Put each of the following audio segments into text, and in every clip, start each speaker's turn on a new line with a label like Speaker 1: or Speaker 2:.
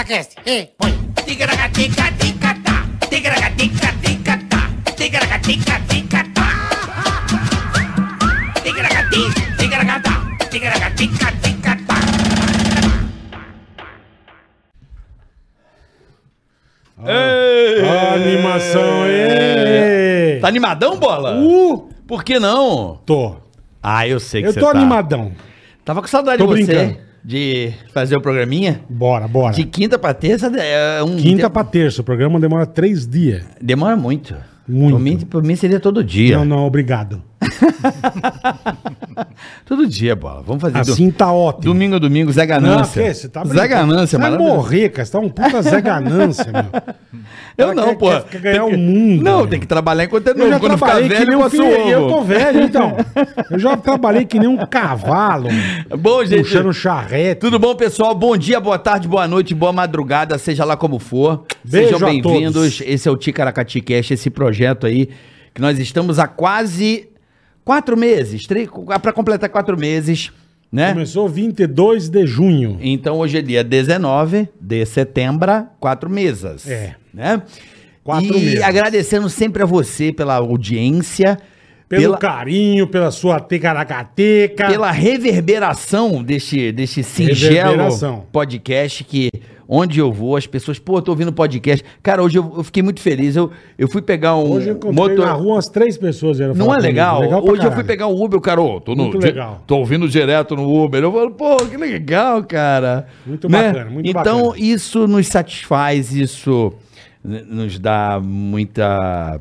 Speaker 1: Ticaracast. Ei, põe. Ticaracatica-ticatá. Ticaracatica-ticatá. Ticaracatica-ticatá. Ticaracati, ticaracatá. Ticaracatica-ticatá.
Speaker 2: Animação, hein?
Speaker 3: Tá animadão, bola?
Speaker 2: Uh,
Speaker 3: Por que não?
Speaker 2: tô.
Speaker 3: Ah, eu sei que
Speaker 2: Eu
Speaker 3: você
Speaker 2: tô
Speaker 3: tá.
Speaker 2: animadão.
Speaker 3: Tava com saudade
Speaker 2: Tô
Speaker 3: de você
Speaker 2: brincando.
Speaker 3: de fazer o programinha.
Speaker 2: Bora, bora.
Speaker 3: De quinta pra terça é um.
Speaker 2: Quinta
Speaker 3: de-
Speaker 2: pra terça. O programa demora três dias.
Speaker 3: Demora muito.
Speaker 2: Muito.
Speaker 3: Por mim, por mim seria todo dia.
Speaker 2: Não, não, obrigado.
Speaker 3: Todo dia, bola. Vamos fazer do-
Speaker 2: Assim tá ótimo.
Speaker 3: domingo, domingo, Zé
Speaker 2: Não,
Speaker 3: Ganância.
Speaker 2: que você tá
Speaker 3: Zé Ganância,
Speaker 2: mano. Vai
Speaker 3: maravilhoso.
Speaker 2: morrer, cara. Você tá um puta Zé Ganância, meu.
Speaker 3: Eu não,
Speaker 2: quer-
Speaker 3: pô.
Speaker 2: quer- quer ganhar
Speaker 3: Tem que-
Speaker 2: o mundo,
Speaker 3: Não,
Speaker 2: velho.
Speaker 3: tem que trabalhar enquanto é
Speaker 2: Eu
Speaker 3: novo.
Speaker 2: já
Speaker 3: Quando ficar
Speaker 2: trabalhei que
Speaker 3: velho,
Speaker 2: nem um
Speaker 3: passa o
Speaker 2: filho. Eu tô
Speaker 3: ovo.
Speaker 2: velho, então. Eu já trabalhei que nem um cavalo, mano.
Speaker 3: Bom, gente.
Speaker 2: puxando charrete.
Speaker 3: Tudo bom, pessoal? Bom dia, boa tarde, boa noite, boa madrugada, seja lá como for.
Speaker 2: Beijo
Speaker 3: Sejam
Speaker 2: a
Speaker 3: bem-vindos.
Speaker 2: todos.
Speaker 3: Esse é o Ticaracati Cash, esse projeto aí que nós estamos há quase quatro meses, três, para completar quatro meses, né?
Speaker 2: Começou 22 de junho.
Speaker 3: Então hoje é dia 19 de setembro, quatro mesas.
Speaker 2: É.
Speaker 3: Né?
Speaker 2: Quatro
Speaker 3: e
Speaker 2: mesas.
Speaker 3: agradecendo sempre a você pela audiência,
Speaker 2: Pelo
Speaker 3: pela,
Speaker 2: carinho, pela sua ticaracateca.
Speaker 3: pela reverberação deste, deste singelo
Speaker 2: Reverberação.
Speaker 3: podcast que onde eu vou, as pessoas, pô, eu tô ouvindo podcast. Cara, hoje eu, eu fiquei muito feliz. Eu, eu fui pegar um
Speaker 2: Hoje eu encontrei na rua umas três pessoas. vieram
Speaker 3: Não
Speaker 2: falar
Speaker 3: é
Speaker 2: comigo.
Speaker 3: legal?
Speaker 2: pra
Speaker 3: Hoje eu fui
Speaker 2: caralho.
Speaker 3: pegar o Uber, o cara, ô, tô, no,
Speaker 2: Muito
Speaker 3: di-
Speaker 2: legal.
Speaker 3: tô ouvindo direto no Uber. Eu falo, pô, que legal, cara.
Speaker 2: Muito bacana, muito
Speaker 3: então,
Speaker 2: bacana.
Speaker 3: isso nos satisfaz, isso n- nos dá muita.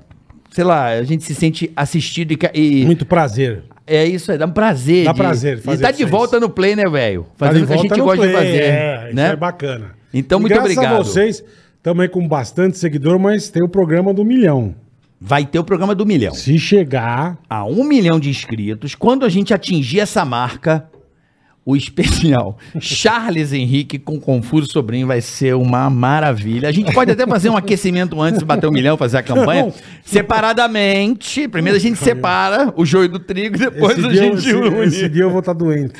Speaker 3: Sei lá, a gente se sente assistido e, ca- e
Speaker 2: Muito prazer.
Speaker 3: é isso aí, dá um prazer.
Speaker 2: Dá prazer fazer
Speaker 3: E tá
Speaker 2: isso
Speaker 3: de
Speaker 2: aí.
Speaker 3: volta no play, né, velho?
Speaker 2: Tá
Speaker 3: Fazendo
Speaker 2: de
Speaker 3: o que a
Speaker 2: volta
Speaker 3: gente
Speaker 2: no
Speaker 3: gosta de
Speaker 2: Play,
Speaker 3: fazer.
Speaker 2: É,
Speaker 3: né?
Speaker 2: isso é bacana.
Speaker 3: Então,
Speaker 2: E
Speaker 3: muito obrigado.
Speaker 2: a vocês, também com bastante seguidor, mas tem o programa do milhão.
Speaker 3: Vai ter o programa do milhão.
Speaker 2: Se chegar,
Speaker 3: A um milhão de inscritos, quando a gente atingir essa marca, o especial Charles Henrique com Confuso Sobrinho vai ser uma maravilha. A gente pode até fazer um aquecimento antes de bater um milhão, fazer a campanha.
Speaker 2: Não.
Speaker 3: Separadamente. Primeiro a gente separa o joio do trigo, depois
Speaker 2: esse
Speaker 3: a
Speaker 2: dia, eu-
Speaker 3: gente
Speaker 2: esse,
Speaker 3: une.
Speaker 2: esse dia eu vou estar doente.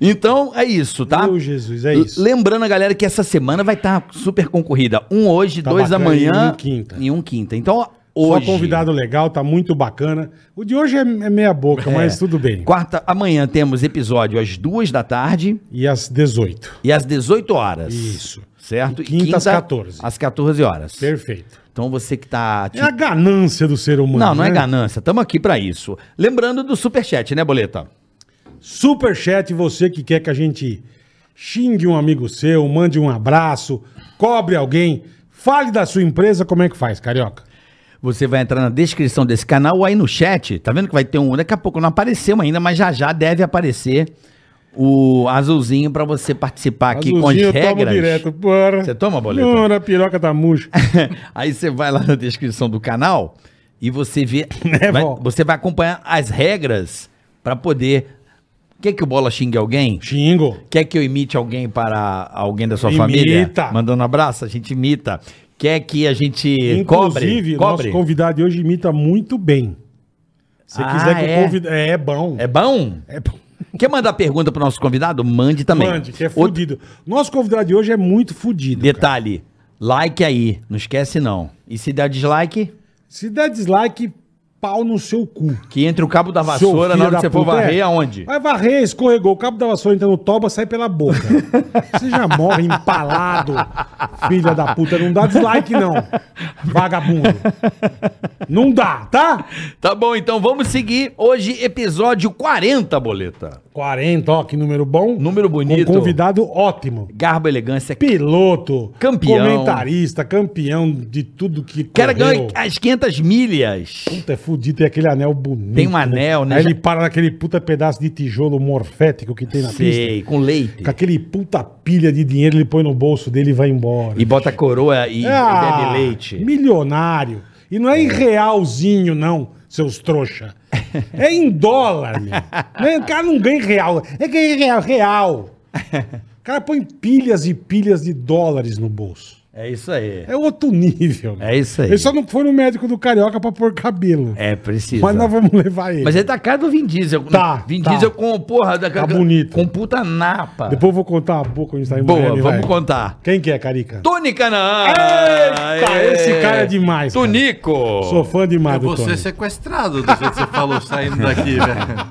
Speaker 3: Então é isso, tá?
Speaker 2: Meu Jesus, é isso.
Speaker 3: Lembrando a galera que essa semana vai estar super concorrida. Um hoje,
Speaker 2: Tá
Speaker 3: dois
Speaker 2: bacana,
Speaker 3: amanhã
Speaker 2: e um quinta.
Speaker 3: e um quinta. Então
Speaker 2: Só
Speaker 3: hoje,
Speaker 2: convidado legal, tá muito bacana. O de hoje é, é meia boca, mas tudo bem.
Speaker 3: quarta, amanhã temos episódio às duas da tarde
Speaker 2: E às 18.
Speaker 3: e às 18 horas.
Speaker 2: Isso.
Speaker 3: Certo?
Speaker 2: E quinta, às 14.
Speaker 3: Às 14 horas.
Speaker 2: Perfeito.
Speaker 3: Então você que tá...
Speaker 2: É a ganância do ser humano.
Speaker 3: Não, não é
Speaker 2: né?
Speaker 3: ganância. Estamos aqui pra isso. Lembrando do superchat, né, Boleta?
Speaker 2: Superchat, você que quer que a gente xingue um amigo seu, mande um abraço, cobre alguém, fale da sua empresa, como é que faz, carioca?
Speaker 3: Você vai entrar na descrição desse canal ou aí no chat. Tá vendo que vai ter um. Daqui a pouco não apareceu ainda, mas já já deve aparecer o azulzinho pra você participar aqui
Speaker 2: Azulzinho
Speaker 3: com as regras.
Speaker 2: direto. Bora.
Speaker 3: Você toma, Boleta?
Speaker 2: Bora, a piroca tá murcha.
Speaker 3: aí você vai lá na descrição do canal e você vê.
Speaker 2: Né,
Speaker 3: vai-
Speaker 2: vó?
Speaker 3: você vai acompanhar as regras pra poder. Quer que o Bola xingue alguém?
Speaker 2: Xingo.
Speaker 3: Quer que eu imite alguém para alguém da sua
Speaker 2: Imita.
Speaker 3: família? Mandando um abraço, a gente imita. Quer que a gente
Speaker 2: Inclusive,
Speaker 3: cobre?
Speaker 2: nosso convidado de hoje imita muito bem. Se
Speaker 3: Ah,
Speaker 2: quiser que
Speaker 3: é?
Speaker 2: o convidado... É, bom.
Speaker 3: É bom?
Speaker 2: É bom.
Speaker 3: Quer mandar pergunta pro nosso convidado? Mande também.
Speaker 2: Mande, que é
Speaker 3: Outro
Speaker 2: fudido. Nosso convidado de hoje é muito fudido. cara.
Speaker 3: detalhe, like aí, não esquece não. E se der dislike,
Speaker 2: Se der dislike, pau no seu cu.
Speaker 3: que entre o cabo da
Speaker 2: Seu
Speaker 3: vassoura
Speaker 2: filho
Speaker 3: na hora
Speaker 2: da
Speaker 3: que você for
Speaker 2: puta,
Speaker 3: varrer,
Speaker 2: é.
Speaker 3: aonde?
Speaker 2: Vai varrer, escorregou, o cabo da vassoura entra no toba, sai pela boca. Você já morre empalado, filha da puta. Não dá dislike, não, vagabundo. Não dá, tá?
Speaker 3: Tá bom, então vamos seguir. Hoje, episódio 40, boleta.
Speaker 2: 40, ó, que número bom.
Speaker 3: Número bonito.
Speaker 2: Com convidado ótimo.
Speaker 3: Garbo, elegância.
Speaker 2: Piloto.
Speaker 3: Campeão.
Speaker 2: Comentarista, campeão de tudo que
Speaker 3: Cara,
Speaker 2: correu.
Speaker 3: ganha as 500 milhas.
Speaker 2: Puta, é fudido, tem aquele anel bonito.
Speaker 3: Tem um anel, né?
Speaker 2: Aí ele para naquele puta pedaço de tijolo morfético que tem na pista.
Speaker 3: Sei, com leite.
Speaker 2: Com aquele puta pilha de dinheiro, ele põe no bolso dele e vai embora.
Speaker 3: E bota coroa e, e
Speaker 2: Ah,
Speaker 3: bebe leite.
Speaker 2: Milionário. E não é em realzinho, não, seus trouxa. É Né, em dólar, meu. Não é- O cara não ganha em real. É ganha em real, real. O cara põe pilhas e pilhas de dólares no bolso.
Speaker 3: É isso aí.
Speaker 2: É outro nível. meu.
Speaker 3: É isso aí.
Speaker 2: Ele só não foi no médico do Carioca pra pôr cabelo.
Speaker 3: É, precisa.
Speaker 2: mas nós vamos levar ele.
Speaker 3: Mas ele tá cara do Vin Diesel.
Speaker 2: Tá,
Speaker 3: Vin
Speaker 2: tá.
Speaker 3: Diesel com, porra, da,
Speaker 2: Tá bonito.
Speaker 3: com puta napa.
Speaker 2: Depois eu vou contar a boca onde tá em
Speaker 3: Boa,
Speaker 2: Miami,
Speaker 3: vamos
Speaker 2: vai.
Speaker 3: contar.
Speaker 2: Quem que é, Carica?
Speaker 3: Tony Canaã.
Speaker 2: Eita, esse cara é demais, cara.
Speaker 3: Tonico.
Speaker 2: Sou fã demais
Speaker 4: Eu
Speaker 2: do
Speaker 4: vou
Speaker 2: Tony.
Speaker 4: ser É sequestrado do jeito que você falou saindo daqui, velho.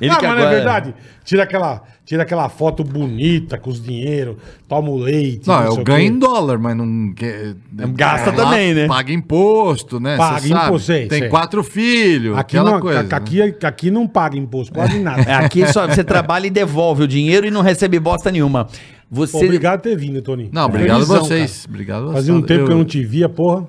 Speaker 3: Ele
Speaker 2: ah,
Speaker 3: que
Speaker 2: mas não é
Speaker 3: agora-
Speaker 2: verdade? Tira aquela, tira aquela foto bonita com os dinheiro, toma o leite.
Speaker 4: Não,
Speaker 2: sei
Speaker 4: eu
Speaker 2: o quê.
Speaker 4: ganho em dólar, mas não. Que, é,
Speaker 3: Gasta
Speaker 4: lá
Speaker 3: também, né?
Speaker 4: Paga imposto, né?
Speaker 2: Paga
Speaker 4: Cê sabe.
Speaker 2: imposto, sei,
Speaker 4: Tem
Speaker 2: sei.
Speaker 4: quatro filhos,
Speaker 2: Aqui
Speaker 4: aquela
Speaker 2: não,
Speaker 4: coisa. né?
Speaker 2: aqui, aqui, aqui não paga imposto, quase nada.
Speaker 3: É, Aqui só você trabalha e devolve o dinheiro e não recebe bosta nenhuma. Você.
Speaker 2: Obrigado por ter vindo, Toninho.
Speaker 4: Não, obrigado
Speaker 2: Felizão,
Speaker 4: a vocês.
Speaker 2: é cara.
Speaker 4: Obrigado a
Speaker 2: Fazia um tempo que eu não te via, porra.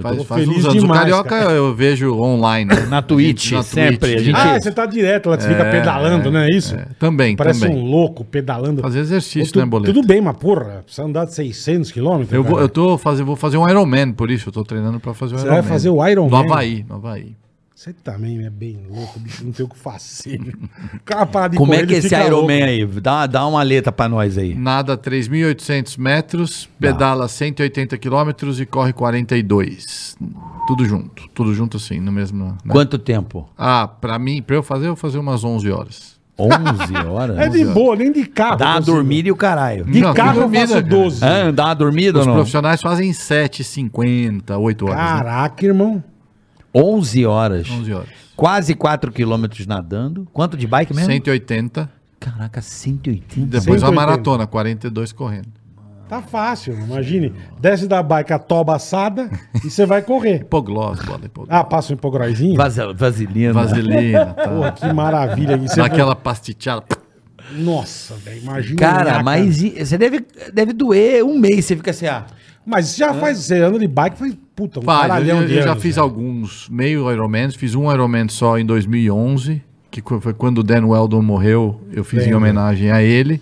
Speaker 4: Faz,
Speaker 2: tô
Speaker 4: faz
Speaker 2: feliz
Speaker 4: uns anos.
Speaker 2: demais,
Speaker 4: o Carioca
Speaker 2: cara.
Speaker 4: eu vejo online. né?
Speaker 3: Na Twitch, sempre, a gente-
Speaker 2: Ah,
Speaker 3: isso.
Speaker 2: você tá direto lá, você fica pedalando, não é isso?
Speaker 4: é, também,
Speaker 2: Parece
Speaker 4: também.
Speaker 2: um louco pedalando.
Speaker 4: Fazer exercício,
Speaker 2: Ô, tu-
Speaker 4: né, Boleto?
Speaker 2: Tudo bem, mas porra, precisa andar de 600 quilômetros.
Speaker 4: Eu, vou,
Speaker 2: cara.
Speaker 4: eu tô fazer, vou fazer um Ironman, por isso eu tô treinando pra fazer um o
Speaker 2: Você
Speaker 4: Ironman.
Speaker 2: vai fazer o Iron
Speaker 4: No
Speaker 2: Man?
Speaker 4: Havaí, no Havaí.
Speaker 2: Você também é bem louco, bicho, não tem o que fazer. O cara para de
Speaker 3: Como
Speaker 2: correr,
Speaker 3: é que
Speaker 2: ele
Speaker 3: é esse
Speaker 2: fica
Speaker 3: Iron
Speaker 2: louco.
Speaker 3: Man aí? Dá, dá uma letra pra nós aí.
Speaker 4: Nada 3.800 metros,
Speaker 3: Tá.
Speaker 4: pedala 180 quilômetros e corre 42. Tudo junto, tudo junto assim, no mesmo... né?
Speaker 3: Quanto tempo?
Speaker 4: Ah, pra mim, pra eu fazer, eu vou fazer umas 11 horas.
Speaker 3: 11 horas?
Speaker 2: É de boa, nem de carro.
Speaker 3: Dá a
Speaker 2: consigo.
Speaker 3: dormir e o caralho.
Speaker 2: De
Speaker 4: Não,
Speaker 2: carro eu
Speaker 4: dormida,
Speaker 2: faço
Speaker 4: cara.
Speaker 2: 12.
Speaker 3: Hã? dá uma dormida ou
Speaker 4: Os
Speaker 3: não?
Speaker 4: profissionais fazem 7, 50, 8 horas, né?
Speaker 2: Caraca, irmão.
Speaker 3: 11 horas.
Speaker 4: 11 horas.
Speaker 3: Quase 4 quilômetros nadando. Quanto de bike é mesmo?
Speaker 4: 180,
Speaker 3: Caraca, 180.
Speaker 4: depois
Speaker 2: 180.
Speaker 4: uma maratona, 42 correndo.
Speaker 2: Tá fácil, imagine. Desce da bike a toba assada e você vai correr.
Speaker 4: Hipoglós, bola, hipoglós.
Speaker 2: Ah, passa um hipogróizinho?
Speaker 3: Vaza- Vaselina.
Speaker 4: Vaselina, tá?
Speaker 2: Porra, que maravilha. E você
Speaker 4: Dá aquela pastichada.
Speaker 2: vai- Nossa, velho, imagina.
Speaker 3: Cara,
Speaker 2: olhar,
Speaker 3: mas e- você deve, deve doer um mês. Você fica assim, ah.
Speaker 2: Mas já faz, você anda de bike, faz, puta, um
Speaker 4: Vai, eu,
Speaker 2: caralhão
Speaker 4: eu
Speaker 2: de
Speaker 4: já
Speaker 2: anos,
Speaker 4: fiz
Speaker 2: velho.
Speaker 4: alguns meio Ironman, fiz um Ironman só em 2011, que co- foi quando o Dan Weldon morreu, eu fiz em homenagem a ele.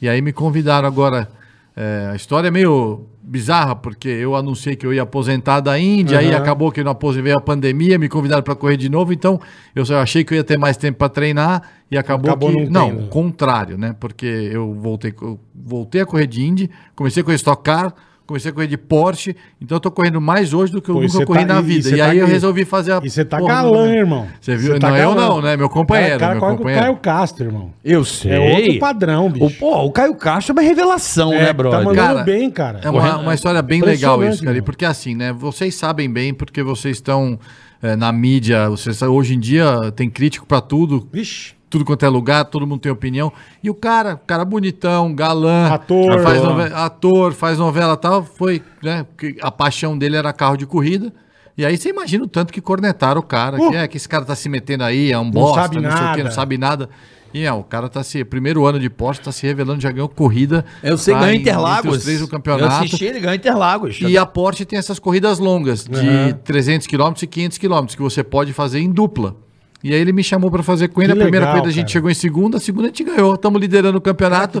Speaker 4: E aí me convidaram agora. é, a história é meio bizarra, porque eu anunciei que eu ia aposentar da Índia, aí acabou que eu não aposentei, veio a pandemia, me convidaram para correr de novo, então eu só achei que eu ia ter mais tempo para treinar e acabou,
Speaker 2: Acabou
Speaker 4: que...
Speaker 2: não
Speaker 4: Não,
Speaker 2: tendo.
Speaker 4: contrário, né? Porque eu voltei, eu voltei a correr de Indy, comecei a correr Stock Car, comecei a correr de Porsche, então eu tô correndo mais hoje do que eu
Speaker 2: Pô, e
Speaker 4: nunca
Speaker 2: você
Speaker 4: corri
Speaker 2: tá-
Speaker 4: na
Speaker 2: e- e
Speaker 4: vida.
Speaker 2: você
Speaker 4: E,
Speaker 2: tá
Speaker 4: aí eu
Speaker 2: aqui.
Speaker 4: resolvi fazer a.
Speaker 2: E você tá
Speaker 4: porra
Speaker 2: galã,
Speaker 4: do Ironman.
Speaker 2: irmão.
Speaker 4: Você viu?
Speaker 2: Você tá
Speaker 4: não,
Speaker 2: galã.
Speaker 4: eu
Speaker 2: É,
Speaker 4: não, né? Meu companheiro.
Speaker 2: O cara, o cara corre
Speaker 4: meu
Speaker 2: com o Caio
Speaker 4: companheiro.
Speaker 2: Castro, irmão.
Speaker 3: Eu sei.
Speaker 2: É outro padrão, bicho.
Speaker 3: O, pô, o Caio Castro é uma revelação, né, brother?
Speaker 2: tá mandando
Speaker 4: Cara,
Speaker 2: bem, cara.
Speaker 4: É uma, uma história bem
Speaker 2: Impressionante,
Speaker 4: legal isso, cara. E
Speaker 2: mano.
Speaker 4: Porque assim, né? Vocês sabem bem, porque vocês estão eh, na mídia. Vocês, sa- hoje em dia tem crítico pra tudo,
Speaker 2: Vixe,
Speaker 4: tudo quanto é lugar, todo mundo tem opinião. E o cara, cara bonitão, galã,
Speaker 2: Ator.
Speaker 4: faz
Speaker 2: Ator.
Speaker 4: nove- ator, faz novela e tal, foi, né? que A paixão dele era carro de corrida. E aí você imagina o tanto que cornetaram o cara,
Speaker 2: Uh.
Speaker 4: que é que esse cara tá se metendo aí, é um bosta,
Speaker 2: sabe
Speaker 4: não sei o
Speaker 2: nada.
Speaker 4: que, não sabe nada. E é, o cara tá se. Primeiro ano de Porsche, tá se revelando, já ganhou corrida.
Speaker 3: É, Eu sei,
Speaker 4: tá
Speaker 3: ganhou
Speaker 4: em- entre
Speaker 3: Interlagos.
Speaker 4: os três no
Speaker 3: Eu
Speaker 4: campeonato.
Speaker 3: assisti, ele ganhou Interlagos.
Speaker 4: E a Porsche tem essas corridas longas, de
Speaker 2: Aham.
Speaker 4: 300 km e 500 km, que você pode fazer em dupla. E aí ele me chamou pra fazer com ele.
Speaker 2: Que
Speaker 4: a primeira
Speaker 2: legal,
Speaker 4: corrida a gente
Speaker 2: cara.
Speaker 4: chegou em segunda, a segunda a gente ganhou. Estamos liderando o campeonato.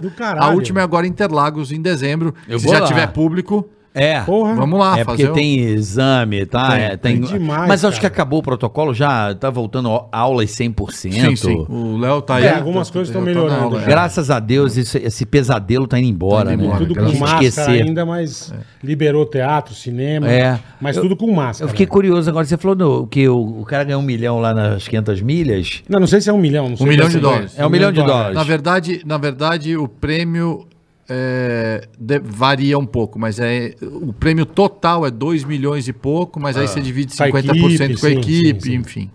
Speaker 2: Cara, que do
Speaker 4: a
Speaker 2: caralho.
Speaker 4: última é agora Interlagos, em dezembro.
Speaker 3: Eu
Speaker 4: Se
Speaker 3: vou
Speaker 4: já
Speaker 3: lá.
Speaker 4: tiver público,
Speaker 3: É.
Speaker 2: porra.
Speaker 4: vamos lá
Speaker 3: é porque
Speaker 4: o-
Speaker 3: tem exame, tá?
Speaker 4: Tem,
Speaker 3: É, tem-
Speaker 2: tem demais,
Speaker 3: Mas acho
Speaker 2: cara.
Speaker 3: que acabou o protocolo, já tá voltando a- aulas 100%.
Speaker 4: Sim, sim. O Léo tá aí.
Speaker 2: É, algumas coisas estão
Speaker 4: tá na
Speaker 2: melhorando
Speaker 4: aula,
Speaker 2: já.
Speaker 4: é.
Speaker 3: Graças a Deus, isso- esse pesadelo tá indo embora,
Speaker 4: Tá indo
Speaker 3: né?
Speaker 4: embora,
Speaker 2: Tudo
Speaker 4: cara,
Speaker 3: Pra
Speaker 2: com
Speaker 3: gente
Speaker 2: máscara
Speaker 3: esquecer.
Speaker 2: ainda, mas
Speaker 4: É.
Speaker 2: liberou teatro, cinema.
Speaker 3: É.
Speaker 2: Mas
Speaker 3: Eu-
Speaker 2: tudo com máscara.
Speaker 3: Eu fiquei curioso agora, você falou do- que o, o cara ganhou um milhão lá nas 500 milhas.
Speaker 2: Não, não sei se é um milhão. Não sei
Speaker 4: milhão
Speaker 2: se
Speaker 4: de
Speaker 2: dois.
Speaker 4: dólares.
Speaker 3: É um milhão de dólares.
Speaker 4: Na verdade, na verdade, o prêmio é, de- varia um pouco, mas é o prêmio total é 2 milhões e pouco, mas
Speaker 3: Ah.
Speaker 4: aí você divide
Speaker 2: Com a
Speaker 4: 50%
Speaker 2: equipe,
Speaker 4: com a
Speaker 2: sim,
Speaker 4: equipe,
Speaker 2: sim, sim.
Speaker 4: enfim,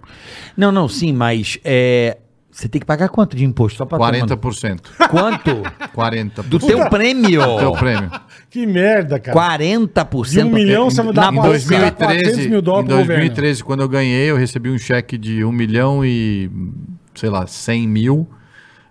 Speaker 3: Não, não, sim, mas é, você tem que pagar quanto de imposto? Só pra ter
Speaker 4: 40%.
Speaker 3: uma- Quanto?
Speaker 4: 40%.
Speaker 3: Do teu prêmio.
Speaker 4: teu prêmio.
Speaker 2: Que merda, cara.
Speaker 3: 40%.
Speaker 2: De um milhão, você vai dar
Speaker 3: na
Speaker 4: Em
Speaker 2: uma-
Speaker 3: bolsa.
Speaker 4: 2013,
Speaker 2: 400 tá mil dólares
Speaker 4: em
Speaker 2: pro governo.
Speaker 4: 2013, quando eu ganhei, eu recebi um cheque de 1 milhão e, sei lá, 100 mil.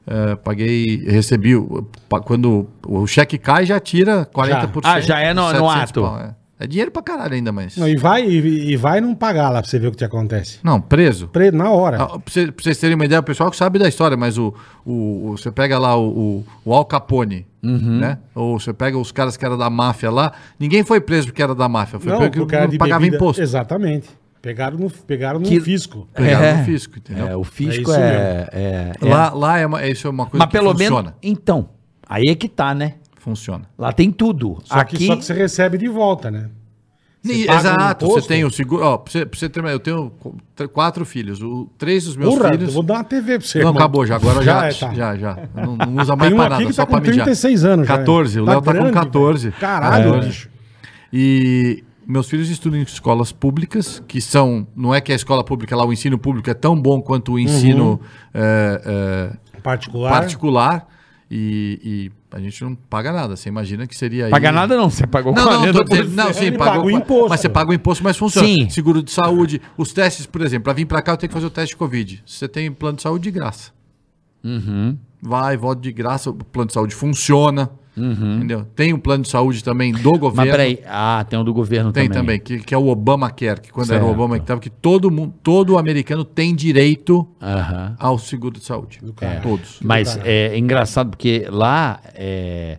Speaker 4: Eh, paguei, recebi, o- pa- quando o cheque cai, já tira 40%.
Speaker 3: Ah, já é no- no
Speaker 4: 700
Speaker 3: ato.
Speaker 4: pau, é. É dinheiro pra caralho ainda, mas...
Speaker 2: Não, e vai e, e vai não pagar lá pra você ver o que te acontece.
Speaker 4: Não, preso.
Speaker 2: Pre- Na hora.
Speaker 4: Ah, Pra cê- pra vocês terem uma ideia, o pessoal que sabe da história, mas o, o, o- você pega lá o, o, o Al Capone,
Speaker 3: Uhum.
Speaker 4: né? Ou você pega os caras que eram da máfia lá, ninguém foi preso porque era da máfia, foi
Speaker 2: não,
Speaker 4: porque
Speaker 2: porque o cara
Speaker 4: não
Speaker 2: de
Speaker 4: pagava
Speaker 2: bebida-
Speaker 4: imposto.
Speaker 2: Exatamente. Pegaram no, pegaram no
Speaker 3: Que-
Speaker 2: fisco.
Speaker 4: Pegaram
Speaker 3: É.
Speaker 4: no fisco, entendeu?
Speaker 3: É, o
Speaker 2: É
Speaker 3: fisco
Speaker 2: isso
Speaker 3: é. é- é-
Speaker 4: Lá, lá é uma, isso é uma coisa
Speaker 3: Mas pelo menos. Então. Aí é que tá, né?
Speaker 4: Funciona.
Speaker 3: Lá tem tudo.
Speaker 2: Só,
Speaker 3: Aqui,
Speaker 2: que, só que você recebe de volta, né?
Speaker 4: E-
Speaker 2: paga um
Speaker 4: exato, você
Speaker 2: imposto?
Speaker 4: tem o seguro. Ó, pra você, pra você ter uma- eu tenho co- tr- quatro filhos. O, três dos meus
Speaker 2: Porra, eu
Speaker 4: filhos.
Speaker 2: vou dar uma TV pra você.
Speaker 4: Não,
Speaker 2: irmão.
Speaker 4: acabou já. Agora já.
Speaker 2: é, tá.
Speaker 4: Já, já. Não, não usa mais
Speaker 2: Tem um
Speaker 4: pra nada,
Speaker 2: aqui que
Speaker 4: só
Speaker 2: tá
Speaker 4: pra
Speaker 2: com
Speaker 4: mijar.
Speaker 2: 36 anos já.
Speaker 4: 14, o
Speaker 2: Tá
Speaker 4: Léo tá com
Speaker 2: grande,
Speaker 4: 14.
Speaker 2: velho. Caralho,
Speaker 4: É.
Speaker 2: bicho.
Speaker 4: E meus filhos estudam em escolas públicas, que são. Não é que a escola pública lá, o ensino público é tão bom quanto o ensino
Speaker 2: Uhum.
Speaker 4: é, é,
Speaker 2: Particular.
Speaker 4: particular. E, e a gente não paga nada. Você imagina que seria aí.
Speaker 3: Pagar nada não, você pagou
Speaker 4: Não, não, tô dizendo-
Speaker 3: 40%.
Speaker 4: não, sim,
Speaker 2: Ele
Speaker 4: pagou,
Speaker 2: paga o imposto.
Speaker 4: Mas você paga o imposto, mas funciona.
Speaker 3: Sim.
Speaker 4: Seguro de saúde, os testes, por exemplo, para vir para cá eu tenho que fazer o teste de Covid. Se Você tem plano de saúde de graça. Vai, volta de graça, o plano de saúde funciona.
Speaker 3: Uhum.
Speaker 4: Entendeu? Tem um plano de saúde também do governo.
Speaker 3: Mas peraí. Ah, tem o do governo
Speaker 4: Tem também, que, que é o Obamacare, que quando era o Obama que tava, que todo mundo, todo americano tem direito
Speaker 3: Aham.
Speaker 4: ao seguro de saúde. Todos.
Speaker 3: Mas é engraçado porque lá é,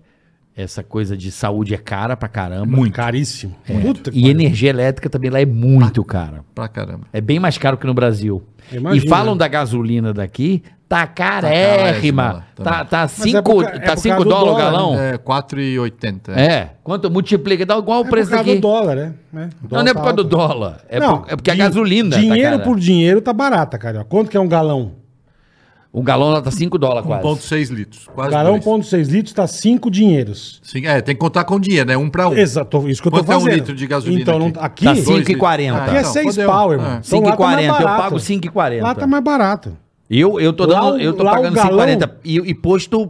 Speaker 3: essa coisa de saúde é cara pra caramba.
Speaker 2: Caríssimo. Puta que
Speaker 3: É. E
Speaker 2: pariu.
Speaker 3: energia elétrica também lá é muito cara.
Speaker 4: Pra caramba.
Speaker 3: É bem mais caro que no Brasil.
Speaker 2: Imagina.
Speaker 3: E falam da gasolina daqui, tá
Speaker 4: carésima
Speaker 3: carérrima.
Speaker 4: lá
Speaker 3: Tá,
Speaker 4: também.
Speaker 3: tá
Speaker 2: Mas é
Speaker 3: 5
Speaker 2: por ca- é
Speaker 3: tá
Speaker 2: por
Speaker 3: cinco
Speaker 2: causa do
Speaker 3: dólares o
Speaker 2: dólar,
Speaker 3: galão.
Speaker 4: É 4,80.
Speaker 3: É. Quanto multiplica, dá igual
Speaker 2: É
Speaker 3: o
Speaker 2: por
Speaker 3: preço
Speaker 2: causa
Speaker 3: daqui.
Speaker 2: do dólar, né? É, o
Speaker 3: Não,
Speaker 2: dólar
Speaker 3: não é
Speaker 2: tá
Speaker 3: por causa do
Speaker 2: alto.
Speaker 3: dólar. É,
Speaker 2: Não,
Speaker 3: por- é porque a
Speaker 2: din-
Speaker 3: gasolina. tá
Speaker 2: Dinheiro
Speaker 3: cara.
Speaker 2: por dinheiro tá barata, cara. Quanto que é um galão?
Speaker 3: Um galão lá tá 5 dólares quase.
Speaker 4: 1,6 litros. Quase
Speaker 2: Galão
Speaker 4: dois.
Speaker 2: 1.6 litros tá 5 dinheiros.
Speaker 4: Sim, é, tem que contar com dinheiro, né? Um pra um.
Speaker 2: Exato, isso que eu tô
Speaker 4: Quanto é um
Speaker 2: fazendo.
Speaker 4: litro de gasolina
Speaker 2: Então,
Speaker 4: aqui?
Speaker 2: não- aqui,
Speaker 3: Tá
Speaker 2: aqui,
Speaker 3: cinco.
Speaker 4: Dois
Speaker 3: 5,40.
Speaker 4: litros.
Speaker 3: Aqui
Speaker 2: é
Speaker 4: então,
Speaker 2: 6
Speaker 4: fodeu.
Speaker 2: pau,
Speaker 4: É.
Speaker 2: irmão. Então,
Speaker 3: 5,40, eu pago
Speaker 2: barato.
Speaker 3: 5,40.
Speaker 2: Lá tá mais barato.
Speaker 3: Eu, eu tô
Speaker 2: Lá
Speaker 3: dando.
Speaker 2: o-
Speaker 3: eu tô
Speaker 2: lá o
Speaker 3: pagando
Speaker 2: galão-
Speaker 3: 5,40. E, e posto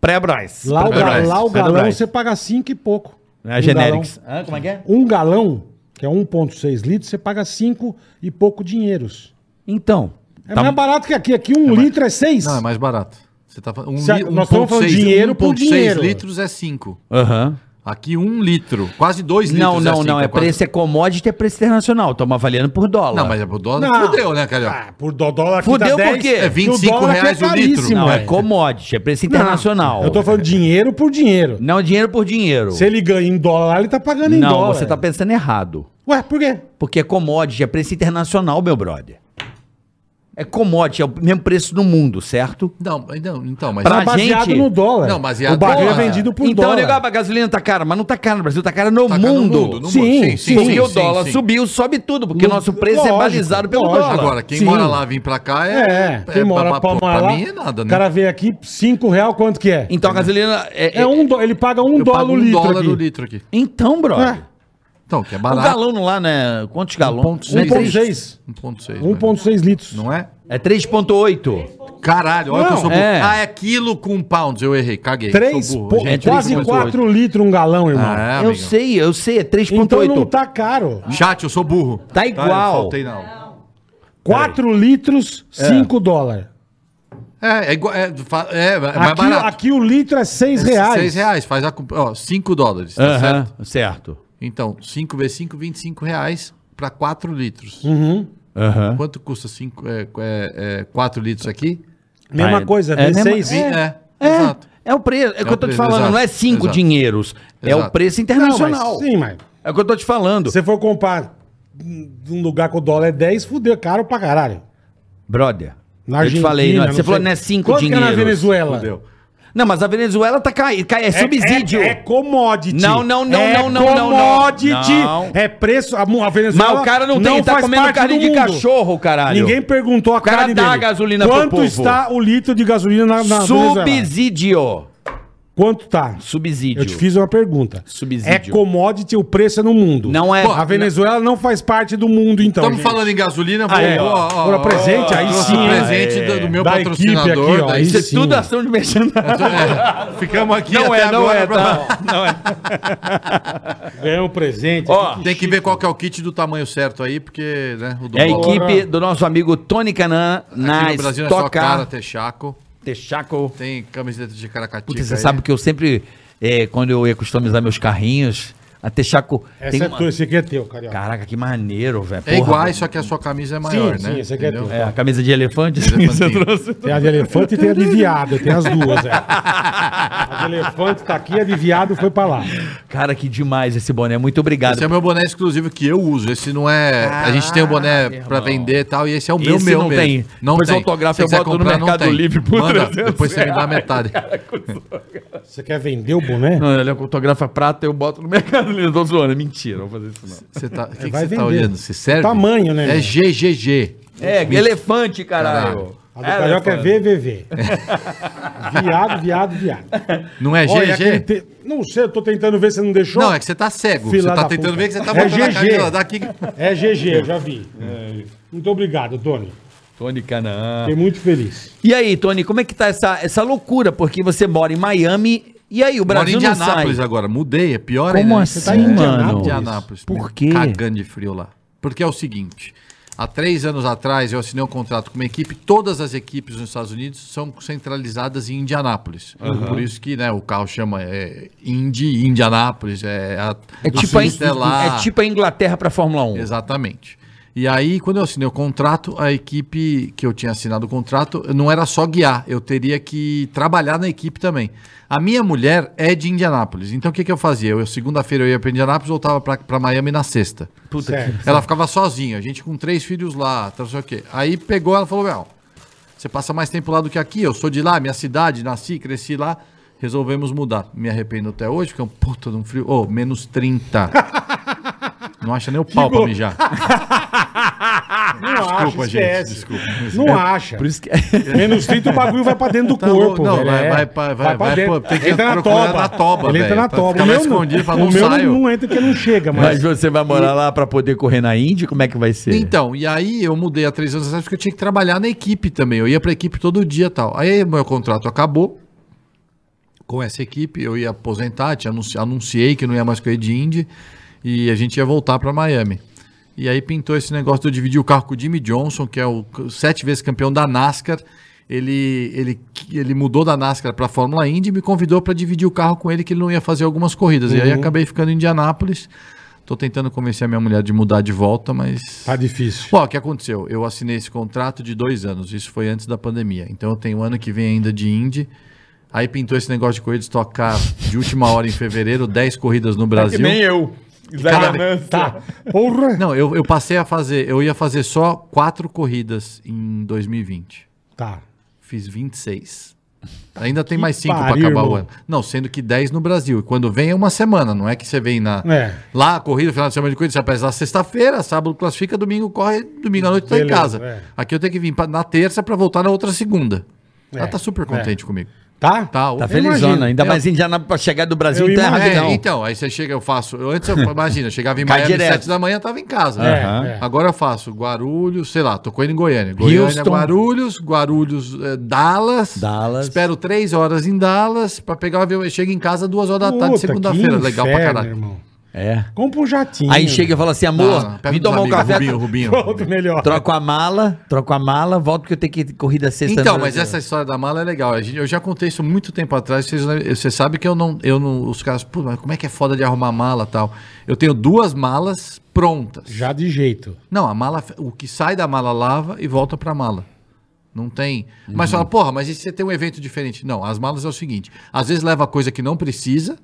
Speaker 3: pré-Brás.
Speaker 2: Lá o, ga-
Speaker 4: Petrobras.
Speaker 2: lá o galão
Speaker 3: Petrobras.
Speaker 2: você paga 5 e pouco.
Speaker 3: Tá
Speaker 2: Um
Speaker 3: É, Generics. Hã, como é que é?
Speaker 2: Galão, um galão, que é 1.6 litros, você paga 5 e pouco dinheiros.
Speaker 3: Então.
Speaker 2: É
Speaker 3: tá-
Speaker 2: mais barato que aqui. Aqui 1 um litro é 6.
Speaker 4: Não, é mais barato. Você tá falando. Um
Speaker 2: Se a-
Speaker 4: li-
Speaker 2: nós estamos falando
Speaker 4: 1,6
Speaker 2: dinheiro por
Speaker 4: 1,6
Speaker 2: dinheiro.
Speaker 4: litros é 5.
Speaker 3: Aham.
Speaker 4: Aqui um litro. Quase dois
Speaker 3: Não,
Speaker 4: litros.
Speaker 3: não,
Speaker 4: cinco,
Speaker 3: não. É
Speaker 4: quase-
Speaker 3: preço é commodity, é preço internacional. Estamos avaliando por dólar.
Speaker 4: Não, mas é pro dólar.
Speaker 2: Não.
Speaker 4: Fudeu, né, Carioca?
Speaker 2: Ah, por dó- dólar aqui
Speaker 3: Fudeu por quê?
Speaker 4: É 25
Speaker 2: dólar aqui é
Speaker 4: reais o litro.
Speaker 2: caríssimo,
Speaker 3: Não, é
Speaker 2: velho.
Speaker 3: commodity, é preço internacional.
Speaker 2: Eu tô falando dinheiro por dinheiro.
Speaker 3: Não, dinheiro por dinheiro.
Speaker 2: Se ele ganha em dólar, ele tá pagando em
Speaker 3: Não,
Speaker 2: dólar.
Speaker 3: você tá pensando errado.
Speaker 2: Ué, por quê?
Speaker 3: Porque é commodity, é preço internacional, meu brother. É commodity, é o mesmo preço do mundo, certo?
Speaker 4: Não, mas não, então, mas.
Speaker 3: Pra
Speaker 2: Tá baseado
Speaker 3: gente-
Speaker 2: no dólar.
Speaker 4: Não, baseado
Speaker 2: o barril é
Speaker 4: no dólar.
Speaker 2: vendido por
Speaker 3: então,
Speaker 2: dólar.
Speaker 3: negócio, a gasolina tá cara, mas não tá cara no Brasil, tá cara no
Speaker 4: Tá caro no
Speaker 3: mundo.
Speaker 4: no
Speaker 2: Sim,
Speaker 4: mundo.
Speaker 2: sim,
Speaker 3: Porque o
Speaker 4: sim,
Speaker 3: dólar
Speaker 4: sim.
Speaker 3: subiu, sobe tudo, porque
Speaker 2: No-
Speaker 3: nosso preço
Speaker 2: lógico,
Speaker 3: é balizado pelo
Speaker 2: lógico.
Speaker 3: dólar.
Speaker 4: Agora, quem
Speaker 2: Sim.
Speaker 4: mora lá vem pra cá é.
Speaker 2: É, quem mora pra,
Speaker 4: pô,
Speaker 2: morar lá,
Speaker 4: mim é nada,
Speaker 2: O
Speaker 4: né?
Speaker 2: cara veio aqui, 5 real, quanto que é?
Speaker 3: Então a gasolina é,
Speaker 2: é um dó- ele paga um
Speaker 4: Eu
Speaker 2: dólar
Speaker 4: pago
Speaker 2: o
Speaker 4: um
Speaker 2: litro
Speaker 4: dólar
Speaker 2: aqui.
Speaker 4: o litro aqui.
Speaker 3: Então, brother.
Speaker 2: É.
Speaker 4: Então, que é
Speaker 3: O
Speaker 4: barato.
Speaker 3: galão lá, né? Quantos
Speaker 4: tá
Speaker 3: galões?
Speaker 4: 1,6.
Speaker 2: 1.6.
Speaker 4: 1,6. né?
Speaker 2: 1.6 litros.
Speaker 4: Não é?
Speaker 3: É 3.8.
Speaker 4: Caralho, olha
Speaker 2: Não,
Speaker 4: que eu sou burro.
Speaker 3: é.
Speaker 4: Ah, é quilo com pounds. Eu errei, caguei.
Speaker 2: Três,
Speaker 4: sou burro,
Speaker 2: po-
Speaker 4: gente.
Speaker 2: quase
Speaker 4: 3,8.
Speaker 2: 4 litros um galão, irmão.
Speaker 4: Ah,
Speaker 3: eu
Speaker 4: amigão.
Speaker 3: sei, eu sei, é 3.8.
Speaker 2: então não tá caro.
Speaker 4: Chat, eu sou burro.
Speaker 3: Tá igual.
Speaker 4: eu faltei na aula.
Speaker 2: 4 litros, 5 dólares.
Speaker 4: É, é igual. É, fa- é, é mais
Speaker 2: Aqui,
Speaker 4: barato.
Speaker 2: aqui o litro é 6
Speaker 4: R$
Speaker 2: reais.
Speaker 4: 6 reais. Faz a. comp- Ó, 5 dólares. Tá
Speaker 3: Aham,
Speaker 4: certo?
Speaker 3: certo.
Speaker 4: Então, 5 vezes 5, 25 reais pra 4 litros.
Speaker 2: Uhum.
Speaker 3: Aham.
Speaker 4: Quanto custa 5, é, é, é, 4 litros aqui?
Speaker 2: Mesma
Speaker 3: Ah, é-
Speaker 2: coisa,
Speaker 3: é
Speaker 2: vez
Speaker 3: mesma-
Speaker 2: 6.
Speaker 4: Vim- é,
Speaker 3: É,
Speaker 4: exato.
Speaker 3: é o preço. É o que eu tô te
Speaker 4: preço,
Speaker 3: falando,
Speaker 4: exato,
Speaker 3: não é cinco
Speaker 4: exato.
Speaker 3: dinheiros. É o
Speaker 4: Exato.
Speaker 3: preço internacional.
Speaker 2: sim, mas
Speaker 3: É o que eu tô te falando.
Speaker 2: se você for comprar um lugar que o dólar é 10, fudeu, é caro pra caralho.
Speaker 3: Brother.
Speaker 2: Na
Speaker 3: eu te
Speaker 2: Argentina,
Speaker 3: falei, não é-
Speaker 2: não
Speaker 3: você
Speaker 2: sei.
Speaker 3: falou não é cinco
Speaker 2: Quanto que é na
Speaker 3: dinheiros.
Speaker 2: Venezuela?
Speaker 4: Fudeu.
Speaker 3: Não, mas a Venezuela tá caindo, cai, é
Speaker 2: É-
Speaker 3: subsídio.
Speaker 2: É, é commodity.
Speaker 3: Não, não, não,
Speaker 2: é
Speaker 3: não, não, não, não.
Speaker 2: commodity.
Speaker 3: Não.
Speaker 2: É preço. A, mu- a Venezuela.
Speaker 3: mas o cara não tem, ele tá
Speaker 2: faz
Speaker 3: comendo
Speaker 2: parte
Speaker 3: carne
Speaker 2: do
Speaker 3: de
Speaker 2: mundo.
Speaker 3: cachorro, caralho.
Speaker 2: Ninguém perguntou a
Speaker 3: O cara
Speaker 2: carne
Speaker 3: dá
Speaker 2: dele.
Speaker 3: a gasolina pro
Speaker 2: Quanto
Speaker 3: povo.
Speaker 2: está o litro de gasolina na, na Venezuela?
Speaker 3: Subsídio.
Speaker 2: Quanto tá?
Speaker 3: Subsídio.
Speaker 2: Eu te fiz uma pergunta.
Speaker 3: Subsídio.
Speaker 2: É commodity, o preço é no mundo.
Speaker 3: Não é-
Speaker 2: A Venezuela não faz parte do mundo, então.
Speaker 4: Estamos
Speaker 2: gente.
Speaker 4: falando em gasolina. vou-
Speaker 2: Aí, ó. Agora presente, aí
Speaker 4: trouxe um
Speaker 2: sim, hein?
Speaker 4: presente do, do meu
Speaker 2: Da
Speaker 4: patrocinador.
Speaker 2: equipe aqui, ó,
Speaker 4: daí
Speaker 2: isso
Speaker 4: cê-
Speaker 3: Isso
Speaker 2: sim.
Speaker 3: é tudo ação de merchandising.
Speaker 4: é, ficamos aqui
Speaker 3: Não
Speaker 4: até
Speaker 3: é, não
Speaker 4: agora.
Speaker 3: é,
Speaker 4: pra-
Speaker 3: tá? não é.
Speaker 2: Ganhou um presente.
Speaker 3: Ó,
Speaker 4: Tem que ver qual que é o kit do tamanho certo aí, porque né, o do
Speaker 3: É a
Speaker 4: dólar-
Speaker 3: equipe do nosso amigo Tony Canan na
Speaker 4: Aqui no Brasil é só cara,
Speaker 3: Estoca
Speaker 4: até chaco.
Speaker 3: Texaco.
Speaker 4: Tem camiseta de caracatica.
Speaker 3: Puta, você sabe que eu sempre, é, quando eu ia customizar meus carrinhos,
Speaker 5: Até Chaco.
Speaker 2: Essa
Speaker 5: tem
Speaker 2: é
Speaker 5: uma-
Speaker 2: tua, esse aqui é teu, Carioca.
Speaker 5: Caraca, que maneiro, velho.
Speaker 4: É
Speaker 5: Porra,
Speaker 4: igual, só que a sua camisa é maior,
Speaker 2: Sim,
Speaker 4: né?
Speaker 2: sim, esse aqui é
Speaker 4: Entendeu?
Speaker 2: teu.
Speaker 5: É, a camisa de elefante que
Speaker 4: Elefantinho.
Speaker 5: você trouxe.
Speaker 2: Tem a de elefante e tem a de viado. Tem as duas, é. A de elefante tá aqui, a de viado foi pra lá.
Speaker 5: Cara, que demais esse boné. Muito obrigado.
Speaker 4: Esse é o meu boné exclusivo que eu uso. Esse não é. a gente tem o boné
Speaker 5: Caraca,
Speaker 4: pra
Speaker 5: irmão.
Speaker 4: vender e tal, e esse é o meu,
Speaker 5: Esse
Speaker 4: meu
Speaker 5: não
Speaker 4: mesmo.
Speaker 5: tem.
Speaker 4: Não
Speaker 5: Depois
Speaker 4: tem.
Speaker 5: autografa,
Speaker 4: Se
Speaker 5: eu
Speaker 4: quiser
Speaker 5: boto no
Speaker 4: não
Speaker 5: Mercado
Speaker 4: tem.
Speaker 5: Livre por
Speaker 4: Manda,
Speaker 5: 300
Speaker 4: Depois você me dá metade.
Speaker 2: Você quer vender o boné?
Speaker 5: Não, ele é fotografa prata, eu boto no mercado livre. Tô zoando, é mentira, não vou fazer isso não.
Speaker 4: Você tá, o que, que
Speaker 2: vai
Speaker 4: você tá
Speaker 2: vender.
Speaker 4: olhando? Você serve?
Speaker 2: Tamanho, né,
Speaker 4: É
Speaker 2: meu?
Speaker 4: GGG.
Speaker 5: É, elefante, caralho.
Speaker 2: A do Carioca é VVV. viado, viado, viado.
Speaker 4: Não é
Speaker 2: Olha, aquele
Speaker 4: GG?
Speaker 2: te- Não sei, eu tô tentando ver se você não deixou.
Speaker 4: Não, é que você tá cego.
Speaker 2: Fila
Speaker 4: você tá
Speaker 2: da
Speaker 4: tentando
Speaker 2: puta.
Speaker 4: ver que você tá
Speaker 2: É
Speaker 4: botando a
Speaker 2: GG.
Speaker 4: camisa daqui.
Speaker 2: É GG, eu já vi. Muito obrigado, Tony.
Speaker 5: Tony Canaã.
Speaker 2: Fiquei muito feliz.
Speaker 5: E aí, Tony, como é que tá essa, essa loucura? Porque você mora em Miami e aí o
Speaker 4: Moro em
Speaker 5: Brasil não sai.
Speaker 4: Indianápolis agora. Mudei, é pior
Speaker 5: Como
Speaker 4: ainda.
Speaker 5: assim,
Speaker 2: tá em
Speaker 5: mano?
Speaker 2: Indianápolis?
Speaker 4: Indianápolis.
Speaker 5: Por
Speaker 4: me
Speaker 5: quê?
Speaker 4: Cagando de frio lá. Porque é o seguinte: há três anos atrás eu assinei um contrato com uma equipe. Todas as equipes nos Estados Unidos são centralizadas em Indianápolis. Por isso que né, o carro chama é, Indy, Indianápolis. É, a,
Speaker 5: É tipo, a,
Speaker 4: pista é lá.
Speaker 5: é tipo a Inglaterra pra Fórmula 1.
Speaker 4: Exatamente. E aí, quando eu assinei o contrato, a equipe que eu tinha assinado o contrato não era só guiar, eu teria que trabalhar na equipe também. A minha mulher é de Indianápolis, então o que, que eu fazia? Eu segunda-feira eu ia para Indianápolis, voltava para Miami na sexta.
Speaker 5: Puta
Speaker 2: Certo.
Speaker 4: Ela ficava sozinha, a gente com três filhos lá, tá, não sei o quê. Aí pegou ela e falou: Meu, você passa mais tempo lá do que aqui, eu sou de lá, minha cidade, nasci, cresci lá. Resolvemos mudar. Me arrependo até hoje, porque é um puta de um frio. Ô, menos 30. Não acha nem o pau pra mijar.
Speaker 2: Não
Speaker 4: Desculpa, gente.
Speaker 2: esquece.
Speaker 4: Desculpa.
Speaker 2: Não acha.
Speaker 5: Por isso que...
Speaker 2: Menos 30 o bagulho vai pra dentro do
Speaker 4: Tá
Speaker 2: corpo.
Speaker 4: bom, não,
Speaker 2: velho,
Speaker 4: vai-
Speaker 2: é.
Speaker 4: vai pra- vai- vai
Speaker 2: dentro.
Speaker 4: pra- tem que
Speaker 2: entra na
Speaker 4: procurar
Speaker 2: toba.
Speaker 4: na toba,
Speaker 2: Ele entra
Speaker 4: velho,
Speaker 2: na
Speaker 4: pra
Speaker 2: toba.
Speaker 4: ficar
Speaker 2: O meu
Speaker 4: mais escondido e falar,
Speaker 2: não,
Speaker 4: não
Speaker 2: o meu
Speaker 4: saio.
Speaker 2: não, não entra porque não chega,
Speaker 5: Mas
Speaker 2: mas...
Speaker 5: você vai morar lá pra poder correr na Indy? Como é que vai ser?
Speaker 4: Então, e aí eu mudei há três anos atrás porque eu tinha que trabalhar na equipe também. Eu ia pra equipe todo dia e tal. Aí meu contrato acabou com essa equipe. Eu ia aposentar, tinha anunci- anunciei que não ia mais correr de Indy e a gente ia voltar pra Miami. E aí pintou esse negócio de eu dividir o carro com o Jimmy Johnson, que é o c- sete vezes campeão da NASCAR. Ele, ele, ele mudou da NASCAR para a Fórmula Indy e me convidou para dividir o carro com ele, que ele não ia fazer algumas corridas. E aí acabei ficando em Indianápolis. Tô tentando convencer a minha mulher de mudar de volta, mas.
Speaker 2: Tá difícil.
Speaker 4: Bom, o que aconteceu? Eu assinei esse contrato de dois anos, isso foi antes da pandemia. Então eu tenho ano que vem ainda de Indy. Aí pintou esse negócio de corrida Stock Car de última hora em fevereiro, 10 corridas no Brasil.
Speaker 5: eu.
Speaker 4: Cara,
Speaker 2: Tá. Porra.
Speaker 4: Não, eu, eu passei a fazer, eu ia fazer só quatro corridas em 2020.
Speaker 2: Tá.
Speaker 4: Fiz 26. Ainda tem mais cinco para
Speaker 2: pariu,
Speaker 4: acabar o
Speaker 2: irmão.
Speaker 4: ano. Não, sendo que 10 no Brasil. E quando vem é uma semana, não é que você vem na.
Speaker 2: É.
Speaker 4: Lá, corrida, final de semana de corrida, você aparece lá sexta-feira, sábado classifica, domingo corre, domingo à noite tá em
Speaker 2: Beleza,
Speaker 4: casa.
Speaker 2: é.
Speaker 4: Aqui eu tenho que vir pra- na terça para voltar na outra segunda.
Speaker 2: É,
Speaker 4: Ela tá super contente comigo.
Speaker 2: Tá?
Speaker 4: Tá,
Speaker 5: Tá
Speaker 4: eu
Speaker 5: felizona,
Speaker 4: imagino.
Speaker 5: ainda
Speaker 4: Eu-
Speaker 5: mais Indianápolis pra chegar do Brasil
Speaker 2: Eu
Speaker 5: em terra
Speaker 4: É,
Speaker 5: não.
Speaker 4: então, aí você chega, eu faço. eu antes eu imagina, eu chegava em
Speaker 5: Ah, Cai
Speaker 4: Miami às
Speaker 5: direto.
Speaker 4: 7 da manhã, tava em casa. né?
Speaker 2: É,
Speaker 5: Aham.
Speaker 2: é.
Speaker 4: Agora eu faço Guarulhos, sei lá, tô correndo em Goiânia. Goiânia,
Speaker 5: Houston.
Speaker 4: Guarulhos, Guarulhos, eh, Dallas.
Speaker 5: Dallas.
Speaker 4: Espero três horas em Dallas pra pegar o avião. Eu chego em casa duas horas da
Speaker 2: Puta,
Speaker 4: tarde, Tá, segunda-feira.
Speaker 2: que
Speaker 4: Legal pra
Speaker 2: inferno,
Speaker 4: caralho.
Speaker 2: irmão.
Speaker 5: É.
Speaker 2: Compra um jatinho.
Speaker 5: Aí chega e fala assim, amor,
Speaker 4: Ah, pega
Speaker 5: vem
Speaker 4: uns
Speaker 5: tomar um
Speaker 4: amigos,
Speaker 5: café.
Speaker 4: Rubinho, Rubinho.
Speaker 2: Pronto, melhor.
Speaker 5: Troco a mala, troco a mala, volto porque eu tenho que ir corrida sexta.
Speaker 4: Então,
Speaker 5: no
Speaker 4: mas
Speaker 5: Brasil.
Speaker 4: essa história da mala é legal. A gente- Eu já contei isso muito tempo atrás. Vocês, você sabe que eu não, eu não. Os caras, pô, mas como é que é foda de arrumar mala e tal? Eu tenho duas malas prontas.
Speaker 2: Já de jeito.
Speaker 4: Não, a mala, o que sai da mala lava e volta pra mala. Não tem. Mas fala, porra, mas e se você tem um evento diferente? Não, as malas é o seguinte: às vezes leva coisa que não precisa,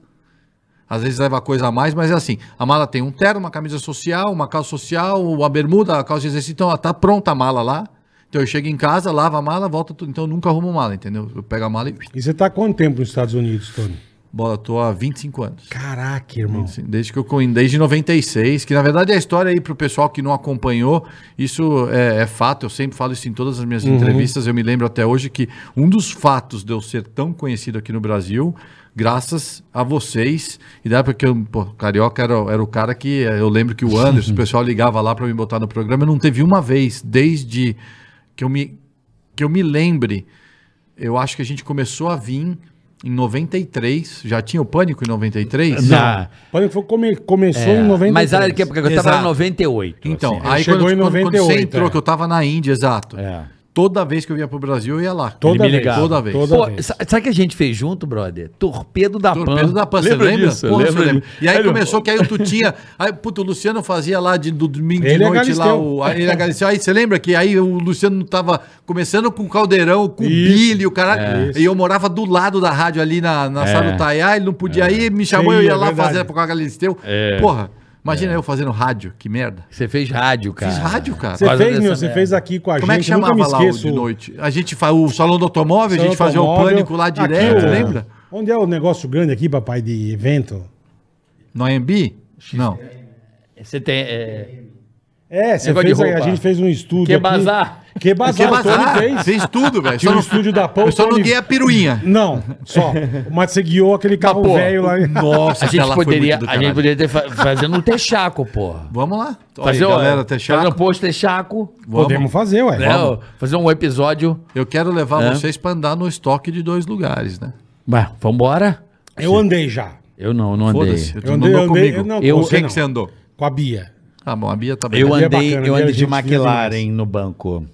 Speaker 4: às vezes leva coisa a mais, mas é assim: a mala tem um terno, uma camisa social, uma calça social, uma bermuda, a calça de exercício, então ó, tá pronta a mala lá. Então eu chego em casa, lavo a mala, volta tudo. Então eu nunca arrumo mala, entendeu? Eu pego a mala e.
Speaker 2: E você tá há quanto tempo nos Estados Unidos, Tony?
Speaker 4: Bola, tô há 25 anos.
Speaker 2: Caraca, irmão.
Speaker 4: Sim, Desde que eu conhe- desde 96, que na verdade é a história aí pro pessoal que não acompanhou, isso é, é fato, eu sempre falo isso em todas as minhas entrevistas, eu me lembro até hoje que um dos fatos de eu ser tão conhecido aqui no Brasil, graças a vocês, e da época que eu, pô, carioca era, era o cara que, eh, eu lembro que o Anderson, o pessoal ligava lá pra me botar no programa, eu não teve uma vez, desde que eu me, que eu me lembre, eu acho que a gente começou a vir em 93, já tinha o pânico em 93?
Speaker 5: Não.
Speaker 2: Pode foi come, começou
Speaker 4: É,
Speaker 2: em 93.
Speaker 5: Mas olha que porque eu tava
Speaker 4: Exato.
Speaker 5: em 98.
Speaker 4: Então,
Speaker 5: assim.
Speaker 4: aí
Speaker 2: chegou
Speaker 4: quando,
Speaker 2: em
Speaker 4: quando- quando
Speaker 2: 98,
Speaker 4: você entrou,
Speaker 2: é.
Speaker 4: que eu tava na Índia, exato.
Speaker 5: É.
Speaker 4: Toda vez que eu ia pro Brasil, eu ia lá.
Speaker 2: Toda
Speaker 4: Ele me
Speaker 2: vez.
Speaker 4: ligava. Toda vez.
Speaker 2: Toda
Speaker 3: Pô,
Speaker 2: vez.
Speaker 3: sa- sabe o que a gente fez junto, brother? Torpedo da
Speaker 4: Torpedo
Speaker 3: Pan.
Speaker 4: da Pan,
Speaker 6: Lembra
Speaker 4: você lembra?
Speaker 6: disso,
Speaker 4: Porra,
Speaker 6: lembra
Speaker 4: você lembra.
Speaker 6: disso.
Speaker 4: E aí
Speaker 6: Aí,
Speaker 4: começou que aí o Tutinha. Aí, puto, o Luciano fazia lá de do- domingo
Speaker 2: Ele
Speaker 4: de noite
Speaker 2: agradeceu.
Speaker 4: lá o. Aí, ele agradeceu. aí você lembra que aí o Luciano tava começando com o Caldeirão, com o
Speaker 2: Isso. É.
Speaker 4: Billy, o caralho. E eu morava do lado da rádio ali na, na sala do Taiá, ele não podia ir, me chamou,
Speaker 2: Sim,
Speaker 4: eu ia
Speaker 2: é
Speaker 4: lá
Speaker 2: verdade. É.
Speaker 4: fazer com a Galisteu. Porra, imagina eu fazendo rádio, que merda.
Speaker 3: Você fez rádio, cara.
Speaker 4: Fiz rádio, cara.
Speaker 2: É. Você
Speaker 3: Quase
Speaker 2: fez, meu,
Speaker 3: dessa
Speaker 2: você
Speaker 3: merda.
Speaker 2: fez aqui com a
Speaker 4: Como é que
Speaker 2: gente. eu
Speaker 4: chamava
Speaker 2: nunca
Speaker 4: lá
Speaker 2: me
Speaker 4: o
Speaker 2: esqueço.
Speaker 4: de noite? A gente faz o Salão do Automóvel, a gente fazia o
Speaker 2: Automóvel.
Speaker 4: pânico lá
Speaker 2: Aqui,
Speaker 4: direto,
Speaker 2: o-
Speaker 4: lembra?
Speaker 2: Onde é o negócio grande aqui, papai, de evento?
Speaker 4: No AMB? Não.
Speaker 3: Você tem. é,
Speaker 2: É, você
Speaker 3: Negócio de
Speaker 2: fez, a, a
Speaker 3: roupa.
Speaker 2: gente fez um estúdio.
Speaker 3: Que
Speaker 2: aqui.
Speaker 3: bazar.
Speaker 2: Que bazar, o Tony fez.
Speaker 4: Fez tudo, velho.
Speaker 2: Tinha um
Speaker 4: Só não-
Speaker 2: estúdio da Pão.
Speaker 4: Eu só não
Speaker 2: Tony-
Speaker 4: dei a piruinha.
Speaker 2: Não, só. Mas você guiou aquele carro
Speaker 3: Capô.
Speaker 2: velho lá.
Speaker 4: Nossa,
Speaker 3: A gente
Speaker 4: aquela foi
Speaker 3: poderia,
Speaker 4: muito do
Speaker 3: a gente
Speaker 4: caralho.
Speaker 3: poderia ter fa fazendo um texaco, porra.
Speaker 4: Vamos lá. Olha
Speaker 3: Fazer
Speaker 4: aí,
Speaker 3: o-
Speaker 4: galera, até chato.
Speaker 3: Fazer um post texaco.
Speaker 4: Vamos.
Speaker 2: Podemos fazer, ué.
Speaker 3: né? Fazer um episódio.
Speaker 4: Eu quero levar vocês pra andar no estoque de dois lugares, né?
Speaker 3: Bah, vambora?
Speaker 2: Eu andei já.
Speaker 3: Eu não, não andei.
Speaker 4: Foda-se. Tu
Speaker 2: Eu
Speaker 4: não
Speaker 2: andei, eu
Speaker 4: andou
Speaker 2: andei.
Speaker 4: comigo.
Speaker 2: Eu, não,
Speaker 3: Eu-
Speaker 2: com
Speaker 4: Com
Speaker 2: você
Speaker 4: quem
Speaker 2: não.
Speaker 4: que você andou?
Speaker 2: Com a Bia.
Speaker 4: Ah, bom, a Bia tá bem.
Speaker 3: Eu
Speaker 2: Ele é
Speaker 3: andei,
Speaker 2: bacana,
Speaker 3: eu
Speaker 2: ele é
Speaker 3: andei de
Speaker 2: gente fina
Speaker 3: McLaren no banco.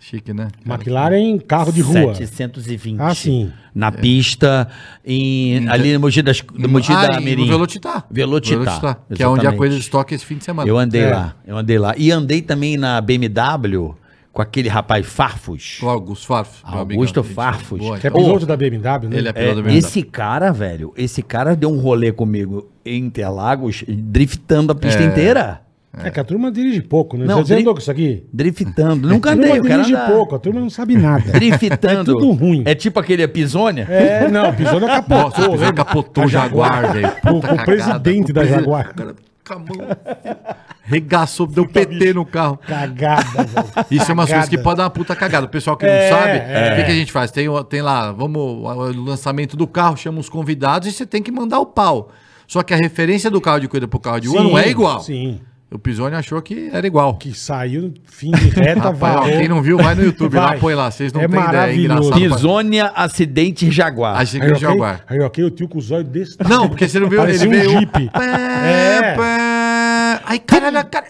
Speaker 4: Chique, né?
Speaker 2: McLaren, carro de rua.
Speaker 3: 720.
Speaker 2: Ah, sim. Então,
Speaker 3: Na pista, em, ali no Mogi, das, no Mogi
Speaker 2: ah,
Speaker 3: da
Speaker 4: Ah, e
Speaker 3: Mirim.
Speaker 4: No Velocitar.
Speaker 3: Velocitar,
Speaker 4: Que é onde a
Speaker 3: exatamente.
Speaker 4: coisa de estoque esse fim de semana.
Speaker 3: Eu andei
Speaker 2: É.
Speaker 3: lá, eu andei lá. E andei também na BMW com aquele rapaz Farfus.
Speaker 4: Com o Augusto Farfus. meu amigão.
Speaker 3: Augusto
Speaker 4: Gente,
Speaker 3: Farfus.
Speaker 4: boa. então.
Speaker 2: Que é piloto da BMW, né?
Speaker 4: Ele é
Speaker 3: É,
Speaker 4: piloto da BMW.
Speaker 3: esse cara, velho, esse cara deu um rolê comigo em Interlagos, driftando a pista inteira.
Speaker 2: É que a turma dirige pouco, né?
Speaker 3: Não,
Speaker 2: Você já
Speaker 3: dri-
Speaker 2: andou com isso aqui?
Speaker 3: Driftando. Nunca
Speaker 2: A
Speaker 3: andei,
Speaker 2: turma
Speaker 3: o cara tá-
Speaker 2: dirige
Speaker 3: anda...
Speaker 2: pouco, a turma não sabe nada.
Speaker 3: Driftando.
Speaker 2: É tudo ruim.
Speaker 3: É tipo aquele Episônia?
Speaker 2: É, não, pisou na capota.
Speaker 4: Nossa, o Zé capotou o Jaguar, velho.
Speaker 2: Com-
Speaker 4: Puta
Speaker 2: com o
Speaker 4: cagada.
Speaker 2: presidente
Speaker 4: Com o
Speaker 2: da
Speaker 4: presi-
Speaker 2: Jaguar.
Speaker 4: O cara com a mão, Regaçou, deu PT no carro.
Speaker 2: Cagada, velho.
Speaker 4: Isso é umas
Speaker 2: Cagada.
Speaker 4: coisas que pode dar uma puta cagada. O pessoal que
Speaker 2: É,
Speaker 4: não sabe,
Speaker 2: é.
Speaker 4: o que, que a gente faz? Tem, o- tem lá, vamos, o lançamento do carro, chama os convidados e você tem que mandar o pau. Só que a referência do carro de corrida pro carro de rua não é igual.
Speaker 2: Sim.
Speaker 4: O Pisoni achou que era igual.
Speaker 2: Que saiu, fim de reta,
Speaker 4: Rapaz, ó,
Speaker 2: varrou.
Speaker 4: quem não viu, vai no YouTube,
Speaker 2: Vai.
Speaker 4: lá põe lá. Vocês não
Speaker 2: É
Speaker 4: têm ideia, é
Speaker 2: maravilhoso.
Speaker 4: engraçado. pra-
Speaker 3: Pisônia, acidente Jaguar.
Speaker 4: A gente
Speaker 2: Aí,
Speaker 4: ganhou o
Speaker 2: ok,
Speaker 4: Jaguar.
Speaker 2: aí ok, o tio com os olhos desse tamanho.
Speaker 4: Não, porque você não viu
Speaker 2: Parecia
Speaker 4: ele
Speaker 2: um
Speaker 4: veio.
Speaker 2: Jeep.
Speaker 4: Pé,
Speaker 2: É.
Speaker 4: pé. Ai, caralho, cara.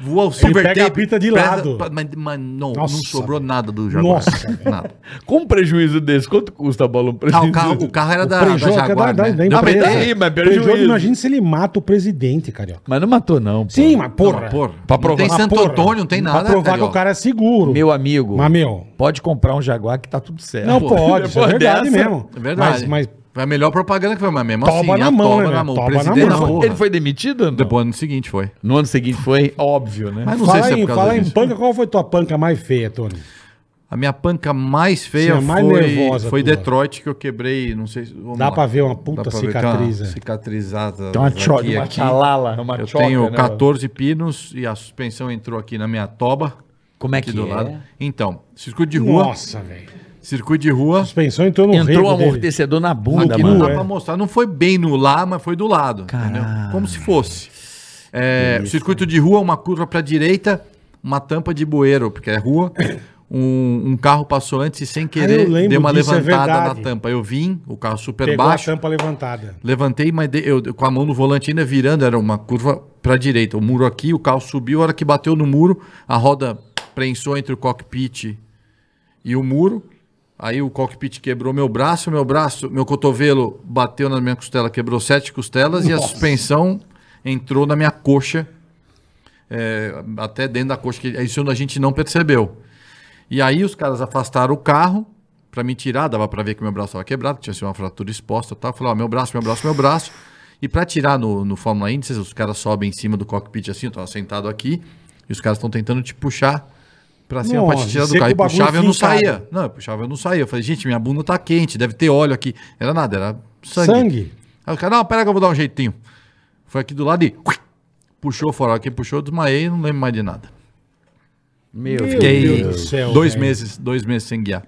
Speaker 4: Voa o Silver
Speaker 2: pega a
Speaker 4: Tape.
Speaker 2: brita de
Speaker 4: Presta-
Speaker 2: lado.
Speaker 4: pa- Mas, mas não,
Speaker 2: Nossa.
Speaker 4: não sobrou nada do Jaguar.
Speaker 2: Nossa.
Speaker 4: Nada.
Speaker 6: Com um prejuízo desse, quanto custa a bola um
Speaker 4: Ah,
Speaker 6: prejuízo?
Speaker 4: o, carro, o carro era da, da
Speaker 2: Peugeot, que é
Speaker 4: Jaguar,
Speaker 2: da, da,
Speaker 4: né?
Speaker 2: da
Speaker 4: Não,
Speaker 2: empresa.
Speaker 6: mas daí, mas perdeu
Speaker 2: Peugeot,
Speaker 6: isso.
Speaker 2: imagina se ele mata o presidente, carioca.
Speaker 3: Mas não matou, não. pô.
Speaker 2: Sim, mas porra.
Speaker 4: mas, porra,
Speaker 3: Pra
Speaker 4: não
Speaker 3: provar.
Speaker 4: tem
Speaker 2: Mas,
Speaker 4: Santo
Speaker 2: porra,
Speaker 4: Antônio, não tem nada.
Speaker 2: Pra provar que
Speaker 4: carioca.
Speaker 2: o cara é seguro.
Speaker 3: Meu amigo.
Speaker 2: Mas, meu,
Speaker 3: Pode comprar um Jaguar que tá tudo certo.
Speaker 2: não
Speaker 4: pô,
Speaker 2: pode, isso é
Speaker 6: depois
Speaker 2: verdade
Speaker 6: dessa-
Speaker 2: mesmo.
Speaker 4: É verdade.
Speaker 2: Mas, mas
Speaker 4: Foi a melhor propaganda que foi, mas mesmo
Speaker 2: Toba
Speaker 4: assim,
Speaker 2: na
Speaker 4: a
Speaker 2: mão,
Speaker 4: toba
Speaker 2: né,
Speaker 4: na
Speaker 2: meu?
Speaker 4: mão.
Speaker 2: Toba
Speaker 4: O
Speaker 2: na
Speaker 4: presidente
Speaker 2: mão.
Speaker 4: na porra.
Speaker 3: Ele foi demitido? ou Não?
Speaker 4: Depois, no ano seguinte foi.
Speaker 3: No ano seguinte foi óbvio, né?
Speaker 4: Mas não
Speaker 2: fala
Speaker 4: sei se
Speaker 2: em,
Speaker 4: é por causa
Speaker 2: fala em
Speaker 4: disso.
Speaker 2: panca, qual foi tua panca mais feia, Tony?
Speaker 4: A minha panca mais
Speaker 2: Sim,
Speaker 4: feia
Speaker 2: a é mais
Speaker 4: foi,
Speaker 2: nervosa
Speaker 4: foi
Speaker 2: tua.
Speaker 4: Detroit, que eu quebrei, não sei... se- vamos
Speaker 2: Dá
Speaker 4: lá.
Speaker 2: pra ver uma
Speaker 4: Dá
Speaker 2: puta
Speaker 4: pra ver,
Speaker 2: cicatriz,
Speaker 4: tá
Speaker 2: né?
Speaker 4: Cicatrizada.
Speaker 3: Tem uma
Speaker 4: aqui,
Speaker 3: choca, uma
Speaker 4: aqui.
Speaker 3: chalala, uma
Speaker 4: Eu
Speaker 3: choca,
Speaker 4: tenho
Speaker 3: né?
Speaker 4: 14 pinos e a suspensão entrou aqui na minha toba.
Speaker 3: Como é
Speaker 4: Aqui
Speaker 3: que
Speaker 4: do
Speaker 3: é?
Speaker 4: lado. Então, circuito de rua.
Speaker 2: Nossa, velho.
Speaker 4: Circuito de rua.
Speaker 2: Suspensão entrou no
Speaker 3: Entrou
Speaker 2: rego
Speaker 3: um
Speaker 2: dele.
Speaker 3: amortecedor na bunda,
Speaker 4: Aqui não
Speaker 3: mano.
Speaker 4: dá
Speaker 2: é.
Speaker 4: pra mostrar. Não foi bem no lá, mas foi do lado.
Speaker 3: Caralho.
Speaker 4: Entendeu? Como se fosse. É, circuito de rua, uma curva pra direita, uma tampa de bueiro, porque é rua. Um, um carro passou antes e sem querer
Speaker 2: Ah, eu lembro
Speaker 4: deu uma
Speaker 2: disso, é
Speaker 4: levantada na
Speaker 2: verdade.
Speaker 4: tampa. Eu vim, o carro super
Speaker 2: Pegou
Speaker 4: baixo.
Speaker 2: a tampa levantada.
Speaker 4: Levantei, mas dei- eu, com a mão no volante ainda virando, era uma curva para direita. O muro aqui, o carro subiu, a hora que bateu no muro, a roda prensou entre o cockpit e o muro. Aí o cockpit quebrou meu braço, meu braço, meu cotovelo bateu na minha costela, quebrou sete costelas e a suspensão entrou na minha coxa, é, até dentro da coxa, que isso a gente não percebeu. E aí os caras afastaram o carro pra me tirar, dava pra ver que meu braço estava quebrado, tinha sido uma fratura exposta, e tal. Eu Falei, ó, meu braço, meu braço, meu braço. E pra tirar no, no Fórmula Indy, os caras sobem em cima do cockpit assim, eu tava sentado aqui, e os caras estão tentando te puxar pra cima pra
Speaker 2: Nossa,
Speaker 4: te tirar do
Speaker 2: você
Speaker 4: carro. E
Speaker 2: com o bagulho
Speaker 4: puxava e eu não
Speaker 2: fincado.
Speaker 4: saía. Não, eu puxava e eu não saía. Eu falei, gente, minha bunda tá quente, deve ter óleo aqui. Era nada, era sangue.
Speaker 2: Sangue?
Speaker 4: Aí o cara, não, pera que eu vou dar um jeitinho. Foi aqui do lado e ui, puxou fora. Quem puxou, eu desmaiei, não lembro mais de nada.
Speaker 3: Meu
Speaker 4: Fiquei
Speaker 2: do céu,
Speaker 4: dois
Speaker 2: velho.
Speaker 4: meses, dois meses sem guiar.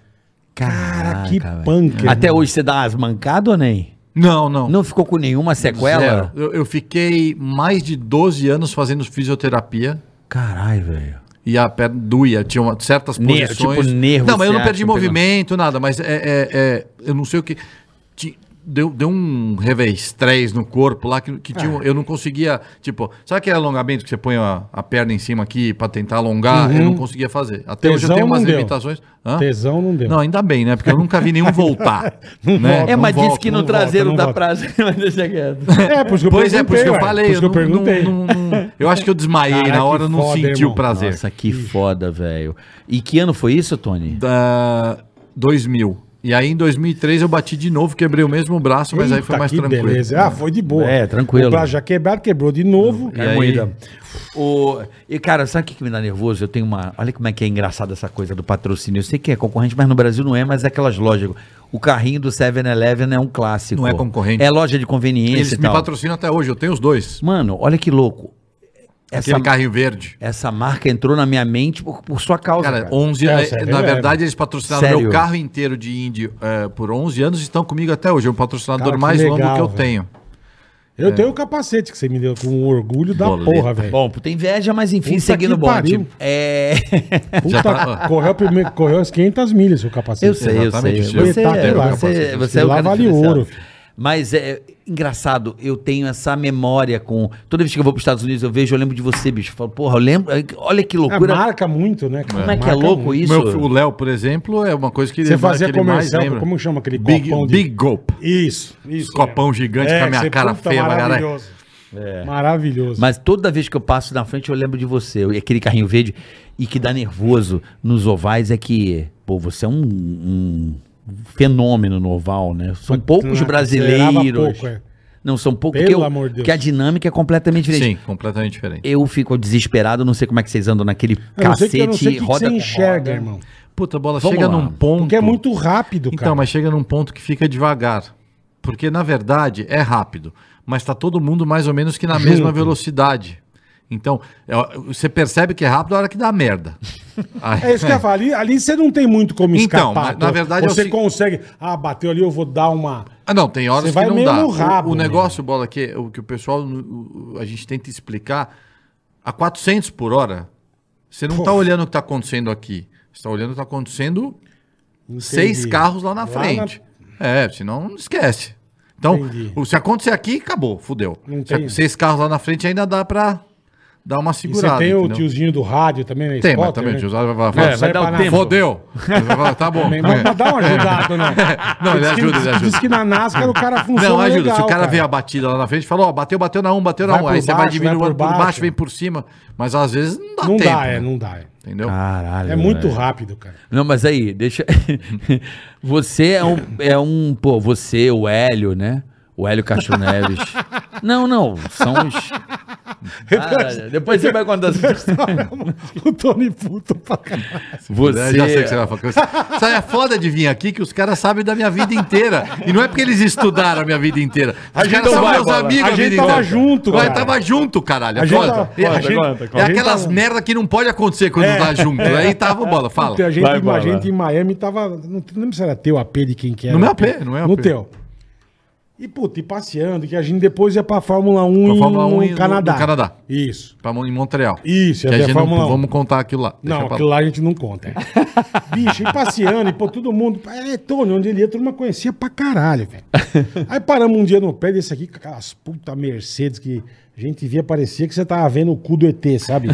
Speaker 3: Cara,
Speaker 2: que panca.
Speaker 3: Até hoje você dá as mancadas ou nem?
Speaker 4: Não, não.
Speaker 3: Não ficou com nenhuma sequela?
Speaker 4: Zero. Eu, eu fiquei mais de 12 anos fazendo fisioterapia
Speaker 3: Caralho, velho.
Speaker 4: e a perna doía, tinha uma- certas
Speaker 3: Ner-
Speaker 4: posições.
Speaker 3: tipo, nervo
Speaker 4: Não, mas eu não perdi
Speaker 3: ciático,
Speaker 4: movimento, nada, mas é, é- é- eu não sei o que. Ti- deu, deu um revés, três no corpo lá, que, que tinha,
Speaker 2: É.
Speaker 4: um- eu não conseguia, tipo, sabe aquele alongamento que você põe a, a perna em cima aqui pra tentar alongar? Eu não conseguia fazer. Até hoje eu
Speaker 2: Uhum. Tesão
Speaker 4: tenho umas
Speaker 2: não deu.
Speaker 4: limitações. Hã?
Speaker 2: Tesão não deu.
Speaker 4: Não, ainda bem, né? Porque eu nunca vi nenhum voltar. né?
Speaker 2: volta,
Speaker 3: É, mas
Speaker 4: Não
Speaker 3: disse
Speaker 4: volta,
Speaker 3: que no
Speaker 2: não
Speaker 3: traseiro
Speaker 2: volta, não
Speaker 3: dá prazer, mas deixa quieto.
Speaker 2: É, por isso que eu
Speaker 4: Pois é, por isso que eu
Speaker 2: ué.
Speaker 4: falei.
Speaker 2: Por isso que eu
Speaker 4: eu, não- não-
Speaker 2: perguntei.
Speaker 4: não- não- eu acho que eu desmaiei
Speaker 2: Cara,
Speaker 4: na hora,
Speaker 2: que
Speaker 4: eu não
Speaker 2: foda,
Speaker 4: senti
Speaker 2: irmão.
Speaker 4: o prazer.
Speaker 3: Nossa, que foda, velho. E que ano foi isso, Tony?
Speaker 4: Da 2000. E aí em 2003 eu bati de novo, quebrei o mesmo braço, mas aí foi
Speaker 2: Eita,
Speaker 4: mais
Speaker 2: que
Speaker 4: tranquilo.
Speaker 2: Beleza. Ah, foi de boa.
Speaker 3: É, tranquilo.
Speaker 2: O braço já quebrado, quebrou de novo.
Speaker 4: E aí-
Speaker 2: Moída.
Speaker 3: O... E, cara, sabe o que que me dá nervoso? Eu tenho uma. Olha como é que é engraçada essa coisa do patrocínio. Eu sei que é concorrente, mas no Brasil não é, mas é aquelas lojas. O carrinho do 7-Eleven é um clássico.
Speaker 4: Não é concorrente.
Speaker 3: É loja de conveniência.
Speaker 4: Eles
Speaker 3: e
Speaker 4: me
Speaker 3: tal.
Speaker 4: patrocinam até hoje, eu tenho os dois.
Speaker 3: Mano, olha que louco. Essa,
Speaker 4: Aquele carrinho verde.
Speaker 3: essa marca entrou na minha mente por, por sua causa.
Speaker 4: Cara,
Speaker 3: cara.
Speaker 4: 11
Speaker 2: É,
Speaker 4: é,
Speaker 2: sério,
Speaker 4: Na
Speaker 2: é.
Speaker 4: verdade, eles patrocinaram
Speaker 3: Sério?
Speaker 4: meu carro inteiro de Indy eh, por 11 anos e estão comigo até hoje. É o patrocinador
Speaker 2: Cara, que
Speaker 4: mais longo
Speaker 2: legal,
Speaker 4: que eu
Speaker 2: velho.
Speaker 4: tenho. É.
Speaker 2: Eu tenho o capacete que você me deu com orgulho da
Speaker 4: Boleta.
Speaker 2: porra, velho.
Speaker 3: Bom, tem inveja, mas enfim,
Speaker 2: É. Puta
Speaker 3: seguindo o
Speaker 2: que
Speaker 3: bonde.
Speaker 2: pariu.
Speaker 3: É.
Speaker 2: Puta,
Speaker 4: Já tá-
Speaker 2: correu, primeiro, correu as 500 milhas o capacete. É,
Speaker 3: Eu sei, eu sei.
Speaker 4: Exatamente,
Speaker 3: Você,
Speaker 4: o
Speaker 2: seu.
Speaker 3: você,
Speaker 2: Espetacular,
Speaker 3: você,
Speaker 2: parceiro.
Speaker 3: você é o
Speaker 2: Lá
Speaker 3: cara
Speaker 2: vale
Speaker 3: diferenciado.
Speaker 2: ouro, filho.
Speaker 3: Mas é engraçado, eu tenho essa memória com. Toda vez que eu vou para os Estados Unidos, eu vejo, eu lembro de você, bicho. Eu falo, porra, eu lembro. Olha que
Speaker 2: Ah,
Speaker 3: loucura.
Speaker 2: marca muito, né? cara?
Speaker 3: Como é que é
Speaker 2: Marca
Speaker 3: louco
Speaker 2: muito.
Speaker 3: isso?
Speaker 4: Meu, o Léo, por exemplo, é uma coisa que
Speaker 2: Você fazia
Speaker 4: que ele mais
Speaker 2: comercial,
Speaker 4: lembra.
Speaker 2: como que chama aquele
Speaker 4: Big,
Speaker 2: copão de-
Speaker 4: Big Gulp.
Speaker 2: Isso, isso.
Speaker 4: Copão gigante com a minha
Speaker 2: você-
Speaker 4: cara
Speaker 2: puta,
Speaker 4: feia, mas, cara.
Speaker 2: Maravilhoso. Maravilhoso.
Speaker 3: Mas toda vez que eu passo na frente, eu lembro de você. E aquele carrinho verde. E que dá nervoso nos ovais é que. Pô, você é um. um fenômeno no oval, né? São poucos
Speaker 2: né,
Speaker 3: brasileiros.
Speaker 2: acelerava pouco, é.
Speaker 3: Não, são poucos.
Speaker 2: Pelo
Speaker 3: que
Speaker 2: amor de Deus.
Speaker 3: Que a dinâmica é completamente diferente.
Speaker 4: Sim, completamente diferente.
Speaker 3: Eu fico desesperado, não sei como é que vocês andam naquele
Speaker 2: Eu não sei que- eu não sei
Speaker 3: cacete,
Speaker 2: o que que
Speaker 3: roda
Speaker 2: você
Speaker 3: com
Speaker 2: enxerga,
Speaker 3: roda.
Speaker 2: irmão.
Speaker 4: Puta, a bola
Speaker 3: Vamos
Speaker 4: chega
Speaker 3: lá.
Speaker 4: num ponto.
Speaker 2: Porque é muito rápido, cara.
Speaker 4: Então, mas chega num ponto que fica devagar. Porque, na verdade, é rápido. Mas tá todo mundo mais ou menos que na mesma velocidade. Então, é, ó, você percebe que é rápido na hora que dá merda. Aí-
Speaker 2: É isso que eu ia falar. Ali, ali você não tem muito como
Speaker 4: Então,
Speaker 2: escapar.
Speaker 4: mas na
Speaker 2: tá?
Speaker 4: verdade é o
Speaker 2: você
Speaker 4: se-
Speaker 2: consegue. Ah, bateu ali, eu vou dar uma.
Speaker 4: Ah, não, tem horas
Speaker 2: Você
Speaker 4: que
Speaker 2: vai
Speaker 4: não
Speaker 2: meio
Speaker 4: dá.
Speaker 2: no
Speaker 4: O-
Speaker 2: rabo,
Speaker 4: o,
Speaker 2: né?
Speaker 4: negócio, bola, que o que o pessoal, o- o- a gente tenta explicar, a 400 por hora, você não está olhando o que está acontecendo aqui. Você está olhando o que está acontecendo
Speaker 2: Entendi.
Speaker 4: seis carros lá na frente. É, senão não esquece. Então,
Speaker 2: Entendi.
Speaker 4: o- se acontecer aqui, acabou, fudeu.
Speaker 2: Não
Speaker 4: Se a-
Speaker 2: tem.
Speaker 4: Seis carros lá na frente ainda dá pra dar uma
Speaker 2: E você
Speaker 4: segurada.
Speaker 2: tem o
Speaker 4: entendeu?
Speaker 2: tiozinho do rádio também, né?
Speaker 4: Tem, mas
Speaker 2: Spotter,
Speaker 4: também
Speaker 2: né?
Speaker 4: o Gilzado vai
Speaker 2: Não
Speaker 4: falar.
Speaker 2: sai pra nada.
Speaker 4: Fodeu. Ele vai falar, tá bom.
Speaker 2: Também, Mas mas dá uma ajudada, né?
Speaker 4: Não, ele ajuda, ele ajuda.
Speaker 2: Diz que na NASCAR o cara funciona
Speaker 4: Não, ajuda.
Speaker 2: legal,
Speaker 4: Se o cara, vê a batida lá na frente, fala, ó, bateu, bateu na um, bateu na
Speaker 2: Vai
Speaker 4: um.
Speaker 2: por
Speaker 4: Aí você vai
Speaker 2: baixo,
Speaker 4: diminuindo
Speaker 2: vai
Speaker 4: por,
Speaker 2: por
Speaker 4: baixo,
Speaker 2: baixo,
Speaker 4: vem por cima. Mas às vezes não dá
Speaker 2: Não
Speaker 4: tempo.
Speaker 2: dá, é,
Speaker 4: né?
Speaker 2: não dá. é.
Speaker 4: Entendeu?
Speaker 3: Caralho.
Speaker 2: É muito
Speaker 3: velho.
Speaker 2: rápido, cara.
Speaker 3: Não, mas aí, deixa. você é um, é um. Pô, você, o Hélio, né? O Hélio Castro Neves. não, não. São os. Cara, depois você vai contar. essa história.
Speaker 2: o Tony puto pra caralho.
Speaker 4: Eu né?
Speaker 2: é.
Speaker 4: Já sei o que você
Speaker 3: Você.
Speaker 4: vai falar. Isso aí é foda de vir aqui que os caras sabem da minha vida inteira. E não é porque eles estudaram a minha vida inteira.
Speaker 2: A
Speaker 4: Os
Speaker 2: gente
Speaker 4: caras
Speaker 2: não
Speaker 4: são
Speaker 2: vai,
Speaker 4: meus
Speaker 2: Bola.
Speaker 4: amigos
Speaker 2: A gente tava junto,
Speaker 4: Vai,
Speaker 2: cara.
Speaker 4: tava junto, caralho.
Speaker 2: A
Speaker 4: É
Speaker 2: gente
Speaker 4: foda.
Speaker 2: tava-
Speaker 4: É, a
Speaker 2: conta,
Speaker 4: gente-
Speaker 7: conta, conta.
Speaker 4: é
Speaker 2: A gente
Speaker 4: aquelas
Speaker 2: tava- É,
Speaker 4: merda que não pode acontecer quando tá junto. Aí tava, bola, fala.
Speaker 2: Então, a gente,
Speaker 7: Vai,
Speaker 2: a
Speaker 7: Bola.
Speaker 2: gente em Miami tava. Não te- não lembro se era teu AP de quem que era.
Speaker 4: No meu AP, no meu
Speaker 2: No
Speaker 4: AP.
Speaker 2: teu. E, puta, e passeando, que a gente depois ia pra Fórmula 1
Speaker 4: Pra
Speaker 2: em-
Speaker 4: Fórmula 1 e
Speaker 2: no
Speaker 4: no-
Speaker 2: Canadá.
Speaker 4: no Canadá.
Speaker 2: Isso.
Speaker 4: Pra Mon- Tá em Montreal.
Speaker 2: Isso,
Speaker 4: que
Speaker 2: até
Speaker 4: a
Speaker 2: a
Speaker 4: gente não,
Speaker 2: Fórmula um.
Speaker 4: vamos contar aquilo lá. Deixa
Speaker 2: Não,
Speaker 4: pra lá.
Speaker 2: aquilo lá a gente não conta. é. Bicho, e passeando, e pô, todo mundo. É, Tony, onde ele ia, todo mundo conhecia pra caralho, velho. Aí paramos um dia no pé desse aqui, com aquelas puta Mercedes que a gente via, parecia que você tava vendo o cu do ET, sabe?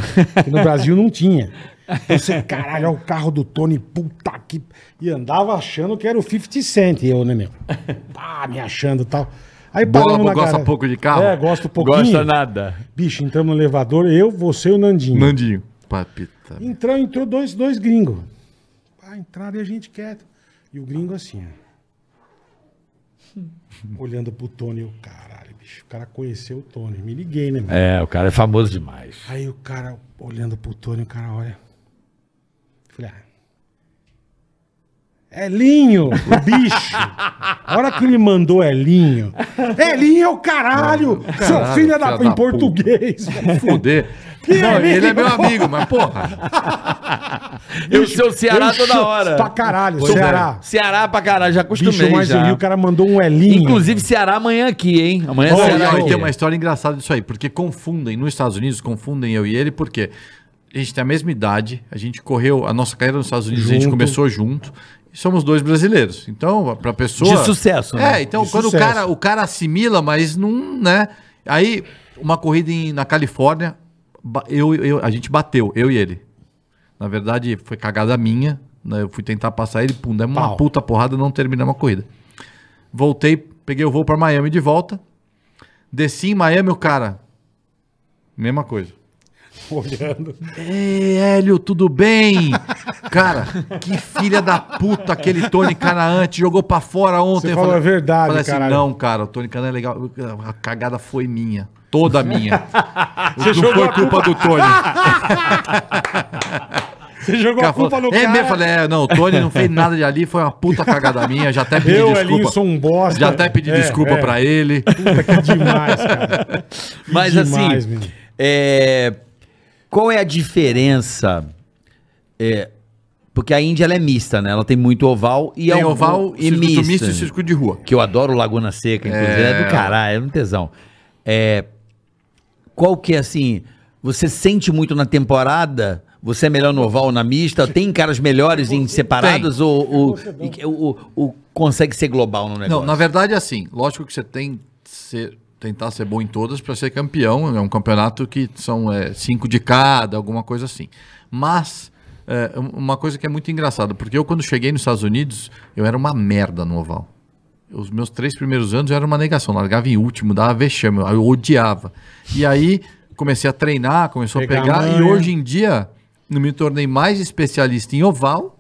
Speaker 2: Que no Brasil não tinha. Então Você, caralho, olha o carro do Tony, puta que. E andava achando que era o 50 Cent, eu, né, meu? Pá, me achando e tal. Aí
Speaker 4: Bola,
Speaker 2: paramos
Speaker 4: gosta
Speaker 2: garagem.
Speaker 4: pouco de carro?
Speaker 2: É, gosto pouquinho.
Speaker 7: Gosta nada.
Speaker 2: Bicho, entramos no elevador, eu, você e o Nandinho.
Speaker 4: Nandinho. Papita.
Speaker 2: Entrou, entrou dois, dois gringos. Ah, entraram e a gente quieto. E o gringo assim, ó. Olhando pro Tony, eu, caralho, bicho, o cara conheceu o Tony. Me liguei, né, meu?
Speaker 7: É, o cara é famoso demais.
Speaker 2: Aí o cara, olhando pro Tony, o cara olha. Falei, ah. Elinho, o bicho. A hora que ele mandou Elinho. Elinho é o caralho! Sua
Speaker 4: caralho,
Speaker 2: filha da,
Speaker 4: filha
Speaker 2: em
Speaker 4: da
Speaker 2: português.
Speaker 4: Foder.
Speaker 2: Que
Speaker 4: Não, ele é
Speaker 2: amigo?
Speaker 4: meu amigo, mas porra.
Speaker 3: Eu sou o Ceará
Speaker 2: Eu
Speaker 3: toda
Speaker 2: chuto
Speaker 3: hora.
Speaker 2: Pra caralho,
Speaker 4: Pois é.
Speaker 2: Ceará.
Speaker 3: Ceará pra caralho, já
Speaker 2: Bicho,
Speaker 3: acostumei.
Speaker 2: mas
Speaker 3: já.
Speaker 2: o Rio, o cara mandou um Elinho.
Speaker 3: Inclusive, Ceará amanhã aqui, hein? Amanhã é
Speaker 4: Não,
Speaker 3: Ceará.
Speaker 4: e
Speaker 3: aqui.
Speaker 4: aí tem uma história engraçada disso aí, porque confundem, nos Estados Unidos, confundem eu e ele, porque a gente tem a mesma idade, a gente correu, a nossa carreira nos Estados Unidos, a gente
Speaker 2: Junto.
Speaker 4: começou junto, somos dois brasileiros. Então, para pessoa.
Speaker 5: De sucesso, né?
Speaker 4: É, então
Speaker 2: De
Speaker 4: quando o
Speaker 2: sucesso.
Speaker 4: cara, o cara assimila, mas não, né? Aí, uma corrida em- na Califórnia, ba- eu, eu, a gente bateu, eu e ele. Na verdade, foi cagada minha. né? Eu fui tentar passar ele, pum, demos uma
Speaker 2: Pau.
Speaker 4: puta porrada, não terminamos a corrida. Voltei, peguei o voo pra Miami de volta. Desci em Miami, o cara. Mesma coisa.
Speaker 2: Olhando.
Speaker 4: Ei, Hélio, tudo bem? Cara, que filha da puta aquele Tony Canaan te jogou pra fora ontem.
Speaker 2: Você
Speaker 4: Eu
Speaker 2: falou
Speaker 4: falei-
Speaker 2: a verdade,
Speaker 4: falei assim,
Speaker 2: caralho.
Speaker 4: Não, cara, o Tony Canaan é legal. A cagada foi minha. Toda minha. não
Speaker 2: jogou
Speaker 4: foi
Speaker 2: a
Speaker 4: culpa do Tony. O
Speaker 2: Você jogou
Speaker 4: cara
Speaker 2: a culpa no
Speaker 4: falou, é
Speaker 2: cara.
Speaker 4: mesmo? Eu falei, é, não, o Tony não fez nada de ali, foi uma puta cagada minha. Já até pedi
Speaker 2: eu, Elinho,
Speaker 4: desculpa.
Speaker 2: sou um bosta.
Speaker 4: Já até pedi
Speaker 2: É,
Speaker 4: desculpa
Speaker 2: é.
Speaker 4: pra ele.
Speaker 2: Puta, que demais, cara. Que
Speaker 5: Mas
Speaker 2: demais,
Speaker 5: assim,
Speaker 2: menino.
Speaker 5: é, qual é a diferença? É, porque a Índia ela é mista, né? Ela tem muito oval e
Speaker 4: Tem
Speaker 5: é um-
Speaker 4: oval,
Speaker 5: e
Speaker 4: circuito
Speaker 5: mista.
Speaker 3: né?
Speaker 4: misto e circuito de rua.
Speaker 5: Que eu adoro Laguna Seca, inclusive. É, do caralho, é um tesão. É, qual que é assim? Você sente muito na temporada? Você é melhor no oval ou na mista? Tem caras melhores em separadas ou, ou- e- ou- ou consegue ser global
Speaker 3: um
Speaker 5: no negócio?
Speaker 4: Não, na verdade é assim. Lógico que você tem que ser- tentar ser bom em todas para ser campeão. É um campeonato que são é, cinco de cada, alguma coisa assim. Mas é, um- uma coisa que é muito engraçada, porque eu quando cheguei nos Estados Unidos, eu era uma merda no oval. Os meus três primeiros anos eu era uma negação, largava em último, dava vexame, eu odiava. E aí comecei a treinar, começou
Speaker 2: Pegar
Speaker 4: a pegar, e
Speaker 2: manha.
Speaker 4: hoje em dia eu me tornei mais especialista em oval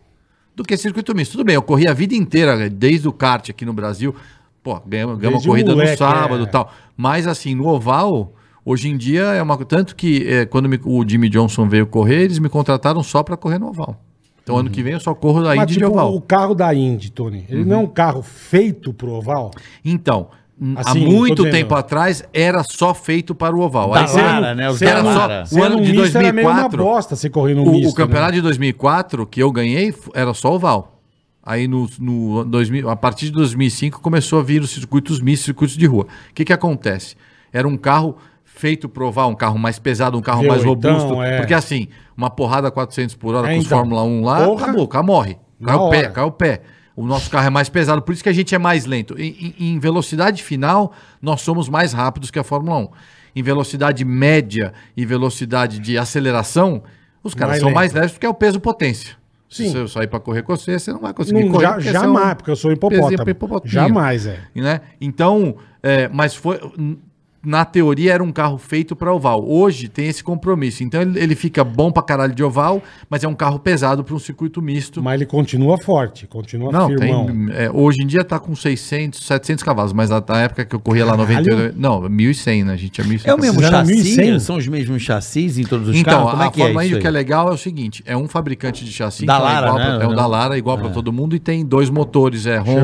Speaker 4: do que circuito misto. Tudo bem, eu corri a vida inteira, né, desde o kart aqui no Brasil. Pô, ganhamos, ganhamos
Speaker 2: Desde
Speaker 4: uma corrida
Speaker 2: moleque,
Speaker 4: no sábado
Speaker 2: é.
Speaker 4: e tal. Mas assim, no oval, hoje em dia é uma. Tanto que eh, quando me- o Jimmy Johnson veio correr, eles me contrataram só pra correr no oval. Então ano que vem eu só corro da
Speaker 2: Uhum. Mas,
Speaker 4: Indy de
Speaker 2: tipo,
Speaker 4: oval. Uhum.
Speaker 2: o carro da Indy, Tony, ele não é um carro feito pro oval?
Speaker 4: Então, n-
Speaker 2: Assim,
Speaker 4: há
Speaker 2: tô
Speaker 4: muito
Speaker 2: dizendo- Tá
Speaker 4: tempo atrás era só feito para o oval.
Speaker 5: Da
Speaker 4: Aí você-
Speaker 5: Lara, né? Os
Speaker 2: Você era
Speaker 5: da
Speaker 2: um-
Speaker 5: Lara.
Speaker 2: você
Speaker 4: O ano
Speaker 2: era um
Speaker 4: de
Speaker 2: misto, era meio uma
Speaker 4: 2004,
Speaker 2: bosta você correr no
Speaker 4: O,
Speaker 2: misto. né?
Speaker 4: o campeonato de 2004 que eu ganhei f- era só oval. Aí no, no 2000, a partir de 2005 começou a vir os circuitos mistos, circuitos de rua. O que que acontece? Era um carro feito pro oval, um carro mais pesado, um carro mais
Speaker 2: V8ão,
Speaker 4: robusto,
Speaker 2: é.
Speaker 4: porque assim, uma porrada 400 por hora
Speaker 2: É,
Speaker 4: com os
Speaker 2: então.
Speaker 4: Fórmula 1 lá,
Speaker 2: Porra.
Speaker 4: acabou, o carro morre.
Speaker 2: Na
Speaker 4: Cai o
Speaker 2: hora.
Speaker 4: pé, cai o pé. O nosso carro é mais pesado, por isso que a gente é mais lento. Em, em- em velocidade final, nós somos mais rápidos que a Fórmula 1. Em velocidade média e velocidade de aceleração, os caras
Speaker 2: Mais
Speaker 4: são
Speaker 2: lento.
Speaker 4: mais leves porque é o peso potência.
Speaker 2: Sim.
Speaker 4: Se você sair para correr com você, você não vai conseguir
Speaker 2: Não,
Speaker 4: correr.
Speaker 2: já,
Speaker 4: porque você é um
Speaker 2: jamais, porque eu sou hipopótamo.
Speaker 4: pezinho hipopotinho.
Speaker 2: Jamais, é.
Speaker 4: né? Então, é, mas foi n- na teoria era um carro feito para oval. Hoje tem esse compromisso. Então ele, ele fica bom para caralho de oval, mas é um carro pesado para um circuito misto.
Speaker 2: Mas ele continua forte, continua
Speaker 4: Não,
Speaker 2: firmão.
Speaker 4: tem, é, hoje em dia tá com 600, 700 cavalos, mas na, na época que eu corria lá 98, não, 1100, né? A gente tinha 1100.
Speaker 5: É o mesmo
Speaker 2: Vocês eram
Speaker 5: chassi?
Speaker 2: 1.100?
Speaker 5: São os mesmos chassis em todos os
Speaker 4: Então,
Speaker 5: carros? Como
Speaker 4: a
Speaker 5: é que é
Speaker 4: Fórmula
Speaker 5: isso
Speaker 4: Indy, o
Speaker 5: aí?
Speaker 4: que é legal é o seguinte, é um fabricante de chassi,
Speaker 5: Da
Speaker 4: que
Speaker 5: Lara,
Speaker 4: é, igual
Speaker 5: né?
Speaker 4: pra, é o da Lara, igual para todo mundo, e tem dois motores, é Honda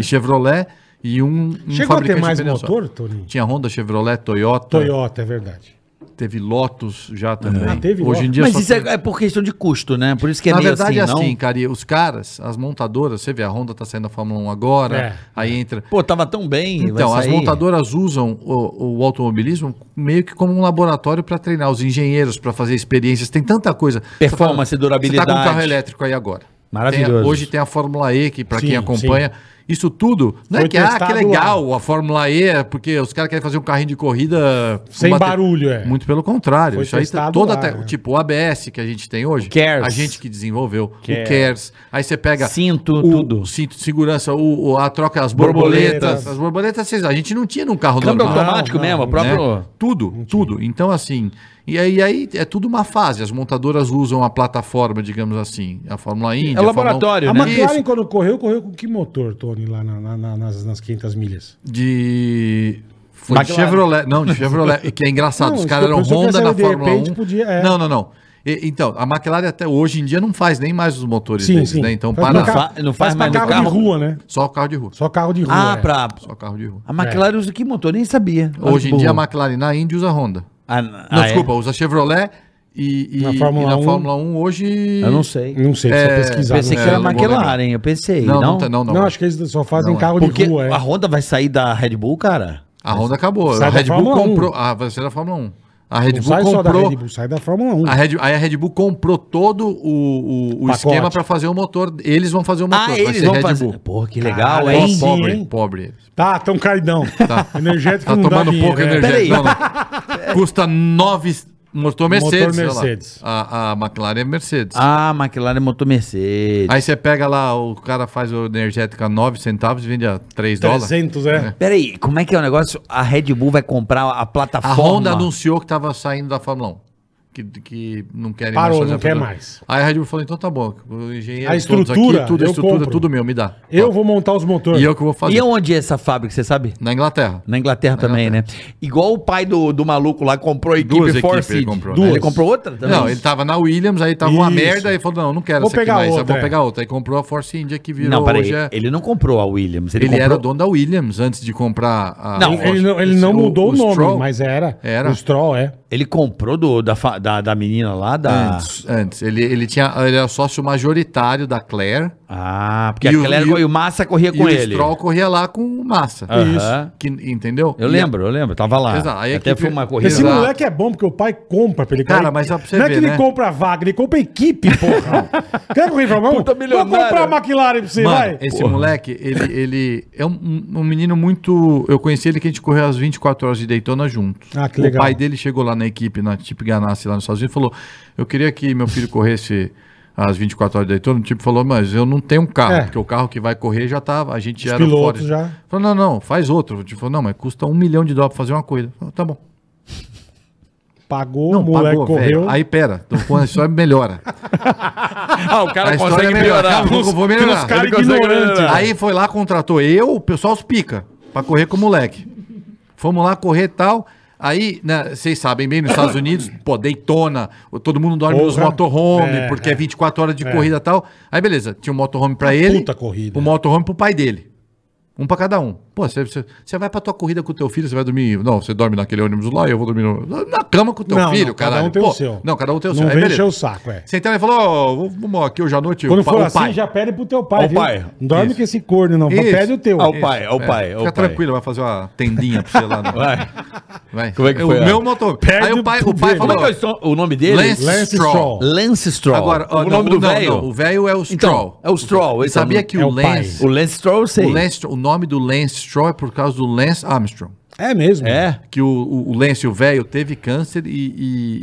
Speaker 2: Chevrolet.
Speaker 4: e Chevrolet, e um, um
Speaker 2: Chegou a ter
Speaker 4: de
Speaker 2: mais
Speaker 4: pneu só. Tipo, é.
Speaker 2: motor, Tony?
Speaker 4: Tinha Honda, Chevrolet, Toyota,
Speaker 2: Toyota, é verdade.
Speaker 4: teve Lotus já também.
Speaker 2: Ah, teve
Speaker 4: Hoje em
Speaker 2: Lotus.
Speaker 4: dia
Speaker 5: Mas
Speaker 4: só
Speaker 5: isso é,
Speaker 4: tem-
Speaker 5: é por questão de custo, né? Por isso que é
Speaker 4: Na
Speaker 5: meio
Speaker 4: verdade
Speaker 5: assim,
Speaker 4: é assim,
Speaker 5: não?
Speaker 4: cara, e os caras, as montadoras, você vê, a Honda tá saindo da Fórmula 1 agora,
Speaker 2: É.
Speaker 4: aí entra...
Speaker 5: Pô, tava tão bem.
Speaker 4: Então,
Speaker 5: vai
Speaker 4: as
Speaker 5: sair.
Speaker 4: montadoras usam o, o automobilismo meio que como um laboratório para treinar os engenheiros, para fazer experiências. Tem tanta coisa.
Speaker 5: Performance,
Speaker 4: Você
Speaker 5: durabilidade.
Speaker 4: Você está com um carro elétrico aí agora.
Speaker 5: Maravilhoso.
Speaker 4: Tem a- hoje tem a Fórmula E, que para
Speaker 2: Sim,
Speaker 4: quem acompanha, isso tudo. Não
Speaker 2: Foi
Speaker 4: é que, ah, que
Speaker 2: testado
Speaker 4: legal a Fórmula E, é porque os caras querem fazer um carrinho de corrida. com
Speaker 2: Sem
Speaker 4: bate-
Speaker 2: barulho, é.
Speaker 4: Muito pelo contrário.
Speaker 2: Foi
Speaker 4: isso aí tá
Speaker 2: testado
Speaker 4: toda.
Speaker 2: lá,
Speaker 4: a te-
Speaker 2: né?
Speaker 4: Tipo, o ABS que a gente tem hoje.
Speaker 5: Cares.
Speaker 4: A gente que desenvolveu.
Speaker 3: Cares.
Speaker 4: O CARES. Aí você pega.
Speaker 5: Cinto,
Speaker 4: o-
Speaker 5: tudo.
Speaker 4: o cinto de segurança, o, o- a troca, as
Speaker 2: Borboletas.
Speaker 4: borboletas. As borboletas, vocês- a gente não tinha num carro
Speaker 5: Câmbio
Speaker 4: normal.
Speaker 5: automático
Speaker 2: Não,
Speaker 5: mesmo,
Speaker 2: não,
Speaker 5: o próprio.
Speaker 4: né? Tudo, tudo. Então, assim, e aí, aí é tudo uma fase. As montadoras usam a plataforma, digamos assim, a Fórmula Indy. a Fórmula
Speaker 5: laboratório,
Speaker 2: A
Speaker 5: né?
Speaker 2: McLaren,
Speaker 4: Isso.
Speaker 2: quando correu, correu com que motor, Tony, lá na- na- na- nas, nas 500 milhas?
Speaker 4: um De. Foi de
Speaker 5: McLaren.
Speaker 4: Chevrolet. Não, de Chevrolet. e que é engraçado.
Speaker 2: Não,
Speaker 4: os
Speaker 2: isso
Speaker 4: caras
Speaker 2: que eu
Speaker 4: eram
Speaker 2: pensei que
Speaker 4: Honda
Speaker 2: essa
Speaker 4: na
Speaker 2: de
Speaker 4: Fórmula
Speaker 2: repente
Speaker 4: 1.
Speaker 2: podia- é.
Speaker 4: Não, não, não. E- então, a McLaren até hoje em dia não faz nem mais os motores
Speaker 2: Sim,
Speaker 4: deles,
Speaker 2: sim.
Speaker 4: né? Então,
Speaker 2: Faz
Speaker 4: para.
Speaker 2: pra
Speaker 5: Não
Speaker 2: cá-
Speaker 5: fa- não faz
Speaker 2: pra
Speaker 5: mais no
Speaker 2: carro,
Speaker 5: carro.
Speaker 2: de rua, né?
Speaker 4: Só carro de rua.
Speaker 2: Só carro de rua.
Speaker 5: Ah,
Speaker 2: é.
Speaker 5: pra.
Speaker 4: Só carro de rua.
Speaker 5: A McLaren usa que motor? Nem sabia.
Speaker 2: Tá
Speaker 5: Olha
Speaker 4: Hoje
Speaker 5: que
Speaker 4: em dia a
Speaker 5: burro.
Speaker 4: McLaren na Indy usa Honda.
Speaker 5: Ah,
Speaker 4: Não,
Speaker 5: ah, é?
Speaker 4: desculpa, usa Chevrolet e, e-
Speaker 2: Na
Speaker 4: e
Speaker 2: Fórmula
Speaker 4: na
Speaker 2: 1.
Speaker 4: Fórmula 1 hoje.
Speaker 5: Eu não sei.
Speaker 2: Não sei, precisa
Speaker 4: É,
Speaker 2: pesquisar.
Speaker 5: Pensei
Speaker 2: não
Speaker 5: que era
Speaker 4: eu
Speaker 2: sei.
Speaker 4: não vou
Speaker 5: McLaren, eu pensei.
Speaker 4: Não,
Speaker 5: Não,
Speaker 4: não, tá- não,
Speaker 2: Não,
Speaker 4: não.
Speaker 2: acho que eles só fazem
Speaker 4: Não, é.
Speaker 2: carro
Speaker 5: Porque
Speaker 2: de rua, é.
Speaker 5: a Honda vai sair da Red Bull, cara.
Speaker 4: A Honda acabou.
Speaker 2: Sai
Speaker 4: A
Speaker 2: da
Speaker 4: Red Bull
Speaker 2: Fórmula 1.
Speaker 4: comprou. Ah, vai ser da Fórmula 1. A Red
Speaker 2: Não
Speaker 4: Bull
Speaker 2: sai só da
Speaker 4: comprou.
Speaker 2: Red Bull, sai da Fórmula 1.
Speaker 4: A Red, aí a Red Bull comprou todo o, o, o
Speaker 2: Pacote.
Speaker 4: esquema para fazer o motor. Eles vão fazer o motor.
Speaker 5: Ah,
Speaker 4: vai
Speaker 5: eles
Speaker 4: ser
Speaker 5: vão
Speaker 4: Red
Speaker 5: fazer.
Speaker 4: Bull.
Speaker 5: Porra, que legal,
Speaker 2: Caralho,
Speaker 5: hein?
Speaker 2: sim,
Speaker 4: pobre,
Speaker 2: hein?
Speaker 4: pobre eles.
Speaker 2: Tá, tão caidão.
Speaker 4: Tá.
Speaker 2: Energético
Speaker 4: Tá
Speaker 2: não dá
Speaker 4: tomando
Speaker 2: dinheiro,
Speaker 4: pouco
Speaker 2: é.
Speaker 4: energético.
Speaker 5: Peraí.
Speaker 4: Não, não. Custa nove motor Mercedes. sei lá.
Speaker 2: Mercedes.
Speaker 4: A, a McLaren é Mercedes.
Speaker 5: Ah, McLaren motor Mercedes.
Speaker 4: Aí você pega lá, o cara faz o energético a 9 centavos e vende a 3 dólares.
Speaker 2: 300, é.
Speaker 5: Peraí, como é que é o negócio? A Red Bull vai comprar a
Speaker 4: A
Speaker 5: plataforma.
Speaker 4: Honda anunciou que estava saindo da Fórmula 1. Que, que não querem
Speaker 2: Parou,
Speaker 4: fazer
Speaker 2: não
Speaker 4: a
Speaker 2: quer
Speaker 4: Fórmula 1.
Speaker 2: mais.
Speaker 4: Aí a Red Bull falou, então tá bom, o engenheiro,
Speaker 2: A
Speaker 4: todos
Speaker 2: estrutura,
Speaker 4: tudo, a
Speaker 2: eu
Speaker 4: estrutura,
Speaker 2: compro.
Speaker 4: tudo meu, me dá.
Speaker 2: Eu vou montar os motores.
Speaker 4: E eu que vou fazer.
Speaker 5: E onde é essa fábrica, você sabe?
Speaker 4: Na Inglaterra.
Speaker 5: Na Inglaterra também, né? Igual o pai do, do maluco lá comprou a equipe
Speaker 4: Duas equipes
Speaker 5: Force.
Speaker 4: ele comprou,
Speaker 5: Duas.
Speaker 4: né?
Speaker 5: Ele comprou outra também?
Speaker 4: Não, ele tá tava na Williams, aí tava uma
Speaker 2: Isso.
Speaker 4: merda, e falou, não, não quero
Speaker 2: Vou
Speaker 4: essa aqui
Speaker 2: pegar
Speaker 4: mais, eu
Speaker 2: outra,
Speaker 4: vou
Speaker 2: é.
Speaker 4: pegar outra. Aí comprou a Force India, que virou
Speaker 5: Não, peraí.
Speaker 4: hoje... é-
Speaker 5: Ele não comprou a Williams. Ele,
Speaker 4: Ele,
Speaker 5: comprou...
Speaker 4: era dono da Williams antes de comprar a
Speaker 5: Não,
Speaker 4: Force.
Speaker 2: Ele não, ele não mudou o, nome,
Speaker 4: Stroll,
Speaker 2: mas era.
Speaker 4: Era.
Speaker 2: O Stroll, é.
Speaker 5: Ele comprou do, da, fa- da, da menina lá, da...
Speaker 4: Antes,
Speaker 2: Ah.
Speaker 4: antes. Ele, ele, tinha, ele era sócio majoritário da Claire.
Speaker 5: Ah, porque
Speaker 4: E o-
Speaker 5: a Claire
Speaker 4: e o-
Speaker 5: e o Massa corria
Speaker 4: E
Speaker 5: com
Speaker 4: o
Speaker 5: ele.
Speaker 4: Stroll corria lá com o Massa.
Speaker 5: Aham.
Speaker 4: Que, entendeu?
Speaker 5: Eu
Speaker 4: E-
Speaker 5: lembro, eu lembro. Tava lá.
Speaker 4: Exato, aí a
Speaker 5: Até
Speaker 4: equipe-
Speaker 5: foi uma corrida
Speaker 2: Esse
Speaker 4: Exato.
Speaker 2: moleque é bom porque o pai compra pra ele.
Speaker 4: Cara, mas só pra você
Speaker 2: Não é
Speaker 4: ver,
Speaker 2: que ele
Speaker 4: né?
Speaker 2: compra a vaga, ele compra a equipe, porra. Quer correr pra mão?
Speaker 5: Puta
Speaker 2: Vou
Speaker 5: milionário.
Speaker 2: comprar a McLaren pra você,
Speaker 4: Mano,
Speaker 2: vai.
Speaker 4: esse moleque, ele, ele é um, um menino muito. Eu conheci ele que a gente correu as 24 horas de Daytona juntos.
Speaker 2: Ah, que
Speaker 4: o
Speaker 2: legal.
Speaker 4: pai dele chegou lá na equipe, na Tip Ganassi lá nos Estados Unidos, e falou: Eu queria que meu filho corresse as 24 horas de Daytona. O tipo falou: Mas eu não tenho um carro,
Speaker 2: É.
Speaker 4: porque o carro que vai correr já tava. A gente já era
Speaker 2: pilotos já.
Speaker 4: Falou: Não, não, faz outro. O tipo falou: Não, mas custa um milhão de dólares pra fazer uma corrida. Falou, tá bom.
Speaker 2: Pagou,
Speaker 4: Não,
Speaker 2: o moleque
Speaker 4: pagou,
Speaker 2: correu.
Speaker 4: velho. Aí pera, então, quando só melhora.
Speaker 5: Ah, o cara
Speaker 4: A história
Speaker 5: consegue
Speaker 4: é melhor.
Speaker 5: melhorar.
Speaker 4: Calma, eu vou melhorar.
Speaker 2: Os caras
Speaker 5: Ele consegue
Speaker 2: ignorantes.
Speaker 5: melhorar.
Speaker 4: Aí foi lá, contratou eu, o pessoal os pica, pra correr com o moleque. Fomos lá correr e tal. Aí, né, vocês sabem bem, nos Estados Unidos, pô, Daytona, todo mundo dorme nos
Speaker 2: Porra.
Speaker 4: motorhome,
Speaker 2: É,
Speaker 4: porque
Speaker 2: é.
Speaker 4: é 24 horas de corrida e tal. Aí, beleza, tinha um motorhome pra ele,
Speaker 2: puta corrida.
Speaker 4: um motorhome pro pai dele. Um pra cada um. Pô, você- você você vai pra tua corrida com o teu filho, você vai dormir... Não, você dorme naquele ônibus lá, eu vou dormir no- na cama com o teu
Speaker 2: Não,
Speaker 4: filho,
Speaker 2: não, cada
Speaker 4: caralho.
Speaker 2: um tem o
Speaker 4: Pô,
Speaker 2: seu.
Speaker 4: Não, cada um tem o seu.
Speaker 2: Não
Speaker 4: Aí,
Speaker 2: vem
Speaker 4: beleza.
Speaker 2: encher o saco, é.
Speaker 4: Você então ele falou, ó, vou- vamos aqui hoje à noite.
Speaker 2: Quando
Speaker 4: o pa-
Speaker 2: for
Speaker 4: o
Speaker 2: assim,
Speaker 4: pai.
Speaker 5: é
Speaker 2: já pede pro teu pai,
Speaker 5: Ao
Speaker 2: viu?
Speaker 5: pai.
Speaker 2: Não dorme
Speaker 4: Isso.
Speaker 2: com esse corno, não.
Speaker 4: Isso. É.
Speaker 2: Pede o teu.
Speaker 5: Ao pai, ao pai, ao
Speaker 4: Fica
Speaker 5: pai.
Speaker 4: tranquilo, vai fazer uma tendinha pra você lá. né?
Speaker 5: Vai.
Speaker 4: Vai.
Speaker 5: Como é que foi,
Speaker 4: O
Speaker 5: ó?
Speaker 4: meu motor.
Speaker 2: Perde
Speaker 4: Aí o pai,
Speaker 2: pro
Speaker 4: o pai
Speaker 2: dele.
Speaker 4: falou.
Speaker 5: Como é que é o so- o nome dele?
Speaker 4: Lance,
Speaker 2: Lance
Speaker 4: Stroll.
Speaker 2: Stroll.
Speaker 5: Lance Stroll.
Speaker 4: Agora, ó,
Speaker 5: o nome
Speaker 4: não,
Speaker 5: do
Speaker 4: não,
Speaker 5: velho?
Speaker 4: não, O velho é o Stroll.
Speaker 5: Então, é o Stroll,
Speaker 4: Você
Speaker 5: esse é o
Speaker 4: sabia
Speaker 5: nome.
Speaker 4: que
Speaker 2: É
Speaker 4: o
Speaker 2: o pai.
Speaker 4: Lance,
Speaker 5: O Lance Stroll eu sei.
Speaker 4: o Lance, o nome do Lance Stroll é por causa do Lance Armstrong.
Speaker 2: É mesmo.
Speaker 5: É.
Speaker 4: Que o, o- o Lance, o velho, teve câncer e,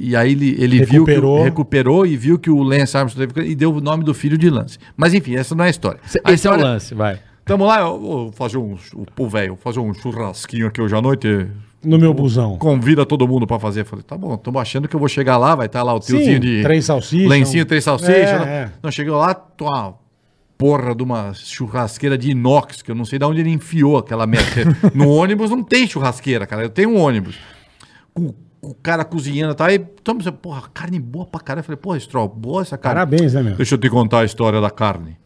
Speaker 4: e, e aí ele, ele viu que
Speaker 2: Recuperou.
Speaker 4: o- recuperou e viu que o Lance Armstrong teve câncer e deu o nome do filho de Lance. Mas enfim, essa não é a história.
Speaker 5: Esse
Speaker 4: A
Speaker 5: é o
Speaker 4: história-
Speaker 5: lance, vai.
Speaker 4: Tamo lá, eu vou fazer um, chu- pô, velho, vou fazer um churrasquinho aqui hoje à noite.
Speaker 2: No meu busão.
Speaker 4: Convida todo mundo pra fazer. Falei, tá bom, tamo achando que eu vou chegar lá, vai estar lá o
Speaker 2: Sim,
Speaker 4: tiozinho de.
Speaker 2: três salsichas,
Speaker 4: Lencinho,
Speaker 2: um-
Speaker 4: três salsichas.
Speaker 2: É,
Speaker 4: né?
Speaker 2: é.
Speaker 4: Não, chegou lá, tô uma porra de uma churrasqueira de inox, que eu não sei de onde ele enfiou aquela merda. porque no ônibus não tem churrasqueira, cara, eu tenho um ônibus. Com, com o cara cozinhando e tal. Aí, toma, você, porra, carne boa pra caralho. Eu falei, porra, Stroll, boa essa carne.
Speaker 2: Parabéns, né, meu?
Speaker 4: Deixa eu te contar a história da carne.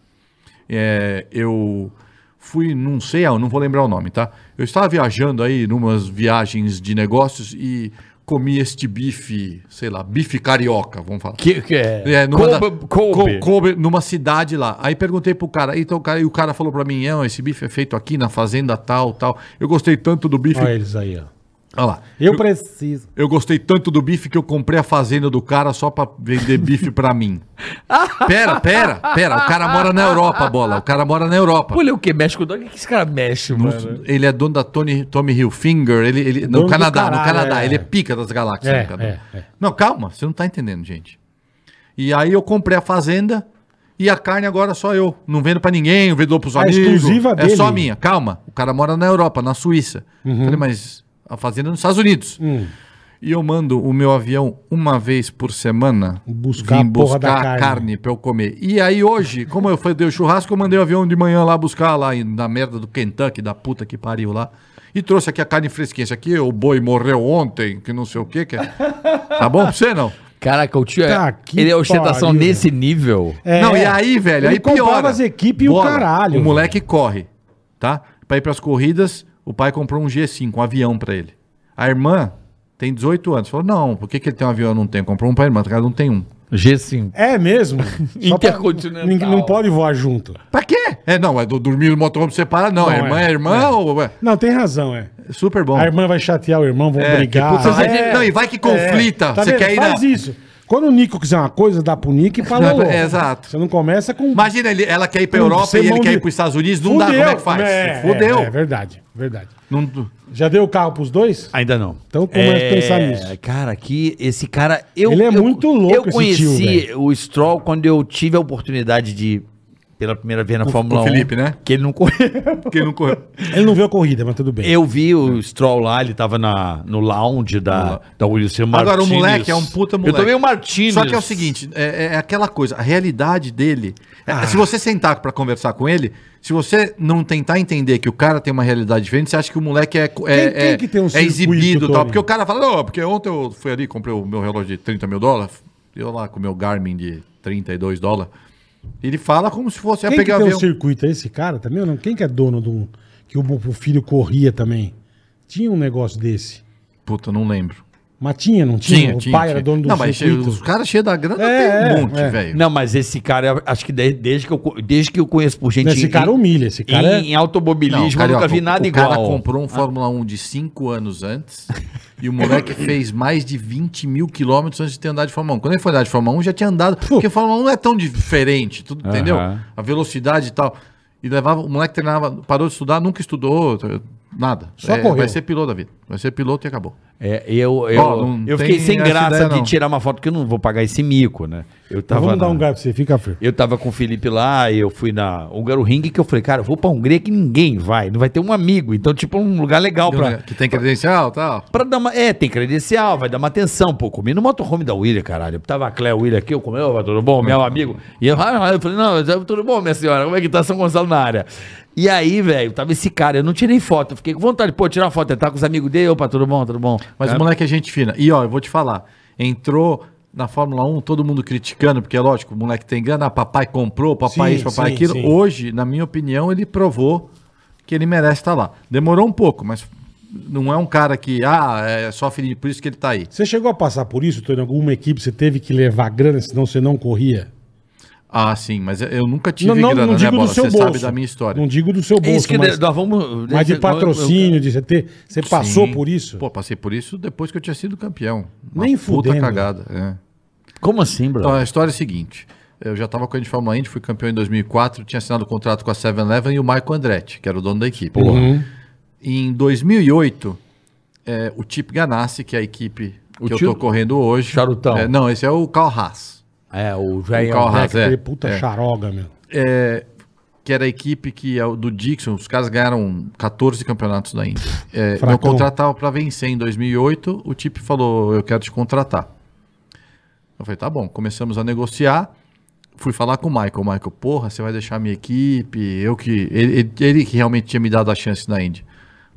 Speaker 4: É, eu fui, não sei, ah, eu não vou lembrar o nome, tá? Eu estava viajando aí numas viagens de negócios e comi este bife, sei lá, bife carioca, vamos falar.
Speaker 5: Que, que é?
Speaker 4: É, numa da-
Speaker 5: Kobe- Kobe.
Speaker 4: Co- Kobe, numa cidade lá. Aí perguntei pro cara, então, o cara, e o cara falou pra mim, "Não, esse bife é feito aqui na fazenda tal, tal. Eu gostei tanto do bife.
Speaker 2: Olha eles aí, ó.
Speaker 4: Olha lá.
Speaker 2: Eu preciso.
Speaker 4: Eu gostei tanto do bife que eu comprei a fazenda do cara só pra vender bife pra mim. Pera, pera, pera. O cara mora na Europa, bola. O cara mora na Europa.
Speaker 5: Olha o que? Mexe com o dog? O que esse cara mexe, mano?
Speaker 4: Ele é dono da Tony, Tommy Hilfiger. Ele, ele,
Speaker 2: Dono
Speaker 4: no
Speaker 2: do
Speaker 4: Canadá, no
Speaker 2: caralho,
Speaker 4: Canadá.
Speaker 2: é.
Speaker 4: Ele é pica das galáxias.
Speaker 2: É,
Speaker 4: no Canadá.
Speaker 2: é, é.
Speaker 4: Não, calma. Você não tá entendendo, gente. E aí eu comprei a fazenda e a carne agora só eu. Não vendo pra ninguém, eu vendo pros
Speaker 2: A
Speaker 4: amigos.
Speaker 2: exclusiva
Speaker 4: é
Speaker 2: dele. Uhum.
Speaker 4: só minha. Calma. O cara mora na Europa, na Suíça. Falei, mas a fazenda é nos Estados Unidos. E eu mando o meu avião uma vez por semana
Speaker 2: Buscar
Speaker 4: vim
Speaker 2: a porra da
Speaker 4: a
Speaker 2: carne.
Speaker 4: carne pra eu comer. E aí hoje, como eu fui- dei o churrasco, eu mandei o avião de manhã lá buscar lá em- na merda do Kentucky, da puta que pariu lá. E trouxe aqui a carne fresquinha. Esse aqui, o boi morreu ontem, que não sei o que. que é- Tá bom pra você, não?
Speaker 5: Caraca, o tio é.
Speaker 2: Tá, que
Speaker 5: ele é ostentação
Speaker 2: pariu.
Speaker 5: nesse nível.
Speaker 2: É.
Speaker 4: Não, e aí, velho,
Speaker 2: Ele
Speaker 4: aí piora.
Speaker 2: comprava as equipes e o caralho,
Speaker 4: O moleque corre, tá? Pra ir pras corridas, o pai comprou um G5, um avião pra ele. A irmã tem 18 anos. Falou, não, por que, que ele tem um avião e eu não tenho? Comprou um pra irmã, cara não tem um.
Speaker 8: G5.
Speaker 2: É mesmo? Só pra-
Speaker 3: Intercontinental.
Speaker 2: Ninguém- Não pode voar junto.
Speaker 4: Pra quê? É, não, é do dormir no motorhome separado, não.
Speaker 2: Não,
Speaker 4: é irmã,
Speaker 2: é.
Speaker 4: é irmã ou. É
Speaker 2: Não, tem razão, é.
Speaker 4: super bom.
Speaker 2: A irmã vai chatear o irmão, vão
Speaker 4: É,
Speaker 2: brigar.
Speaker 4: que, putz,
Speaker 2: Ah,
Speaker 4: você- Não, e vai que conflita.
Speaker 2: é. Tá
Speaker 4: você
Speaker 2: vendo?
Speaker 4: quer ir na...
Speaker 2: Faz isso. Quando o Nico quiser uma coisa, dá pro Nico e fala
Speaker 4: É,
Speaker 2: logo.
Speaker 4: exato.
Speaker 2: Você não começa com...
Speaker 4: Imagina, ele, ela quer ir pra
Speaker 2: Não,
Speaker 4: Europa
Speaker 2: você
Speaker 4: e ele
Speaker 2: mão
Speaker 4: quer
Speaker 2: de-
Speaker 4: ir pros Estados Unidos, não dá,
Speaker 2: Fudeu.
Speaker 4: como é que faz?
Speaker 2: É,
Speaker 4: Fudeu.
Speaker 2: É, é verdade, verdade.
Speaker 4: Não-
Speaker 2: Já deu o carro pros dois?
Speaker 3: Ainda não. É,
Speaker 2: Então começa a pensar nisso.
Speaker 3: Cara, que esse cara. Eu,
Speaker 2: Ele é
Speaker 3: eu-
Speaker 2: muito louco,
Speaker 3: Eu
Speaker 2: esse
Speaker 3: conheci
Speaker 2: tio,
Speaker 3: o Stroll quando eu tive a oportunidade de. Pela primeira vez na Fórmula
Speaker 4: o
Speaker 3: 1.
Speaker 4: Felipe, né?
Speaker 3: Que ele não correu.
Speaker 4: Porque não correu.
Speaker 2: Ele não viu a corrida, mas tudo bem.
Speaker 3: Eu vi o Stroll lá, ele tava na, no lounge da, da Wilson Martins.
Speaker 4: Agora, o moleque é um puta moleque.
Speaker 3: Eu tomei o Martins.
Speaker 4: Só que é o seguinte, é, é aquela coisa, a realidade dele. é,
Speaker 2: Ah.
Speaker 4: Se você sentar pra conversar com ele, se você não tentar entender que o cara tem uma realidade diferente, você acha que o moleque é, é,
Speaker 2: quem
Speaker 4: é,
Speaker 2: que tem um
Speaker 4: é
Speaker 2: circuito,
Speaker 4: exibido e tal.
Speaker 2: Tony?
Speaker 4: Porque o cara fala, não, porque ontem eu fui ali, comprei o meu relógio de 30 mil dólares, eu lá com o meu Garmin de 32 dólares. Ele fala como se fosse
Speaker 2: Quem que
Speaker 4: pegar
Speaker 2: tem o
Speaker 4: avião.
Speaker 2: circuito? É esse cara também ou não? Quem que é dono do... Que o, o filho corria também? Tinha um negócio desse.
Speaker 4: Puta, não lembro.
Speaker 2: Mas tinha, não tinha?
Speaker 4: Tinha,
Speaker 2: o
Speaker 4: tinha.
Speaker 2: pai
Speaker 4: tinha.
Speaker 2: era dono do
Speaker 4: não, mas
Speaker 2: circuito.
Speaker 4: os caras cheios da grana
Speaker 2: É,
Speaker 4: tem um
Speaker 2: é,
Speaker 4: monte,
Speaker 2: é.
Speaker 4: velho.
Speaker 3: Não, mas esse cara, acho que de- desde que eu, co- desde que eu conheço por gente.
Speaker 2: Esse cara
Speaker 3: em,
Speaker 2: humilha, esse
Speaker 3: em,
Speaker 2: cara é...
Speaker 3: em automobilismo,
Speaker 4: Não,
Speaker 3: eu nunca
Speaker 4: Carioca,
Speaker 3: vi nada
Speaker 4: o
Speaker 3: igual.
Speaker 4: cara comprou um Fórmula 1 de 5 anos antes e o moleque fez mais de 20 mil quilômetros antes de ter andado de Fórmula 1. Quando ele foi andar de Fórmula 1, já tinha andado. Porque Fórmula 1 não é tão diferente, tudo, entendeu?
Speaker 8: Aham.
Speaker 4: A velocidade e tal. E levava, o moleque treinava, parou de estudar, nunca estudou, t- nada. É,
Speaker 2: Só correu.
Speaker 4: Vai ser piloto da vida. Vai ser piloto e acabou.
Speaker 8: É, eu, eu,
Speaker 4: Ó, não
Speaker 3: Eu
Speaker 4: tem
Speaker 3: fiquei sem
Speaker 4: essa
Speaker 3: graça
Speaker 4: ideia,
Speaker 3: de
Speaker 4: não.
Speaker 3: tirar uma foto, porque eu não vou pagar esse mico, né? Eu
Speaker 2: Mas
Speaker 3: tava.
Speaker 2: Vamos dar
Speaker 3: na-
Speaker 2: um gás pra você, fica frio.
Speaker 3: Eu tava com o Felipe lá, eu fui na Húngaro Ring, que eu falei, cara, eu vou pra Hungria que ninguém vai, não vai ter um amigo. Então, tipo, um lugar legal pra.
Speaker 4: Que tem credencial e tal.
Speaker 3: Pra dar uma, é, tem credencial, vai dar uma atenção, pô. Comi no motorhome da William, caralho. Tava a Cléo William aqui, eu comi, ô, tudo bom, meu amigo. E eu, ah, eu falei, não, já- tudo bom, minha senhora, como é que tá São Gonçalo na área? E aí, velho, tava esse cara, eu não tirei foto, eu fiquei com vontade, pô, tirar foto, ele tá com os amigos dele, opa, tudo bom, tudo bom.
Speaker 4: Mas o moleque é gente fina. E ó, eu vou te falar. Entrou na Fórmula 1, todo mundo criticando, porque é lógico, o moleque tem grana, ah, papai comprou, papai
Speaker 2: Sim,
Speaker 4: isso, papai
Speaker 2: sim,
Speaker 4: aquilo.
Speaker 2: sim.
Speaker 4: Hoje, na minha opinião, ele provou que ele merece estar lá. Demorou um pouco, mas não é um cara que, ah, é só filho, de- por isso que ele tá aí.
Speaker 2: Você chegou a passar por isso, Tony? Alguma equipe você teve que levar grana, senão você não corria?
Speaker 4: Ah, sim, mas eu nunca tive grana, né, Você sabe da minha história.
Speaker 2: Não digo do seu
Speaker 3: É isso
Speaker 2: bolso,
Speaker 3: que
Speaker 2: mas,
Speaker 3: nós vamos.
Speaker 2: mas de patrocínio, de você ter... Você passou
Speaker 4: Sim.
Speaker 2: por isso?
Speaker 4: Pô, passei por isso depois que eu tinha sido campeão.
Speaker 2: Nem
Speaker 4: puta
Speaker 2: fudendo.
Speaker 4: cagada. É.
Speaker 3: Como assim, bro?
Speaker 4: Então, a história é a seguinte. Eu já estava com a gente de Fórmula Indy, fui campeão em 2004, tinha assinado o contrato com a 7-Eleven e o Michael Andretti, que era o dono da equipe.
Speaker 2: Uhum.
Speaker 4: Em 2008, é, o Chip Ganassi, que é a equipe
Speaker 3: O
Speaker 4: que
Speaker 3: tio-
Speaker 4: eu tô correndo hoje...
Speaker 3: Charutão.
Speaker 4: É, não, esse é o Carl Haas.
Speaker 3: É, o
Speaker 4: O
Speaker 3: velho.
Speaker 4: Carl
Speaker 2: É,
Speaker 4: Haas,
Speaker 2: aquele
Speaker 4: é.
Speaker 2: puta
Speaker 4: é.
Speaker 2: charoga, meu.
Speaker 4: É, que era a equipe que é o do Dixon, os caras ganharam 14 campeonatos da Indy. É, meu
Speaker 2: Fracão.
Speaker 4: contrato estava para vencer em 2008, o Chip falou, eu quero te contratar. Eu falei, tá bom, começamos a negociar, fui falar com o Michael, Michael, porra, você vai deixar a minha equipe, eu que, ele, ele- ele que realmente tinha me dado a chance na Indy.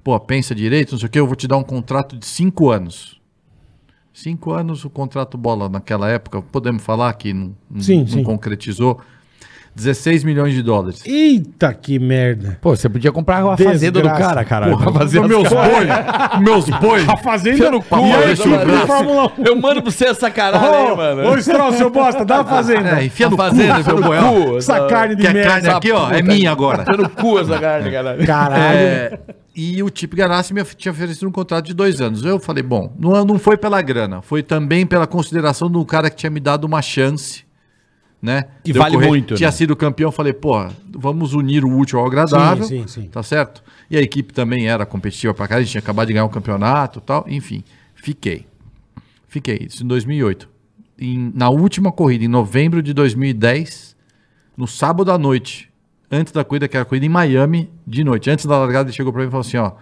Speaker 4: Pô, pensa direito, não sei o que, eu vou te dar um contrato de 5 anos. Cinco anos o contrato bola naquela época, podemos falar que não, não-
Speaker 2: Sim,
Speaker 4: não
Speaker 2: sim.
Speaker 4: concretizou. 16 milhões de dólares.
Speaker 2: Eita, que merda.
Speaker 3: Pô, você podia comprar a fazenda do
Speaker 2: Desgraça.
Speaker 3: cara, caralho. pra fazer as
Speaker 4: meus
Speaker 3: caras.
Speaker 4: boi, meus boi.
Speaker 2: A fazenda...
Speaker 3: Enfia no cu,
Speaker 2: e
Speaker 3: olha,
Speaker 2: a equipe
Speaker 5: né?
Speaker 3: Brasil.
Speaker 2: do Fórmula 1.
Speaker 3: Eu mando pra você essa caralho aí,
Speaker 2: Ô,
Speaker 3: mano.
Speaker 2: ô, Stroll, seu bosta, dá a fazenda.
Speaker 4: É, enfia
Speaker 3: A
Speaker 4: no
Speaker 3: fazenda,
Speaker 4: cu,
Speaker 3: seu
Speaker 4: meu
Speaker 3: boião.
Speaker 4: boi. ó.
Speaker 2: Essa carne de
Speaker 4: Que a
Speaker 2: merda.
Speaker 4: carne aqui, ó, é minha agora.
Speaker 3: Enfia no cu essa caralho, caralho.
Speaker 2: Caralho.
Speaker 4: É, e o Tip Ganassi me of- tinha oferecido um contrato de dois anos. Eu falei, bom, não, é, não foi pela grana, foi também pela consideração do cara que tinha me dado uma chance, né?
Speaker 3: Que
Speaker 4: De eu
Speaker 3: vale muito,
Speaker 4: Tinha
Speaker 3: né?
Speaker 4: sido campeão, falei, pô, vamos unir o útil ao agradável,
Speaker 2: Sim, sim, sim.
Speaker 4: tá certo? E a equipe também era competitiva pra caralho, a gente tinha acabado de ganhar um campeonato e tal, enfim, fiquei. Fiquei, isso em 2008. Em- na última corrida, em novembro de 2010, no sábado à noite, antes da corrida, que era a corrida em Miami, de noite, antes da largada, ele chegou pra mim e falou assim, ó,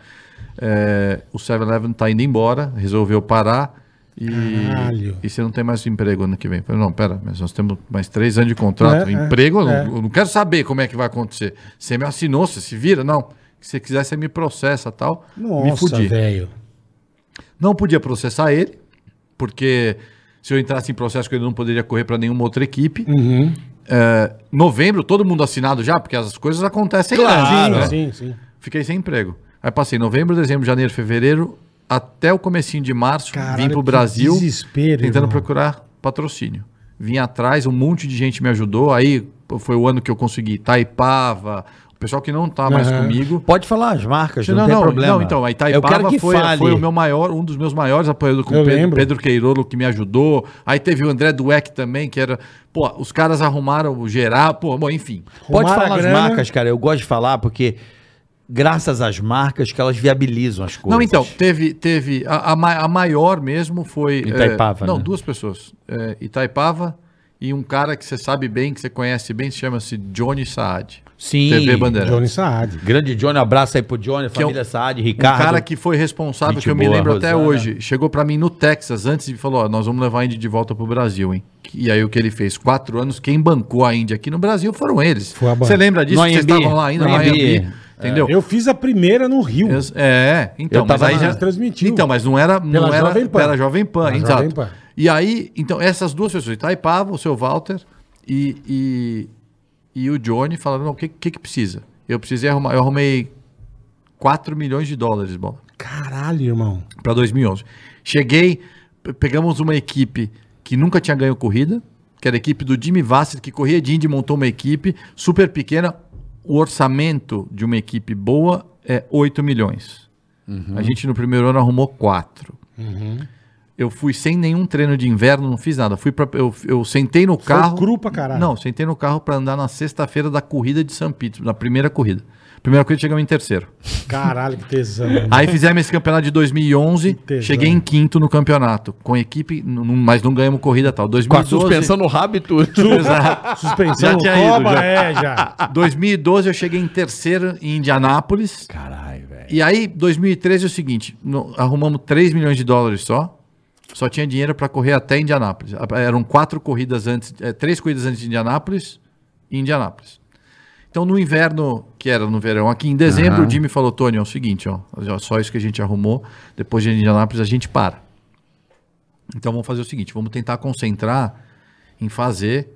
Speaker 4: é, o 7-Eleven tá indo embora, resolveu parar e,
Speaker 2: Caralho.
Speaker 4: e você não tem mais emprego ano que vem. Eu falei, não, pera, mas nós temos mais três anos de contrato,
Speaker 2: É, é,
Speaker 4: emprego, eu,
Speaker 2: é.
Speaker 4: não, eu não quero saber como é que vai acontecer. Você me assinou, você se vira? Não. Se você quiser, você me processa e tal. É, me
Speaker 2: Nossa,
Speaker 4: fudi.
Speaker 2: velho.
Speaker 4: Não podia processar ele, porque se eu entrasse em processo com ele, eu não poderia correr para nenhuma outra equipe.
Speaker 2: Uhum.
Speaker 4: É, novembro, todo mundo assinado já, porque as coisas acontecem lá.
Speaker 2: sim,
Speaker 4: né?
Speaker 2: sim, sim.
Speaker 4: Fiquei sem emprego. Aí passei novembro, dezembro, janeiro, fevereiro, até o comecinho de março,
Speaker 2: Caralho,
Speaker 4: vim pro
Speaker 2: que
Speaker 4: Brasil
Speaker 2: desespero,
Speaker 4: tentando
Speaker 2: irmão.
Speaker 4: procurar patrocínio. vim atrás, um monte de gente me ajudou. Aí pô, foi o ano que eu consegui Taipava, o pessoal que não tá mais
Speaker 2: Aham.
Speaker 4: comigo.
Speaker 5: Pode falar as marcas, não,
Speaker 4: não,
Speaker 5: tem problema.
Speaker 4: não, então, a
Speaker 5: Eu
Speaker 4: Itaipava
Speaker 5: quero que
Speaker 4: foi,
Speaker 5: fale.
Speaker 4: foi o meu maior, um dos meus maiores apoiadores com
Speaker 2: Eu
Speaker 4: o Pedro,
Speaker 2: lembro.
Speaker 4: Pedro Queirolo, que me ajudou. Aí teve o André Dueck também, que era. Pô, os caras arrumaram o geral, pô, bom, enfim.
Speaker 5: Pode
Speaker 2: Arrumar a
Speaker 5: falar as
Speaker 2: grana.
Speaker 5: marcas, cara. Eu gosto de falar porque graças às marcas que elas viabilizam as coisas.
Speaker 4: Não, então, teve. teve a, a ma- a maior mesmo foi. eh,
Speaker 5: Itaipava,
Speaker 4: não,
Speaker 5: né?
Speaker 4: duas pessoas. Eh, Itaipava e um cara que você sabe bem, que você conhece bem, que chama-se Johnny Saad.
Speaker 5: Sim.
Speaker 4: TV Bandeira.
Speaker 2: Johnny Saad.
Speaker 5: Grande Johnny, abraço aí pro Johnny,
Speaker 4: é um-
Speaker 5: família Saad,
Speaker 4: Um
Speaker 5: Ricardo.
Speaker 4: cara que foi responsável,
Speaker 5: Gente
Speaker 4: que eu me
Speaker 5: boa,
Speaker 4: lembro até
Speaker 5: Rosana.
Speaker 4: hoje. Chegou pra mim no Texas antes e falou: ó, nós vamos levar a Indy de volta pro Brasil, hein? E aí o que ele fez? Quatro anos, quem bancou a Indy aqui no Brasil foram eles.
Speaker 2: Foi a banca.
Speaker 4: Você lembra disso?
Speaker 5: No
Speaker 4: que Vocês
Speaker 5: AMB,
Speaker 4: estavam lá ainda,
Speaker 5: no
Speaker 4: no
Speaker 5: AMB.
Speaker 4: AMB, Entendeu?
Speaker 2: Eu fiz a primeira no Rio.
Speaker 4: Ex- É, então,
Speaker 5: É. Eu tava
Speaker 4: mas aí
Speaker 2: lá,
Speaker 4: já
Speaker 2: transmitiu.
Speaker 4: Então, mas não era, não
Speaker 2: Pela
Speaker 4: era
Speaker 2: Jovem Pan.
Speaker 4: pela Jovem Pan,
Speaker 2: Pela
Speaker 4: exato.
Speaker 2: Jovem Pan.
Speaker 4: E aí, então, essas duas pessoas, Itaipava, o seu Walter e, e, e o Johnny falaram, não, o que, que que precisa? Eu precisei arrumar, eu arrumei 4 milhões de dólares, bom,
Speaker 2: Caralho, irmão.
Speaker 4: para 2011. Cheguei, pe- pegamos uma equipe que nunca tinha ganho corrida, que era a equipe do Jimmy Vassar, que corria de Indy, montou uma equipe super pequena. O orçamento de uma equipe boa é 8 milhões.
Speaker 2: Uhum.
Speaker 4: A gente no primeiro ano arrumou 4. Eu fui sem nenhum treino de inverno, não fiz nada. Fui pra, eu, eu sentei no carro.
Speaker 2: cru pra caralho.
Speaker 4: Não, sentei no carro para andar na sexta-feira da corrida de São Pito, na primeira corrida. Primeira corrida chegamos em terceiro.
Speaker 2: Caralho, que tesão. irmão.
Speaker 4: Aí fizemos esse campeonato de 2011,
Speaker 2: tesão.
Speaker 4: cheguei em quinto no campeonato, com equipe, n- n- mas não ganhamos corrida e tal. 2012,
Speaker 5: no rabo e tudo.
Speaker 4: Exato.
Speaker 2: Suspensão
Speaker 4: Ah, Já
Speaker 2: no
Speaker 4: tinha
Speaker 2: toba,
Speaker 4: ido, já.
Speaker 2: é, já.
Speaker 4: 2012 eu cheguei em terceiro em Indianápolis.
Speaker 5: Caralho, velho.
Speaker 4: E aí, 2013 é o seguinte, no- arrumamos 3 milhões de dólares só, só tinha dinheiro para correr até Indianápolis. A- Eram quatro corridas antes, eh, três corridas antes de Indianápolis e Indianápolis. Então, no inverno, que era no verão, aqui em dezembro, o Jimmy falou, Tony, é o seguinte, ó, ó, só isso que a gente arrumou, depois de Indianápolis a gente para. Então, vamos fazer o seguinte, vamos tentar concentrar em fazer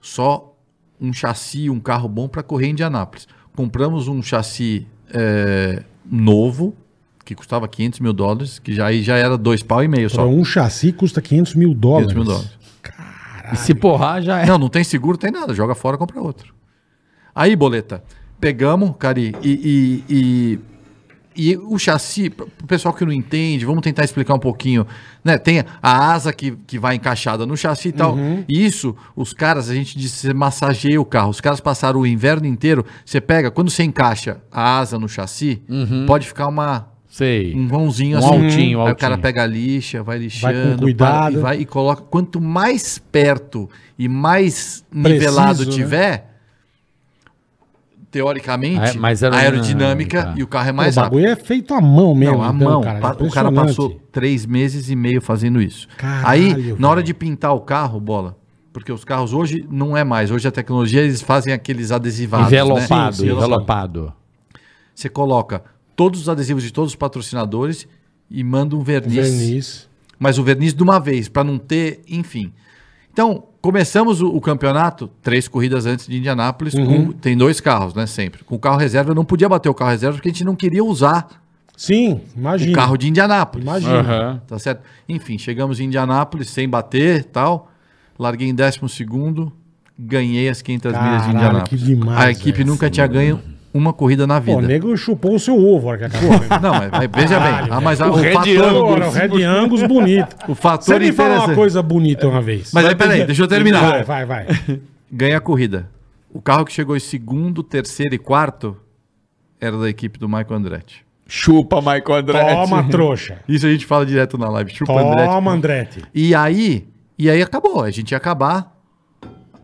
Speaker 4: só um chassi, um carro bom para correr em Indianápolis. Compramos um chassi eh, novo, que custava 500 mil dólares, que já, aí já era dois pau e meio
Speaker 2: Pra
Speaker 4: só.
Speaker 2: um chassi custa 500 mil dólares.
Speaker 4: 500 mil dólares.
Speaker 5: E se porrar já é.
Speaker 4: Não, não tem seguro, tem nada. Joga fora, compra outro. Aí, boleta, pegamos, Cari, e, e, e, e o chassi, pro pro pessoal que não entende, vamos tentar explicar um pouquinho. Né? Tem a asa que, que vai encaixada no chassi e tal.
Speaker 5: Uhum.
Speaker 4: E isso, os caras, a gente disse, você massageia o carro. Os caras passaram o inverno inteiro. Você pega, quando você encaixa a asa no chassi,
Speaker 5: Uhum.
Speaker 4: pode ficar uma,
Speaker 5: Sei.
Speaker 4: um vãozinho
Speaker 5: Um
Speaker 4: assim.
Speaker 5: altinho, um
Speaker 4: Aí o cara
Speaker 5: altinho.
Speaker 4: pega a lixa, vai lixando,
Speaker 2: Vai com cuidado.
Speaker 4: para, e vai e coloca. Quanto mais perto e mais nivelado
Speaker 2: Preciso, né?
Speaker 4: tiver, teoricamente,
Speaker 5: Ah, é mais aerodinâmica.
Speaker 4: aerodinâmica e o carro é
Speaker 2: Pô,
Speaker 4: mais
Speaker 2: o bagulho é feito à mão mesmo.
Speaker 4: não, a
Speaker 2: então, é
Speaker 4: mão. pa- o cara
Speaker 2: impressionante.
Speaker 4: passou três meses e meio fazendo isso.
Speaker 2: Caralho,
Speaker 4: Aí,
Speaker 2: velho.
Speaker 4: na hora de pintar o carro, bola. Porque os carros hoje não é mais. Hoje a tecnologia eles fazem aqueles adesivados. né?
Speaker 5: Envelopado,
Speaker 4: Sim, sim,
Speaker 5: envelopado.
Speaker 4: Você coloca todos os adesivos de todos os patrocinadores e manda um verniz
Speaker 2: Verniz.
Speaker 4: mas o um verniz de uma vez, para não ter, enfim. Então, começamos o, o campeonato, três corridas antes de Indianápolis,
Speaker 2: Uhum.
Speaker 4: com- tem dois carros, né, sempre. Com o carro reserva, eu não podia bater o carro reserva porque a gente não queria usar
Speaker 2: Sim,
Speaker 4: o
Speaker 2: imagina.
Speaker 4: Um carro de Indianápolis.
Speaker 2: Imagina.
Speaker 4: Tá certo? Enfim, chegamos em Indianápolis sem bater tal. Larguei em 12 segundo, ganhei as 500 milhas de
Speaker 2: Caralho,
Speaker 4: Indianápolis.
Speaker 2: que demais,
Speaker 4: a equipe
Speaker 2: velho.
Speaker 4: nunca tinha ganho uma corrida na
Speaker 2: Pô, o
Speaker 4: vida.
Speaker 2: nego chupou o seu ovo, olha que acabou.
Speaker 4: não, mas, mas veja bem. Ah, mas a- o,
Speaker 3: Red
Speaker 4: fator,
Speaker 2: Agora, o Red Angus bonito.
Speaker 4: o fator
Speaker 2: Você me falou uma
Speaker 4: interessante-
Speaker 2: coisa bonita uma vez.
Speaker 4: Mas aí, peraí, deixa eu
Speaker 2: Vai,
Speaker 4: terminar.
Speaker 2: vai, vai.
Speaker 4: ganha a corrida. O carro que chegou em segundo, terceiro e quarto era da equipe do Michael Andretti.
Speaker 5: Chupa, Michael André.
Speaker 2: Toma, trouxa.
Speaker 4: Isso a gente fala direto na live. Chupa Andretti.
Speaker 2: Toma, Andretti.
Speaker 4: E aí, e aí acabou. A gente ia acabar.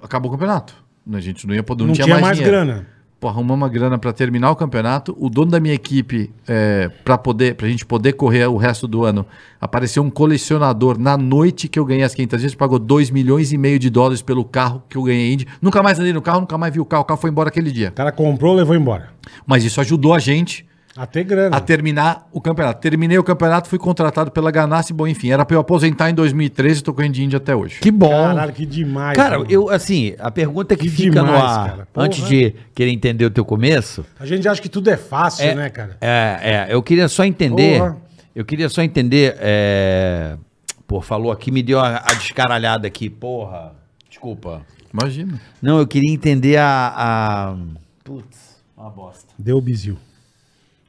Speaker 4: Acabou o campeonato. A gente não ia poder,
Speaker 2: Não, tinha, mais,
Speaker 4: dinheiro.
Speaker 2: grana.
Speaker 4: Pô, arrumamos uma grana para terminar o campeonato. O dono da minha equipe, é, para poder, pra gente poder correr o resto do ano, apareceu um colecionador na noite que eu ganhei as 500 vezes, pagou 2 milhões e meio de dólares pelo carro que eu ganhei. Indy. Nunca mais andei no carro, nunca mais vi o carro. O carro foi embora aquele dia.
Speaker 2: O cara comprou, levou embora.
Speaker 4: Mas isso ajudou a gente
Speaker 2: Até grana.
Speaker 4: a terminar o campeonato. Terminei o campeonato, fui contratado pela Ganassi, bom, enfim, era pra eu aposentar em 2013 e tô correndo de Índia até hoje.
Speaker 5: Que bom.
Speaker 2: Caralho, que demais.
Speaker 5: Cara,
Speaker 2: mano.
Speaker 5: eu, assim, a pergunta que,
Speaker 2: Que
Speaker 5: fica no
Speaker 2: demais,
Speaker 5: ar,
Speaker 2: cara. Porra.
Speaker 5: antes de querer entender o teu começo,
Speaker 2: A gente acha que tudo é fácil,
Speaker 5: É,
Speaker 2: né, cara?
Speaker 5: É, é, eu queria só entender.
Speaker 2: Porra.
Speaker 5: Eu queria só entender. É, pô, falou aqui, me deu a, a descaralhada aqui, porra.
Speaker 3: Desculpa.
Speaker 4: Imagina.
Speaker 5: Não, eu queria entender a. a... Putz, uma bosta.
Speaker 2: Deu o bizil.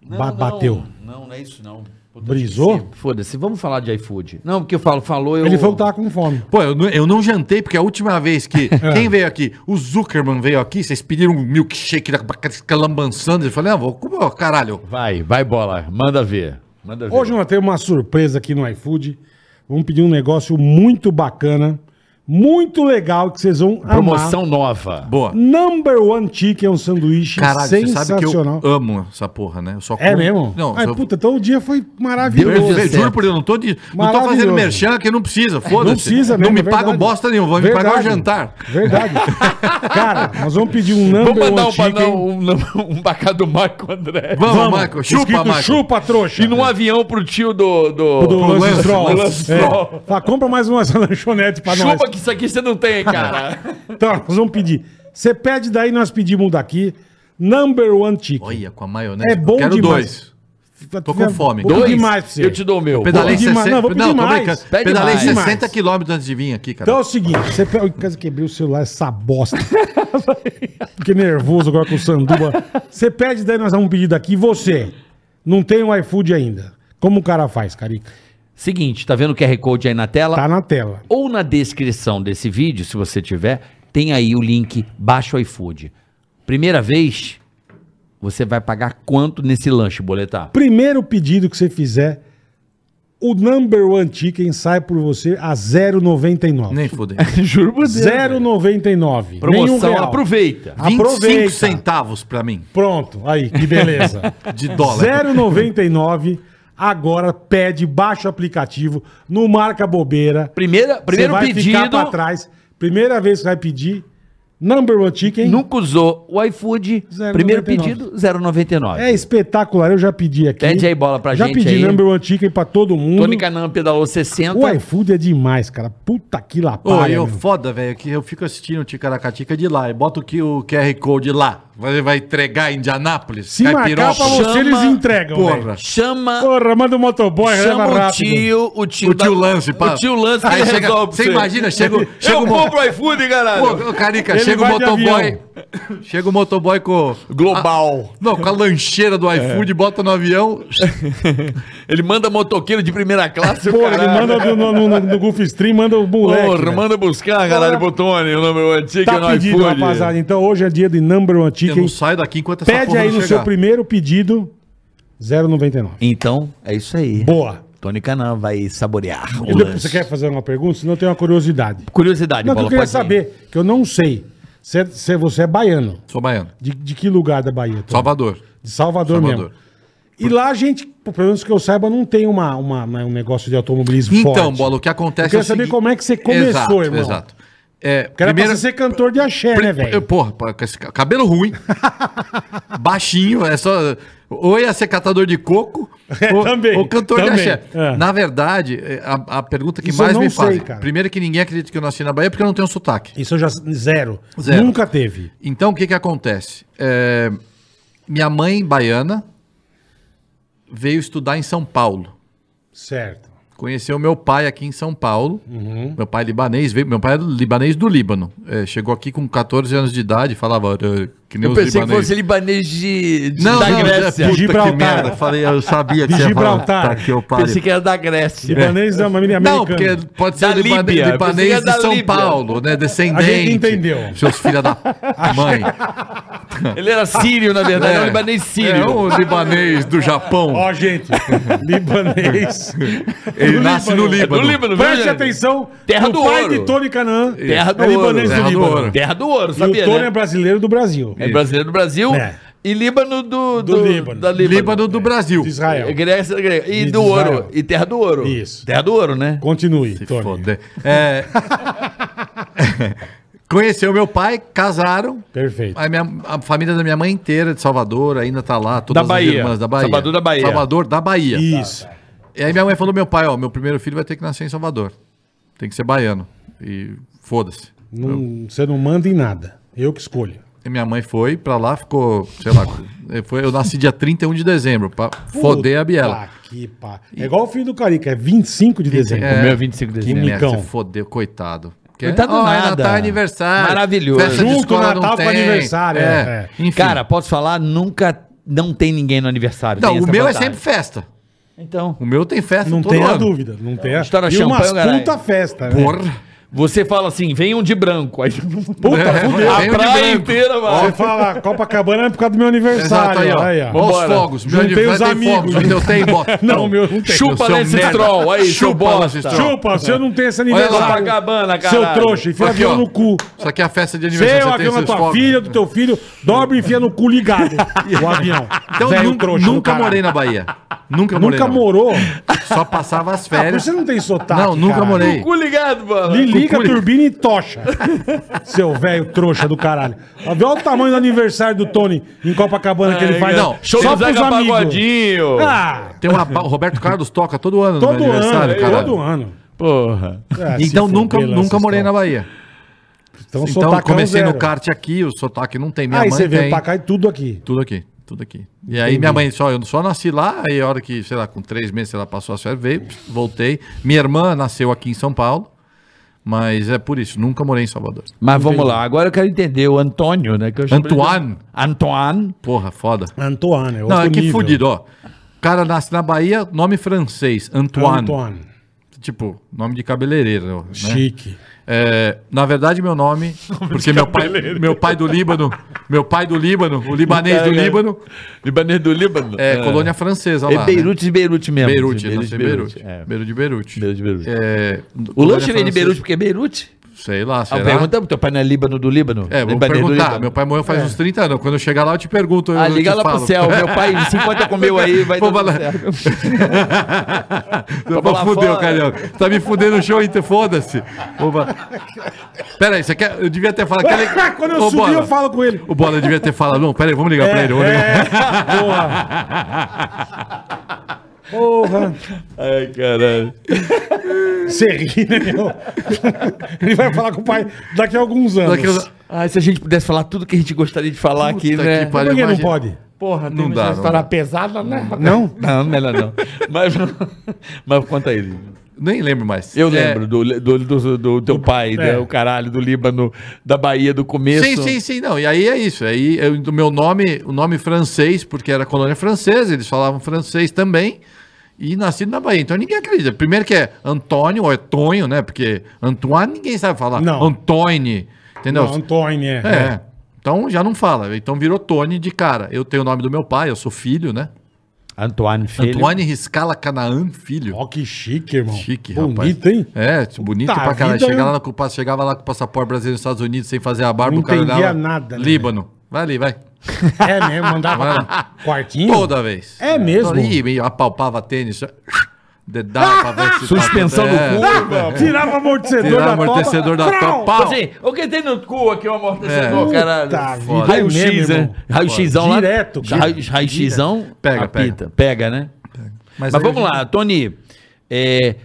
Speaker 2: Ba- bateu.
Speaker 5: Não, não é isso não. Puta,
Speaker 2: Brisou?
Speaker 5: esqueci. Foda-se, vamos falar de iFood. Não, porque eu falo, falou, eu.
Speaker 2: Ele falou que tá- tava com fome.
Speaker 4: Pô, eu, não- eu não jantei, porque é a última vez que. É. Quem veio aqui? O Zuckerman veio aqui, vocês pediram um milkshake da lambançando. Eu falei, ah, vou comer, ó, caralho.
Speaker 3: Vai, vai bola. Manda ver. Manda ver.
Speaker 2: Hoje um nós temos uma surpresa aqui no iFood. Vamos pedir um negócio muito bacana, muito legal, que vocês vão amar.
Speaker 3: Promoção nova.
Speaker 4: Boa.
Speaker 2: Number One Chicken é um sanduíche
Speaker 4: Caralho, você sabe que eu
Speaker 2: sensacional.
Speaker 4: amo essa porra, né? Eu só
Speaker 2: É mesmo?
Speaker 4: Não,
Speaker 2: Ai,
Speaker 4: só-
Speaker 2: puta, então o dia foi
Speaker 4: Eu,
Speaker 2: maravilhoso.
Speaker 5: Deus do céu.
Speaker 4: juro por Deus, não tô, de, não tô
Speaker 2: Maravilhoso. É,
Speaker 4: fazendo merchan que não precisa, foda-se.
Speaker 2: Não precisa
Speaker 4: Não
Speaker 2: mesmo,
Speaker 4: me
Speaker 2: é
Speaker 4: pagam
Speaker 2: verdade.
Speaker 4: bosta nenhuma, vão me pagar o
Speaker 2: Verdade.
Speaker 4: jantar.
Speaker 2: Verdade. Cara, nós vamos pedir um number
Speaker 3: Vamos mandar
Speaker 2: one
Speaker 3: um,
Speaker 2: chicken.
Speaker 3: panão, um, um bacá do Marco André.
Speaker 4: Vamos, Marco, chupa,
Speaker 2: Escrito
Speaker 4: Marco.
Speaker 2: chupa, trouxa.
Speaker 3: E num avião pro tio do. do...
Speaker 2: do
Speaker 4: é Lance
Speaker 2: Lance Stroll.
Speaker 3: Lance
Speaker 2: É.
Speaker 3: Stroll.
Speaker 2: Fala, compra mais uma lanchonete pra nós.
Speaker 3: Chupa que isso aqui você não tem, cara.
Speaker 2: Então, nós vamos pedir. Você pede daí, nós pedimos um daqui. Number One Chicken.
Speaker 4: Olha, com a maionese.
Speaker 2: É bom
Speaker 4: Quero
Speaker 2: demais.
Speaker 4: dois. Tô com fome.
Speaker 2: Vou pedir
Speaker 3: Dois?
Speaker 2: mais pra você.
Speaker 3: Eu te dou o meu.
Speaker 4: Pedalei
Speaker 2: pedir mais.
Speaker 4: 60
Speaker 2: Não, vou pedir
Speaker 4: tô
Speaker 2: mais.
Speaker 4: brincando.
Speaker 3: Pede
Speaker 4: Pedalei
Speaker 3: mais.
Speaker 4: 60
Speaker 2: Mais.
Speaker 4: quilômetros antes de vir aqui, cara.
Speaker 2: Então é o seguinte, você pega... Ih, quase quebrei o celular, essa bosta. Fiquei nervoso agora com o Sanduba. Você pede daí, nós vamos pedir daqui. E Você, não tem o iFood ainda. Como o cara faz, Carica?
Speaker 5: Seguinte, tá vendo o QR Code aí na tela?
Speaker 2: Tá na tela.
Speaker 5: Ou na descrição desse vídeo, se você tiver, tem aí o link Baixa o iFood. Primeira vez, você vai pagar quanto nesse lanche, boletar?
Speaker 2: Primeiro pedido que você fizer, o Number One Chicken sai por você a 0,99.
Speaker 4: Nem fudei.
Speaker 5: Juro por
Speaker 2: 0,99. Nenhum
Speaker 5: Promoção,
Speaker 4: é
Speaker 2: real.
Speaker 5: aproveita.
Speaker 2: Aproveita.
Speaker 4: 25 centavos pra mim,
Speaker 2: Pronto, aí, que beleza.
Speaker 4: de dólar.
Speaker 2: 0,99. Agora pede, baixa o aplicativo, não marca bobeira.
Speaker 5: Primeira, primeiro
Speaker 2: Você vai ficar
Speaker 5: pedido,
Speaker 2: pra trás. Primeira vez que vai pedir, Number One Chicken.
Speaker 5: nunca usou o iFood,
Speaker 2: 0,99.
Speaker 5: primeiro pedido, 0,99.
Speaker 2: É espetacular, eu já pedi aqui.
Speaker 5: Pede aí bola pra gente
Speaker 2: Já pedi
Speaker 5: aí.
Speaker 2: Number One Chicken pra todo mundo.
Speaker 5: Tony Canan pedalou 60.
Speaker 2: O iFood é demais, cara. Puta que
Speaker 4: Ô,
Speaker 2: lapalha.
Speaker 4: eu
Speaker 2: meu.
Speaker 4: foda, velho, que eu fico assistindo o Ticaracatica de lá e bota o, que, o QR Code lá. Vai, vai entregar em Indianápolis?
Speaker 2: Se marcar pra
Speaker 4: Chama-
Speaker 2: você, eles entregam. velho.
Speaker 4: Porra.
Speaker 5: Chama,
Speaker 2: Porra, manda o motoboy,
Speaker 5: chama
Speaker 2: leva
Speaker 5: o
Speaker 2: rápido.
Speaker 5: tio, o tio,
Speaker 4: O tio
Speaker 5: da-
Speaker 4: Lance, pá.
Speaker 5: O tio Lance que
Speaker 4: Aí
Speaker 5: ele
Speaker 4: chega-
Speaker 5: resolve.
Speaker 4: você
Speaker 5: pra
Speaker 4: imagina, chega o- chega
Speaker 5: Eu
Speaker 4: o
Speaker 5: vou
Speaker 4: mo-
Speaker 5: pro iFood, caralho.
Speaker 4: Ô, ô, Carica,
Speaker 2: Ele
Speaker 4: chega o
Speaker 2: vai de
Speaker 4: motoboy.
Speaker 2: avião.
Speaker 4: Chega o motoboy com.
Speaker 3: Global.
Speaker 4: Não, com a lancheira
Speaker 2: É.
Speaker 4: do iFood, bota no avião.
Speaker 3: Ele manda motoqueiro de primeira classe. o
Speaker 2: Porra, ele
Speaker 3: caralho.
Speaker 2: manda do- no, no, no, Goof Stream, manda o moleque.
Speaker 3: Porra,
Speaker 2: velho.
Speaker 3: manda buscar, caralho, pro Tony, o número antigo
Speaker 2: Tá pedido, rapaziada. Então hoje é dia de Number One
Speaker 4: Eu
Speaker 2: Chicken.
Speaker 4: não saio daqui enquanto essa
Speaker 2: Pede
Speaker 4: porra
Speaker 2: aí no
Speaker 4: não
Speaker 2: seu
Speaker 4: chegar.
Speaker 2: primeiro pedido, 0,99.
Speaker 5: Então, é isso aí.
Speaker 2: Boa.
Speaker 5: Tony Canan vai saborear o
Speaker 2: E depois,
Speaker 5: lance.
Speaker 2: você quer fazer uma pergunta? Senão eu tenho uma curiosidade.
Speaker 5: Curiosidade,
Speaker 2: Não, que eu
Speaker 5: Bola,
Speaker 2: queria
Speaker 5: pode ir.
Speaker 2: saber, que eu não sei. Se, se você é baiano.
Speaker 4: Sou baiano.
Speaker 2: De, de que lugar da Bahia? Tom?
Speaker 4: Salvador.
Speaker 2: De Salvador,
Speaker 4: Salvador.
Speaker 2: mesmo. E lá a gente, pô, pelo menos que eu saiba, não tem uma, uma- né, um negócio de automobilismo forte.
Speaker 4: Então, Bola, o que acontece
Speaker 2: Eu quero
Speaker 4: é o
Speaker 2: saber
Speaker 4: seguinte-
Speaker 2: como é que você começou,
Speaker 4: exato,
Speaker 2: irmão.
Speaker 4: Exato. É,
Speaker 2: Porque era
Speaker 4: primeiro-
Speaker 2: pra você ser cantor de axé, né, velho?
Speaker 4: Porra, pá, com esse ca- cabelo ruim, baixinho, é só. Ou ia ser catador de coco,
Speaker 2: É,
Speaker 4: ou,
Speaker 2: também,
Speaker 4: ou cantor
Speaker 2: também,
Speaker 4: de axé.
Speaker 2: é.
Speaker 4: Na verdade, é, a, a pergunta que
Speaker 2: Isso eu
Speaker 4: mais
Speaker 2: não
Speaker 4: me
Speaker 2: sei,
Speaker 4: fazem.
Speaker 2: cara.
Speaker 4: Primeiro que ninguém acredita que eu nasci na Bahia porque eu não tenho sotaque.
Speaker 2: Isso eu já... Zero.
Speaker 4: Zero.
Speaker 2: Nunca teve.
Speaker 4: Então, o que que acontece? É, minha mãe, baiana, veio estudar em São Paulo.
Speaker 2: Certo.
Speaker 4: Conheceu meu pai aqui em São Paulo. Meu pai é libanês, veio, meu pai é libanês do Líbano. É, chegou aqui com 14 anos de idade, falava "Ah, que nem
Speaker 5: Eu
Speaker 4: os
Speaker 5: pensei que
Speaker 4: libanês.
Speaker 5: fosse libanês de, de-
Speaker 4: Não,
Speaker 5: da
Speaker 4: não,
Speaker 5: Grécia.
Speaker 4: é puta
Speaker 2: Gibraltar.
Speaker 4: que merda. Falei, eu sabia que
Speaker 2: De
Speaker 4: você ia falar,
Speaker 2: Gibraltar.
Speaker 4: tá, que eu pariu.
Speaker 5: Pensei que era da Grécia.
Speaker 2: Libanês é uma menina
Speaker 4: Não,
Speaker 2: americana.
Speaker 4: porque pode ser
Speaker 5: Da
Speaker 4: liba-
Speaker 5: Líbia, eu pensei que
Speaker 4: libanês
Speaker 5: era da
Speaker 4: de São
Speaker 5: Líbia.
Speaker 4: Paulo, né? Descendente.
Speaker 2: entendeu.
Speaker 4: Seus filhos da mãe.
Speaker 5: Ele
Speaker 2: Ah.
Speaker 5: era sírio, na verdade, era um libanês
Speaker 4: É
Speaker 5: sírio.
Speaker 4: o libanês do Japão.
Speaker 2: Ó, gente, libanês.
Speaker 4: Ele nasce no
Speaker 5: É
Speaker 4: Líbano.
Speaker 2: Preste
Speaker 5: veja.
Speaker 2: atenção.
Speaker 5: Terra
Speaker 2: o
Speaker 5: do
Speaker 2: pai
Speaker 5: ouro.
Speaker 2: de Tony Canaã
Speaker 5: Terra do
Speaker 2: é libanês
Speaker 5: ouro.
Speaker 2: do
Speaker 4: Terra do
Speaker 2: Líbano.
Speaker 4: ouro.
Speaker 5: Terra do ouro,
Speaker 2: E o
Speaker 5: sabia,
Speaker 2: Tony
Speaker 5: né?
Speaker 2: é brasileiro do Brasil.
Speaker 5: É brasileiro do Brasil
Speaker 2: É.
Speaker 5: e Líbano do,
Speaker 2: Do Líbano.
Speaker 5: Da Líbano.
Speaker 4: Líbano do Brasil.
Speaker 2: De
Speaker 3: Ah,
Speaker 2: Israel.
Speaker 5: É, Grécia, Grécia. E,
Speaker 2: E de
Speaker 5: do
Speaker 2: Israel.
Speaker 5: ouro. E terra do ouro.
Speaker 2: Isso.
Speaker 5: Terra do ouro, né?
Speaker 2: Continue, Tony.
Speaker 4: Foder. É... Conheceu meu pai, casaram.
Speaker 2: Perfeito.
Speaker 4: A, minha- a família da minha mãe inteira de Salvador ainda tá lá, todas
Speaker 5: Da Bahia.
Speaker 4: as irmãs da Bahia.
Speaker 5: Salvador da Bahia.
Speaker 4: Salvador da Bahia.
Speaker 2: Isso.
Speaker 4: E aí minha mãe falou, meu pai, ó, meu primeiro filho vai ter que nascer em Salvador. Tem que ser baiano. E foda-se.
Speaker 2: Não- você não manda em nada. Eu que escolho.
Speaker 4: E minha mãe foi pra lá, ficou, sei lá, eh, foi, eu nasci dia 31 de dezembro, pra foder a Biela.
Speaker 2: Puta que pá. É igual o filho do Carica, é 25 de dezembro.
Speaker 4: É.
Speaker 3: O meu é 25 de
Speaker 2: Que
Speaker 3: dezembro.
Speaker 2: micão.
Speaker 4: fodeu, coitado.
Speaker 3: Ele tá do
Speaker 4: Ó,
Speaker 3: nada.
Speaker 4: Natal é aniversário.
Speaker 3: Maravilhoso.
Speaker 4: Festa de
Speaker 2: Junto
Speaker 4: escola
Speaker 2: Natal
Speaker 4: não
Speaker 2: com
Speaker 4: tem.
Speaker 2: aniversário, é,
Speaker 4: É. Enfim.
Speaker 3: Cara, posso falar? Nunca não tem ninguém no aniversário.
Speaker 4: não,
Speaker 3: tem
Speaker 4: o
Speaker 3: essa
Speaker 4: meu é
Speaker 3: vantagem.
Speaker 4: sempre festa.
Speaker 3: Então.
Speaker 4: O meu tem festa
Speaker 2: Não
Speaker 4: todo
Speaker 2: tenha
Speaker 4: ano.
Speaker 2: dúvida, não tenha.
Speaker 4: tá
Speaker 3: Estoura
Speaker 2: E umas
Speaker 3: champanhe, caralho.
Speaker 2: puta festa, né?
Speaker 4: Porra.
Speaker 9: Você fala assim,
Speaker 3: um
Speaker 9: venham de branco. Aí
Speaker 2: Puta,
Speaker 4: É,
Speaker 2: fudeu.
Speaker 4: venham
Speaker 9: a
Speaker 4: de
Speaker 9: praia
Speaker 4: branco.
Speaker 9: inteira, mano.
Speaker 2: Você fala, Copacabana é por causa do meu
Speaker 4: Exato,
Speaker 2: aniversário.
Speaker 4: aí, ó.
Speaker 2: aí,
Speaker 4: Olha
Speaker 2: ó.
Speaker 4: os
Speaker 9: Bora.
Speaker 4: fogos. Meu
Speaker 2: Juntei
Speaker 4: aniversário
Speaker 2: os
Speaker 4: tem
Speaker 2: amigos.
Speaker 4: fogos. O meu tem bota.
Speaker 2: Não, meu, não tem.
Speaker 9: Chupa
Speaker 4: seu
Speaker 9: nesse
Speaker 4: merda.
Speaker 9: troll aí, seu
Speaker 4: Chupa
Speaker 9: bosta.
Speaker 4: Lance Stroll.
Speaker 2: Chupa, se eu não tenho esse
Speaker 4: lá,
Speaker 2: aniversário.
Speaker 9: Copacabana,
Speaker 2: Seu
Speaker 9: caralho.
Speaker 2: trouxa, enfia
Speaker 4: Aqui,
Speaker 2: avião
Speaker 4: ó.
Speaker 2: no cu.
Speaker 4: Isso aqui é a festa de aniversário.
Speaker 2: Seu
Speaker 4: você tem
Speaker 2: avião na
Speaker 4: esses
Speaker 2: tua
Speaker 4: fogos.
Speaker 2: filha, do teu filho, dobra e enfia no cu ligado. o avião.
Speaker 4: Então,
Speaker 2: Velho
Speaker 4: nun-
Speaker 2: trouxa do
Speaker 4: nunca
Speaker 2: caralho.
Speaker 4: morei na Bahia. Nunca morei.
Speaker 2: Nunca
Speaker 4: na-
Speaker 2: morou?
Speaker 4: Só passava as
Speaker 2: Ah, por
Speaker 4: férias.
Speaker 2: você não tem sotaque,
Speaker 4: Não, nunca
Speaker 2: caralho.
Speaker 4: morei.
Speaker 9: Cu ligado, mano.
Speaker 2: Li- Liga a
Speaker 4: Cucuri.
Speaker 2: turbina e tocha. Seu velho trouxa do caralho. Olha o tamanho do aniversário do Tony em Copacabana que ele faz.
Speaker 4: É, não.
Speaker 9: Show
Speaker 2: só
Speaker 9: do
Speaker 2: pros
Speaker 9: Zaga
Speaker 2: amigos.
Speaker 9: Pagodinho.
Speaker 2: Ah,
Speaker 4: Tem uma... ba- O Roberto Carlos toca todo ano
Speaker 2: todo ano, é,
Speaker 4: caralho.
Speaker 2: todo ano.
Speaker 9: Porra.
Speaker 2: Ah,
Speaker 4: Então
Speaker 2: se
Speaker 4: nunca,
Speaker 2: fuder,
Speaker 4: nunca
Speaker 2: Lances,
Speaker 4: morei
Speaker 2: então.
Speaker 4: na Bahia.
Speaker 2: Então,
Speaker 4: Então eu
Speaker 2: sotacão
Speaker 4: comecei
Speaker 2: zero.
Speaker 4: no kart aqui, o sotaque não tem, minha
Speaker 2: Aí
Speaker 4: mãe
Speaker 2: você veio
Speaker 4: tem.
Speaker 2: pra cá e tudo aqui.
Speaker 4: Tudo aqui, tudo aqui. E aí minha mãe só, eu só nasci lá, aí a hora que, sei lá, com três meses ela passou a férias, veio, pss, voltei. Minha irmã nasceu aqui em São Paulo, mas é por isso, nunca morei em Salvador.
Speaker 3: Mas vamos lá, agora eu quero entender o Antônio, né? Que eu chamo ele de-
Speaker 4: Antoine.
Speaker 3: Antoine.
Speaker 4: Porra, foda.
Speaker 2: Antoine,
Speaker 4: Não, é que fudido, ó. O cara nasce na Bahia, nome francês, Antoine.
Speaker 2: É
Speaker 4: né?
Speaker 2: Antoine.
Speaker 4: Tipo, nome de cabeleireiro, né?
Speaker 2: Chique.
Speaker 4: É, na verdade, meu nome, porque meu pai, meu pai do Líbano, meu pai do Líbano, o libanês do Líbano,
Speaker 9: Libanês do Líbano.
Speaker 4: é, colônia francesa lá. né?
Speaker 3: É Beirute de Beirute mesmo.
Speaker 4: Beirute,
Speaker 3: de
Speaker 4: Beirute, nasci em Beirute.
Speaker 3: é.
Speaker 4: Beirute de Beirute.
Speaker 3: Beirute de Beirute.
Speaker 4: É,
Speaker 3: O
Speaker 4: colônia
Speaker 3: lanche vem de
Speaker 4: francesa.
Speaker 3: Beirute porque é Beirute?
Speaker 4: assim, Sei lá,
Speaker 3: Ah,
Speaker 4: será?
Speaker 3: pergunta pro teu pai não é Líbano do Líbano?
Speaker 4: É, vou
Speaker 3: Libanês do
Speaker 4: perguntar.
Speaker 3: Líbano.
Speaker 4: Meu pai morreu faz uns 30 anos. Quando eu chegar lá, eu te pergunto.
Speaker 3: Ah,
Speaker 4: eu
Speaker 3: liga
Speaker 4: te
Speaker 3: lá pro
Speaker 4: falo.
Speaker 3: céu, meu pai, se enquanto comeu aí, vai
Speaker 4: Vou
Speaker 3: dar tudo
Speaker 4: falar.
Speaker 3: certo.
Speaker 4: Eu
Speaker 3: Vamos
Speaker 4: vou
Speaker 3: lá
Speaker 4: fuder,
Speaker 3: fora.
Speaker 4: carioca. Tá me fudendo o show inteiro, foda-se. Vou fa- Pera aí, você quer... Eu devia ter falado... Quer... li-
Speaker 2: Quando eu
Speaker 4: Ô,
Speaker 2: subir, eu falo com ele.
Speaker 4: O Bola eu devia ter falado... Não, pera aí, vamos ligar pra ele. Vamos ligar.
Speaker 2: É, porra. Porra.
Speaker 9: Ai, caralho.
Speaker 2: Você ri, né, meu? Ele vai falar com o pai daqui a alguns anos.
Speaker 4: Daqui a-
Speaker 3: Ah, se a gente pudesse falar tudo que a gente gostaria de falar aqui,
Speaker 4: Puta
Speaker 3: né?
Speaker 4: que
Speaker 2: Por
Speaker 4: pariu,
Speaker 2: que não
Speaker 4: imagina.
Speaker 2: pode?
Speaker 9: Porra,
Speaker 3: é,
Speaker 4: Não dá,
Speaker 3: tá
Speaker 4: não dá.
Speaker 9: pesada, né?
Speaker 2: Não?
Speaker 3: Não, melhor não. Mas, mas conta ele.
Speaker 4: Nem lembro mais.
Speaker 3: Eu
Speaker 4: É,
Speaker 3: lembro do, do, do, do teu pai, né, o caralho, do Líbano, da Bahia, do começo.
Speaker 4: Sim, sim, sim, não. E aí é isso. Aí eu- do meu nome, o nome francês, porque era colônia francesa, eles falavam francês também. E nascido na Bahia. Então ninguém acredita. Primeiro que é Antônio ou é Tonho, né? Porque Antoine ninguém sabe falar.
Speaker 2: Não.
Speaker 4: Antônio. Entendeu?
Speaker 2: Não, Antônio, é.
Speaker 4: É. Então já não fala. Então virou Tony de cara. Eu tenho o nome do meu pai, eu sou filho, né?
Speaker 3: Antoine Filho.
Speaker 4: Antônio Riscala Canaã, filho.
Speaker 2: Ó, que chique, irmão.
Speaker 4: Chique,
Speaker 2: Bonito,
Speaker 4: rapaz.
Speaker 2: hein?
Speaker 4: É, bonito
Speaker 2: Puta
Speaker 4: pra caralho.
Speaker 2: vida,
Speaker 4: Chega
Speaker 2: eu-
Speaker 4: lá no culpa- chegava lá com o passaporte brasileiro nos Estados Unidos sem fazer a barba,
Speaker 2: Não
Speaker 4: o cara
Speaker 2: entendia
Speaker 4: olhava,
Speaker 2: nada, né,
Speaker 4: Líbano. Vai ali, vai.
Speaker 2: É mesmo, mandava quartinho.
Speaker 4: Toda vez.
Speaker 2: É mesmo?
Speaker 4: Ih, me apalpava tênis. Dedava pra ver se
Speaker 3: Suspensão
Speaker 4: tá
Speaker 3: do
Speaker 4: tudo-
Speaker 3: cu.
Speaker 2: Ah, Tirava amortecedor
Speaker 4: Tirava
Speaker 2: da topa.
Speaker 4: amortecedor da
Speaker 2: Frau!
Speaker 4: topa. Pau. É.
Speaker 9: Assim, o que tem no cu aqui, o amortecedor,
Speaker 2: Puta
Speaker 9: caralho.
Speaker 2: vida,
Speaker 4: Raio
Speaker 2: é mesmo,
Speaker 3: Raio-X,
Speaker 2: irmão.
Speaker 3: né? Raio-Xzão lá.
Speaker 2: Direto, cara.
Speaker 3: Raio- Raio-Xzão.
Speaker 4: Pega,
Speaker 3: apita. Pega, né? Mas,
Speaker 4: aí
Speaker 3: vamos
Speaker 4: a gente-
Speaker 3: lá, Tony. é,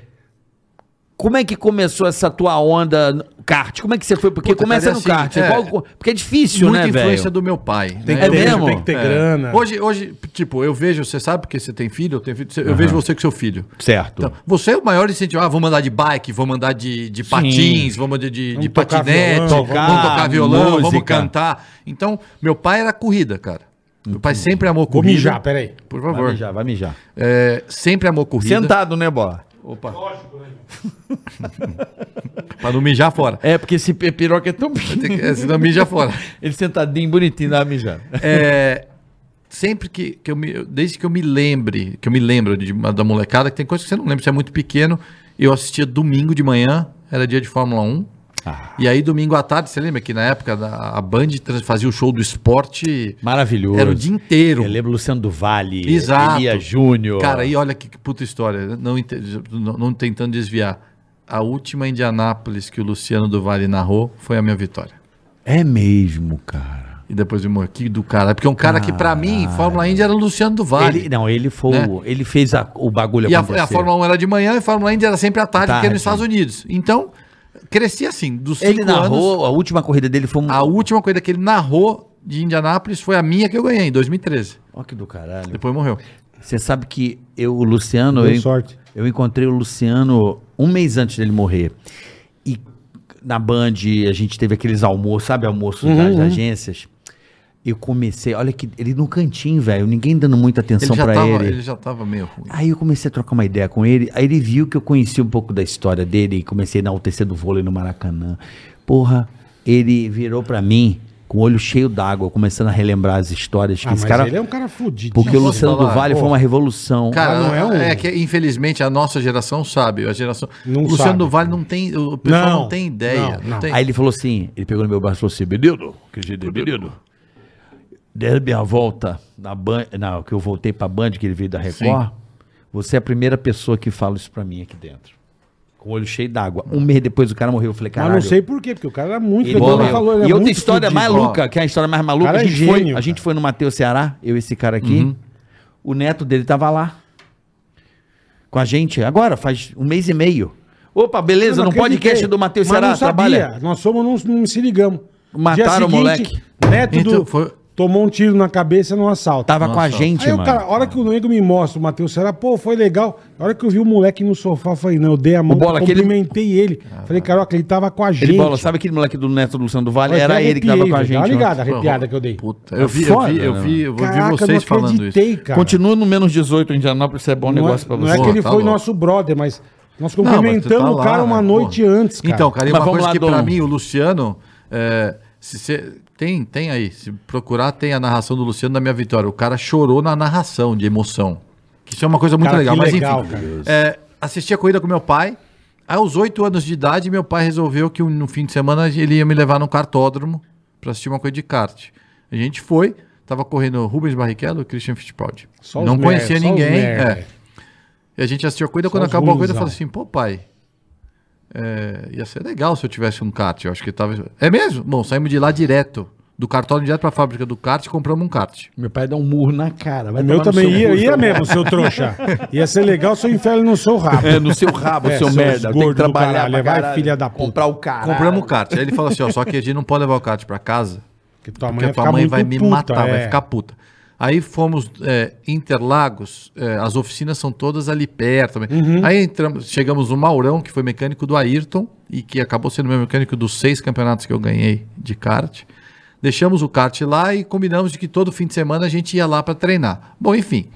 Speaker 3: como é que começou essa tua onda no kart? Como é que você foi? Porque
Speaker 4: Puta,
Speaker 3: começa
Speaker 4: cara,
Speaker 3: no
Speaker 4: é
Speaker 3: kart.
Speaker 4: assim,
Speaker 3: qual-
Speaker 4: é.
Speaker 3: qual- porque é difícil,
Speaker 4: Muita
Speaker 3: né,
Speaker 4: influência
Speaker 3: velho?
Speaker 4: do meu pai.
Speaker 2: Tem que,
Speaker 4: né?
Speaker 3: É
Speaker 2: ter,
Speaker 3: mesmo?
Speaker 2: tem que ter
Speaker 4: É.
Speaker 2: grana.
Speaker 4: Hoje, hoje, tipo, eu vejo, você sabe porque você tem filho, eu tenho filho, eu vejo você com seu filho.
Speaker 3: Certo.
Speaker 4: Então, você é o maior incentivo. Ah, vou mandar de bike, vou mandar de, de patins, vou mandar de, de
Speaker 2: Vamos tocar
Speaker 4: patinete,
Speaker 2: violão,
Speaker 4: vamos tocar violão, vamos
Speaker 3: música.
Speaker 4: cantar. Então, meu pai era corrida, cara. Meu
Speaker 3: Uhum.
Speaker 4: pai sempre amou
Speaker 2: Vou
Speaker 4: corrida.
Speaker 2: mijar, peraí.
Speaker 4: Por
Speaker 3: vai
Speaker 4: favor.
Speaker 3: mijar, vai mijar.
Speaker 4: É, sempre amou corrida.
Speaker 3: Sentado, né, Bola?
Speaker 4: Pra não mijar fora.
Speaker 3: É, porque esse pe- piroca é tão pequeno.
Speaker 4: Tem que- é, Senão mija fora.
Speaker 3: Ele sentadinho, bonitinho, dá mijando.
Speaker 4: É, sempre que, que eu me. eu- Desde que eu me lembre, que eu me lembro de- da molecada, que tem coisa que você não lembra, você é muito pequeno. Eu assistia domingo de manhã, era dia de Fórmula 1.
Speaker 3: Ah,
Speaker 4: E aí, domingo à tarde, você lembra que na época da- a Band trans- fazia o show do esporte.
Speaker 3: Maravilhoso.
Speaker 4: Era o dia inteiro.
Speaker 3: Eu lembro Luciano do Vale,
Speaker 4: Exato.
Speaker 3: Elia Júnior.
Speaker 4: Cara, aí olha que, que puta história. Não, ente- não, não tentando desviar. A última Indianápolis que o Luciano do Vale narrou foi a minha vitória.
Speaker 3: É mesmo, cara.
Speaker 4: E depois eu morri. Que do cara. Porque é um cara que, pra mim, Fórmula Indy era o Luciano do Vale.
Speaker 3: Ele, não, ele foi.
Speaker 4: Né?
Speaker 3: o- Ele fez a- o bagulho
Speaker 4: E a,
Speaker 3: acontecer.
Speaker 4: a Fórmula 1 era de manhã e a Fórmula Indy era sempre à tarde, porque
Speaker 3: Tarde.
Speaker 4: era nos Estados Unidos. Então, cresci assim, dos cinco
Speaker 3: Ele narrou, a última corrida dele foi um.
Speaker 4: anos. A última coisa que ele narrou de Indianápolis foi a minha que eu ganhei, em 2013.
Speaker 3: Olha que do caralho.
Speaker 4: Depois morreu.
Speaker 3: Você sabe que eu, o Luciano,
Speaker 2: Deu
Speaker 3: eu,
Speaker 2: sorte.
Speaker 3: eu encontrei o Luciano um mês antes dele morrer. E na Band, a gente teve aqueles almoços, sabe, almoços
Speaker 4: Uhum,
Speaker 3: das agências. Eu comecei, olha que ele no cantinho, velho, ninguém dando muita atenção
Speaker 4: Ele já,
Speaker 3: pra
Speaker 4: tava,
Speaker 3: ele. Ah,
Speaker 4: ele já tava meio ruim.
Speaker 3: Aí eu comecei a trocar uma ideia com ele. Aí ele viu que eu conhecia um pouco da história dele e comecei a enaltecer do vôlei no Maracanã. Porra, ele virou pra mim com o olho cheio d'água, começando a relembrar as histórias que
Speaker 2: Ah, mas
Speaker 3: esse cara.
Speaker 2: ele é um cara fudido.
Speaker 3: Porque o
Speaker 4: Posso
Speaker 3: Luciano do
Speaker 4: falar?
Speaker 3: Vale foi
Speaker 2: Pô.
Speaker 3: uma revolução.
Speaker 4: Cara,
Speaker 2: não é
Speaker 4: é,
Speaker 2: um-
Speaker 4: que infelizmente a nossa geração sabe. A geração.
Speaker 2: Não
Speaker 4: o Luciano
Speaker 2: sabe.
Speaker 4: do Vale não tem. O pessoal não,
Speaker 2: Não,
Speaker 4: tem ideia.
Speaker 2: não,
Speaker 4: Não,
Speaker 2: não.
Speaker 4: tem.
Speaker 3: Aí ele falou assim, ele pegou no meu braço e falou assim, menino, querido, menino, dei minha volta na Band, na, que eu voltei pra Band, que ele veio da Record, você é a primeira pessoa que fala isso pra mim aqui dentro. Com o olho cheio d'água. Um mês depois o cara morreu, eu falei,
Speaker 2: Mas
Speaker 3: caralho.
Speaker 2: não sei por quê, porque o cara era muito...
Speaker 3: Ele
Speaker 2: o Dona
Speaker 3: morreu.
Speaker 2: falou, ele é
Speaker 3: e outra
Speaker 2: muito
Speaker 3: história
Speaker 2: fudido.
Speaker 3: maluca, que é a história mais maluca,
Speaker 2: Cara
Speaker 3: a,
Speaker 2: é
Speaker 3: gente
Speaker 2: gênio,
Speaker 3: foi, a
Speaker 2: cara. Uhum.
Speaker 3: gente foi no Matheus Ceará, eu e esse cara aqui, o neto dele tava lá com a gente, agora, faz um mês e meio. Opa, beleza,
Speaker 2: Eu
Speaker 3: no
Speaker 2: acreditei,
Speaker 3: podcast do Matheus
Speaker 2: mas
Speaker 3: Ceará,
Speaker 2: não sabia.
Speaker 3: trabalha.
Speaker 2: Nós somos, não, não se ligamos.
Speaker 3: Mataram
Speaker 2: Dia
Speaker 3: o moleque.
Speaker 2: Neto
Speaker 4: Então,
Speaker 2: do-
Speaker 4: foi-
Speaker 2: tomou um tiro na cabeça num assalto.
Speaker 3: Tava com a
Speaker 4: Nossa.
Speaker 3: gente,
Speaker 2: Aí o
Speaker 3: mano.
Speaker 2: cara, a hora que o nego me mostra, o Matheus Ceará, pô, foi legal. A hora que eu vi o moleque no sofá, eu falei, não, eu dei a mão,
Speaker 3: O Bola, aquele-
Speaker 2: cumprimentei ele. Falei, caraca, ele tava com a gente.
Speaker 3: Ele bola, sabe aquele moleque do Neto do Luciano do Vale?
Speaker 2: Olha,
Speaker 3: Era
Speaker 2: até
Speaker 3: ele que tava
Speaker 2: arrepiei,
Speaker 3: com a
Speaker 2: velho.
Speaker 3: gente.
Speaker 2: Tá ligado, a
Speaker 3: ontem.
Speaker 2: arrepiada que eu dei.
Speaker 4: Puta, eu vi, eu vi, eu vi, eu vi vocês falando isso.
Speaker 2: cara.
Speaker 3: Continua no menos 18 em Indianápolis, isso é bom
Speaker 2: não é,
Speaker 3: negócio pra
Speaker 2: não
Speaker 3: você.
Speaker 2: é que ele
Speaker 4: Pô, tá
Speaker 2: foi
Speaker 4: louco.
Speaker 2: nosso brother, mas nós
Speaker 4: Não, mas
Speaker 2: cumprimentamos
Speaker 4: tu tá
Speaker 2: o cara
Speaker 4: lá,
Speaker 2: uma
Speaker 4: né,
Speaker 2: noite
Speaker 4: porra.
Speaker 2: antes, cara.
Speaker 4: Então, cara, e
Speaker 3: Mas
Speaker 4: uma
Speaker 3: vamos
Speaker 4: coisa
Speaker 3: lá,
Speaker 4: que pra
Speaker 3: Dom.
Speaker 4: mim, o Luciano. é, se cê- tem, tem aí. Se procurar, tem a narração do Luciano da minha vitória. O cara chorou na narração de emoção. Que isso é uma coisa muito
Speaker 2: Cara,
Speaker 4: legal.
Speaker 2: que
Speaker 4: Mas
Speaker 2: legal,
Speaker 4: enfim.
Speaker 2: cara.
Speaker 4: é, assisti a corrida com meu pai. Aí, aos oito anos de idade, meu pai resolveu que um- no fim de semana ele ia me levar num cartódromo pra assistir uma corrida de kart. A gente foi, tava correndo Rubens Barrichello e Christian Fittipaldi.
Speaker 2: Só os
Speaker 4: Não
Speaker 2: merda,
Speaker 4: conhecia
Speaker 2: só os
Speaker 4: ninguém.
Speaker 2: merda.
Speaker 4: é. E a gente assistiu a corrida,
Speaker 2: Só
Speaker 4: quando
Speaker 2: os
Speaker 4: acabou a corrida, eu
Speaker 2: gurizão.
Speaker 4: falei assim, pô, pai, é, ia ser legal se eu tivesse um kart. Eu acho que tava. É mesmo? Bom, saímos de lá direto. Do cartório direto pra fábrica do kart e compramos um kart.
Speaker 3: Meu pai dá um murro na cara. Vai
Speaker 2: O meu
Speaker 4: tá
Speaker 3: tomar no seu
Speaker 2: também ia,
Speaker 3: cu.
Speaker 2: ia mesmo, seu trouxa. Ia ser legal se eu enfiar ele no seu rabo.
Speaker 3: É, no seu rabo,
Speaker 2: É,
Speaker 3: seu
Speaker 2: seus
Speaker 3: merda. Tem que
Speaker 2: gordo do
Speaker 3: trabalhar
Speaker 2: caralho,
Speaker 3: pra
Speaker 2: vai,
Speaker 3: caralho.
Speaker 2: filha da puta.
Speaker 3: Comprar o cara.
Speaker 4: Compramos um kart. Aí ele falou assim: ó, só que a gente não pode levar o kart pra casa,
Speaker 2: Que tua
Speaker 4: porque
Speaker 2: mãe,
Speaker 4: a tua mãe vai me matar, vai
Speaker 2: é.
Speaker 4: ficar puta. Aí fomos é, Interlagos, é, as oficinas são todas ali perto. né? Aí entramos, chegamos no Maurão, que foi mecânico do Ayrton, e que acabou sendo meu mecânico dos seis campeonatos que eu ganhei de kart. Deixamos o kart lá e combinamos de que todo fim de semana a gente ia lá pra treinar. Bom, enfim.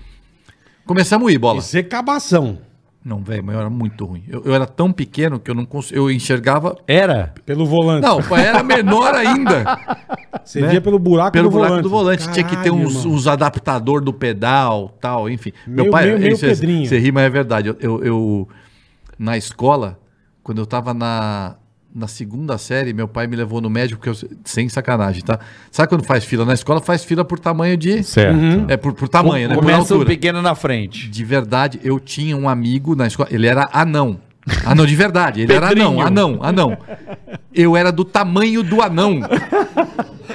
Speaker 4: Começamos a ir, bola.
Speaker 2: E ser cabação.
Speaker 4: Não, velho, mas eu era muito ruim. Eu, eu era tão pequeno que eu não cons... eu enxergava.
Speaker 3: Era?
Speaker 2: Pelo volante.
Speaker 4: Não, eu era menor ainda.
Speaker 2: Você via pelo buraco
Speaker 4: pelo
Speaker 2: Ah, do
Speaker 4: buraco
Speaker 2: volante.
Speaker 4: do volante. Tinha que ter
Speaker 2: Caralho,
Speaker 4: uns,
Speaker 2: irmão.
Speaker 4: uns adaptador do pedal, tal, enfim. Meu,
Speaker 2: Meio-
Speaker 4: pai,
Speaker 2: meio- meio
Speaker 4: você,
Speaker 2: Pedrinho.
Speaker 4: você ri, mas é verdade. Eu, eu- eu- na escola, quando eu tava na, na segunda série, meu pai me levou no médico, porque eu- sem sacanagem, tá? Sabe quando faz fila na escola? Faz fila por tamanho de...
Speaker 3: Certo.
Speaker 4: É, por, por tamanho, né? Por
Speaker 3: Uhum. Começa o
Speaker 4: altura.
Speaker 3: pequeno na frente.
Speaker 4: De verdade, eu tinha um amigo na escola. Ele era anão. Anão de verdade. Ele era anão, anão, anão. Eu era do tamanho do anão.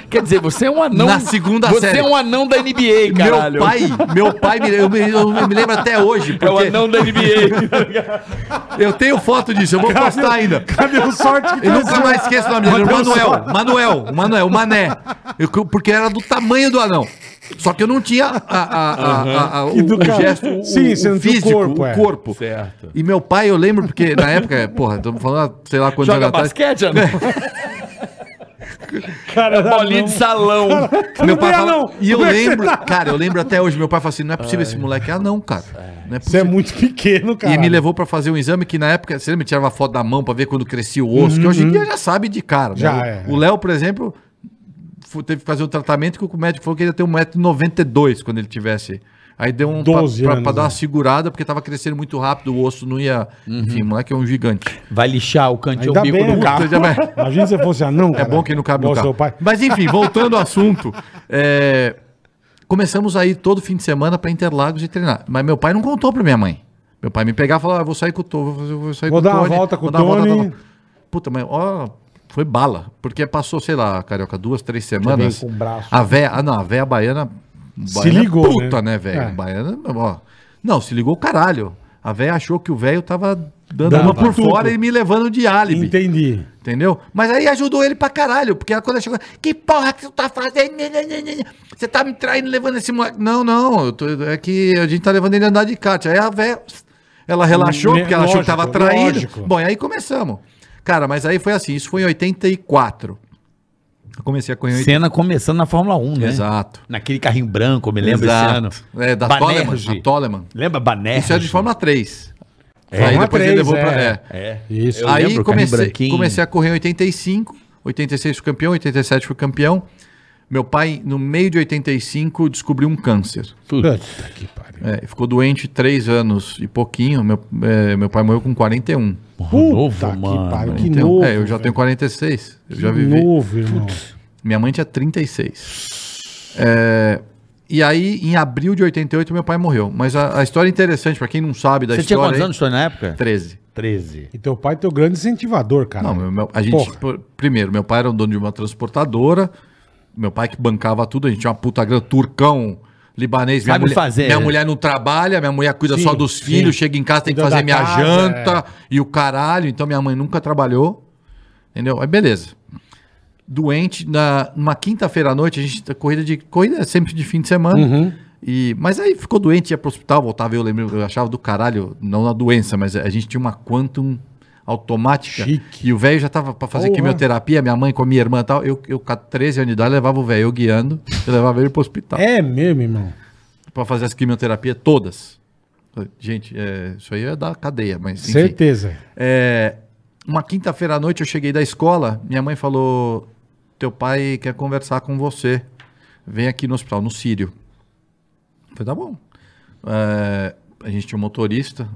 Speaker 3: Quer dizer, você é um anão.
Speaker 4: Na segunda
Speaker 3: você
Speaker 4: série.
Speaker 3: é um anão da NBA, caralho.
Speaker 4: Meu pai, meu pai, me, eu, me, eu me lembro até
Speaker 3: é
Speaker 4: hoje,
Speaker 3: o
Speaker 4: porque
Speaker 3: anão da NBA.
Speaker 4: eu tenho foto disso, eu vou postar ainda.
Speaker 2: Cadê o sorte que
Speaker 4: Eu nunca
Speaker 2: esse-
Speaker 4: mais esqueço o nome dele,
Speaker 2: Mateus
Speaker 4: Manuel, Manuel, o Manuel, o Mané, Eu- porque era do tamanho do anão. Só que eu não tinha a- a- a- a- a- o,
Speaker 2: E do
Speaker 4: o
Speaker 2: cara-
Speaker 4: gesto, o,
Speaker 2: Sim, você
Speaker 4: o
Speaker 2: não tinha o
Speaker 4: físico,
Speaker 2: corpo,
Speaker 4: o
Speaker 2: é.
Speaker 4: corpo.
Speaker 10: Certo.
Speaker 4: E meu pai, eu lembro, porque na época, porra, estamos falando, sei lá quantos
Speaker 3: Joga
Speaker 4: anos atrás,
Speaker 3: basquete, anão.
Speaker 2: Cara, era
Speaker 3: Bolinha
Speaker 2: não.
Speaker 3: de salão.
Speaker 4: Meu
Speaker 2: Não
Speaker 4: pai
Speaker 2: é
Speaker 4: fala-
Speaker 2: anão.
Speaker 4: E eu
Speaker 2: Como é que você
Speaker 4: lembro,
Speaker 2: tá?
Speaker 4: cara, eu lembro até hoje. Meu pai fala assim: não é possível esse moleque é anão, cara. Não é
Speaker 2: Você é
Speaker 4: possível.
Speaker 2: muito pequeno, cara.
Speaker 4: E me levou pra fazer um exame que na época, você lembra, tirava foto da mão pra ver quando crescia o osso, que hoje em dia já sabe de cara. né?
Speaker 2: Uhum. Já
Speaker 4: O-
Speaker 2: é.
Speaker 4: O Léo, por exemplo, fu- teve que fazer um tratamento que o médico falou que ele ia ter 1,92m quando ele tivesse. Aí deu um pra,
Speaker 2: 12
Speaker 4: pra- pra
Speaker 2: anos, né?
Speaker 4: dar uma segurada, porque tava crescendo muito rápido, o osso não ia. Enfim, o moleque é um gigante.
Speaker 3: Vai lixar o cantinho
Speaker 2: Ainda
Speaker 3: o bico
Speaker 2: bem,
Speaker 3: do
Speaker 2: né?
Speaker 3: carro.
Speaker 4: Então, já-
Speaker 2: Imagina se fosse anão,
Speaker 4: É bom que não cabe no
Speaker 2: Igual
Speaker 4: carro.
Speaker 2: seu pai.
Speaker 4: Mas enfim, voltando ao assunto. é, começamos a ir todo fim de semana para Interlagos e treinar. Mas meu pai não contou para minha mãe. Meu pai me pegava e falava, ah, vou sair com o Tony, vou, fazer- vou sair
Speaker 2: Vou
Speaker 4: com o
Speaker 2: dar uma
Speaker 4: Tony,
Speaker 2: volta com
Speaker 4: vou
Speaker 2: o
Speaker 4: dar uma
Speaker 2: Tony.
Speaker 4: volta- Puta, mas ó, foi bala. Porque passou, sei lá, Carioca, duas, três
Speaker 2: veio
Speaker 4: semanas.
Speaker 2: com o braço.
Speaker 4: A véia, ah, não, a véia baiana...
Speaker 2: Se
Speaker 4: baiana é
Speaker 2: ligou,
Speaker 4: Puta,
Speaker 2: né?
Speaker 4: né, velho?
Speaker 2: É.
Speaker 4: Baiana, ó. Não, se ligou o caralho. A véia achou que o velho tava dando
Speaker 2: Dava
Speaker 4: uma por
Speaker 2: tudo.
Speaker 4: fora e me levando de álibi.
Speaker 2: Entendi.
Speaker 4: Entendeu? Mas aí ajudou ele pra caralho, porque quando ela chegou, que porra que tu tá fazendo? Nê, nê, nê, nê. Você tá me traindo levando esse moleque. Não, não, eu tô- é que a gente tá levando ele a andar de kart. Aí a véia, ela relaxou,
Speaker 2: Né,
Speaker 4: porque ela achou que tava
Speaker 2: lógico,
Speaker 4: traindo.
Speaker 2: lógico.
Speaker 4: Bom, e aí começamos. Cara, mas aí foi assim, isso foi em 84. Eu comecei a correr em
Speaker 3: Senna começando na Fórmula 1, né?
Speaker 4: Exato.
Speaker 3: Naquele carrinho branco, eu me lembro esse ano.
Speaker 4: É, da Toleman.
Speaker 3: Banerjee.
Speaker 4: da Toleman.
Speaker 3: Lembra Banerjee?
Speaker 4: Isso era de Fórmula 3.
Speaker 2: É,
Speaker 4: aí
Speaker 2: Fórmula
Speaker 4: depois
Speaker 2: 3,
Speaker 4: ele levou pra.
Speaker 2: é.
Speaker 4: É.
Speaker 3: É.
Speaker 2: Isso.
Speaker 3: Eu lembro, o
Speaker 4: aí
Speaker 3: carrinho
Speaker 4: comecei,
Speaker 3: branquinho.
Speaker 4: comecei a correr em 85, 86 fui campeão, 87 fui campeão. Meu pai, no meio de 85, descobriu um câncer.
Speaker 2: Puta que pariu.
Speaker 4: É, ficou doente três anos e pouquinho. Meu, é, meu pai morreu com 41.
Speaker 3: Porra,
Speaker 2: Puta
Speaker 3: novo,
Speaker 2: que
Speaker 3: mano.
Speaker 2: pariu. Que
Speaker 4: Então,
Speaker 2: novo.
Speaker 4: é, eu já tenho
Speaker 2: velho.
Speaker 4: 46. Eu já
Speaker 2: Que
Speaker 4: vivi.
Speaker 2: novo, irmão.
Speaker 4: Minha mãe tinha 36. É, e aí, em abril de 88, meu pai morreu. Mas a, a história é interessante, pra quem não sabe da
Speaker 3: Você tinha
Speaker 4: história.
Speaker 3: quantos anos, Tony, na época?
Speaker 4: 13.
Speaker 3: 13.
Speaker 2: E teu pai é teu grande incentivador, cara.
Speaker 4: Não, meu- meu- a gente. tipo-
Speaker 2: Porra.
Speaker 4: por- primeiro, meu pai era o dono de uma transportadora. Meu pai que bancava tudo, a gente tinha uma puta grana, turcão, libanês. Minha
Speaker 3: Sabe
Speaker 4: mulher,
Speaker 3: fazer.
Speaker 4: Minha mulher não trabalha, minha mulher cuida
Speaker 2: Sim,
Speaker 4: só dos
Speaker 2: sim.
Speaker 4: filhos, chega em casa, tem que
Speaker 2: Cuida da
Speaker 4: fazer minha
Speaker 2: casa, é.
Speaker 4: janta e o caralho. Então minha mãe nunca trabalhou. Entendeu? Aí beleza. Doente, na, numa quinta-feira à noite, a gente. a Corrida de. Corrida é sempre de fim de semana.
Speaker 2: Uhum.
Speaker 4: E, mas aí ficou doente, ia pro hospital, voltava, eu lembro, eu achava do caralho, não na doença, mas a gente tinha uma quantum automática.
Speaker 2: Chique.
Speaker 4: E o velho já tava pra fazer
Speaker 2: Porra.
Speaker 4: quimioterapia, minha mãe com a minha irmã e tal. Eu, eu com 13 anos de idade, levava o velho eu guiando, eu levava ele pro hospital
Speaker 2: É mesmo, irmão.
Speaker 4: pra fazer as quimioterapias todas. Gente, é, isso aí é da cadeia, mas enfim.
Speaker 2: Certeza.
Speaker 4: É, uma quinta-feira à noite eu cheguei da escola, minha mãe falou: Teu pai quer conversar com você. Vem aqui no hospital, no Sírio. Eu Falei, tá bom. É, a gente tinha um motorista.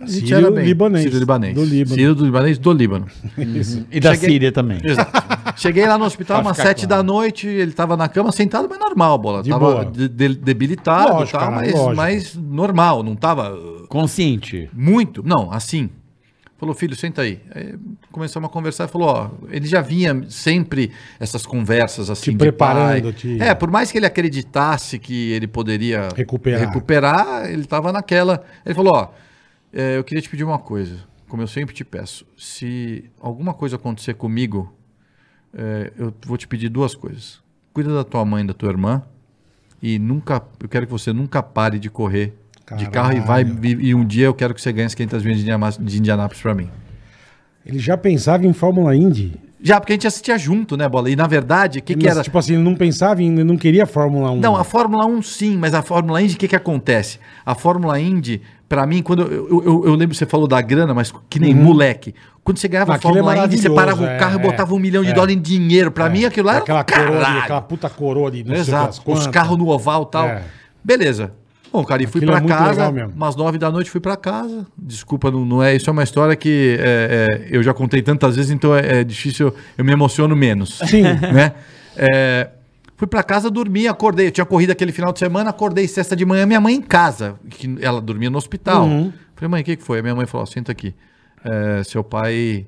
Speaker 4: A gente
Speaker 2: Sírio libanês.
Speaker 4: Sírio libanês.
Speaker 2: Do Líbano.
Speaker 4: Sírio do libanês do Líbano.
Speaker 3: E da
Speaker 4: Cheguei-
Speaker 3: Síria também.
Speaker 4: Exato. Cheguei lá no hospital,
Speaker 2: Pra
Speaker 4: umas
Speaker 2: ficar
Speaker 4: sete
Speaker 2: claro.
Speaker 4: da noite, ele tava na cama sentado, mas normal, bola.
Speaker 2: De boa.
Speaker 4: tava de- de- debilitado, e
Speaker 2: Lógico,
Speaker 4: tal,
Speaker 2: cara, lógico.
Speaker 4: mas, mas normal, não tava uh,
Speaker 3: Consciente.
Speaker 4: muito. Não, assim. Falou, filho, senta aí. aí começamos a conversar e falou, ó, ele já vinha sempre essas conversas
Speaker 2: Te
Speaker 4: assim. de
Speaker 2: preparando,
Speaker 4: pai.
Speaker 2: te-
Speaker 4: É, por mais que ele acreditasse que ele poderia
Speaker 2: Recuperar.
Speaker 4: recuperar, ele tava naquela. Ele falou, ó, é, eu queria te pedir uma coisa, como eu sempre te peço. Se alguma coisa acontecer comigo, é, eu vou te pedir duas coisas. Cuida da tua mãe e da tua irmã. E nunca, eu quero que você nunca pare de correr de carro e vai.
Speaker 2: Caralho.
Speaker 4: E e um dia eu quero que você ganhe as 500 milhas de Indianápolis- de Indianápolis pra mim.
Speaker 2: Ele já pensava em Fórmula Indy.
Speaker 4: Já, porque a gente assistia junto, né, Bola? E na verdade, o que, que
Speaker 2: Mas,
Speaker 4: era?
Speaker 2: Tipo assim, ele não pensava em. Ele não queria Fórmula 1.
Speaker 4: Não, a Fórmula 1 sim, mas a Fórmula Indy, o que, que acontece? A Fórmula Indy, pra mim, quando. Eu, eu- eu- eu lembro que você falou da grana, mas que nem moleque. Quando você ganhava a
Speaker 2: Uhum. Aquilo é
Speaker 4: Fórmula Indy, você
Speaker 2: maravilhoso,
Speaker 4: parava
Speaker 2: é,
Speaker 4: o carro
Speaker 2: é,
Speaker 4: e botava um milhão de
Speaker 2: é.
Speaker 4: dólares em dinheiro. Pra mim, aquilo lá era um
Speaker 2: Aquela
Speaker 4: aquela
Speaker 2: coroa de,
Speaker 4: caralho.
Speaker 2: aquela puta coroa de não sei das
Speaker 4: Exato. Os
Speaker 2: quantas.
Speaker 4: carros no oval e tal.
Speaker 2: É.
Speaker 4: Beleza. Bom, cara, e fui
Speaker 2: Aquilo é
Speaker 4: pra
Speaker 2: muito
Speaker 4: casa,
Speaker 2: legal mesmo.
Speaker 4: umas nove da noite fui pra casa. Desculpa, não, não é. Isso é uma história que é, é, eu já contei tantas vezes, então é, é difícil, eu- eu me emociono menos.
Speaker 2: Sim.
Speaker 4: Né? É, fui pra casa, dormi, acordei. Eu tinha corrido aquele final de semana, acordei sexta de manhã, minha mãe em casa, que ela dormia no hospital.
Speaker 2: Uhum.
Speaker 4: Falei, mãe, o que, que foi? A minha mãe falou: ó, senta aqui. É, seu pai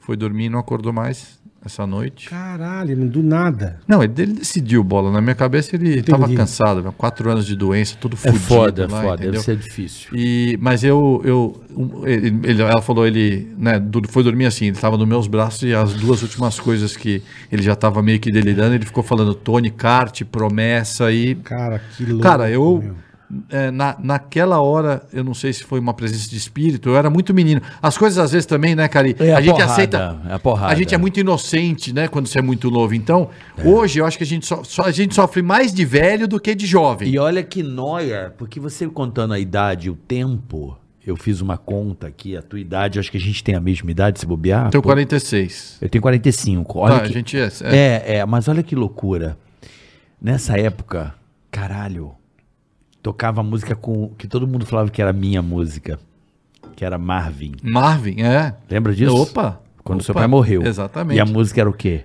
Speaker 4: foi dormir e não acordou mais essa noite.
Speaker 2: Caralho, irmão, do nada.
Speaker 4: Não, ele, ele decidiu bola. Na minha cabeça ele tava cansado, meu, quatro anos de doença, tudo
Speaker 3: É
Speaker 4: fudido.
Speaker 3: foda,
Speaker 4: lá,
Speaker 3: foda. Deve
Speaker 4: entendeu?
Speaker 3: ser difícil.
Speaker 4: E, mas eu, eu um, ele, ele- ela falou, ele né, du- foi dormir assim, ele estava nos meus braços e as duas últimas coisas que ele já estava meio que delirando, ele ficou falando Tony Kart, promessa e...
Speaker 2: Cara, que louco.
Speaker 4: Cara, eu...
Speaker 2: meu.
Speaker 4: é, na, naquela hora, eu não sei se foi uma presença de espírito, eu era muito menino. As coisas às vezes também, né, Cari?
Speaker 3: É a
Speaker 4: a, gente
Speaker 3: porrada,
Speaker 4: aceita.
Speaker 3: é a porrada.
Speaker 4: A gente é muito inocente, né, quando você é muito novo. Então, hoje eu acho que a gente, so- so- a gente sofre mais de velho do que de jovem.
Speaker 3: E olha que noia, porque você contando a idade e o tempo, eu fiz uma conta aqui, a tua idade, acho que a gente tem a mesma idade, se bobear.
Speaker 4: Tenho
Speaker 3: Pô,
Speaker 4: 46.
Speaker 3: Eu tenho 45. Olha
Speaker 4: Tá,
Speaker 3: que,
Speaker 4: a gente é. é.
Speaker 3: É, é, mas olha que loucura. Nessa época, caralho, tocava música com que todo mundo falava que era minha música, que era Marvin.
Speaker 4: Marvin, é.
Speaker 3: Lembra disso?
Speaker 4: Opa!
Speaker 3: Quando seu
Speaker 4: Opa,
Speaker 3: pai morreu.
Speaker 4: Exatamente.
Speaker 3: E a música era o quê?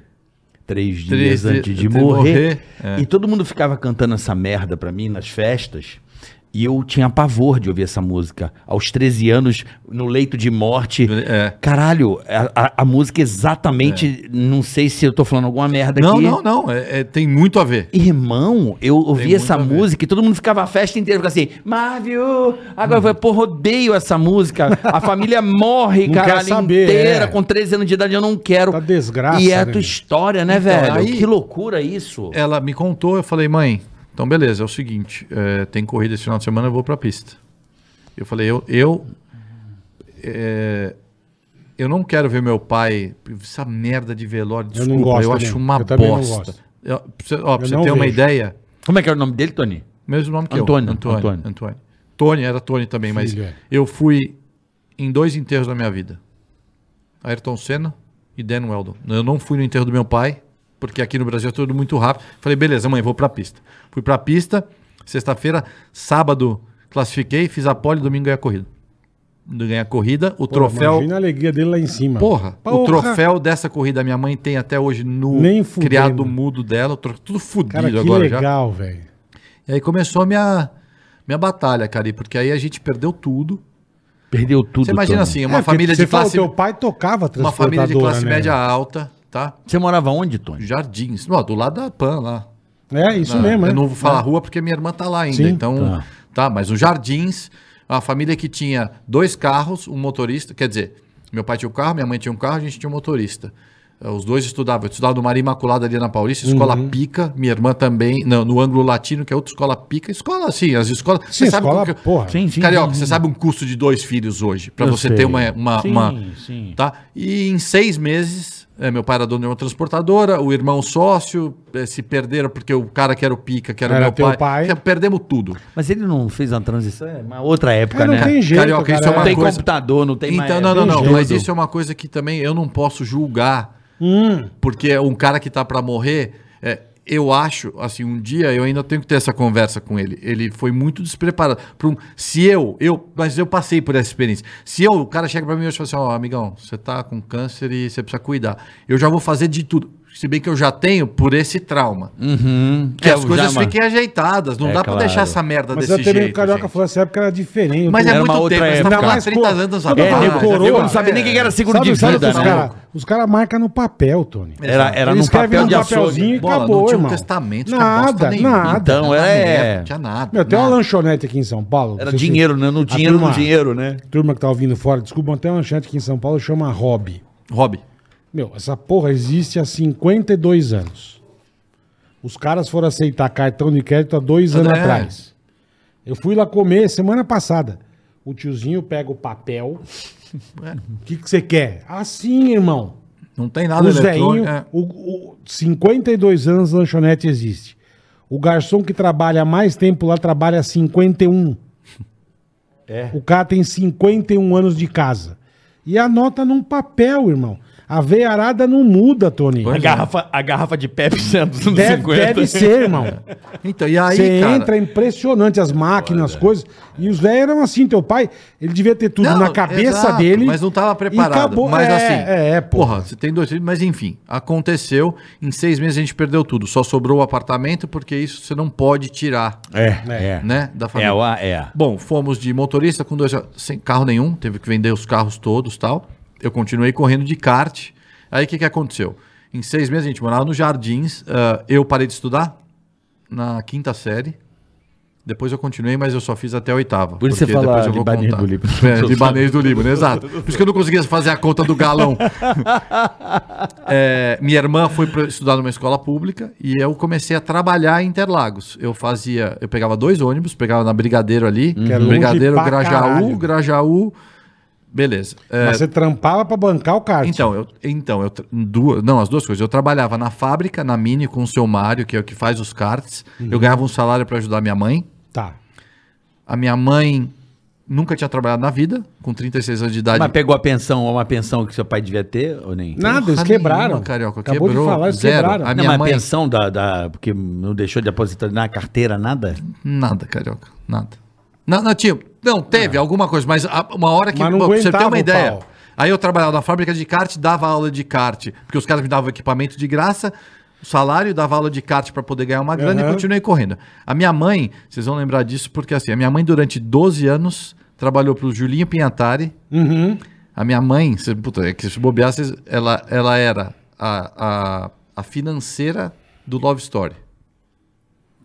Speaker 3: Três dias
Speaker 4: Três dias
Speaker 3: antes de
Speaker 4: antes de
Speaker 3: morrer.
Speaker 4: morrer, é.
Speaker 3: E todo mundo ficava cantando essa merda pra mim nas festas. E eu tinha pavor de ouvir essa música. Aos 13 anos, no leito de morte.
Speaker 4: É.
Speaker 3: Caralho, a, a- a música é exatamente. Não sei se eu tô falando alguma merda
Speaker 4: Não,
Speaker 3: tá aqui.
Speaker 4: não, não. é- é, tem muito a ver.
Speaker 3: Irmão, eu ouvi
Speaker 4: muito
Speaker 3: essa
Speaker 4: a ver.
Speaker 3: música e todo mundo ficava a festa inteira, ficava assim, Marvel, agora foi, porra, odeio essa música. A família morre,
Speaker 2: Não
Speaker 3: caralho,
Speaker 2: quer saber,
Speaker 3: inteira,
Speaker 2: é.
Speaker 3: com 13 anos de idade, eu não quero.
Speaker 2: Tá desgraça,
Speaker 3: E é a tua
Speaker 2: né, meu?
Speaker 3: história, né,
Speaker 4: Então,
Speaker 3: velho?
Speaker 4: aí- É.
Speaker 3: Que loucura isso.
Speaker 4: Ela me contou, eu falei, mãe, então beleza, é o seguinte, é, tem corrida esse final de semana, eu vou pra pista. Eu falei, eu. eu é, Eu não quero ver meu pai. Essa merda de velório,
Speaker 2: Eu
Speaker 4: desculpa,
Speaker 2: não
Speaker 4: eu,
Speaker 2: gosto também.
Speaker 4: acho uma
Speaker 2: Eu também não
Speaker 4: bosta.
Speaker 2: gosto.
Speaker 4: Eu- pra você, ó, pra
Speaker 2: Eu
Speaker 4: você
Speaker 2: não
Speaker 4: ter uma
Speaker 2: vejo.
Speaker 4: ideia,
Speaker 3: Como é que era o nome dele, Tony?
Speaker 4: mesmo nome que
Speaker 3: Antônio,
Speaker 4: eu. Antônio.
Speaker 3: Antônio.
Speaker 4: Antônio. Antônio. Tony, era Tony também, mas
Speaker 2: Filho, é.
Speaker 4: eu fui em dois enterros na minha vida. Ayrton Senna e Dan Weldon. Eu não fui no enterro do meu pai, porque aqui no Brasil é tudo muito rápido. Falei, beleza, mãe, vou pra pista. Fui pra pista, sexta-feira, sábado classifiquei, fiz a pole, domingo ganhei a corrida. Ganhei a corrida, o troféu...
Speaker 2: Imagina a alegria dele lá em cima.
Speaker 4: Porra, o
Speaker 2: Porra.
Speaker 4: troféu dessa corrida minha mãe tem até hoje no
Speaker 2: Nem fudendo.
Speaker 4: criado mudo dela, tro- tudo fudido
Speaker 2: Cara, que
Speaker 4: agora já.
Speaker 2: legal, velho.
Speaker 4: E aí começou a minha, minha batalha, cara, e porque aí a gente perdeu tudo.
Speaker 3: Perdeu tudo.
Speaker 4: Você imagina
Speaker 3: Tony.
Speaker 4: assim,
Speaker 2: É,
Speaker 4: uma
Speaker 2: porque
Speaker 4: família
Speaker 2: você
Speaker 4: de classe,
Speaker 2: Fala, teu pai tocava
Speaker 4: uma família de classe
Speaker 2: né?
Speaker 4: média alta, tá?
Speaker 3: Você morava onde, Tony?
Speaker 4: Jardins, Ó, do lado da Pan lá.
Speaker 2: É, isso
Speaker 4: Na-
Speaker 2: mesmo,
Speaker 4: eu
Speaker 2: é.
Speaker 4: não vou falar rua porque minha irmã tá lá ainda,
Speaker 2: Sim.
Speaker 4: então tá. mas os Jardins, a família que tinha dois carros, um motorista, quer dizer, meu pai tinha um carro, minha mãe tinha um carro, a gente tinha um motorista. Eh, Os dois estudavam, eu estudava no Maria Imaculada ali na Paulista, escola
Speaker 2: Uhum.
Speaker 4: pica, minha irmã também, não, no ângulo latino, que é outra escola pica, escola assim, as escolas,
Speaker 2: Sim,
Speaker 4: você sabe
Speaker 2: escola,
Speaker 4: qual que-
Speaker 2: porra.
Speaker 3: Sim, sim.
Speaker 4: Carioca,
Speaker 3: sim,
Speaker 4: você
Speaker 3: sim.
Speaker 4: sabe um custo de dois filhos hoje, pra
Speaker 3: Eu
Speaker 4: você
Speaker 3: sei.
Speaker 4: ter uma, uma,
Speaker 3: Sim,
Speaker 4: uma-
Speaker 3: sim.
Speaker 4: Tá? E em seis meses, é, meu pai era dono de uma transportadora, o irmão sócio, eh, se perderam porque o cara que era o pica, que era,
Speaker 2: Era
Speaker 4: meu
Speaker 2: teu
Speaker 4: pai.
Speaker 2: pai.
Speaker 4: que- Perdemos tudo.
Speaker 3: Mas ele não fez uma transição, é uma outra época,
Speaker 2: É, não
Speaker 3: né?
Speaker 2: tem jeito,
Speaker 4: Carioca, isso é
Speaker 3: Não
Speaker 4: uma
Speaker 3: tem
Speaker 4: coisa-
Speaker 3: computador, não tem
Speaker 4: então,
Speaker 3: mais-
Speaker 4: não, não,
Speaker 2: tem
Speaker 4: não.
Speaker 2: jeito.
Speaker 4: Mas isso é uma coisa que também eu não posso julgar,
Speaker 2: Hum,
Speaker 4: porque um cara que tá pra morrer, é, eu acho, assim, um dia eu ainda tenho que ter essa conversa com ele. Ele foi muito despreparado. Pra um- se eu, eu, mas eu passei por essa experiência. Se eu, o cara chega pra mim hoje e fala assim, ó, amigão, você tá com câncer e você precisa cuidar. Eu já vou fazer de tudo. Se bem que eu já tenho por esse trauma.
Speaker 3: Uhum.
Speaker 4: Que
Speaker 3: É,
Speaker 4: as coisas
Speaker 3: já,
Speaker 4: fiquem ajeitadas. Não
Speaker 3: É,
Speaker 4: dá
Speaker 3: claro.
Speaker 4: pra deixar essa merda
Speaker 2: mas eu
Speaker 4: desse
Speaker 2: também
Speaker 4: jeito.
Speaker 2: o Carioca
Speaker 4: gente.
Speaker 2: falou essa época era diferente.
Speaker 4: Mas é
Speaker 3: Era uma
Speaker 4: muito
Speaker 3: outra
Speaker 4: tempo, você
Speaker 3: época. Ainda
Speaker 4: tá ficando
Speaker 2: mais,
Speaker 4: 30
Speaker 2: pô,
Speaker 4: anos
Speaker 2: todo
Speaker 3: É,
Speaker 4: atrás.
Speaker 2: mundo
Speaker 4: já
Speaker 2: coroa. é.
Speaker 4: viu?
Speaker 3: eu não sabia nem o que era seguro
Speaker 2: Sabe,
Speaker 3: de
Speaker 2: sabe
Speaker 3: vida,
Speaker 2: os
Speaker 3: né?
Speaker 2: caras os cara marcam no papel, Tony.
Speaker 3: Era, era num
Speaker 2: escreve
Speaker 3: papel de açougue.
Speaker 2: papelzinho e
Speaker 4: Bola,
Speaker 2: acabou,
Speaker 4: não tinha um
Speaker 2: irmão.
Speaker 4: testamento, tinha bosta
Speaker 2: nada,
Speaker 4: nenhuma.
Speaker 2: nada.
Speaker 3: Então, era...
Speaker 4: É.
Speaker 3: é,
Speaker 4: Não tinha nada.
Speaker 2: Meu, tem uma
Speaker 4: nada.
Speaker 2: lanchonete aqui em São Paulo.
Speaker 3: Era
Speaker 2: não sei se-
Speaker 3: dinheiro, né? No
Speaker 2: A
Speaker 3: dinheiro, no
Speaker 2: turma-
Speaker 3: dinheiro, né?
Speaker 2: Turma que tá ouvindo fora, desculpa, mas tem uma lanchonete aqui em São Paulo chama Hobby.
Speaker 4: Hobby.
Speaker 2: Meu, essa porra existe há 52 anos. Os caras foram aceitar cartão de crédito há dois anos
Speaker 4: É.
Speaker 2: atrás. Eu fui lá comer semana passada. O tiozinho pega o papel.
Speaker 3: É.
Speaker 2: O que que você quer? Assim, irmão.
Speaker 4: Não tem nada
Speaker 2: Os velhinhos,
Speaker 4: eletrônico. é.
Speaker 2: o, o- 52 anos a lanchonete existe. O garçom que trabalha mais tempo lá trabalha 51. É. O cara tem 51 anos de casa. E anota num papel, irmão. A veiarada não muda, Tony.
Speaker 4: Pois
Speaker 3: A garrafa, a garrafa de Pepsi né, dos anos
Speaker 2: Deve,
Speaker 3: 50.
Speaker 2: deve ser, irmão.
Speaker 4: Então, e um. aí,
Speaker 2: Você
Speaker 4: cara?
Speaker 2: entra, é impressionante as máquinas, as coisas. E os velhos eram assim, teu pai, ele devia ter tudo
Speaker 4: Não,
Speaker 2: na cabeça
Speaker 4: exato,
Speaker 2: dele.
Speaker 4: Mas não tava
Speaker 2: e
Speaker 4: preparado.
Speaker 2: acabou.
Speaker 4: Mas
Speaker 2: é,
Speaker 4: assim,
Speaker 2: É, é, porra.
Speaker 4: porra, você tem dois filhos, mas enfim, aconteceu. Em seis meses a gente perdeu tudo. Só sobrou o apartamento, porque isso você não pode tirar,
Speaker 3: É, é.
Speaker 4: né? Da
Speaker 3: É,
Speaker 4: família.
Speaker 3: o a- é.
Speaker 4: Bom, fomos de motorista com dois sem carro nenhum, teve que vender os carros todos tal. Eu continuei correndo de kart. Aí o que, que aconteceu? Em seis meses a gente morava nos jardins. ah, eu parei de estudar na quinta série. Depois eu continuei, mas eu só fiz até a oitava.
Speaker 3: Por isso você
Speaker 4: porque
Speaker 3: fala
Speaker 4: depois eu vou
Speaker 3: libanês
Speaker 4: contar.
Speaker 3: do Líbano.
Speaker 4: É, libanês do Líbano, exato. Por isso que eu não conseguia fazer a conta do galão. É, minha irmã foi pra estudar numa escola pública e eu comecei a trabalhar em Interlagos. Eu fazia, eu pegava dois ônibus, pegava na Brigadeiro ali,
Speaker 2: é longe
Speaker 4: Brigadeiro,
Speaker 2: pra
Speaker 4: Grajaú,
Speaker 2: caralho.
Speaker 4: Grajaú, beleza. É,
Speaker 2: Mas você trampava pra bancar o kart.
Speaker 4: então, eu, então eu, tra- duas, não, as duas coisas. Eu trabalhava na fábrica, na Mini, com o seu Mário, que é o que faz os karts.
Speaker 2: Uhum.
Speaker 4: Eu ganhava um salário para ajudar minha mãe.
Speaker 2: Tá.
Speaker 4: A minha mãe nunca tinha trabalhado na vida, com 36 anos de idade.
Speaker 3: Mas pegou a pensão, uma pensão que seu pai devia ter, ou nem?
Speaker 2: Nada,
Speaker 4: Porra
Speaker 2: eles quebraram.
Speaker 4: nenhuma, um Carioca,
Speaker 2: Acabou
Speaker 4: quebrou,
Speaker 2: de falar, eles
Speaker 4: zero.
Speaker 2: quebraram.
Speaker 4: A
Speaker 3: Não,
Speaker 4: minha
Speaker 3: mas
Speaker 4: mãe-
Speaker 3: a pensão da, da- Porque não deixou de aposentar na carteira, nada?
Speaker 4: Nada, carioca. Nada. Não, não tinha. Não, teve alguma coisa, mas a- uma hora que.
Speaker 2: É. Mas não
Speaker 4: pra você ter
Speaker 2: aguentava o
Speaker 4: uma ideia.
Speaker 2: pau.
Speaker 4: Aí eu trabalhava na fábrica de kart, dava aula de kart, porque os caras me davam equipamento de graça, salário, dava aula de kart para poder ganhar uma grana
Speaker 2: Aham.
Speaker 4: e continuei correndo. A minha mãe, vocês vão lembrar disso, porque assim, a minha mãe durante 12 anos trabalhou pro Julinho Pinhatari.
Speaker 2: Uhum.
Speaker 4: A minha mãe, cê- puta, é que se bobear, cês- ela, ela era a, a, a financeira do Love Story.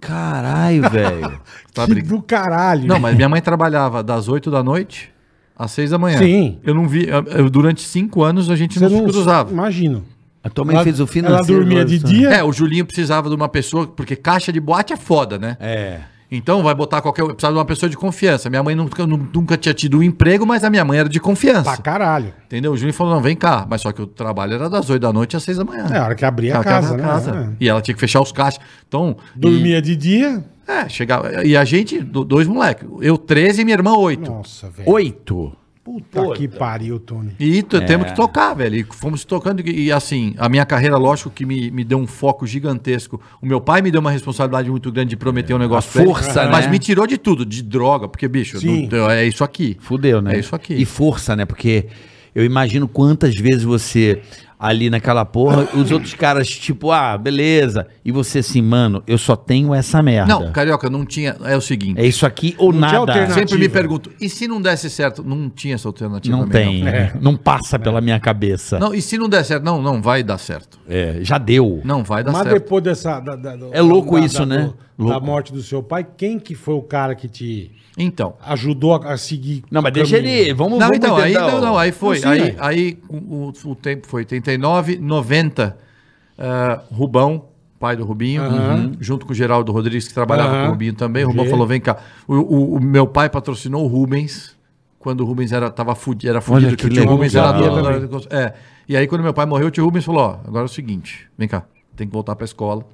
Speaker 3: Caralho, velho.
Speaker 4: Tá
Speaker 2: que
Speaker 4: brincando?
Speaker 2: do caralho.
Speaker 4: Não, mas minha mãe trabalhava das 8 da noite às 6 da manhã.
Speaker 2: Sim.
Speaker 4: Eu não vi. eu- eu- durante cinco anos a gente não, se cruzava.
Speaker 2: Imagino.
Speaker 3: A tua mãe fez o
Speaker 2: Ela
Speaker 3: financeiro.
Speaker 2: dormia de
Speaker 3: só.
Speaker 2: dia.
Speaker 4: É, o Julinho precisava de uma pessoa, porque caixa de boate é foda, né?
Speaker 3: É.
Speaker 4: Então vai botar qualquer. Precisava de uma pessoa de confiança. Minha mãe nunca, nu- nunca tinha tido um emprego, mas a minha mãe era de
Speaker 2: Pra
Speaker 4: confiança.
Speaker 2: caralho.
Speaker 4: Entendeu? O Júnior falou: não, vem cá. Mas só que o trabalho era das 8 da noite às 6 da manhã.
Speaker 2: É, a hora que abria a
Speaker 4: Ela tava
Speaker 2: casa, né? É.
Speaker 4: na E ela tinha que fechar os caixas. Então.
Speaker 2: Dormia de dia.
Speaker 4: E, é, chegava. E a gente, do- dois moleques. Eu 13 e minha irmã 8.
Speaker 2: Nossa, velho.
Speaker 3: Oito.
Speaker 2: Puta que pariu, Tony.
Speaker 4: E
Speaker 3: É.
Speaker 4: t- temos que tocar, velho. E fomos tocando. E, e, assim, a minha carreira, lógico, que me, me deu um foco gigantesco. O meu pai me deu uma responsabilidade muito grande de prometer um negócio. pra ele,
Speaker 3: força,
Speaker 4: Mas
Speaker 3: né?
Speaker 4: me tirou de tudo, de droga, porque, bicho,
Speaker 2: Sim.
Speaker 4: não- é isso aqui.
Speaker 3: Fudeu, né?
Speaker 4: É isso aqui.
Speaker 3: E força, né? Porque eu imagino quantas vezes você ali naquela porra, os outros caras, tipo, ah, beleza. E você assim, mano, eu só tenho essa merda.
Speaker 4: Não, carioca, não tinha. É o seguinte.
Speaker 3: É isso aqui ou
Speaker 2: Não tinha
Speaker 3: nada.
Speaker 2: alternativa.
Speaker 4: Sempre me pergunto, e se não desse certo? Não tinha essa alternativa
Speaker 3: Não
Speaker 4: também,
Speaker 3: tem. né?
Speaker 2: É.
Speaker 3: Não passa pela minha cabeça.
Speaker 4: Não. Não, e se não der certo? Não, não vai dar certo.
Speaker 3: É, já deu.
Speaker 4: Não vai dar
Speaker 2: Mas
Speaker 4: certo.
Speaker 2: depois dessa. da- da- do-
Speaker 3: É louco isso, né?
Speaker 2: do- Da
Speaker 3: Louco.
Speaker 2: morte do seu pai, quem que foi o cara que te
Speaker 4: Então.
Speaker 2: ajudou a, a seguir?
Speaker 3: Não, mas
Speaker 2: o
Speaker 3: deixa
Speaker 2: caminho?
Speaker 3: ele. Vamos,
Speaker 4: Não,
Speaker 3: vamos
Speaker 4: então, aí,
Speaker 3: tentar, ó.
Speaker 4: não, não, aí foi.
Speaker 2: Sim,
Speaker 4: aí
Speaker 2: é.
Speaker 4: aí o, o- o tempo foi 89, 90. ah, Rubão, pai do Rubinho, uhum, junto com o Geraldo Rodrigues, que trabalhava
Speaker 2: Aham.
Speaker 4: com o Rubinho também. O Rubão
Speaker 2: Gê.
Speaker 4: falou: vem cá. O, o- o meu pai patrocinou o Rubens. Quando o Rubens era, tava fudido, era fudido,
Speaker 3: Olha que
Speaker 4: o tio
Speaker 3: legal.
Speaker 4: Rubens era dono.
Speaker 2: Sabia
Speaker 4: da- É. E aí, quando meu pai morreu, o tio Rubens falou: ó, agora é o seguinte, vem cá, tem que voltar pra escola.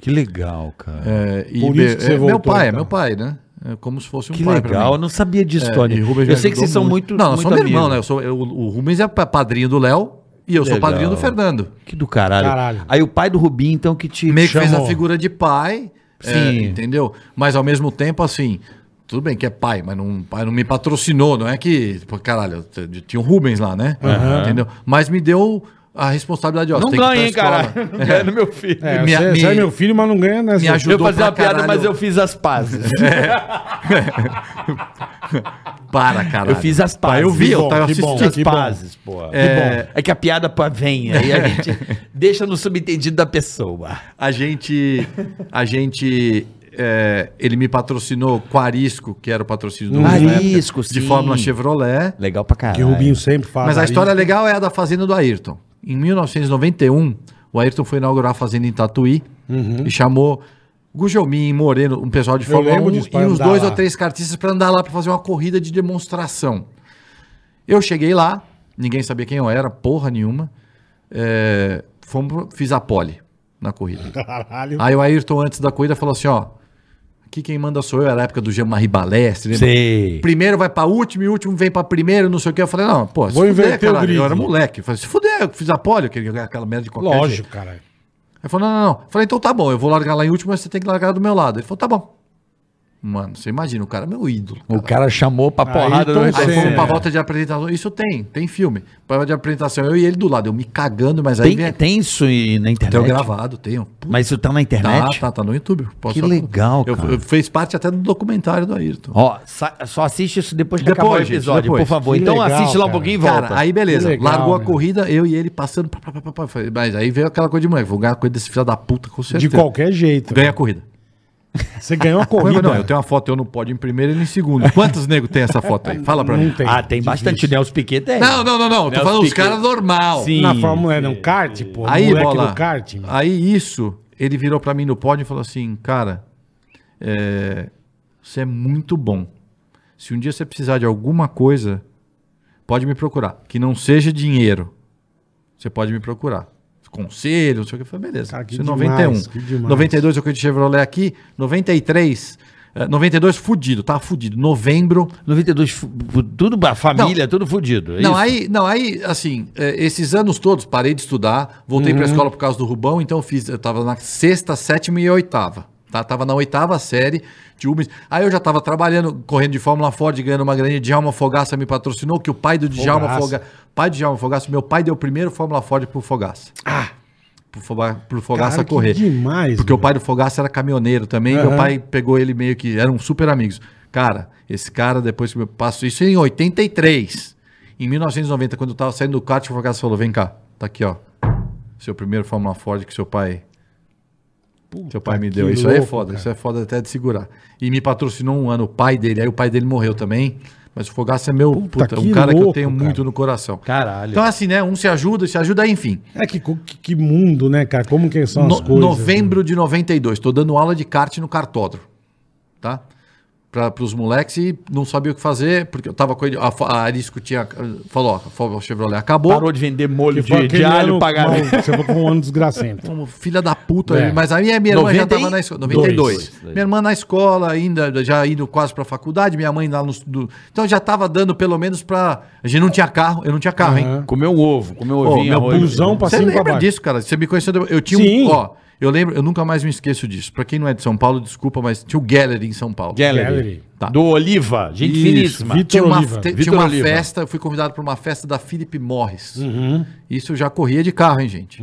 Speaker 3: Que legal, cara.
Speaker 4: É, e
Speaker 2: Por
Speaker 4: be-
Speaker 2: isso que você
Speaker 4: é, Meu
Speaker 2: voltou,
Speaker 4: pai, é
Speaker 2: então.
Speaker 4: meu pai, né? É como se fosse um
Speaker 3: que
Speaker 4: pai pra mim.
Speaker 3: legal. Eu não sabia disso, Tony.
Speaker 4: É, E Rubens
Speaker 3: Eu
Speaker 4: me
Speaker 3: sei que
Speaker 4: ajudou
Speaker 3: vocês são muito.
Speaker 4: Não, eu
Speaker 3: muito
Speaker 4: sou meu irmão,
Speaker 3: amigos.
Speaker 4: né? Eu sou, eu- o Rubens é pa- padrinho do Léo e eu sou
Speaker 3: Legal.
Speaker 4: padrinho do Fernando.
Speaker 3: Que do caralho.
Speaker 2: Caralho.
Speaker 3: Aí o pai do Rubinho, então, que te.
Speaker 4: né? Meio que
Speaker 3: chamou.
Speaker 4: fez a figura de pai, é,
Speaker 3: Sim.
Speaker 4: entendeu? Mas ao mesmo tempo, assim, tudo bem que é pai, mas não, pai não me patrocinou, não é que. pô, Caralho, t- t- tinha o Rubens lá, né? Entendeu? Mas me deu a responsabilidade, ó,
Speaker 3: Não
Speaker 4: tem que ir pra
Speaker 3: ganha, hein,
Speaker 4: escola.
Speaker 3: cara. Não ganha no meu filho.
Speaker 2: É,
Speaker 4: Me-
Speaker 2: você,
Speaker 4: me-
Speaker 2: você é meu filho, mas não ganha, né? seu-
Speaker 4: ajudou.
Speaker 3: eu fazia
Speaker 4: pra
Speaker 3: uma piada,
Speaker 4: caralho. É.
Speaker 3: mas eu fiz as pazes.
Speaker 4: Para, caralho.
Speaker 3: Eu fiz as pazes.
Speaker 4: Pai, eu vi, eu
Speaker 2: bom,
Speaker 4: tava
Speaker 2: que bom.
Speaker 4: assistindo.
Speaker 3: Fiz as
Speaker 2: que bom.
Speaker 3: pazes, pô.
Speaker 4: É.
Speaker 3: É... que a piada pô, vem, aí a gente deixa no subentendido da pessoa.
Speaker 4: A gente. A gente. é, ele me patrocinou com a Arisco, que era o patrocínio do
Speaker 2: Uhum.
Speaker 4: Rubens na época,
Speaker 3: Arisco,
Speaker 4: de
Speaker 3: sim.
Speaker 4: Fórmula Chevrolet.
Speaker 3: Legal pra caralho.
Speaker 2: Que o Rubinho sempre fala.
Speaker 4: Mas a
Speaker 2: isso.
Speaker 4: história legal é a da fazenda do Ayrton. Em 1991, o Ayrton foi inaugurar a fazenda em Tatuí e chamou Gugelmin, Moreno, um pessoal de
Speaker 2: Uhum. Eu
Speaker 4: Fórmula 1
Speaker 2: lembro disso, pra
Speaker 4: e uns
Speaker 2: andar
Speaker 4: dois
Speaker 2: lá.
Speaker 4: ou três cartistas para andar lá para fazer uma corrida de demonstração. Eu cheguei lá, ninguém sabia quem eu era, porra nenhuma. É, fomos pro- fiz a pole na corrida.
Speaker 2: Caralho.
Speaker 4: Aí o Ayrton, antes da corrida, falou assim: ó, aqui quem manda sou eu, era a época do Jean-Marie Balestre, lembra?
Speaker 3: Sei.
Speaker 4: Primeiro vai pra último e último vem pra primeiro, não sei o que. Eu falei, não, pô, se
Speaker 2: Vou inverter o grid.
Speaker 4: Eu era moleque. Eu falei, se fuder, eu fiz a polio, que aquela merda de qualquer jeito.
Speaker 2: Lógico, cara.
Speaker 4: Ele falou, não, não, não. Eu falei, então tá bom, eu vou largar lá em último, mas você tem que largar do meu lado. Ele falou, tá bom. Mano, você imagina, o cara é meu ídolo.
Speaker 3: O cara chamou pra porrada
Speaker 2: Ayrton
Speaker 3: do
Speaker 2: Senna.
Speaker 4: Aí
Speaker 2: Sim.
Speaker 4: fomos pra volta de apresentação. Isso tem, tem filme. Pra de apresentação, eu e ele do lado, eu me cagando, mas aí
Speaker 2: é
Speaker 4: vem.
Speaker 3: Tem, tem isso aí na
Speaker 4: Tem um eu
Speaker 3: internet?
Speaker 4: gravado, tenho.
Speaker 3: Mas isso tá na
Speaker 4: Tá,
Speaker 3: internet?
Speaker 4: tá, tá no YouTube.
Speaker 3: Que
Speaker 4: só-
Speaker 3: legal,
Speaker 4: eu,
Speaker 3: cara.
Speaker 4: eu- fez parte até do documentário do Ayrton.
Speaker 3: Ó, sa- só assiste isso depois que
Speaker 4: Depois,
Speaker 3: acabar o
Speaker 4: gente,
Speaker 3: episódio,
Speaker 4: depois.
Speaker 3: por favor.
Speaker 2: Que
Speaker 3: então
Speaker 2: legal,
Speaker 3: assiste lá um
Speaker 2: cara.
Speaker 3: pouquinho e volta.
Speaker 4: Cara, aí beleza.
Speaker 2: Que legal,
Speaker 4: Largou
Speaker 2: né?
Speaker 4: a corrida, eu e ele passando. pá, pá, pá, pá, pá, foi- mas aí veio aquela coisa de moleque. Vou ganhar a corrida desse filho da puta, com certeza.
Speaker 2: De qualquer jeito.
Speaker 4: Ganha a corrida.
Speaker 2: Você ganhou a
Speaker 4: Não,
Speaker 2: corrida.
Speaker 4: não, eu tenho uma foto, eu no pódio em primeiro e ele em segundo. Quantos negros tem essa foto aí? Fala pra
Speaker 2: Não
Speaker 4: mim.
Speaker 2: tem.
Speaker 3: ah, tem bastante. Nelson Piquet tem.
Speaker 4: Não, não, não, não. Tô
Speaker 3: Nelson
Speaker 4: falando dos
Speaker 3: Piquet.
Speaker 4: caras normal.
Speaker 3: Sim.
Speaker 2: Na Fórmula E, não. Kart, pô.
Speaker 4: Aí,
Speaker 2: moleque
Speaker 4: bola. Ah,
Speaker 2: do kart. meu.
Speaker 4: Aí isso, ele virou pra mim no pódio e falou assim: Cara, é, você é muito bom. Se um dia você precisar de alguma coisa, pode me procurar. Que não seja dinheiro, você pode me procurar. Conselho, não sei o que. Eu falei, beleza.
Speaker 2: Cara, que
Speaker 4: Isso é em
Speaker 2: demais,
Speaker 4: 91.
Speaker 2: que demais.
Speaker 4: 92 é eu corri de Chevrolet aqui. 93. eh, 92 fudido, tá fudido. Novembro,
Speaker 3: 92, fu- fu- tudo, ba- família, tudo fudido. é
Speaker 4: não,
Speaker 3: isso?
Speaker 4: aí, não, aí, assim, eh, esses anos todos parei de estudar, voltei pra escola por causa do Rubão, então eu fiz, eu tava na sexta, sétima e oitava. Tá? Tava na oitava série de Uber. Aí eu já tava trabalhando, correndo de Fórmula Ford, ganhando uma graninha. Djalma Fogaça me patrocinou, que o pai do Djalma
Speaker 2: Fogaça.
Speaker 4: Fogaça. Pai do Djalma Fogaça, meu pai deu o primeiro Fórmula Ford pro Fogaça. Ah! Pro, Foga- pro Fogaça
Speaker 2: Cara, que
Speaker 4: correr.
Speaker 2: demais,
Speaker 4: Porque o
Speaker 2: meu.
Speaker 4: pai do Fogaça era caminhoneiro também, meu pai pegou ele meio que. eram super amigos. Cara, esse cara, depois que eu passo isso em 83. Em 1990, quando eu tava saindo do kart, o Fogaça falou: vem cá, tá aqui, ó. Seu primeiro Fórmula Ford que seu pai. seu pai me
Speaker 2: que
Speaker 4: deu. Isso aí é
Speaker 2: louco,
Speaker 4: foda,
Speaker 2: cara.
Speaker 4: isso é foda até de segurar. E me patrocinou um ano o pai dele, aí o pai dele morreu também. Mas o Fogaça é meu,
Speaker 2: Puta,
Speaker 4: puta, um
Speaker 2: que
Speaker 4: cara que eu
Speaker 2: louco,
Speaker 4: tenho
Speaker 2: cara.
Speaker 4: muito no coração.
Speaker 3: Caralho.
Speaker 4: Então, assim, né? Um se ajuda, se ajuda, enfim.
Speaker 2: É que, co- que, que mundo, né, cara? Como que são as
Speaker 4: No-
Speaker 2: coisas?
Speaker 4: Novembro de 92, tô dando aula de kart no cartódromo. tá? Para os moleques e não sabia o que fazer, porque eu tava com ele. A, Fo- a Arisco tinha. Falou, ó, a Fo- a Chevrolet acabou.
Speaker 5: Parou de vender molho
Speaker 2: Foi
Speaker 5: de,
Speaker 2: aquele
Speaker 5: de alho
Speaker 2: ano-
Speaker 5: pra galera.
Speaker 2: Não, Você foi com um ano desgracento.
Speaker 4: Como filha da puta.
Speaker 2: É.
Speaker 4: Mas aí a minha irmã já
Speaker 5: 90 e-
Speaker 4: tava na escola. 92.
Speaker 3: Dois.
Speaker 4: Minha irmã na escola, ainda, já indo quase pra faculdade, minha mãe lá no. do- Então já tava dando pelo menos pra. A gente não tinha carro, eu não tinha carro, hein?
Speaker 2: Aham.
Speaker 5: Comeu um ovo, comeu
Speaker 4: Ô,
Speaker 5: ovinho,
Speaker 4: meu
Speaker 5: arroz.
Speaker 2: busão pra
Speaker 4: Você
Speaker 2: cima e pra
Speaker 4: lembra
Speaker 2: baixo.
Speaker 4: disso, cara? Você me conheceu. Eu tinha
Speaker 2: Sim.
Speaker 4: um. Ó, eu lembro, eu nunca mais me esqueço disso. Pra quem não é de São Paulo, desculpa, mas tinha o Gallery em São Paulo.
Speaker 5: Gallery.
Speaker 2: Gallery.
Speaker 5: Tá. Do Oliva, gente
Speaker 4: Isso,
Speaker 5: finíssima. um
Speaker 2: Vitor
Speaker 4: Tinha uma,
Speaker 2: Oliva.
Speaker 4: te-
Speaker 5: Vitor
Speaker 4: tinha uma
Speaker 5: Oliva. Uhum.
Speaker 4: festa, eu fui convidado para uma festa da Philip Morris. Isso eu já corria de carro, hein, gente?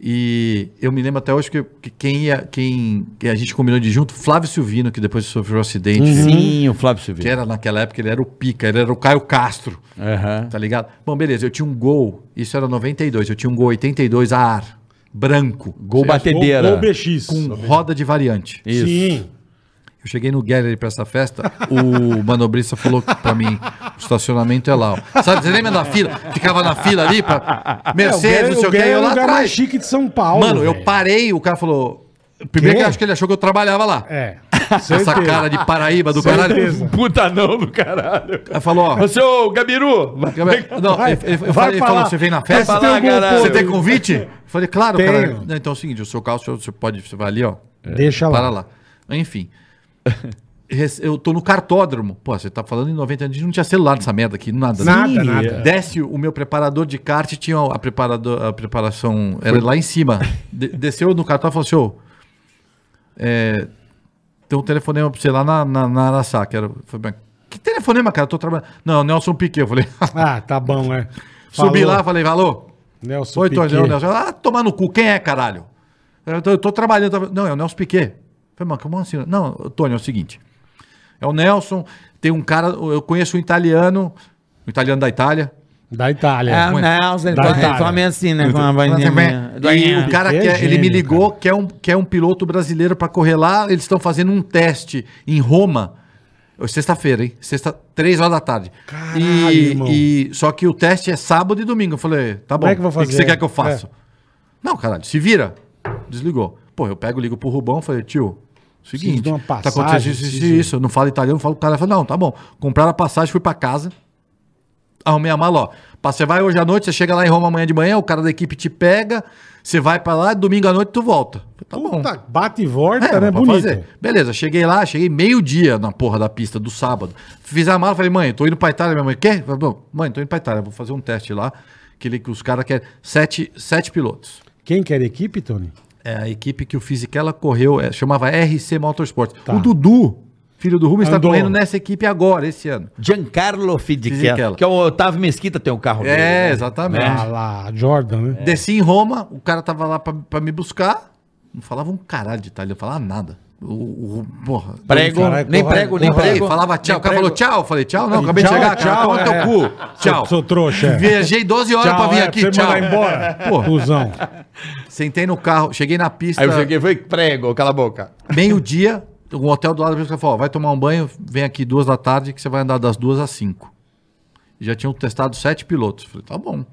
Speaker 4: E eu me lembro até hoje que, que quem, ia, quem que a gente combinou de junto, Flávio Silvino, que depois sofreu um acidente,
Speaker 5: Uhum. Sim, o Flávio
Speaker 4: que
Speaker 5: Silveira.
Speaker 4: era naquela época, ele era o pica, ele era o Caio Castro,
Speaker 5: Aham.
Speaker 4: tá ligado? Bom, beleza, eu tinha um gol, isso era 92, eu tinha um gol 82 a ar, branco,
Speaker 5: Gol batedeira.
Speaker 2: Ou BX.
Speaker 4: com roda de variante.
Speaker 5: Isso.
Speaker 2: Sim.
Speaker 4: Eu cheguei no Gallery pra essa festa, o manobrista falou pra mim, o estacionamento é lá. ó. Sabe, você lembra da fila? Ficava na fila ali pra
Speaker 2: É,
Speaker 4: Mercedes, não sei o que,
Speaker 2: Gallery
Speaker 4: eu lá
Speaker 2: lugar mais
Speaker 4: atrás.
Speaker 2: chique de São Paulo.
Speaker 4: Mano, eu
Speaker 2: velho.
Speaker 4: parei, o cara falou... Primeiro
Speaker 2: Quê?
Speaker 4: que eu acho que ele achou que eu trabalhava lá.
Speaker 2: É. Ah,
Speaker 4: Essa cara de Paraíba do caralho.
Speaker 2: Certeza.
Speaker 3: Puta não do caralho.
Speaker 4: Aí falou, ó...
Speaker 3: Ô, seu Gabiru, vai-
Speaker 4: Não,
Speaker 2: Vai,
Speaker 4: ele, ele- eu
Speaker 2: vai um
Speaker 4: falei- ele
Speaker 2: pra
Speaker 4: falou,
Speaker 2: lá.
Speaker 4: você vem na
Speaker 3: vai
Speaker 4: festa?
Speaker 3: pra
Speaker 2: tem
Speaker 3: lá,
Speaker 2: algum
Speaker 3: caralho.
Speaker 4: Você tem convite? Eu falei, claro,
Speaker 2: Tenho.
Speaker 4: cara. Não, Então é o seguinte, o seu carro, o senhor- você pode, você vai ali, ó.
Speaker 2: Deixa lá.
Speaker 4: Para lá. Enfim. Res- Eu tô no cartódromo. Pô, você tá falando em 90 anos, não tinha celular nessa merda aqui, nada. né?
Speaker 2: Nada, nada.
Speaker 4: Desce o meu preparador de kart, tinha a, preparador, a preparação, era lá em cima. De- desceu no cartódromo e falou, senhor, é, tem um telefonema pra você lá na, na, na Araçá. Que era, eu falei, "Mas que telefonema, cara? Eu tô trabalhando. Não, Nelson Piquet. Eu falei,
Speaker 2: Ah, tá bom, é.
Speaker 4: subi
Speaker 2: Falou.
Speaker 4: lá, falei, valor.
Speaker 2: Nelson
Speaker 4: Oi,
Speaker 2: Piquet.
Speaker 4: Torneio Nelson. Ah, tomar no cu, quem é, caralho? Eu tô, eu tô trabalhando. tava- Não, é o Nelson Piquet. Falei, mano, como assim? Não, Tony, é o seguinte. É o Nelson, tem um cara, eu conheço um italiano, um italiano da Itália.
Speaker 2: Da Itália.
Speaker 3: Tá
Speaker 5: É,
Speaker 4: Muito.
Speaker 5: não, você
Speaker 2: Da Itália.
Speaker 5: tá meio assim, né? Com a vozinha minha.
Speaker 4: E o um cara
Speaker 2: Piquet é
Speaker 4: quer, ele me
Speaker 2: gênio,
Speaker 4: ligou, quer um, quer um piloto brasileiro pra correr lá. Eles estão fazendo um teste em Roma. Hoje, Sexta-feira, hein? Sexta, três horas da tarde.
Speaker 2: Caralho,
Speaker 4: e,
Speaker 2: irmão.
Speaker 4: e- só que o teste é sábado e domingo. Eu falei, tá bom.
Speaker 2: é que eu vou
Speaker 4: O que
Speaker 2: fazer?
Speaker 4: você quer que eu faça? Não, caralho, se vira. Desligou. Pô, eu pego, ligo pro Rubão, falei, tio,
Speaker 2: Preciso
Speaker 4: seguinte,
Speaker 2: de uma
Speaker 4: tá
Speaker 2: passagem,
Speaker 4: acontecendo isso, isso,
Speaker 2: preciso-
Speaker 4: isso. Eu não falo italiano, falo pro cara, falo, não, tá bom. Compraram a passagem, fui pra casa, arrumei a mala, ó. Pá, Você vai hoje à noite, você chega lá em Roma amanhã de manhã, o cara da equipe te pega, você vai pra lá, domingo à noite tu volta. Eu, Tá bom.
Speaker 2: Puta, bate e volta,
Speaker 4: É,
Speaker 2: né?
Speaker 4: dá pra
Speaker 2: Bonito.
Speaker 4: fazer. Beleza, cheguei lá, cheguei meio-dia na porra da pista do sábado. Fiz a mala, falei, mãe, tô indo pra Itália, minha mãe, quer? Falei, "Bom, Mãe, tô indo pra Itália, vou fazer um teste lá, que, ele- que os caras querem sete, sete pilotos.
Speaker 2: Quem quer equipe, Tony?
Speaker 4: É a equipe que o Fisichella correu, é, chamava RC Motorsport.
Speaker 2: Tá.
Speaker 4: O Dudu, filho do Rubens, está
Speaker 2: Andou.
Speaker 4: correndo nessa equipe agora, esse ano.
Speaker 5: Giancarlo Fisichella,
Speaker 4: Fisichella.
Speaker 5: que é o Otávio Mesquita tem o carro dele.
Speaker 4: É,
Speaker 5: né?
Speaker 4: exatamente.
Speaker 2: Ah lá, Jordan, né?
Speaker 4: É. Desci em Roma, o cara tava lá pra, pra me buscar, não falava um caralho de Itália, não falava nada. O, o- porra.
Speaker 5: Prego,
Speaker 2: Caralho,
Speaker 5: nem
Speaker 2: porra,
Speaker 5: prego, nem
Speaker 4: Eu falei,
Speaker 5: prego.
Speaker 4: falava tchau, o
Speaker 5: Nem
Speaker 4: cara falou
Speaker 5: prego.
Speaker 4: tchau, eu falei tchau, não, acabei
Speaker 2: Tchau,
Speaker 4: de chegar, cara,
Speaker 2: tchau,
Speaker 4: toma teu
Speaker 2: é.
Speaker 4: cu, tchau.
Speaker 2: Sou, sou trouxa. é.
Speaker 4: Viajei 12 horas pra vir
Speaker 2: é,
Speaker 4: aqui,
Speaker 2: pra você
Speaker 4: tchau.
Speaker 2: mandar embora.
Speaker 4: Pô.
Speaker 2: Cusão.
Speaker 4: Sentei no carro, cheguei na pista.
Speaker 3: Aí eu cheguei, foi prego, cala a boca.
Speaker 4: meio-dia, um hotel do lado da pessoa falou: ó, vai tomar um banho, vem aqui duas da tarde, que você vai andar das duas às cinco. E já tinham testado sete pilotos. Falei, tá bom.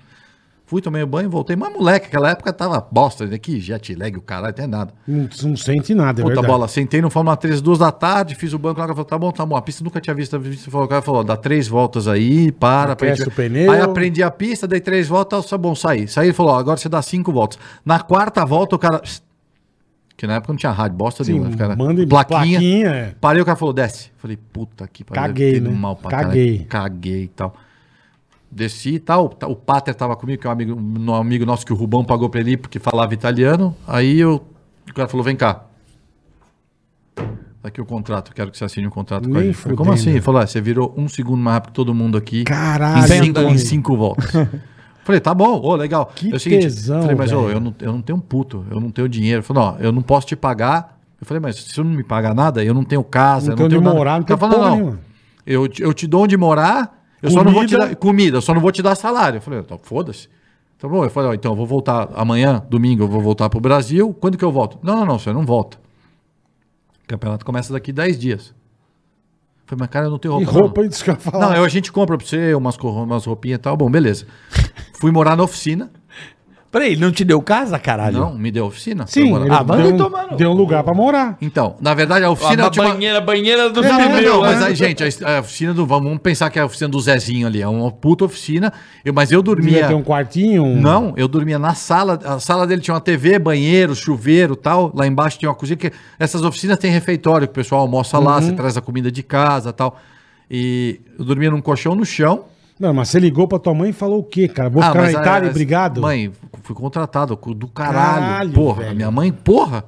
Speaker 4: Fui, tomei o banho, voltei. Mas, moleque, aquela época tava bosta, né? Que jet lag, o caralho, até nada.
Speaker 2: Não, não sente nada, é
Speaker 4: Puta
Speaker 2: verdade.
Speaker 4: bola, sentei no Fórmula 3, duas da tarde, fiz o banco lá, o cara falou, tá bom, tá bom, a pista nunca tinha visto, visto o cara falou, dá três voltas aí, para,
Speaker 2: Aquece
Speaker 4: aprendi-
Speaker 2: o pneu.
Speaker 4: aí aprendi a pista, dei três voltas, tá bom, saí, saí, ele falou, ó, agora você dá cinco voltas, na quarta volta o cara, que na época não tinha rádio, bosta
Speaker 2: Sim,
Speaker 4: nenhuma, cara,
Speaker 2: manda em-
Speaker 4: plaquinha,
Speaker 2: plaquinha, é.
Speaker 4: parei, o cara falou, desce, falei, puta que pariu,
Speaker 2: Caguei,
Speaker 4: deve ter
Speaker 2: né?
Speaker 4: ido mal pra
Speaker 2: Caguei.
Speaker 4: caralho. caguei e tal. Desci e tal. ta- O Pater tava comigo, que é um amigo, um amigo nosso que o Rubão pagou pra ele ir porque falava italiano. Aí eu, o cara falou: vem cá. Tá aqui o contrato, quero que você assine o contrato com a
Speaker 2: Nem
Speaker 4: gente. Falei, Como
Speaker 2: fudendo.
Speaker 4: assim? Ele falou: ah, você virou um segundo mais rápido que todo mundo aqui.
Speaker 2: Caralho,
Speaker 4: Em cinco,
Speaker 2: Tony.
Speaker 4: em cinco voltas. Falei, tá bom, ô, legal.
Speaker 2: Que
Speaker 4: É o seguinte,
Speaker 2: tesão,
Speaker 4: Falei, mas ô,
Speaker 2: velho.
Speaker 4: eu, não, eu não tenho um puto, eu não tenho dinheiro. Falei, não, eu não posso te pagar. Eu falei, mas se você não me pagar nada, eu não tenho casa,
Speaker 2: Não tem
Speaker 4: eu não
Speaker 2: onde
Speaker 4: tenho nada.
Speaker 2: morar, não
Speaker 4: O cara
Speaker 2: tem
Speaker 4: falou,
Speaker 2: porra
Speaker 4: não,
Speaker 2: nenhuma.
Speaker 4: eu, te- eu te dou onde morar, eu só não vou te
Speaker 2: Comida.
Speaker 4: dar comida, eu só não vou te dar salário. Eu falei, então, foda-se. Tá bom, eu falei, ó, então eu vou voltar amanhã, domingo, eu vou voltar pro Brasil. Quando que eu volto? Não, não, não, senhor, não volta. O campeonato começa daqui 10 dias. Eu Falei, mas cara, eu não tenho
Speaker 2: E
Speaker 4: roupa. não.
Speaker 2: roupa, isso que eu ia falar.
Speaker 4: Não, eu- a gente compra pra você umas, co- umas roupinhas e tal. Bom, beleza. Fui morar na oficina.
Speaker 5: Peraí, ele não te deu casa, caralho?
Speaker 4: Não, me deu oficina.
Speaker 2: Sim,
Speaker 4: Agora-
Speaker 2: ele
Speaker 5: Ah, vai
Speaker 2: deu, um,
Speaker 5: tomar no-
Speaker 2: deu um lugar pra morar.
Speaker 4: Então, na verdade, a
Speaker 3: A,
Speaker 4: oficina. eu te ma-
Speaker 3: banheira, banheira do
Speaker 4: Não, não,
Speaker 3: Filipeu,
Speaker 4: não, mas
Speaker 3: né?
Speaker 4: aí, gente, a, a oficina do. Vamos pensar que é a oficina do Zezinho ali. É uma puta oficina. Eu, mas eu
Speaker 2: Devia
Speaker 4: dormia.
Speaker 2: ter um quartinho. um-
Speaker 4: Não, eu dormia na sala. A sala dele tinha uma TV, banheiro, chuveiro tal. Lá embaixo tinha uma cozinha. Que essas oficinas têm refeitório, que o pessoal almoça lá,
Speaker 2: Uhum.
Speaker 4: você traz a comida de casa tal. E eu dormia num colchão no chão.
Speaker 2: Não, mas você ligou pra tua mãe e falou o quê, cara? Vou
Speaker 4: Ah,
Speaker 2: ficar na
Speaker 4: mas a-
Speaker 2: Itália,
Speaker 4: a-
Speaker 2: obrigado?
Speaker 4: Mãe, fui contratado cu- do caralho.
Speaker 2: Caralho,
Speaker 4: porra,
Speaker 2: velho.
Speaker 4: minha mãe, porra.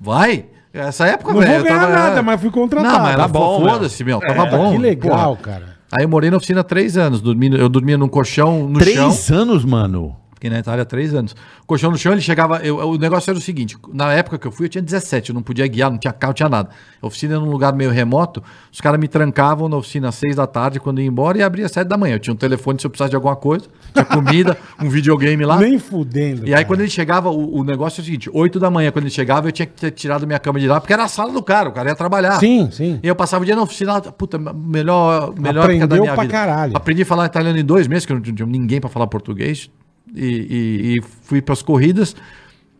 Speaker 4: Vai. Essa época,
Speaker 2: Não
Speaker 4: velho,
Speaker 2: vou ganhar nada, mas fui contratado.
Speaker 4: Não, mas
Speaker 2: Tá
Speaker 4: ela
Speaker 2: bom, É,
Speaker 4: bom, foda-se, meu. Tava tá bom.
Speaker 2: Ah, que legal,
Speaker 4: porra.
Speaker 2: cara.
Speaker 4: Aí eu morei na oficina há três anos. Dormindo, eu dormia num colchão no chão.
Speaker 5: anos, mano.
Speaker 4: Fiquei na Itália né, há três anos. O colchão no chão, ele chegava. eu- o negócio era o seguinte: na época que eu fui, eu tinha 17, eu não podia guiar, não tinha carro, não tinha nada. A oficina era num lugar meio remoto, os caras me trancavam na oficina às seis da tarde quando eu ia embora e abria às sete da manhã. Eu tinha um telefone se eu precisasse de alguma coisa, tinha comida, um videogame lá.
Speaker 2: Nem fudendo.
Speaker 4: E aí, quando ele chegava, o, o negócio é o seguinte: 8 da manhã, quando ele chegava, eu tinha que ter tirado minha cama de lá, porque era a sala do cara, o cara ia trabalhar.
Speaker 2: Sim, sim.
Speaker 4: E eu passava o dia na oficina, lá, puta, melhor, melhor época
Speaker 2: Aprendeu pra caralho.
Speaker 4: Aprendi a falar italiano em dois meses, que eu não tinha ninguém pra falar português. E, e- e fui pras corridas,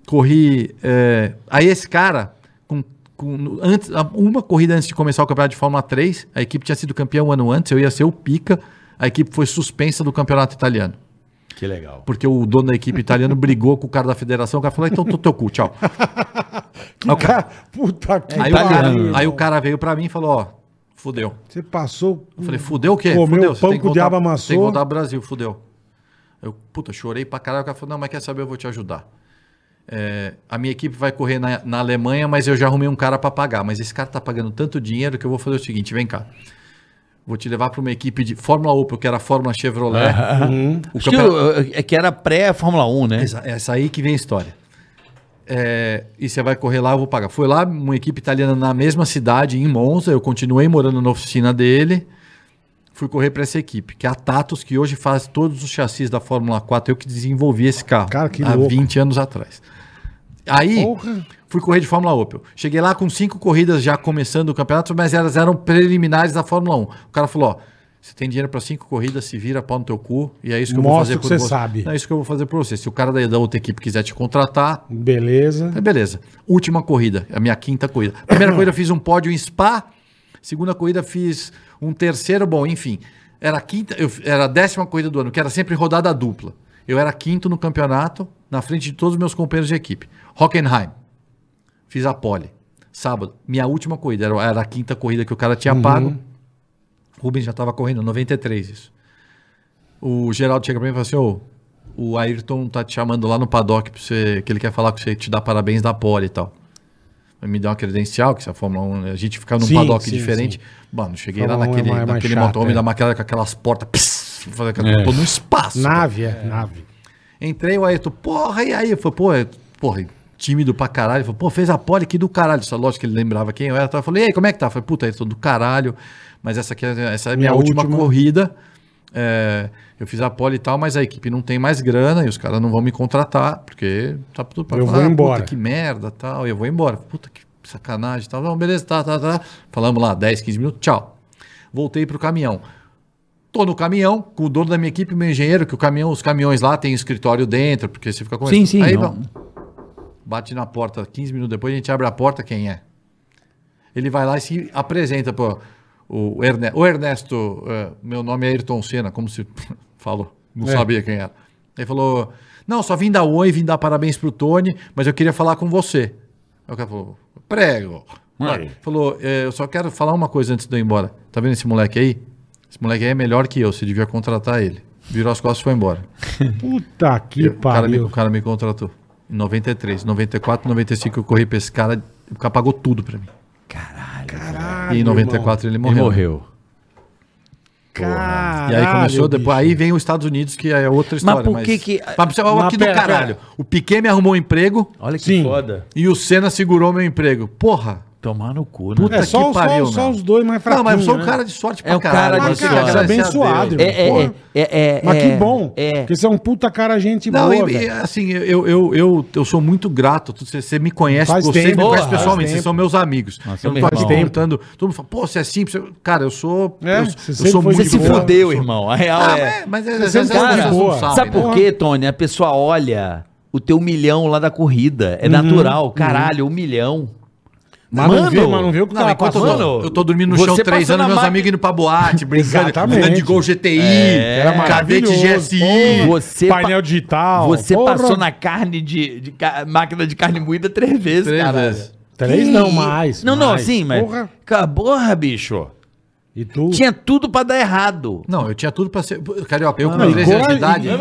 Speaker 4: corri. é, aí esse cara, com, com- antes, uma corrida antes de começar o campeonato de Fórmula 3, a equipe tinha sido campeã um ano antes, eu ia ser o pica, a equipe foi suspensa do campeonato italiano.
Speaker 5: Que legal.
Speaker 4: Porque o dono da equipe italiano brigou com o cara da federação. O cara falou: então, tu teu cu, tchau.
Speaker 2: Que cara... Puta que
Speaker 4: Aí, o cara,
Speaker 2: pariu.
Speaker 4: aí o cara veio pra mim e falou: ó, fudeu.
Speaker 2: Você passou...
Speaker 4: Eu falei: fudeu o quê?
Speaker 2: Comeu
Speaker 4: fudeu.
Speaker 2: o pão que o diabo
Speaker 4: voltar,
Speaker 2: amassou.
Speaker 4: tem que voltar pro Brasil, fudeu. Eu, puta, chorei pra caralho. O cara falou: não, mas quer saber, eu vou te ajudar. É, a minha equipe vai correr na, na Alemanha, mas eu já arrumei um cara pra pagar. Mas esse cara tá pagando tanto dinheiro que eu vou fazer o seguinte: vem cá. Vou te levar pra uma equipe de Fórmula Opel, que era a Fórmula Chevrolet. O
Speaker 5: Acho que,
Speaker 4: campeonato-
Speaker 5: eu- é que era pré-Fórmula 1, né?
Speaker 4: Essa, é, essa aí que vem a história. É, e você vai correr lá, eu vou pagar. Foi lá, uma equipe italiana na mesma cidade, em Monza. Eu continuei morando na oficina dele. Fui correr para essa equipe, que é a Tatos, que hoje faz todos os chassis da Fórmula 4. Eu que desenvolvi esse carro
Speaker 2: Cara, que
Speaker 4: há
Speaker 2: louco.
Speaker 4: 20 anos atrás. Aí,
Speaker 2: Porra.
Speaker 4: fui correr de Fórmula Opel. Cheguei lá com cinco corridas já começando o campeonato, mas elas eram preliminares da Fórmula 1. O cara falou: ó, você tem dinheiro para cinco corridas, se vira pau no teu cu, e é isso que
Speaker 2: Mostra
Speaker 4: eu
Speaker 2: o que
Speaker 4: vou fazer
Speaker 2: você
Speaker 4: por você.
Speaker 2: sabe.
Speaker 4: Não, é isso que eu vou fazer pra você. Se o cara da, da outra equipe quiser te contratar,
Speaker 2: Beleza.
Speaker 4: é beleza. Última corrida, a minha quinta corrida. Primeira corrida eu fiz um pódio em Spa. Segunda corrida fiz um terceiro, bom, enfim. Era a quinta, eu- era a décima corrida do ano, que era sempre rodada dupla. Eu era quinto no campeonato, na frente de todos os meus companheiros de equipe. Hockenheim. Fiz a pole. Sábado, minha última corrida, era, era a quinta corrida que o cara tinha pago. Rubens já estava correndo, 93 isso. O Geraldo chega pra mim e fala assim, ô, o Ayrton tá te chamando lá no paddock pra você, que ele quer falar com você, te dar parabéns da pole e tal. Aí Me deu uma credencial, que se a Fórmula 1, a gente ficava num
Speaker 2: Sim,
Speaker 4: paddock
Speaker 2: sim,
Speaker 4: diferente. Mano, cheguei
Speaker 2: Fórmula
Speaker 4: lá
Speaker 2: 1 é
Speaker 4: naquele,
Speaker 2: mais- é mais
Speaker 4: naquele
Speaker 2: chato,
Speaker 4: motorhome
Speaker 2: é.
Speaker 4: da McLaren com aquelas portas, pss, fazendo aquela- todo um espaço.
Speaker 2: Nave, é. Nave.
Speaker 4: Entrei, o Ayrton, porra, e aí? Eu falei, pô, é- porra, tímido pra caralho. Ele falou, pô, fez a pole aqui do caralho. Só lógico que ele lembrava quem eu era. Eu falei, e aí, como é que tá? Eu falei, puta, Ayrton, do caralho. Mas essa aqui é, essa é a minha,
Speaker 2: Minha
Speaker 4: última,
Speaker 2: última.
Speaker 4: corrida. É, eu fiz a pole e tal, mas a equipe não tem mais grana e os caras não vão me contratar, porque tá tudo pra
Speaker 2: Eu
Speaker 4: falar,
Speaker 2: vou
Speaker 4: "Ah,
Speaker 2: embora."
Speaker 4: Puta, que merda tal. Eu vou embora. Puta que sacanagem tal. Não, beleza, tá, tá, tá. Falamos lá, 10, 15 minutos, tchau. Voltei pro caminhão. Tô no caminhão, com o dono da minha equipe, meu engenheiro, que o caminhão, os caminhões lá tem escritório dentro, porque você fica com
Speaker 5: Sim, sim,
Speaker 4: Aí,
Speaker 5: não.
Speaker 4: bom, bate na porta, 15 minutos depois a gente abre a porta, quem é? Ele vai lá e se apresenta pro o Ernesto. Ô Ernesto, eh, meu nome é Ayrton Senna, como se falou, não sabia quem era. Ele falou: "Não, só vim dar oi, vim dar parabéns pro Tony, mas eu queria falar com você". Aí o cara falou: "Prego".
Speaker 3: Aí.
Speaker 4: Falou: eh, "Eu só quero falar uma coisa antes de eu ir embora. Tá vendo esse moleque aí? Esse moleque aí é melhor que eu, você devia contratar ele". Virou as costas e foi embora.
Speaker 2: Puta que
Speaker 4: o, cara me, o
Speaker 2: pariu.
Speaker 4: cara me contratou. Em 93, 94, 95 eu corri pra esse cara, o cara pagou tudo pra mim.
Speaker 2: Caralho,
Speaker 4: E em 94 ele
Speaker 5: Ele
Speaker 4: morreu.
Speaker 5: morreu.
Speaker 2: Caralho,
Speaker 4: E aí começou,
Speaker 2: bicho.
Speaker 4: depois, aí vem os Estados Unidos, que é outra história.
Speaker 5: por que que-
Speaker 4: Mas, você fala,
Speaker 2: Mas
Speaker 4: que do
Speaker 2: pera,
Speaker 4: caralho. O Piquet me arrumou um emprego
Speaker 5: Olha que
Speaker 2: Sim.
Speaker 5: foda.
Speaker 4: e o Senna segurou meu emprego. Porra,
Speaker 11: Tomar no cu, né?
Speaker 4: Puta
Speaker 2: É só,
Speaker 4: que
Speaker 2: só-
Speaker 4: pariu,
Speaker 2: só
Speaker 4: meu.
Speaker 2: os dois mais
Speaker 4: Não,
Speaker 2: fraquinhos.
Speaker 4: mas eu sou um
Speaker 2: né?
Speaker 4: cara de sorte
Speaker 3: É
Speaker 4: pra
Speaker 3: o cara
Speaker 4: caralho.
Speaker 3: de
Speaker 4: Mas,
Speaker 2: sorte. Cara
Speaker 4: agradecer a
Speaker 2: abençoado,
Speaker 4: Deus.
Speaker 2: irmão.
Speaker 3: É, é, é, é, é,
Speaker 2: Mas que
Speaker 3: é,
Speaker 2: bom.
Speaker 3: É,
Speaker 2: Porque você é um puta cara, gente
Speaker 4: Não,
Speaker 2: boa.
Speaker 4: e- e,
Speaker 2: velho.
Speaker 4: assim, eu, eu, eu, eu sou muito grato. Tu- Você, você me conhece,
Speaker 2: Faz
Speaker 4: você
Speaker 2: tempo,
Speaker 4: me conhece
Speaker 3: porra,
Speaker 4: pessoalmente,
Speaker 2: faz
Speaker 4: vocês são meus amigos. eu não
Speaker 3: meu
Speaker 4: tô aqui
Speaker 3: irmão.
Speaker 4: perguntando. Todo mundo fala, pô, você é simples. Eu- Cara, eu sou.
Speaker 2: É,
Speaker 4: eu,
Speaker 2: você
Speaker 4: eu
Speaker 2: sempre
Speaker 4: sou
Speaker 2: foi
Speaker 4: muito
Speaker 3: Você se
Speaker 4: bom.
Speaker 3: fudeu, irmão. A real
Speaker 4: Ah,
Speaker 3: é.
Speaker 4: é, mas é,
Speaker 2: Você sempre foi muito boa.
Speaker 4: sabe,
Speaker 3: Sabe
Speaker 4: né?
Speaker 3: por quê, Tony? A pessoa olha o teu milhão lá da corrida. É natural. Caralho, um milhão.
Speaker 2: Uhum. Mas não vê, mas não vê o que
Speaker 4: Não,
Speaker 2: tá
Speaker 4: enquanto eu,
Speaker 2: passando.
Speaker 4: tô, eu tô dormindo no chão
Speaker 3: Você
Speaker 4: três
Speaker 3: passou
Speaker 4: anos,
Speaker 3: na
Speaker 4: meus
Speaker 3: máquina-
Speaker 4: amigos indo pra boate, brincando,
Speaker 2: Exatamente. É,
Speaker 4: andando de Gol GTI,
Speaker 2: era
Speaker 4: cadete
Speaker 2: maravilhoso,
Speaker 4: GSI.
Speaker 2: porra.
Speaker 3: Você, pa-
Speaker 2: Painel digital.
Speaker 3: você
Speaker 2: porra.
Speaker 3: passou na carne de, de ca- máquina de carne moída três vezes,
Speaker 4: Três
Speaker 3: cara.
Speaker 4: vezes.
Speaker 2: Três
Speaker 3: Que-
Speaker 2: não mais.
Speaker 3: Não, não,
Speaker 2: mais.
Speaker 3: sim, mas.
Speaker 2: Porra.
Speaker 3: Cara, porra, bicho.
Speaker 2: E tu?
Speaker 3: Tinha tudo pra dar errado.
Speaker 4: Não, eu tinha tudo pra ser. Carioca, eu com
Speaker 2: Ah, e
Speaker 4: 13 anos de
Speaker 2: cora-
Speaker 4: idade.
Speaker 2: e-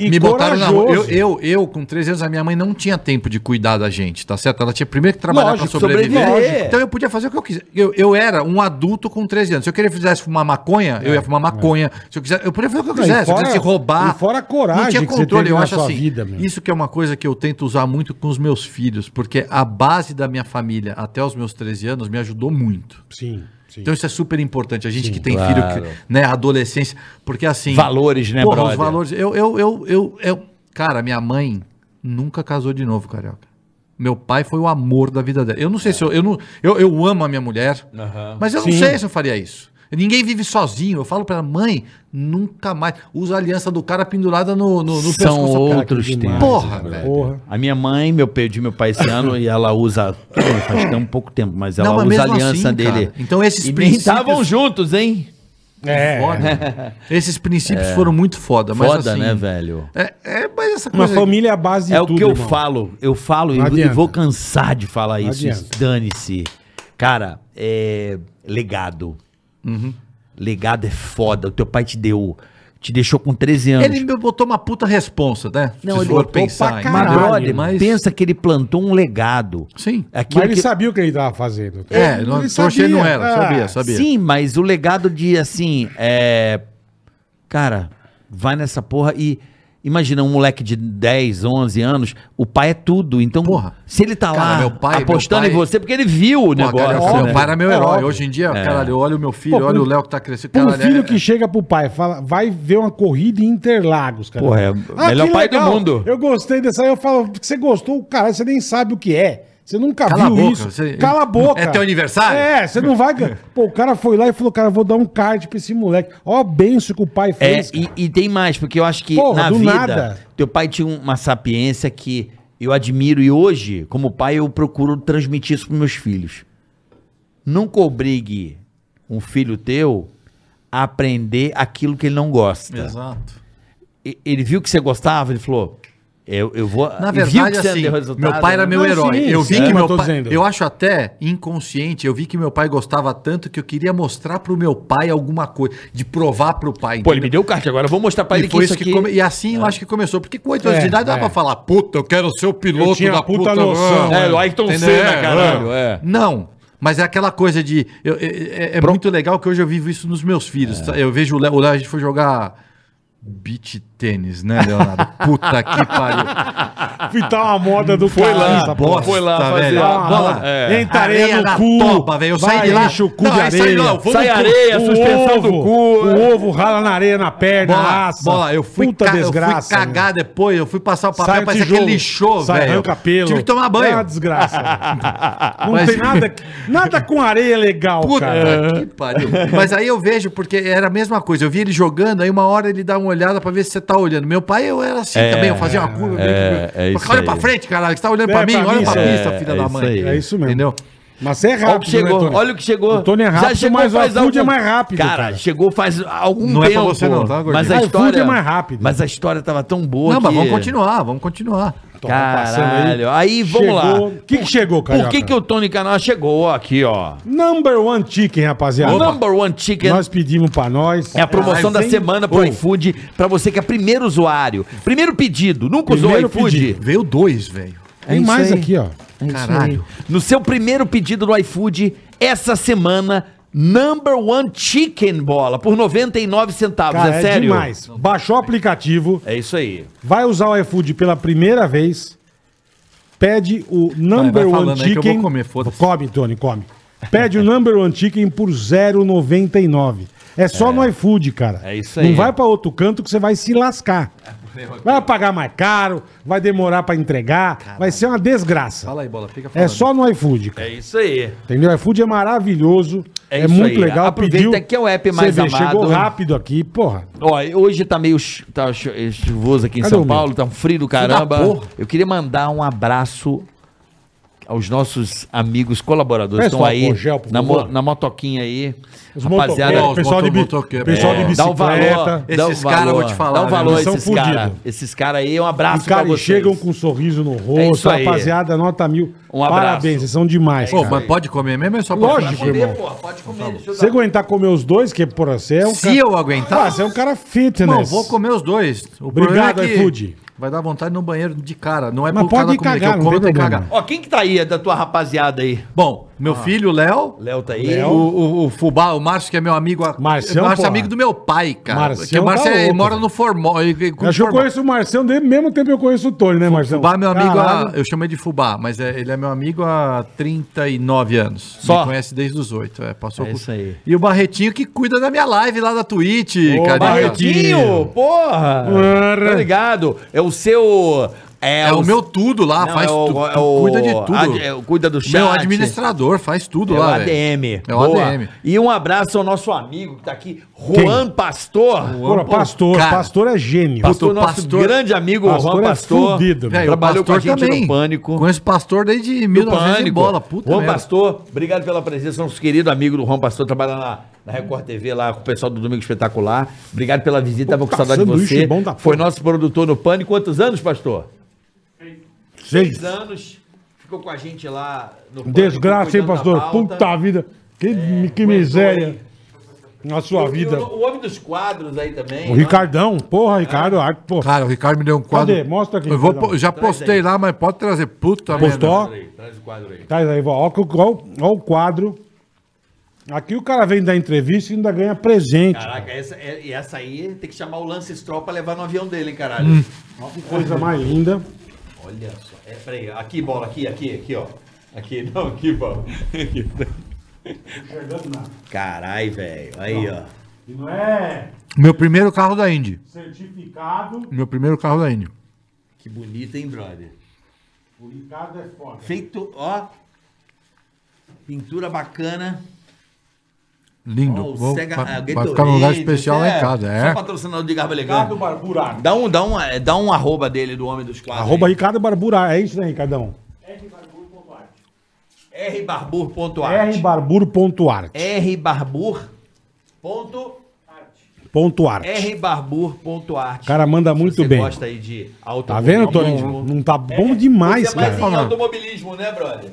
Speaker 2: e- e
Speaker 4: é me botaram na rua. Eu,
Speaker 2: corajoso.
Speaker 4: eu, eu, com 13 anos, a minha mãe não tinha tempo de cuidar da gente, tá certo? Ela tinha primeiro que trabalhar
Speaker 3: Lógico,
Speaker 4: pra sobreviver.
Speaker 3: sobreviver. Lógico.
Speaker 4: Então eu podia fazer o que eu quiser. Eu, eu era um adulto com 13 anos. Se eu queria fizesse fumar maconha, eu ia fumar maconha. Se eu quiser, eu podia fazer o que eu
Speaker 2: É, Não, e
Speaker 4: quisesse. Se eu
Speaker 2: fora-
Speaker 4: quisesse roubar.
Speaker 2: e fora a coragem
Speaker 4: Não tinha
Speaker 2: que você
Speaker 4: controle,
Speaker 2: teve
Speaker 4: eu
Speaker 2: na
Speaker 4: acho
Speaker 2: sua
Speaker 4: assim.
Speaker 2: vida, meu.
Speaker 4: Isso que é uma coisa que eu tento usar muito com os meus filhos, porque a base da minha família até os meus 13 anos me ajudou muito.
Speaker 2: Sim, sim.
Speaker 4: Então isso é super importante. A gente que tem
Speaker 3: claro.
Speaker 4: filho, que, né, adolescência, porque assim.
Speaker 3: Valores, né,
Speaker 4: porra,
Speaker 3: brother?
Speaker 4: os valores. Eu, eu, eu, eu, eu- cara, minha mãe nunca casou de novo, carioca. Meu pai foi o amor da vida dela. Eu
Speaker 3: É.
Speaker 4: não sei se eu, eu não, eu, eu amo a minha mulher, mas eu
Speaker 2: Sim.
Speaker 4: não sei se eu faria isso. Ninguém vive sozinho. Eu falo pra ela, mãe, nunca mais. Usa a aliança do cara pendurada no, no, no
Speaker 3: São
Speaker 4: cara.
Speaker 3: outros
Speaker 2: que
Speaker 3: tempos.
Speaker 4: Porra,
Speaker 2: né,
Speaker 4: velho.
Speaker 2: Porra.
Speaker 3: A minha mãe, meu, perdi meu pai esse ano e ela usa. Faz tão pouco tempo, mas ela
Speaker 4: Não, mas
Speaker 3: usa a
Speaker 4: mesmo
Speaker 3: aliança
Speaker 4: assim,
Speaker 3: dele.
Speaker 4: cara. Então esses
Speaker 3: e nem
Speaker 4: princípios-
Speaker 3: estavam juntos, hein?
Speaker 2: É.
Speaker 4: Foda. Esses princípios foram muito foda. Mas
Speaker 3: É. Foda,
Speaker 4: assim,
Speaker 3: né, velho?
Speaker 4: É, é, mas essa
Speaker 2: Uma
Speaker 4: coisa.
Speaker 2: família é a base de
Speaker 3: É o
Speaker 2: tudo,
Speaker 3: que eu
Speaker 2: irmão.
Speaker 3: falo, eu falo e-
Speaker 2: Não
Speaker 3: e
Speaker 2: adianta.
Speaker 3: vou cansar de falar
Speaker 2: Não
Speaker 3: isso.
Speaker 2: adianta.
Speaker 3: Dane-se. Cara, é legado.
Speaker 4: Uhum.
Speaker 3: Legado é foda. O teu pai te deu, te deixou com 13 anos.
Speaker 4: Ele me botou uma puta responsa, né?
Speaker 3: Não, ele
Speaker 4: for
Speaker 2: botou pra
Speaker 4: em-
Speaker 3: Mas,
Speaker 2: Caralho,
Speaker 3: brother,
Speaker 4: mas-
Speaker 3: pensa que ele plantou um legado.
Speaker 4: Sim.
Speaker 2: Mas
Speaker 3: Aquilo
Speaker 2: ele
Speaker 3: que-
Speaker 2: sabia o que ele tava fazendo.
Speaker 4: É, não,
Speaker 2: Ele
Speaker 4: trouxa ele não era,
Speaker 2: Ah,
Speaker 4: sabia, sabia.
Speaker 3: Sim, mas o legado de assim, é. Cara, vai nessa porra e. Imagina um moleque de 10, 11 anos, o pai é tudo. Então,
Speaker 4: Porra.
Speaker 3: se ele tá
Speaker 4: Cara,
Speaker 3: lá
Speaker 4: meu pai-
Speaker 3: apostando
Speaker 4: meu pai-
Speaker 3: em você, é porque ele viu o
Speaker 4: Pô,
Speaker 3: negócio. né?
Speaker 4: cara,
Speaker 2: óbvio,
Speaker 4: meu pai era meu
Speaker 2: é
Speaker 4: herói.
Speaker 2: óbvio.
Speaker 4: Hoje em dia, caralho, eu olho o meu filho,
Speaker 2: Pô,
Speaker 4: olha
Speaker 2: pro-
Speaker 4: o Léo que tá crescendo.
Speaker 2: Pra Um
Speaker 4: caralho,
Speaker 2: filho
Speaker 4: é-
Speaker 2: que chega pro pai, fala, vai ver uma corrida em Interlagos, cara. Ah,
Speaker 3: Porra, é o
Speaker 4: Ah,
Speaker 3: melhor
Speaker 2: que
Speaker 3: pai do mundo.
Speaker 2: Eu gostei dessa. Aí eu falo, "Porque você gostou, cara, você nem sabe o que é. Você nunca
Speaker 4: Cala a
Speaker 2: viu
Speaker 4: boca,
Speaker 2: isso.
Speaker 4: você-
Speaker 2: Cala a boca.
Speaker 4: É teu aniversário?
Speaker 2: É, você não vai. gan- Pô, o cara foi lá e falou, cara, vou dar um card pra esse moleque. Ó, a benção que o pai
Speaker 3: É,
Speaker 2: fez.
Speaker 3: e, e tem mais, porque eu acho que
Speaker 2: Porra,
Speaker 3: na
Speaker 2: do
Speaker 3: vida,
Speaker 2: nada.
Speaker 3: teu pai tinha uma sapiência que eu admiro e hoje, como pai, eu procuro transmitir isso pros meus filhos. Nunca obrigue um filho teu a aprender aquilo que ele não gosta.
Speaker 4: Exato.
Speaker 3: E- Ele viu que você gostava, ele falou, eu, eu vou...
Speaker 4: Na
Speaker 3: e viu
Speaker 4: verdade,
Speaker 3: que você
Speaker 4: assim,
Speaker 3: deu resultado,
Speaker 4: meu pai era
Speaker 3: né?
Speaker 4: meu
Speaker 2: Não,
Speaker 4: herói.
Speaker 2: sim,
Speaker 4: eu vi
Speaker 2: sim,
Speaker 4: que
Speaker 2: mas
Speaker 4: meu
Speaker 2: tô
Speaker 4: pai.
Speaker 2: dizendo.
Speaker 4: Eu acho até inconsciente, eu vi que meu pai gostava tanto que eu queria mostrar pro meu pai alguma coisa, de provar pro pai.
Speaker 3: Pô, ele
Speaker 4: entendeu?
Speaker 3: me deu o caixa, agora eu vou mostrar pra ele
Speaker 4: e,
Speaker 3: que
Speaker 4: foi
Speaker 3: isso
Speaker 4: isso que
Speaker 3: aqui...
Speaker 4: come- e assim eu acho que começou. Porque com 8 anos
Speaker 2: É,
Speaker 4: de idade dá
Speaker 2: é.
Speaker 4: pra falar, puta, eu quero ser o piloto
Speaker 2: Eu tinha
Speaker 4: da
Speaker 2: puta
Speaker 4: puta.
Speaker 2: noção,
Speaker 3: É, o Ayrton
Speaker 4: Entendeu?
Speaker 3: Senna,
Speaker 4: É,
Speaker 3: caralho, é.
Speaker 4: Não. Mas é aquela coisa de. eu- é é- é muito legal que hoje eu vivo isso nos meus
Speaker 2: É.
Speaker 4: filhos. tá? Eu vejo o Léo, o Léo, a gente foi jogar beach tênis, né, Leonardo? Puta que pariu.
Speaker 2: Fitar uma moda do
Speaker 3: Foi lá,
Speaker 2: essa
Speaker 3: bosta,
Speaker 2: porra.
Speaker 3: foi lá fazer
Speaker 4: velho.
Speaker 3: a
Speaker 2: Ah,
Speaker 3: bola.
Speaker 2: lá.
Speaker 3: É.
Speaker 2: Entra areia
Speaker 4: Areia
Speaker 2: no
Speaker 4: na
Speaker 2: cu.
Speaker 4: toba, velho. Eu saí
Speaker 2: vai,
Speaker 4: de lá-
Speaker 2: Enche o cu
Speaker 4: Não,
Speaker 2: de é
Speaker 4: aí sai
Speaker 2: areia.
Speaker 4: lá, vamos
Speaker 3: Sai
Speaker 4: pro-
Speaker 3: areia,
Speaker 2: O
Speaker 3: suspensão do cu.
Speaker 2: O ovo rala na areia, na perna,
Speaker 4: Bola,
Speaker 2: assa.
Speaker 4: bola, eu fui,
Speaker 2: Puta
Speaker 4: ca- eu
Speaker 2: desgraça.
Speaker 4: fui cagar depois, eu fui passar o
Speaker 2: Sai
Speaker 4: papel,
Speaker 2: o
Speaker 4: parece
Speaker 2: tijolo,
Speaker 4: aquele lixou,
Speaker 2: sai
Speaker 4: velho.
Speaker 2: arranca pelo.
Speaker 4: Tive que tomar
Speaker 2: É uma
Speaker 4: banho.
Speaker 2: desgraça. velho. Não
Speaker 4: Mas-
Speaker 2: tem nada, nada com areia é legal,
Speaker 4: Puta
Speaker 2: cara.
Speaker 4: que pariu. Mas aí eu vejo, porque era a mesma coisa. Eu vi ele jogando, aí uma hora ele dá uma olhada pra ver se você tá olhando. Meu pai, eu era assim também, eu fazia uma curva.
Speaker 11: é, é
Speaker 4: eu
Speaker 11: isso
Speaker 4: olha
Speaker 11: aí.
Speaker 4: pra frente, caralho, você tá olhando
Speaker 2: É,
Speaker 4: pra mim,
Speaker 2: pra
Speaker 4: olha
Speaker 2: mim,
Speaker 4: pra
Speaker 2: é,
Speaker 4: pista, filha
Speaker 11: é
Speaker 4: da
Speaker 11: isso
Speaker 4: mãe.
Speaker 11: aí.
Speaker 2: É isso mesmo.
Speaker 4: Entendeu?
Speaker 2: Mas você é
Speaker 3: Olha o que
Speaker 2: rápido, né,
Speaker 3: chegou,
Speaker 2: Tony?
Speaker 3: olha o que chegou.
Speaker 2: O Tony é rápido, mas o iFood é mais rápido,
Speaker 3: Cara,
Speaker 2: cara.
Speaker 3: chegou faz algum
Speaker 4: Não é
Speaker 3: tempo.
Speaker 4: pra você não, tá, gordinho?
Speaker 3: mas a
Speaker 2: iFood
Speaker 3: história
Speaker 2: é mais rápido.
Speaker 3: Mas a história tava tão boa
Speaker 4: Não,
Speaker 3: que...
Speaker 4: mas vamos continuar, vamos continuar.
Speaker 2: Tô
Speaker 3: Caralho. Aí, vamos
Speaker 2: Chegou-
Speaker 3: lá.
Speaker 2: O que que chegou, cara?
Speaker 3: Por que que o Tony Canal chegou aqui, ó?
Speaker 2: Number One Chicken, rapaziada.
Speaker 3: O Number One Chicken
Speaker 2: Nós pedimos pra nós.
Speaker 3: é a promoção
Speaker 4: Caralho,
Speaker 3: da
Speaker 4: hein?
Speaker 3: semana pro
Speaker 2: Oh.
Speaker 3: iFood pra você que é primeiro usuário. Primeiro pedido, nunca
Speaker 2: Primeiro
Speaker 3: usou o iFood?
Speaker 2: pedido.
Speaker 4: Veio dois, velho.
Speaker 3: é
Speaker 2: Tem
Speaker 3: isso
Speaker 2: mais
Speaker 3: aí.
Speaker 2: aqui, ó.
Speaker 4: Caralho.
Speaker 3: No seu primeiro pedido no iFood, essa semana, number one chicken bola, por 99 centavos.
Speaker 2: Cara,
Speaker 3: é,
Speaker 2: é,
Speaker 3: sério?
Speaker 2: demais. Baixou o aplicativo,
Speaker 3: É isso aí.
Speaker 2: vai usar o iFood pela primeira vez. Pede o number
Speaker 4: vai falando
Speaker 2: one
Speaker 4: aí que eu
Speaker 2: chicken.
Speaker 4: vou comer, foda-se.
Speaker 2: come, Tony, come. Pede o number one chicken por 0,99. É só no iFood, cara.
Speaker 3: É isso
Speaker 2: Não
Speaker 3: aí. É,
Speaker 2: vai pra outro canto que você vai se lascar. Vai pagar mais caro, vai demorar pra entregar, vai ser uma desgraça.
Speaker 4: Fala aí, bola, fica
Speaker 2: É só no iFood, cara.
Speaker 3: É isso aí.
Speaker 2: Entendeu? iFood é maravilhoso. É,
Speaker 3: É isso
Speaker 2: muito
Speaker 3: aí.
Speaker 2: legal.
Speaker 3: Aproveita que é o app mais
Speaker 2: Você vê,
Speaker 3: amado.
Speaker 2: Chegou rápido aqui, porra.
Speaker 3: Ó, hoje tá meio ch- tá ch- chuvoso aqui em
Speaker 2: Cadê o
Speaker 3: São
Speaker 2: meu?
Speaker 3: Paulo, tá um frio do
Speaker 4: da
Speaker 3: caramba.
Speaker 4: porra.
Speaker 3: Eu queria mandar um abraço aos nossos amigos colaboradores.
Speaker 2: Presta
Speaker 3: Estão
Speaker 2: um
Speaker 3: aí
Speaker 2: álcool gel, por
Speaker 3: na,
Speaker 2: favor.
Speaker 3: mo- na motoquinha aí.
Speaker 2: Os
Speaker 3: Rapaziada,
Speaker 2: motoqueiros, pessoal, de,
Speaker 4: moto-
Speaker 2: bi-
Speaker 4: motoqueiro.
Speaker 2: pessoal de
Speaker 4: É,
Speaker 3: dá um valor.
Speaker 2: bicicleta.
Speaker 3: Dá um
Speaker 4: Esses caras, eu vou
Speaker 3: valor.
Speaker 4: te falar,
Speaker 3: Dá um
Speaker 4: né?
Speaker 3: valor a
Speaker 2: Eles são
Speaker 3: esses caras.
Speaker 2: fudidos.
Speaker 3: Esses caras aí, um abraço
Speaker 2: E, cara,
Speaker 3: pra
Speaker 2: e
Speaker 3: vocês.
Speaker 2: chegam com um sorriso no rosto.
Speaker 3: isso aí.
Speaker 2: rapaziada, nota mil.
Speaker 3: Um abraço.
Speaker 2: Parabéns, vocês são demais.
Speaker 4: Pô,
Speaker 2: cara.
Speaker 4: mas pode comer mesmo? É só pra-
Speaker 2: Lógico, irmão.
Speaker 3: pode comer. deixa eu
Speaker 2: Se você aguentar comer os dois, que porra, você é um
Speaker 4: Se eu aguentar.
Speaker 2: Ah, você é um cara fitness.
Speaker 4: Não, vou comer os dois. O problema é
Speaker 2: Obrigado, iFood.
Speaker 4: Vai dar vontade no banheiro de cara. Não é
Speaker 2: Mas
Speaker 4: por causa
Speaker 2: pode
Speaker 4: da comida
Speaker 2: cagar,
Speaker 4: que
Speaker 2: não
Speaker 4: eu como,
Speaker 2: tem
Speaker 4: tem que
Speaker 2: problema.
Speaker 4: cagar.
Speaker 3: Ó, quem que tá aí da tua rapaziada aí?
Speaker 4: Bom, meu filho, Léo.
Speaker 3: Ah. Léo tá aí.
Speaker 4: O, o, o Fubá, o Márcio, que é meu amigo. a-
Speaker 2: Marcião,
Speaker 4: Márcio é
Speaker 2: porra.
Speaker 4: amigo do meu pai, cara.
Speaker 2: Marcião
Speaker 4: Porque o Márcio
Speaker 2: tá
Speaker 4: é- ele
Speaker 2: louco,
Speaker 4: mora
Speaker 2: velho.
Speaker 4: no Formol. ele-
Speaker 2: Eu acho que eu
Speaker 4: Formol.
Speaker 2: conheço o Marcelo desde o mesmo tempo que eu conheço o Tony, né, Marcelo?
Speaker 4: Fubá, é meu amigo, ah, há-
Speaker 2: Caralho.
Speaker 4: eu chamei de Fubá, mas é- ele é meu amigo há 39 anos.
Speaker 3: Só?
Speaker 4: Me conhece desde os 8. É, passou
Speaker 3: É
Speaker 4: por-
Speaker 3: isso aí.
Speaker 4: E o Barretinho que cuida da minha live lá da Twitch,
Speaker 2: Ô,
Speaker 4: cara.
Speaker 2: Barretinho.
Speaker 3: Barretinho, porra!
Speaker 2: Porra.
Speaker 3: Tá ligado? É o seu. É,
Speaker 4: É o meu tudo lá,
Speaker 3: Não,
Speaker 4: faz
Speaker 3: é o-
Speaker 4: tudo.
Speaker 3: é o-
Speaker 4: cuida de tudo.
Speaker 3: ad- é o- cuida do chat.
Speaker 4: Meu administrador, faz tudo
Speaker 3: É o
Speaker 4: lá.
Speaker 3: ADM.
Speaker 4: velho. É o
Speaker 3: Boa.
Speaker 4: ADM.
Speaker 3: E um abraço ao nosso amigo que tá aqui, Juan Pastor.
Speaker 2: Porra, pastor,
Speaker 4: cara.
Speaker 2: pastor é gênio.
Speaker 4: Pastor
Speaker 3: Pastor, nosso
Speaker 4: Pastor-
Speaker 3: grande amigo
Speaker 2: Pastor
Speaker 3: Juan
Speaker 2: é
Speaker 3: Pastor.
Speaker 2: fudido,
Speaker 4: Velho,
Speaker 3: Trabalhou
Speaker 4: o pastor
Speaker 3: com a gente
Speaker 4: também.
Speaker 3: no Pânico.
Speaker 4: Conheço o pastor desde
Speaker 3: do
Speaker 4: 1900 e
Speaker 3: Pânico.
Speaker 4: bola. Puta
Speaker 3: Juan
Speaker 4: merda.
Speaker 3: Pastor, obrigado pela presença, nosso querido amigo do Juan Pastor, trabalha na, na Record TV lá com o pessoal do Domingo Espetacular. Obrigado pela visita, tava com
Speaker 2: Puta,
Speaker 3: saudade de
Speaker 2: sanduíche
Speaker 3: você.
Speaker 2: bom da
Speaker 3: Foi
Speaker 2: porra.
Speaker 3: nosso produtor no Pânico. Quantos anos, pastor?
Speaker 2: Seis.
Speaker 3: anos. Ficou com a gente lá no Pânico,
Speaker 2: Um Desgraça, hein,
Speaker 3: cuidando da
Speaker 2: pastor?
Speaker 3: pauta.
Speaker 2: Puta vida. Que, que
Speaker 3: aguentou,
Speaker 2: miséria
Speaker 3: hein?
Speaker 2: na sua vida.
Speaker 3: E O, o homem dos quadros aí também.
Speaker 2: O Ricardão, porra, Ricardo, ah, pô.
Speaker 4: Cara, o Ricardo me deu um quadro.
Speaker 2: Cadê? Mostra aqui,
Speaker 4: Eu vou,
Speaker 2: Ricardo.
Speaker 4: po- já postei lá, mas pode trazer. Puta
Speaker 2: Postou?
Speaker 3: Traz aí, Traz o quadro aí.
Speaker 2: Tá aí, ó, ó, ó, ó o quadro. Aqui o cara vem dar entrevista e ainda ganha presente.
Speaker 3: Caraca, essa, é- e essa aí tem que chamar o Lance Stroll pra levar no avião dele, hein, caralho.
Speaker 2: Hum. Ó, que coisa mais linda.
Speaker 3: Olha só. É, peraí, aqui, bola, aqui, aqui, aqui, ó. Aqui, não, aqui, bola. Aqui. Carai, velho. Aí, ó.
Speaker 2: E não é
Speaker 4: Meu primeiro carro da Indy.
Speaker 2: certificado.
Speaker 4: Meu primeiro carro da Indy.
Speaker 3: Que bonito, hein, brother?
Speaker 2: O Ricardo é foda.
Speaker 3: Feito, ó. Pintura bacana.
Speaker 4: Lindo.
Speaker 3: Ó, o
Speaker 4: Vou-
Speaker 3: Sega-
Speaker 4: vai,
Speaker 3: ah,
Speaker 4: vai
Speaker 3: Gatorade,
Speaker 4: ficar num lugar especial lá em casa.
Speaker 3: Só
Speaker 4: É.
Speaker 3: patrocinador de Garba
Speaker 2: Ricardo
Speaker 3: Elegante.
Speaker 2: Barburato.
Speaker 3: Dá um, dá, um, é, dá um arroba dele, do Homem dos Quadros.
Speaker 2: Arroba
Speaker 3: aí.
Speaker 2: Ricardo Barburato. É isso, né, Ricardão?
Speaker 3: rbarbur.art.
Speaker 2: rbarburo.art.
Speaker 3: rbarbur. Ponto
Speaker 2: Ponto art.
Speaker 3: rbarbur.art.
Speaker 2: O cara manda muito
Speaker 3: Você
Speaker 2: bem.
Speaker 3: gosta aí de
Speaker 2: Tá vendo, Tony?
Speaker 3: automobilismo?
Speaker 2: Não tá bom
Speaker 3: Você
Speaker 2: demais,
Speaker 3: é mais
Speaker 2: cara.
Speaker 3: em automobilismo, né, brother?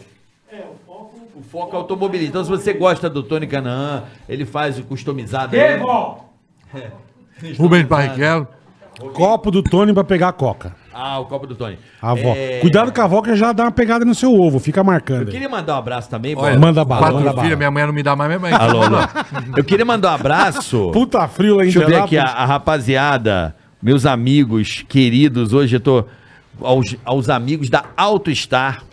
Speaker 3: O foco é automobilismo. Então, se você gosta do Tony Canaan, ele faz o customizado. aí.
Speaker 4: Rubens Barrichello.
Speaker 2: Copo do Tony pra pegar a coca.
Speaker 3: Ah, o copo do Tony.
Speaker 2: A avó.
Speaker 3: É,
Speaker 2: Cuidado com a avó que já dá uma pegada no seu ovo. Fica marcando.
Speaker 3: Eu
Speaker 2: aí.
Speaker 3: queria mandar um abraço também,
Speaker 4: Olha,
Speaker 3: Bola.
Speaker 2: Manda bala,
Speaker 4: Quatro
Speaker 2: manda bala.
Speaker 4: filhos, minha mãe não me dá mais minha mãe.
Speaker 3: Alô, alô. Eu queria mandar um abraço.
Speaker 2: Puta frio lá em
Speaker 3: Deixa eu ver aqui ah,
Speaker 2: Interlápolis.
Speaker 3: a, a rapaziada, meus amigos queridos. Hoje eu tô aos, aos amigos da AutoStar,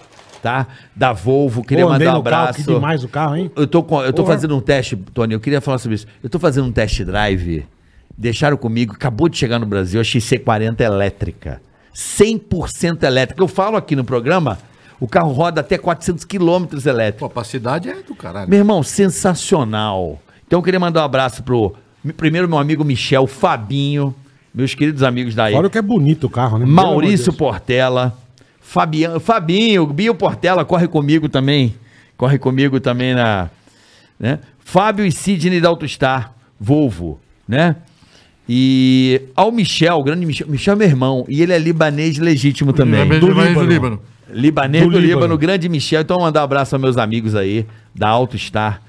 Speaker 3: tá? Da Volvo. Queria
Speaker 2: Pô, andei
Speaker 3: mandar um
Speaker 2: no carro,
Speaker 3: abraço.
Speaker 2: que demais o carro, hein?
Speaker 3: Eu tô, com- eu tô
Speaker 2: Porra.
Speaker 3: fazendo um teste, Tony. Eu queria falar sobre isso. Eu tô fazendo um test drive. Deixaram comigo. Acabou de chegar no Brasil a XC40 elétrica. 100% elétrica. Eu falo aqui no programa, o carro roda até 400 quilômetros elétrico.
Speaker 4: Pô, pra cidade é do caralho.
Speaker 3: Meu irmão, sensacional. Então eu queria mandar um abraço pro primeiro meu amigo Michel, Fabinho, meus queridos amigos daí.
Speaker 2: Olha o que é bonito o carro, né? Pelo amor de
Speaker 3: Maurício
Speaker 2: Deus.
Speaker 3: Portela, Fabian, Fabinho, Bio Portela corre comigo também. Corre comigo também na, né? Fábio e Sidney da Autostar, Volvo, né? E ao Michel, o grande Michel, Michel é meu irmão, e ele é libanês legítimo também.
Speaker 4: Também.
Speaker 2: Do
Speaker 4: é Do Líbano.
Speaker 2: Líbano.
Speaker 3: Libanês
Speaker 2: Do
Speaker 3: do,
Speaker 2: Líbano.
Speaker 3: Líbano. grande Michel. Então, mandar um abraço aos meus amigos aí, da AutoStar.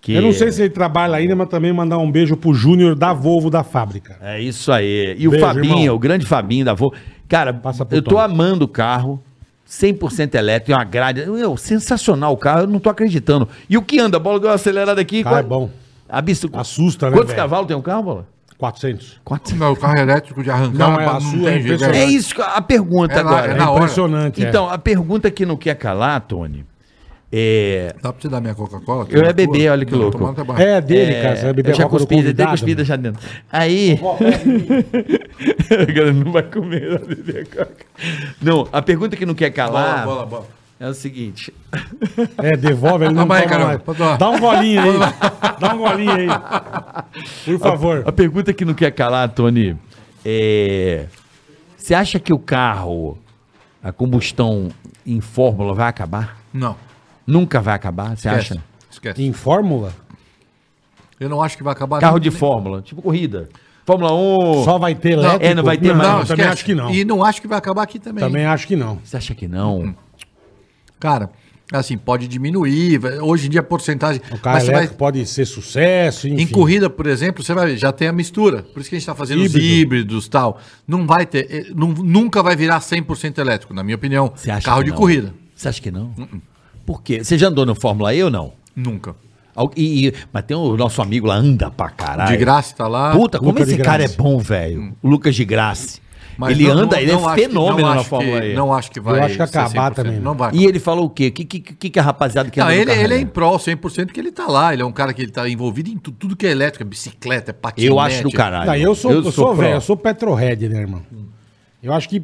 Speaker 3: Que...
Speaker 2: Eu não sei se ele trabalha ainda, mas também mandar um beijo pro Júnior da Volvo da fábrica.
Speaker 3: É isso aí. E o
Speaker 2: Beijo,
Speaker 3: Fabinho,
Speaker 2: irmão.
Speaker 3: o grande Fabinho da Volvo. Cara,
Speaker 2: Passa pro
Speaker 3: eu tô
Speaker 2: Tom.
Speaker 3: amando o carro. 100% elétrico, é uma grade. Meu, sensacional o carro, eu não tô acredititando. E o que anda? A bola deu uma acelerada aqui.
Speaker 2: Cara, é
Speaker 3: Qual-
Speaker 2: bom.
Speaker 3: A bici...
Speaker 2: Assusta, né,
Speaker 3: Quantos
Speaker 2: velho?
Speaker 3: cavalos tem o carro, bola?
Speaker 2: 400.
Speaker 4: Não, o carro elétrico de arrancar
Speaker 2: Não, é a
Speaker 4: não
Speaker 2: sua, é
Speaker 4: tem jeito.
Speaker 2: impressionante.
Speaker 3: É isso, que- a pergunta
Speaker 4: É na-
Speaker 3: agora. né?
Speaker 4: é na hora.
Speaker 2: Impressionante. é.
Speaker 3: Então, a pergunta que não quer calar, Tony, é.
Speaker 4: Dá pra você dar minha Coca-Cola?
Speaker 3: Eu ia beber, olha que
Speaker 4: Não, tá
Speaker 3: louco.
Speaker 4: tomar até barra.
Speaker 2: É, dele, cara. Você vai beber
Speaker 3: eu já
Speaker 2: a Coca do
Speaker 3: cuspi, até
Speaker 2: convidado,
Speaker 3: cuspida já dentro. Aí. a galera não vai comer, vai beber a coca. Não, a pergunta que não quer calar
Speaker 4: Bola, bola, bola.
Speaker 3: é o seguinte:
Speaker 2: mano. É, devolve, ele não
Speaker 4: Toma aí,
Speaker 2: toma
Speaker 4: Carol.
Speaker 2: mais.
Speaker 4: Pode tomar.
Speaker 2: Dá um golinho aí. Dá um golinho aí. Por favor.
Speaker 3: A pergunta que não quer calar, Tony, é. Você acha que o carro, a combustão em fórmula vai acabar?
Speaker 4: Não,
Speaker 3: Nunca vai acabar, você
Speaker 4: esquece.
Speaker 3: acha?
Speaker 4: Esquece.
Speaker 2: Em fórmula,
Speaker 4: Eu não acho que vai acabar.
Speaker 3: Carro
Speaker 4: nem-
Speaker 3: de fórmula, tipo corrida. Fórmula 1.
Speaker 2: só vai ter elétrico.
Speaker 3: é, não vai ter
Speaker 2: não,
Speaker 3: mais.
Speaker 2: eu
Speaker 4: Não,
Speaker 2: também
Speaker 4: esquece.
Speaker 2: acho que não.
Speaker 4: E não acho que vai acabar aqui também.
Speaker 2: Também acho que não.
Speaker 3: Você acha que não?
Speaker 4: Cara, assim, pode diminuir. vai- Hoje em dia a porcentagem.
Speaker 2: O carro
Speaker 4: Mas
Speaker 3: é
Speaker 4: você
Speaker 2: elétrico
Speaker 4: vai,
Speaker 2: pode ser sucesso, enfim.
Speaker 4: em corrida, por exemplo, você vai, já tem a mistura. Por isso que a gente está fazendo os
Speaker 2: Híbrido.
Speaker 4: híbridos tal. Não vai ter. eh, nu- nunca vai virar 100% elétrico, na minha opinião.
Speaker 3: Você acha
Speaker 4: Carro
Speaker 3: que
Speaker 4: de
Speaker 3: não?
Speaker 4: corrida. Uh-uh.
Speaker 3: Você acha que não? Por quê? Você já andou no Fórmula E ou não?
Speaker 4: Nunca.
Speaker 3: Al- E, e- mas tem o nosso amigo lá, anda pra caralho.
Speaker 4: De graça tá lá.
Speaker 3: Puta, como
Speaker 2: Lucas
Speaker 3: esse
Speaker 2: de
Speaker 3: cara é
Speaker 2: Graça.
Speaker 3: bom, velho. O Lucas de Graça.
Speaker 4: Hum. Mas
Speaker 3: ele
Speaker 4: não- não-
Speaker 3: anda, ele
Speaker 4: não
Speaker 3: é
Speaker 4: acho que-
Speaker 3: fenômeno
Speaker 4: não
Speaker 3: na
Speaker 4: acho que-
Speaker 3: Fórmula E.
Speaker 4: Não acho que vai.
Speaker 2: Eu acho que
Speaker 4: ser
Speaker 2: acabar
Speaker 4: 100%,
Speaker 2: também,
Speaker 4: Não vai.
Speaker 3: né? E ele falou o quê? O que, que, que, que a rapaziada que
Speaker 4: Não,
Speaker 3: anda no
Speaker 4: ele,
Speaker 3: carro né?
Speaker 4: ele é
Speaker 3: anda?
Speaker 4: em prol 100% que ele tá lá. Ele é um cara que ele tá envolvido em tu- tudo que é elétrico, é bicicleta, é patinete.
Speaker 3: Ah, Eu acho do caralho.
Speaker 2: Não, eu sou, eu sou,
Speaker 3: pró.
Speaker 2: velho, eu sou petrohead, né, irmão? Eu acho que.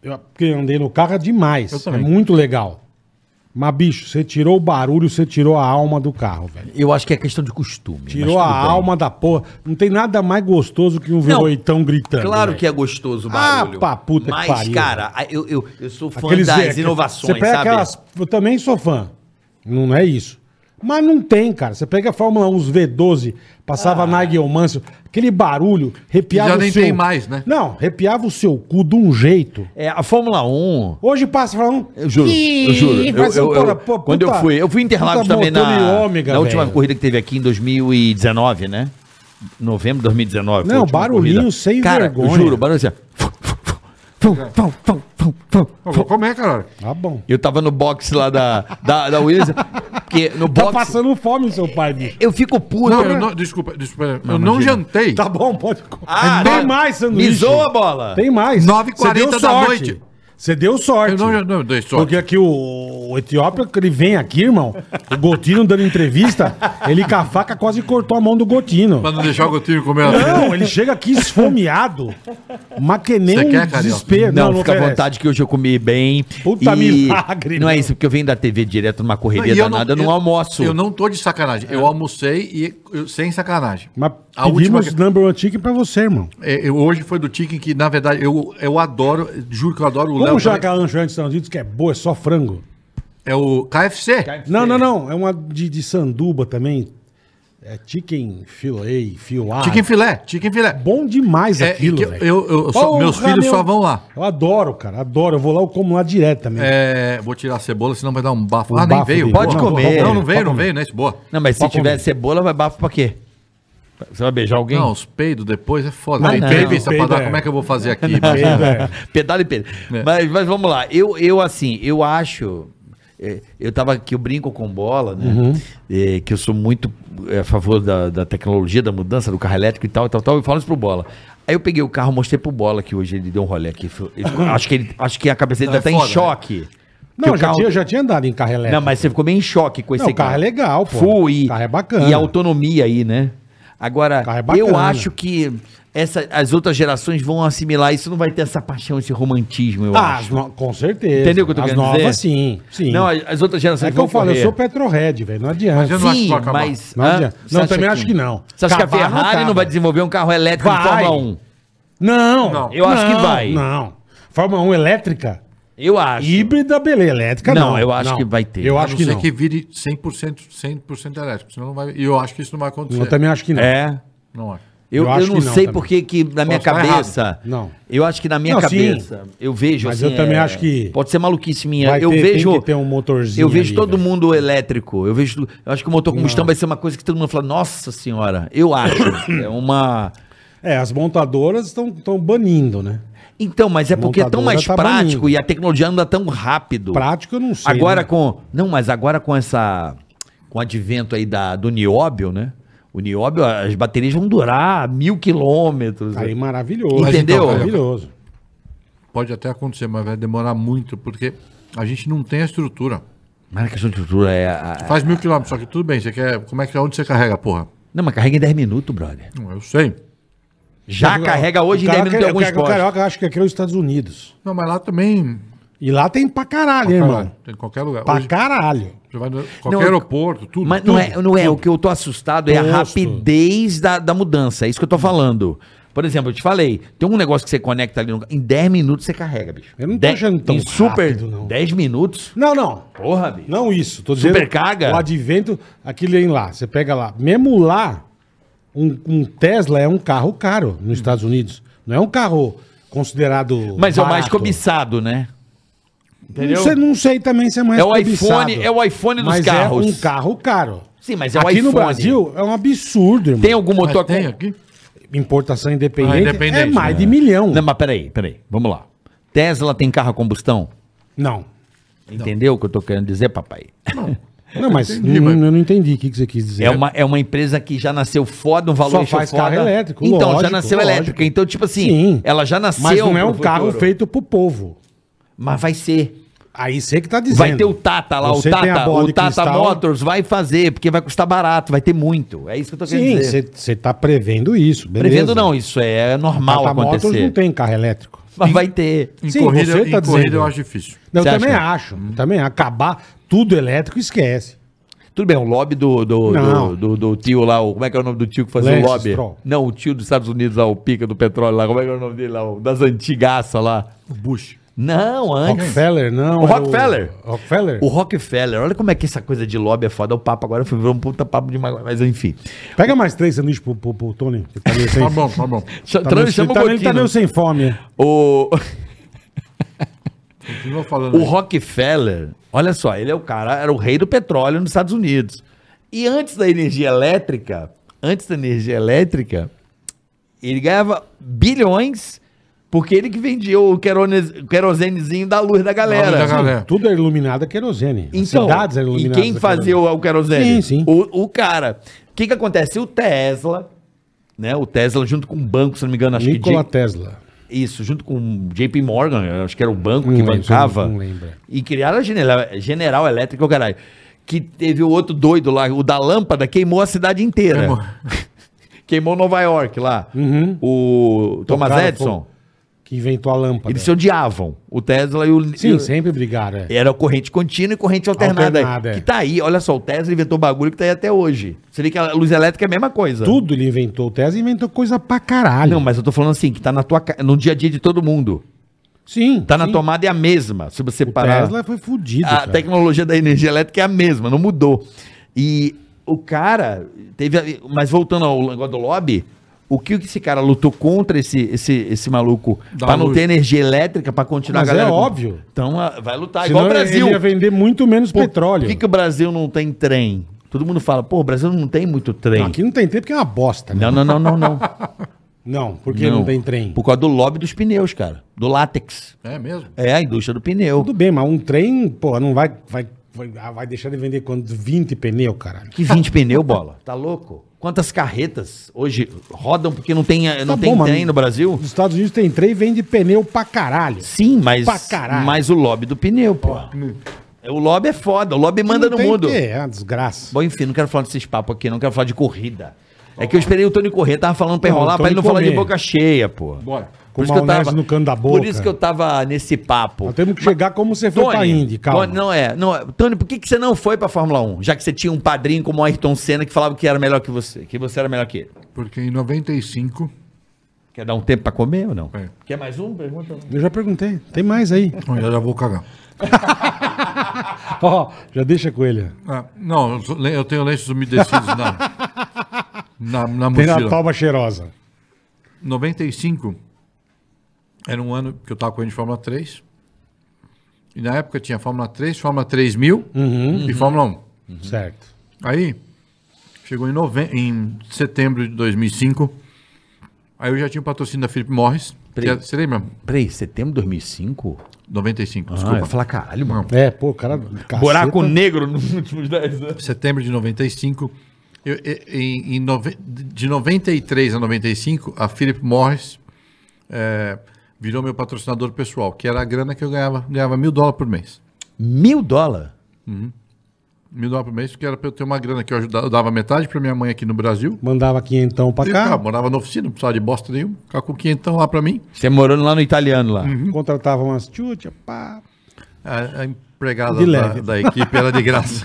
Speaker 2: Eu, porque eu andei no carro é demais.
Speaker 4: Eu
Speaker 2: é
Speaker 4: também.
Speaker 2: muito legal. Mas, bicho, você tirou o barulho, você tirou a alma do carro, velho.
Speaker 3: Eu acho que é questão de costume.
Speaker 2: Tirou
Speaker 3: mas
Speaker 2: a
Speaker 3: tudo bem.
Speaker 2: alma da porra. Não tem nada mais gostoso que um veloitão gritando.
Speaker 3: Claro
Speaker 2: velho.
Speaker 3: que é gostoso o barulho.
Speaker 2: Ah, pra puta que
Speaker 3: Mas,
Speaker 2: pariu.
Speaker 3: cara, eu, eu, eu sou fã
Speaker 2: Aqueles-
Speaker 3: das
Speaker 2: é,
Speaker 3: inovações,
Speaker 2: Você pega
Speaker 3: sabe?
Speaker 2: aquelas. Eu também sou fã. Não é isso. Mas não tem, cara. Você pega a Fórmula 1, os V12, passava
Speaker 3: Ah.
Speaker 2: Nigel Mansell, aquele barulho, arrepiava
Speaker 4: Já nem tem mais, né?
Speaker 2: Não, arrepiava o seu cu de um jeito.
Speaker 3: É, a Fórmula 1...
Speaker 2: Hoje passa "Hum, falando.
Speaker 3: Eu juro, eu juro. Eu,
Speaker 2: Faz
Speaker 3: eu-
Speaker 2: um porra,
Speaker 3: eu-
Speaker 2: pô,
Speaker 3: quando eu
Speaker 2: puta-
Speaker 3: fui, eu fui em Interlagos
Speaker 2: puta
Speaker 3: também
Speaker 2: motor e
Speaker 3: na,
Speaker 2: ômega,
Speaker 3: na última
Speaker 2: velho.
Speaker 3: corrida que teve aqui em 2019, né? Novembro de 2019. foi a
Speaker 2: Não,
Speaker 3: última
Speaker 2: barulhinho sem
Speaker 3: Cara,
Speaker 2: vergonha. É.
Speaker 3: Eu juro, barulho assim. ó. Fum, fum, fum, fum, fum,
Speaker 4: Eu
Speaker 3: fum.
Speaker 4: vou comer, cara.
Speaker 2: Tá bom.
Speaker 3: Eu tava no box lá da, da, da Williams, porque no
Speaker 2: Tá
Speaker 3: box
Speaker 2: passando fome, seu pai, bicho.
Speaker 3: eu fico puto.
Speaker 4: Não, eu não, desculpa, desculpa. eu não jantei.
Speaker 2: Tá bom, pode.
Speaker 3: Ah,
Speaker 2: tem
Speaker 4: né?
Speaker 3: não.
Speaker 2: mais sanduíche.
Speaker 3: Me zoa a bola.
Speaker 2: Tem mais.
Speaker 4: 9h40
Speaker 2: Você deu
Speaker 4: da
Speaker 2: sorte.
Speaker 4: noite.
Speaker 2: Você deu sorte.
Speaker 4: Eu não- não, eu dei sorte.
Speaker 2: Porque aqui o, o Etiópia, que ele vem aqui, irmão, o Gotino dando entrevista, ele com a faca quase cortou a mão do Gotino.
Speaker 4: Pra não deixar o Gotinho comer a
Speaker 2: Não, ele chega aqui esfomeado, mas que nem
Speaker 4: Você
Speaker 2: um
Speaker 4: quer, Carioca?
Speaker 2: desespero.
Speaker 3: Não, fica à
Speaker 2: oferece.
Speaker 3: vontade que hoje eu comi bem.
Speaker 2: Puta milagre,
Speaker 3: Não é
Speaker 2: meu.
Speaker 3: isso, porque eu venho da TV direto numa correria
Speaker 4: E eu
Speaker 3: danada, eu não,
Speaker 4: eu-
Speaker 3: almoço. É.
Speaker 4: Eu não tô de sacanagem. Eu almocei e eu- sem sacanagem.
Speaker 2: Mas
Speaker 4: a última
Speaker 2: pedimos
Speaker 4: que-
Speaker 2: number one ticket pra você, irmão.
Speaker 4: É, eu- hoje foi do Tiquim que, na verdade, eu, eu adoro, juro que eu adoro o
Speaker 2: Como já que
Speaker 4: também.
Speaker 2: a lancha antes não diz que é boa, é só frango.
Speaker 4: É o KFC.
Speaker 2: Não, não, não. É uma de, de sanduba também. É chicken filé, filá.
Speaker 4: Tiquim filé, Tiquim filé.
Speaker 2: Bom demais
Speaker 4: É,
Speaker 2: aquilo,
Speaker 4: e que
Speaker 2: velho.
Speaker 4: eu- eu- eu só-
Speaker 2: Porra,
Speaker 4: meus filhos só vão lá.
Speaker 2: Eu adoro, cara. Adoro. Eu vou lá, eu como lá direto também.
Speaker 4: É, vou tirar a cebola, senão vai dar um bafo.
Speaker 2: Um
Speaker 4: ah,
Speaker 2: bafo
Speaker 4: nem veio.
Speaker 2: de-
Speaker 3: Pode
Speaker 4: Não,
Speaker 3: comer.
Speaker 4: Não, não
Speaker 2: Pode
Speaker 4: veio, não
Speaker 2: comer.
Speaker 4: veio, né? Isso, boa.
Speaker 3: Não, mas se
Speaker 2: Pode
Speaker 3: tiver
Speaker 2: comer.
Speaker 3: cebola, vai bafo pra quê? Você vai beijar alguém?
Speaker 4: Não, os peidos depois é foda.
Speaker 2: Não,
Speaker 4: Tem
Speaker 2: não.
Speaker 4: entrevista pra
Speaker 2: Peido
Speaker 4: dar,
Speaker 2: é-
Speaker 4: como é que eu vou fazer aqui?
Speaker 2: Peido é-
Speaker 3: Pedala e pedala.
Speaker 4: É.
Speaker 3: Mas, mas vamos lá. Eu, eu assim, eu acho. é, Eu tava aqui, eu brinco com bola, né?
Speaker 4: Uhum.
Speaker 3: É, que eu sou muito é, a favor da, da tecnologia, da mudança do carro elétrico e tal, e tal, tal. Eu falo isso pro bola. Aí eu peguei o carro, mostrei pro bola que hoje ele deu um rolê aqui. Ele ficou- acho, que ele, acho que a cabeça dele
Speaker 4: Não,
Speaker 3: tá
Speaker 4: é
Speaker 3: em
Speaker 4: foda, né?
Speaker 3: choque. Porque
Speaker 2: Não,
Speaker 3: o
Speaker 2: já,
Speaker 3: carro-
Speaker 2: tinha, já tinha andado em carro elétrico.
Speaker 3: Não, mas você ficou meio em choque com esse
Speaker 2: É, tá Não, o carro é legal, pô.
Speaker 3: Full e,
Speaker 2: O carro é bacana.
Speaker 3: E a autonomia aí, né? Agora,
Speaker 2: Carro é bacana.
Speaker 3: eu acho que essa, as outras gerações vão assimilar isso, não vai ter essa paixão, esse romantismo, eu
Speaker 2: Ah, as
Speaker 3: acho.
Speaker 2: no- com certeza.
Speaker 3: Entendeu o que eu tô
Speaker 2: As
Speaker 3: querendo
Speaker 2: novas,
Speaker 3: dizer?
Speaker 2: sim. sim.
Speaker 3: Não, as as outras
Speaker 2: é
Speaker 3: gerações
Speaker 2: que
Speaker 3: vão
Speaker 2: eu falo, eu
Speaker 3: correr.
Speaker 2: sou petrohead, velho. Não
Speaker 4: Mas
Speaker 2: adianta.
Speaker 4: eu não acho que
Speaker 3: Sim,
Speaker 4: vai acabar.
Speaker 3: mas...
Speaker 2: Não
Speaker 3: hã?
Speaker 2: adianta.
Speaker 3: Você
Speaker 2: Não,
Speaker 3: acha
Speaker 2: também acho que não.
Speaker 3: Você acha que a
Speaker 2: Cavalo não
Speaker 3: Ferrari não,
Speaker 2: acaba.
Speaker 3: vai desenvolver um carro elétrico de
Speaker 2: Vai.
Speaker 3: Fórmula 1?
Speaker 2: Não,
Speaker 4: Não.
Speaker 3: Eu acho que vai.
Speaker 2: Não. Fórmula 1 elétrica?
Speaker 3: Eu acho.
Speaker 2: Híbrida, beleza. Elétrica, não.
Speaker 3: Não, eu acho que vai ter.
Speaker 2: Eu
Speaker 4: A
Speaker 2: acho
Speaker 4: não
Speaker 2: que
Speaker 4: ser
Speaker 2: não.
Speaker 4: que vire 100%, 100 elétrico. Senão não vai... E eu acho que isso não vai acontecer.
Speaker 2: Eu também acho que não.
Speaker 3: É.
Speaker 4: Não acho.
Speaker 3: Eu,
Speaker 2: Eu
Speaker 3: eu, não
Speaker 2: acho que não
Speaker 3: sei
Speaker 2: também. tá
Speaker 3: porque que na minha
Speaker 4: Posso estar
Speaker 3: cabeça.
Speaker 2: errado. Não.
Speaker 3: Eu acho que na minha
Speaker 2: Não,
Speaker 3: cabeça. Eu vejo assim, é,
Speaker 2: Mas eu também acho que
Speaker 3: Pode ser maluquice minha.
Speaker 2: vai
Speaker 3: Eu
Speaker 2: ter- tem
Speaker 3: vejo.
Speaker 2: que ter um motorzinho
Speaker 3: Eu vejo
Speaker 2: ali,
Speaker 3: todo
Speaker 2: velho.
Speaker 3: mundo elétrico. Eu vejo. Eu acho que o motor combustão vai ser uma coisa que todo mundo fala, nossa senhora, eu acho. é uma.
Speaker 2: É, as montadoras estão banindo, né?
Speaker 3: Então, mas é porque é tão
Speaker 2: Montadora
Speaker 3: mais
Speaker 2: tá
Speaker 3: prático
Speaker 2: banindo.
Speaker 3: e a tecnologia anda tão rápido.
Speaker 2: Prático eu não sei.
Speaker 3: agora
Speaker 2: né?
Speaker 3: com. Não, mas agora com essa. Com o advento aí da, do nióbio, né? O nióbio, as baterias vão durar mil quilômetros.
Speaker 2: Tá Aí maravilhoso. então,
Speaker 3: Entendeu?
Speaker 2: Maravilhoso.
Speaker 4: Pode até acontecer, mas vai demorar muito, porque a gente não tem a estrutura.
Speaker 3: Mas a questão de estrutura é. a- a-
Speaker 4: Faz mil quilômetros, só que tudo bem, você quer. Como é que onde você carrega, porra?
Speaker 3: Não, mas carrega em 10 minutos, brother.
Speaker 4: Não, Eu sei.
Speaker 3: Já carrega hoje
Speaker 2: O
Speaker 3: em 10
Speaker 2: cara
Speaker 3: minutos
Speaker 2: quer-
Speaker 3: em alguns
Speaker 2: O
Speaker 3: postos.
Speaker 2: Carioca acho que aqui é os Estados Unidos.
Speaker 4: Não, mas lá também.
Speaker 2: E lá tem pra caralho, hein, irmão.
Speaker 4: Tem qualquer lugar.
Speaker 2: Pra
Speaker 4: Hoje,
Speaker 2: caralho.
Speaker 4: você vai no- qualquer
Speaker 3: Não, eu-
Speaker 4: aeroporto, tudo.
Speaker 3: Mas não
Speaker 4: tudo.
Speaker 3: é, não é. o que eu tô assustado é a
Speaker 2: Gosto.
Speaker 3: rapidez da, da mudança. É isso que eu tô falando. Por exemplo, eu te falei, tem um negócio que você conecta ali, no- em 10 minutos você carrega, bicho.
Speaker 2: Eu não tô
Speaker 3: Dez-
Speaker 2: achando tão
Speaker 3: em super,
Speaker 2: rápido, não.
Speaker 3: 10 minutos?
Speaker 2: Não, não.
Speaker 3: Porra, bicho.
Speaker 2: Não isso. Tô dizendo
Speaker 3: Supercarga?
Speaker 2: o advento, aquilo em lá. Você pega lá. Mesmo lá, um, um Tesla é um carro caro nos Estados Unidos. Não é um carro considerado
Speaker 3: Mas é o mais
Speaker 2: barato.
Speaker 3: cobiçado, né?
Speaker 2: Não sei, não sei também se é mais
Speaker 3: É o
Speaker 2: cobiçado.
Speaker 3: iPhone- é o iPhone dos
Speaker 2: mas
Speaker 3: carros.
Speaker 2: é um carro caro.
Speaker 3: Sim, mas é o
Speaker 2: Aqui no
Speaker 3: iPhone.
Speaker 2: Brasil é um absurdo, irmão.
Speaker 3: Tem algum
Speaker 4: Mas
Speaker 3: motor...
Speaker 4: tem aqui?
Speaker 2: Importação independente,
Speaker 4: Ah, independente,
Speaker 2: é mais
Speaker 4: né?
Speaker 2: de milhão.
Speaker 3: Não, mas peraí, peraí. Vamos lá. Tesla tem carro a combustão?
Speaker 2: Não.
Speaker 3: Entendeu o que eu tô querendo dizer, papai?
Speaker 2: Não, mas
Speaker 4: Entendi,
Speaker 2: não-
Speaker 4: mas-
Speaker 2: eu não entendi o que que você quis dizer.
Speaker 3: É uma, é uma empresa que já nasceu foda, um valor
Speaker 2: Só faz
Speaker 3: foda.
Speaker 2: carro elétrico,
Speaker 3: Então, já
Speaker 2: lógico,
Speaker 3: nasceu
Speaker 2: lógico.
Speaker 3: elétrica. Então, tipo assim,
Speaker 2: Sim.
Speaker 3: ela já nasceu.
Speaker 2: Mas não é um
Speaker 3: pro
Speaker 2: carro
Speaker 3: futuro.
Speaker 2: feito pro povo.
Speaker 3: Mas vai ser.
Speaker 2: Aí você que tá dizendo.
Speaker 3: Vai ter o Tata lá,
Speaker 2: Você
Speaker 3: o
Speaker 2: tem a
Speaker 3: Tata,
Speaker 2: bola
Speaker 3: o
Speaker 2: de
Speaker 3: Tata
Speaker 2: cristal.
Speaker 3: Motors vai fazer, porque vai custar barato, vai ter muito. É isso que eu tô querendo
Speaker 2: Sim,
Speaker 3: dizer.
Speaker 2: você tá prevendo isso, beleza.
Speaker 3: Prevendo não, isso é normal
Speaker 2: Tata Motors
Speaker 3: acontecer.
Speaker 2: não tem carro elétrico.
Speaker 3: Mas vai ter.
Speaker 4: Em
Speaker 2: Sim,
Speaker 4: corrida,
Speaker 2: você tá
Speaker 4: em corrida
Speaker 2: dizendo.
Speaker 4: eu acho difícil.
Speaker 2: Não, eu
Speaker 3: Você
Speaker 2: também
Speaker 3: acha?
Speaker 2: acho. Também acabar tudo elétrico, esquece.
Speaker 3: Tudo bem, o lobby do, do, do,
Speaker 2: Não.
Speaker 3: do- do tio lá, o, como é que é o nome do tio que fazia
Speaker 2: Lance
Speaker 3: o lobby?
Speaker 2: Stroll.
Speaker 3: Não, o tio dos Estados Unidos lá, o pica do petróleo lá, como é que é o nome dele lá? O das antigaças lá.
Speaker 4: O Bush.
Speaker 3: Não, antes.
Speaker 2: Rockefeller, não.
Speaker 3: um O
Speaker 2: era
Speaker 3: Rockefeller.
Speaker 2: Rockefeller?
Speaker 3: É. O Rockefeller, olha como é que essa coisa de lobby é foda. O papo agora foi um puta papo de magoia, mas enfim.
Speaker 2: Pega mais três sanduíches pro, pro, pro Tony. que tá meio sem
Speaker 4: Tá bom, tá bom.
Speaker 3: Ch-
Speaker 2: Tá
Speaker 3: tra-
Speaker 2: meio,
Speaker 3: chama um
Speaker 2: tá
Speaker 3: o
Speaker 2: meio- ele tá
Speaker 3: Boquino.
Speaker 2: meio sem fome.
Speaker 3: O,
Speaker 4: Continua falando.
Speaker 3: o
Speaker 4: aí.
Speaker 3: Rockefeller, olha só, ele é o cara, era o rei do petróleo nos Estados Unidos. E antes da energia elétrica, antes da energia elétrica, ele ganhava bilhões porque ele que vendia o querone- querosenezinho da luz da galera.
Speaker 4: Da galera.
Speaker 2: Tudo é iluminado é querosene. As
Speaker 3: Então,
Speaker 2: cidades eram
Speaker 3: e
Speaker 2: iluminadas
Speaker 3: quem
Speaker 2: a
Speaker 3: fazia
Speaker 2: querosene.
Speaker 3: o, o querosene?
Speaker 2: Sim, sim.
Speaker 3: O, o cara. O que que acontece? O Tesla, né? O Tesla junto com o banco, se não me engano, acho
Speaker 2: Nikola
Speaker 3: que... J-
Speaker 2: Tesla.
Speaker 3: Isso, junto com o JP Morgan, eu acho que era o banco
Speaker 2: Não
Speaker 3: que
Speaker 2: lembro,
Speaker 3: bancava.
Speaker 2: não lembro.
Speaker 3: E criaram a General, General Elétrica, o caralho. Que teve o outro doido lá, o da lâmpada, queimou a cidade inteira.
Speaker 4: Queimou.
Speaker 3: Queimou, Nova York lá.
Speaker 2: Uhum.
Speaker 3: O Thomas
Speaker 2: Tocaram
Speaker 3: Edison.
Speaker 2: fogo. Que inventou a lâmpada.
Speaker 3: Eles se odiavam. O Tesla e o... e
Speaker 2: Sim,
Speaker 3: o-
Speaker 2: sempre brigaram. é.
Speaker 3: era corrente contínua e corrente alternada.
Speaker 2: Alternada, é.
Speaker 3: que tá aí, olha só, o Tesla inventou bagulho que tá aí até hoje. Você vê que a luz elétrica é a mesma coisa.
Speaker 2: Tudo ele inventou. O Tesla inventou coisa pra caralho.
Speaker 3: Não, mas eu tô falando assim, que tá na tua, ca- no dia a dia de todo mundo.
Speaker 2: Sim.
Speaker 3: Tá na Ah,
Speaker 2: sim.
Speaker 3: tomada é a mesma. Se você
Speaker 2: O
Speaker 3: parar.
Speaker 2: Tesla foi fudido.
Speaker 3: a
Speaker 2: cara.
Speaker 3: tecnologia da energia elétrica é a mesma, não mudou. E o cara teve. a- Mas voltando ao negócio do lobby, o que que esse cara lutou contra esse, esse, esse maluco
Speaker 4: Da
Speaker 3: pra não
Speaker 4: luz.
Speaker 3: ter energia elétrica pra continuar
Speaker 2: Mas
Speaker 3: a galera?
Speaker 2: é
Speaker 3: com-
Speaker 2: óbvio.
Speaker 3: Então ah, vai lutar
Speaker 2: Senão
Speaker 3: igual o Brasil.
Speaker 2: Ele ia vender muito menos
Speaker 3: Por
Speaker 2: petróleo.
Speaker 3: que, que o Brasil não tem trem? Todo mundo fala, pô, o Brasil não tem muito trem.
Speaker 2: Não, aqui não tem trem porque é uma bosta. Né?
Speaker 3: Não, não, não, não, não.
Speaker 2: Não, porque não, tem trem.
Speaker 3: Por causa do lobby dos pneus, cara. Do látex.
Speaker 4: É mesmo?
Speaker 3: É a indústria do pneu.
Speaker 2: Tudo bem, mas um trem, pô, não vai, vai, vai, ah, vai deixar de vender quando 20 pneu, caralho.
Speaker 3: Que 20 pneu, bola. Tá louco? Quantas carretas hoje rodam porque não tem, eh, não
Speaker 2: Tá
Speaker 3: tem
Speaker 2: bom,
Speaker 3: trem
Speaker 2: mano.
Speaker 3: no Brasil?
Speaker 2: Os Estados Unidos tem trem e vende pneu pra caralho.
Speaker 3: Sim, mas,
Speaker 2: Pra caralho.
Speaker 3: mas o lobby do pneu, pô. É, O lobby é foda, o lobby manda
Speaker 2: Não
Speaker 3: no
Speaker 2: tem
Speaker 3: mundo.
Speaker 2: que, É uma desgraça.
Speaker 3: Bom, enfim, não quero falar desses papos aqui, não quero falar de corrida. É que eu esperei o Tony correr, tava falando pra
Speaker 2: Não,
Speaker 3: enrolar,
Speaker 2: o
Speaker 3: pra ele não
Speaker 2: Tony
Speaker 3: falar de
Speaker 2: comer.
Speaker 3: boca cheia, pô.
Speaker 4: Bora.
Speaker 2: Com maionese no canto da boca.
Speaker 3: Por isso que eu tava nesse papo.
Speaker 2: Nós temos que chegar como você foi pra Indy, calma.
Speaker 3: Tony, não é, não é. Tony, por que, que você não foi pra Fórmula 1? Já que você tinha um padrinho como o Ayrton Senna que falava que era melhor que você, que você era melhor que ele.
Speaker 4: Porque em 95.
Speaker 3: Quer dar um tempo pra comer ou não?
Speaker 4: É.
Speaker 3: Quer mais um? Pergunta.
Speaker 2: Eu já perguntei. Tem mais aí.
Speaker 4: Olha, eu já vou cagar.
Speaker 2: Ó, já deixa com ele.
Speaker 4: Ah, não, eu sou- eu tenho lenços umedecidos na, na, na
Speaker 2: Tem a
Speaker 4: mochila.
Speaker 2: toba cheirosa.
Speaker 4: 95 era um ano que eu estava correndo de Fórmula 3. E na época tinha Fórmula 3, Fórmula 3000 e Fórmula 1.
Speaker 2: Certo.
Speaker 4: Aí, chegou em, nove... em setembro de 2005. Aí eu já tinha o patrocínio da Philip Morris. que é- Você lembra?
Speaker 3: Peraí, setembro de 2005?
Speaker 4: 95,
Speaker 3: Ah, eu
Speaker 4: desculpa.
Speaker 3: ia falar caralho, mano. tá-
Speaker 2: É, pô, cara.
Speaker 3: Buraco
Speaker 2: caceta. é.
Speaker 3: negro nos últimos 10 anos.
Speaker 4: setembro de 95, Eu- e- em, em nove- de 93 a 95, a Philip Morris é, virou meu patrocinador pessoal, que era a grana que eu ganhava. Ganhava mil dólares por mês.
Speaker 3: Mil dólar?
Speaker 4: Mil dólares por mês, que era para eu ter uma grana que eu, ajudava, eu dava metade para minha mãe aqui no Brasil.
Speaker 2: Mandava quinhentão pra
Speaker 4: E eu
Speaker 2: cá,
Speaker 4: ficava, morava na oficina, não precisava de bosta nenhuma. Ficava com quinhentão lá para mim.
Speaker 3: Você morando lá no italiano lá.
Speaker 2: contratava umas tchutchas, pá.
Speaker 4: A, a empregada
Speaker 2: De
Speaker 4: da,
Speaker 2: leve.
Speaker 4: da equipe era de graça.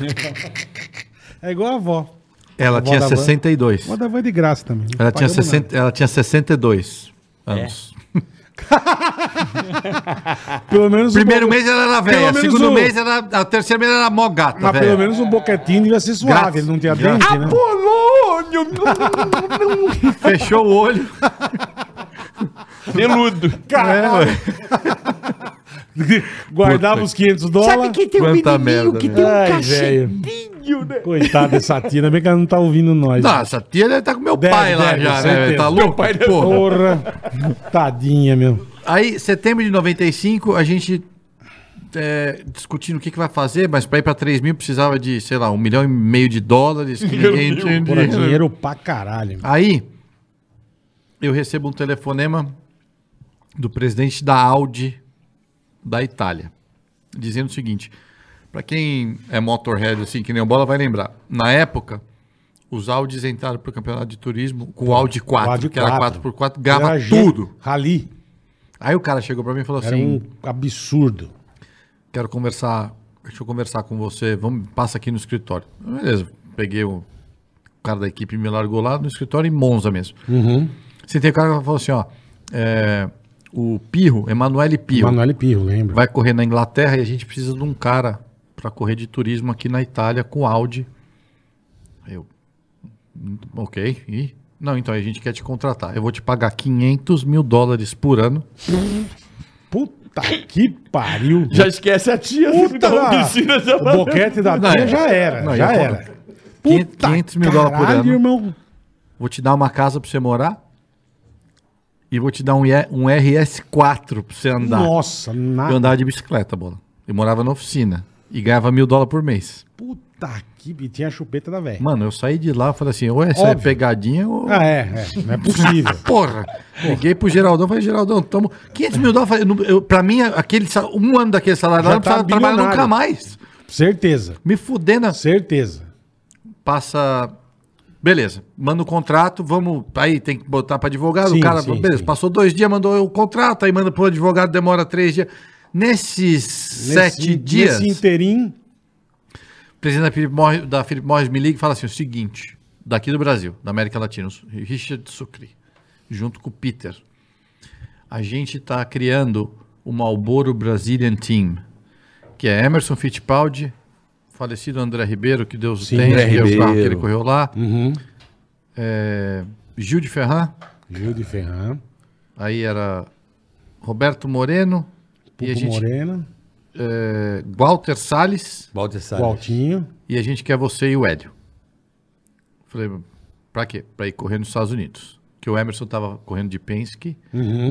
Speaker 2: É igual a avó.
Speaker 4: Ela
Speaker 2: Vó
Speaker 4: tinha
Speaker 2: da van.
Speaker 4: 62.
Speaker 2: Uma da avó é de graça também. não
Speaker 4: Ela tinha,
Speaker 2: pagamos
Speaker 4: 60, ela tinha 62 anos.
Speaker 2: nada. Pelo menos o
Speaker 4: Primeiro
Speaker 2: bo-
Speaker 4: mês ela era velha,
Speaker 2: Tipo menos
Speaker 4: segundo
Speaker 2: o-
Speaker 4: mês era. A terceira mês era mó gata,
Speaker 2: Mas pelo
Speaker 4: velha.
Speaker 2: menos o boquetinho devia ser suave,
Speaker 4: Graças-
Speaker 2: ele não tinha
Speaker 4: graças-
Speaker 2: dente, né?
Speaker 4: Fechou o olho.
Speaker 3: Peludo.
Speaker 2: né?
Speaker 3: É.
Speaker 2: Caralho. Guardava
Speaker 4: É, Puta
Speaker 2: os 500 dólares.
Speaker 3: tem um né?
Speaker 4: Quanta merda. né?
Speaker 2: Ai, velho. Coitado dessa tia, ainda bem que ela não tá ouvindo nós.
Speaker 4: Não, essa tia deve tá com meu
Speaker 2: Deve,
Speaker 4: pai lá
Speaker 2: deve,
Speaker 4: já, né?
Speaker 2: certeza.
Speaker 4: velho? Tá
Speaker 2: Meu
Speaker 4: louco? Porra.
Speaker 2: Porra. Tadinha, meu.
Speaker 4: Aí, setembro de 95, a gente é, discutindo o que, que vai fazer, mas pra ir pra 3 mil precisava de, sei lá, um milhão e meio de dólares, que ninguém tinha
Speaker 2: Porra,
Speaker 4: dinheiro.
Speaker 2: dinheiro pra caralho. meu.
Speaker 4: Aí, eu recebo um telefonema do presidente da Audi da Itália, dizendo o seguinte: para quem é motorhead assim, que nem o Bola, vai lembrar. Na época, os Audis entraram para o campeonato de turismo com o Audi 4,
Speaker 2: Audi
Speaker 4: que era
Speaker 2: 4.
Speaker 4: 4x4, grava
Speaker 2: Era jeito.
Speaker 4: tudo.
Speaker 2: Rali.
Speaker 4: Aí o cara chegou para mim e falou
Speaker 2: Era
Speaker 4: assim:
Speaker 2: um absurdo.
Speaker 4: quero conversar, deixa eu conversar com você, vamos, passa aqui no escritório. Beleza, peguei o cara da equipe, me largou lá no escritório em Monza mesmo. Sentei o cara e falou assim, ó, é, o Pirro, Emanuele Pirro,
Speaker 2: Manoel Pirro, lembra?
Speaker 4: vai correr na Inglaterra e a gente precisa de um cara para correr de turismo aqui na Itália com Audi. Aí Eu, "Hum, ok, e? Não, então a gente quer te contratar. Eu vou te pagar 500 mil dólares por ano.
Speaker 2: Puta que pariu.
Speaker 3: Já esquece a tia. da
Speaker 2: Puta da-
Speaker 3: oficina já
Speaker 2: O boquete da
Speaker 4: Não,
Speaker 2: tia
Speaker 4: é.
Speaker 2: já era,
Speaker 4: Não,
Speaker 2: já
Speaker 4: eu-
Speaker 2: era.
Speaker 4: 500 mil dólares por
Speaker 2: caralho,
Speaker 4: ano.
Speaker 2: irmão.
Speaker 4: Vou te dar uma casa pra você morar. E vou te dar um, IE um RS4 pra você andar.
Speaker 2: Nossa, na...
Speaker 4: Eu andava de bicicleta, bola. Eu morava na oficina. E ganhava mil dólares por mês.
Speaker 2: puta que... E tinha a chupeta da velha.
Speaker 4: Mano, eu saí de lá e falei assim: ou essa é
Speaker 2: Óbvio.
Speaker 4: pegadinha ou.
Speaker 2: Ah, é, é. Não é possível.
Speaker 4: Porra! Liguei pro Geraldão e falei: Geraldão, tamo. 500 mil dólares. eu não- eu- pra mim, aquele, sal- um ano daquele salário lá,
Speaker 2: Já
Speaker 4: eu não
Speaker 2: tá
Speaker 4: precisava trabalhar
Speaker 2: bilionário.
Speaker 4: nunca mais.
Speaker 2: Certeza,
Speaker 4: Me fudendo.
Speaker 2: certeza.
Speaker 4: passa. Beleza, manda o contrato, vamos. Aí tem que botar para advogado.
Speaker 2: Sim,
Speaker 4: o cara,
Speaker 2: sim,
Speaker 4: beleza,
Speaker 2: sim.
Speaker 4: passou dois dias, mandou o contrato, aí manda pro advogado, demora três dias. Nesses sete
Speaker 2: Nesse-
Speaker 4: dias,
Speaker 2: Nesse inteirinho,
Speaker 4: o presidente da Philip, Morris, da Philip Morris me liga e fala assim: o seguinte, daqui do Brasil, da América Latina, o Richard Sucre, junto com o Peter, a gente está criando o Malboro Brazilian Team, que é Emerson Fittipaldi, falecido André Ribeiro, que Deus o
Speaker 2: Sim,
Speaker 4: tenha,
Speaker 3: André
Speaker 4: que é o carro que ele
Speaker 3: Ribeiro.
Speaker 4: correu lá. É, Gil de Ferran,
Speaker 2: Gil de Ferran,
Speaker 4: aí era Roberto Moreno, e a
Speaker 2: Pupo
Speaker 4: gente,
Speaker 2: Morena,
Speaker 4: é, Walter Salles,
Speaker 3: Walter
Speaker 4: Tá.
Speaker 3: Salles.
Speaker 2: o Altinho.
Speaker 4: e a gente quer você e o Hélio. Falei, pra quê? Pra ir correr nos Estados Unidos. Que o Emerson tava correndo de Penske,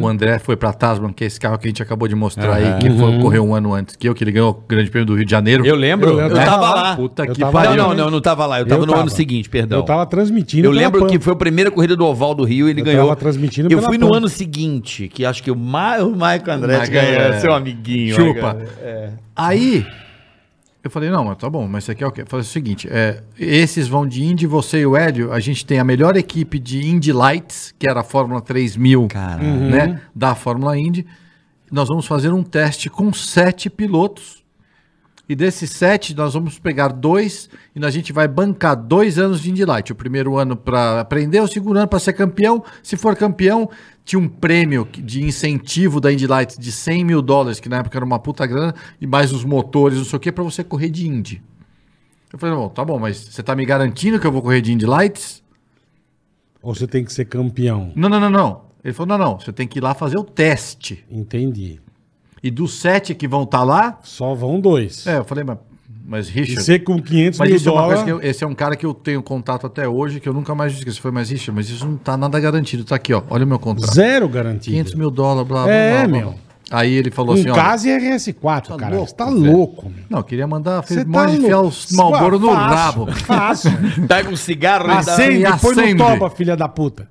Speaker 4: o André foi pra Tasman, que é esse carro que a gente acabou de mostrar aí, que foi, correu um ano antes que eu, que ele ganhou o Grande Prêmio do Rio de Janeiro.
Speaker 3: Eu lembro, eu,
Speaker 2: Eu
Speaker 3: tava,
Speaker 2: tava
Speaker 3: lá.
Speaker 4: né? Puta
Speaker 2: Eu
Speaker 4: que
Speaker 2: tava-
Speaker 4: pariu.
Speaker 3: Não, não, não, eu não tava lá. Eu tava
Speaker 2: Eu
Speaker 3: no
Speaker 2: tava.
Speaker 3: ano seguinte, perdão.
Speaker 2: Eu tava transmitindo
Speaker 3: Eu
Speaker 2: pela
Speaker 3: lembro
Speaker 2: Pan.
Speaker 3: que foi a primeira corrida do Oval do Rio, ele
Speaker 2: Eu
Speaker 3: ganhou.
Speaker 2: tava transmitindo
Speaker 3: Eu
Speaker 2: pela
Speaker 3: fui no
Speaker 2: Pan.
Speaker 3: ano seguinte, que acho que o, Ma... o Michael Andretti
Speaker 4: Michael,
Speaker 3: ganhou,
Speaker 4: é.
Speaker 3: seu amiguinho.
Speaker 4: Chupa.
Speaker 3: né, cara?
Speaker 4: Aí, eu falei, não, mas tá bom, mas você quer o quê? Eu falei o seguinte, é, esses vão de Indy, você e o Hélio, a gente tem a melhor equipe de Indy Lights, que era a Fórmula 3000,
Speaker 3: Caralho.
Speaker 4: né, da Fórmula Indy. Nós vamos fazer um teste com sete pilotos. E desses sete, nós vamos pegar dois e a gente vai bancar dois anos de Indy Light. O primeiro ano para aprender, o segundo ano para ser campeão. Se for campeão, tinha um prêmio que- de incentivo da Indy Light de 100 mil dólares, que na época era uma puta grana, e mais os motores, não sei o que, para você correr de Indy. Eu falei, bom, tá bom, mas você tá me garantindo que eu vou correr de Indy Lights?
Speaker 2: Ou você tem que ser campeão.
Speaker 4: Não, não, não, não. Ele falou, não, não, você tem que ir lá fazer o teste.
Speaker 2: Entendi.
Speaker 4: E dos sete que vão estar lá,
Speaker 2: Só vão dois.
Speaker 4: é, eu falei, mas, mas
Speaker 2: e
Speaker 4: Richard...
Speaker 2: ser com 500
Speaker 4: Mas
Speaker 2: mil
Speaker 4: isso é uma coisa
Speaker 2: dólares...
Speaker 4: que eu- esse é um cara que eu tenho contato até hoje, que eu nunca mais esqueci. Foi, mas Richard, mas isso não tá nada garantido. Tá aqui, ó. Olha o meu contrato.
Speaker 2: Zero garantido.
Speaker 4: 500 mil dólares, blá, blá,
Speaker 2: É,
Speaker 4: blá, blá.
Speaker 2: meu.
Speaker 4: Aí ele falou assim,
Speaker 2: Um
Speaker 4: olha,
Speaker 2: caso e RS4,
Speaker 4: Tá
Speaker 2: cara.
Speaker 4: louco,
Speaker 2: você tá
Speaker 4: velho.
Speaker 2: louco, meu.
Speaker 4: Não, eu queria mandar
Speaker 2: Você
Speaker 4: fez
Speaker 2: tá
Speaker 4: mais enfiar
Speaker 2: louco.
Speaker 4: os malboro no
Speaker 2: Fácil,
Speaker 4: rabo.
Speaker 2: Fácil.
Speaker 3: Pega um cigarro
Speaker 2: Ah,
Speaker 3: e dá...
Speaker 2: Acende, põe
Speaker 4: acende.
Speaker 2: no toba, filha da puta.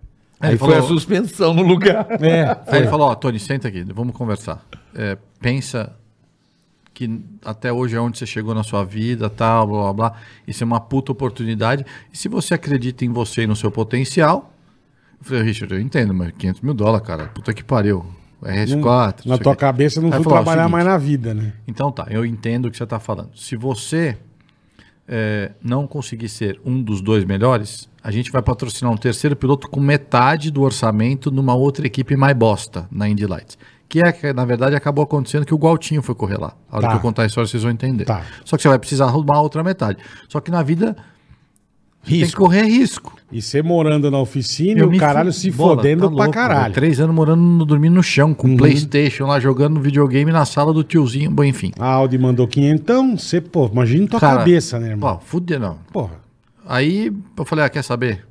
Speaker 3: Aí
Speaker 4: Aí ele
Speaker 3: foi a
Speaker 4: falou,
Speaker 3: suspensão no lugar.
Speaker 2: É.
Speaker 4: aí ele falou, ó, Tony, senta aqui, vamos conversar. É, pensa que até hoje é onde você chegou na sua vida, tal, blá, blá, blá. Isso é uma puta oportunidade. E se você acredita em você e no seu potencial... Eu falei, Richard, eu entendo, mas 500 mil dólares, cara, puta que pariu. RS4.
Speaker 2: Na
Speaker 4: isso
Speaker 2: tua
Speaker 4: aqui.
Speaker 2: cabeça não
Speaker 4: Aí
Speaker 2: fui
Speaker 4: falou, ó,
Speaker 2: trabalhar
Speaker 4: seguinte,
Speaker 2: mais na vida, né?
Speaker 4: Então tá, eu entendo o que você está falando. Se você eh, não conseguir ser um dos dois melhores, a gente vai patrocinar um terceiro piloto com metade do orçamento numa outra equipe mais bosta na Indy Lights. Que é que, na verdade, acabou acontecendo que o Gualtinho foi correr lá. A hora
Speaker 2: Tá.
Speaker 4: que eu contar a história, vocês vão entender.
Speaker 2: Tá.
Speaker 4: Só que você vai precisar arrumar a outra metade. Só que na vida tem que
Speaker 3: Risco.
Speaker 4: correr risco.
Speaker 2: E você morando na oficina e
Speaker 4: me
Speaker 2: o caralho
Speaker 4: fu-
Speaker 2: se
Speaker 4: Bola,
Speaker 2: fodendo
Speaker 4: tá
Speaker 2: pra
Speaker 4: louco, velho.
Speaker 2: caralho. Uhum.
Speaker 4: Três anos morando, no- dormindo no chão, com Playstation lá, jogando videogame na sala do tiozinho, bom, enfim.
Speaker 2: A Audi mandou quinhentão, você, pô, imagina tua
Speaker 4: Cara,
Speaker 2: cabeça, né, irmão?
Speaker 4: Pô, fudeu não.
Speaker 2: Porra.
Speaker 4: Aí eu falei, ah, quer saber?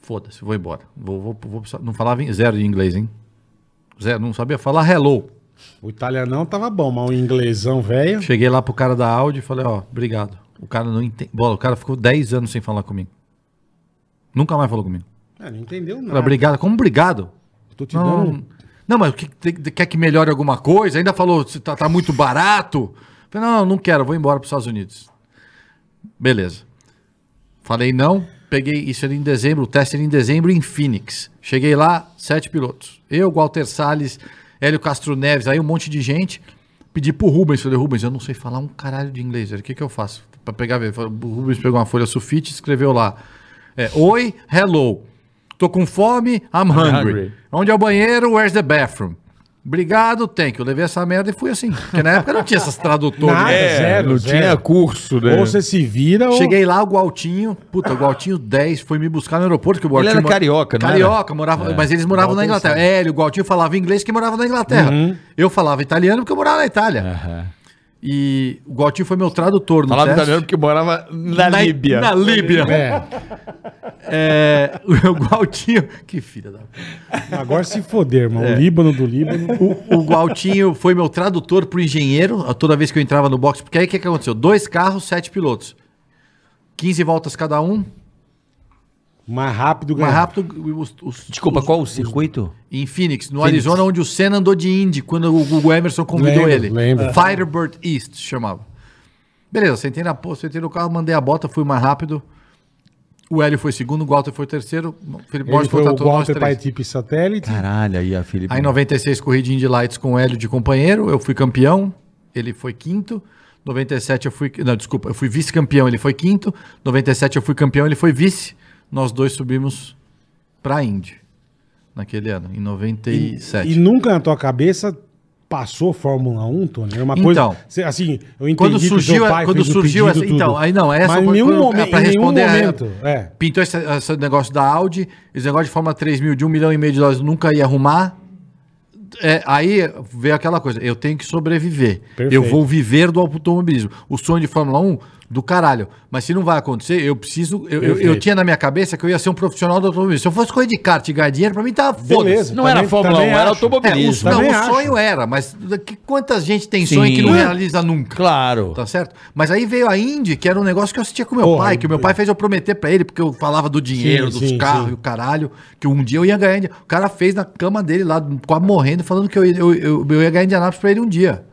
Speaker 4: Foda-se, vou embora. Vou, vou, vou, precisar- não falava em- zero de inglês, hein? Zero, não sabia falar hello.
Speaker 2: O italianão tava bom, mas o inglesão, velho.
Speaker 4: Cheguei lá pro cara da Audi e falei, ó, obrigado. O cara não entende. Bola, o cara ficou 10 anos sem falar comigo. Nunca mais falou comigo.
Speaker 2: Ah, não entendeu
Speaker 4: Eu falei,
Speaker 2: nada.
Speaker 4: obrigado. Como obrigado?
Speaker 2: Tô te
Speaker 4: Não,
Speaker 2: dando. um-
Speaker 4: não, não, mas o que, tem- quer que melhore alguma coisa? Ainda falou, "Cê tá, tá muito barato. Falei, não, não, não quero, vou embora para os Estados Unidos. Beleza. Falei não, peguei isso era em dezembro, o teste era em dezembro em Phoenix. Cheguei lá, sete pilotos. Eu, Walter Salles, Hélio Castro Neves, aí um monte de gente. Pedi pro Rubens, falei, Rubens, eu não sei falar um caralho de inglês, velho, o que que eu faço? Pra pegar, ver?" Falei, o Rubens pegou uma folha sulfite e escreveu lá, é, Oi, hello, tô com fome, I'm hungry.
Speaker 3: hungry.
Speaker 4: Onde é o banheiro, where's the bathroom? Obrigado, thank you. Levei essa merda e fui assim. Porque na época não tinha essas tradutoras.
Speaker 2: Nada,
Speaker 3: É.
Speaker 4: né?
Speaker 2: Ah, zero,
Speaker 3: não
Speaker 2: zero.
Speaker 3: tinha curso, né?
Speaker 2: Ou você se vira ou...
Speaker 4: Cheguei lá, o Gualtinho, puta, o Gualtinho 10 foi me buscar no aeroporto, que o Gualtinho
Speaker 3: era
Speaker 4: mo-
Speaker 3: carioca, não era? É.
Speaker 4: Carioca, morava, mas eles moravam na Inglaterra. É, ele, o Gualtinho falava inglês que morava na Inglaterra.
Speaker 3: Uhum.
Speaker 4: Eu falava italiano porque eu morava na Itália. E o Gualtinho foi meu tradutor no
Speaker 3: Falava
Speaker 4: teste.
Speaker 3: italiano porque morava na,
Speaker 4: Na
Speaker 3: Líbia.
Speaker 4: Na Líbia.
Speaker 2: É,
Speaker 4: É, o Gualtinho, que filha da
Speaker 2: agora se foder, irmão.
Speaker 4: É.
Speaker 2: O Líbano do Líbano.
Speaker 4: O Gualtinho foi meu tradutor pro engenheiro a- toda vez que eu entrava no box, porque aí o que, que aconteceu? Dois carros, sete pilotos. 15 voltas cada um,
Speaker 2: Mais rápido
Speaker 4: mais
Speaker 2: ganhar.
Speaker 4: rápido. Os, os-
Speaker 3: Desculpa, qual o circuito?
Speaker 4: Em Phoenix, no Arizona, onde o Senna andou de Indy quando o Hugo Emerson convidou
Speaker 2: Lembro,
Speaker 4: ele. É.
Speaker 2: lembro.
Speaker 4: Firebird East chamava. Beleza, sentei na poça, sentei no carro, mandei a bota, fui mais rápido. O Hélio foi segundo, o Walter foi terceiro. O Felipe
Speaker 2: Ele
Speaker 4: Borges
Speaker 2: foi o
Speaker 4: contratou nós
Speaker 2: Walter
Speaker 4: três.
Speaker 2: para equipe satélite.
Speaker 3: Caralho, aí a Felipe.
Speaker 4: Aí 96 corridinha de lights com o Hélio de companheiro, eu fui campeão, ele foi quinto. 97 eu fui, não, desculpa, eu fui vice-campeão, ele foi quinto. 97 eu fui campeão, ele foi vice. Nós dois subimos pra Indy naquele ano, em 97.
Speaker 2: E nunca na tua cabeça passou Fórmula 1, Tony? Era uma
Speaker 4: Então.
Speaker 2: coisa. Cê, assim, eu entendi
Speaker 4: Quando
Speaker 2: que teu
Speaker 4: surgiu,
Speaker 2: pai
Speaker 4: quando
Speaker 2: fez o
Speaker 4: surgiu
Speaker 2: pedido,
Speaker 4: essa, então,
Speaker 2: tudo.
Speaker 4: aí não, essa
Speaker 2: Mas em
Speaker 4: foi-
Speaker 2: nenhum
Speaker 4: foi-
Speaker 2: momento.
Speaker 4: pra
Speaker 2: em nenhum
Speaker 4: responder, é,
Speaker 2: momento. É.
Speaker 4: pintou esse, esse negócio da Audi, esse negócio de Fórmula 3 mil, de um milhão e meio de dólares, nunca ia arrumar. É, aí veio aquela coisa, eu tenho que sobreviver.
Speaker 2: Perfeito.
Speaker 4: Eu vou viver do automobilismo. O sonho de Fórmula 1, do caralho. Mas se não vai acontecer, eu preciso. Eu, eu, eu
Speaker 2: Perfeito.
Speaker 4: tinha na minha cabeça que eu ia ser um profissional do automobilismo. Se eu fosse correr de kart e ganhar dinheiro, pra mim tava foda-se.
Speaker 2: Beleza.
Speaker 3: Não
Speaker 2: Também-
Speaker 3: era Fórmula 1,
Speaker 2: também
Speaker 3: era
Speaker 2: acho.
Speaker 4: É, o,
Speaker 3: automobilismo.
Speaker 4: não,
Speaker 2: Também
Speaker 4: o
Speaker 2: acho.
Speaker 4: sonho era, mas que, quantas gente tem
Speaker 3: Sim.
Speaker 4: sonho que não
Speaker 3: Ué.
Speaker 4: realiza nunca?
Speaker 3: Claro.
Speaker 4: Tá certo? Mas aí veio a Indy, que era um negócio que eu assistia com meu
Speaker 2: Porra, é.
Speaker 4: pai, que o meu pai fez eu prometer pra ele, porque eu falava do dinheiro,
Speaker 2: Sim,
Speaker 4: dos
Speaker 2: sim,
Speaker 4: carros
Speaker 2: sim.
Speaker 4: e o caralho, que um dia eu ia ganhar. dinheiro. O cara fez na cama dele lá, quase morrendo, falando que eu, ia- eu, eu, eu ia ganhar Indianápolis pra ele um dia.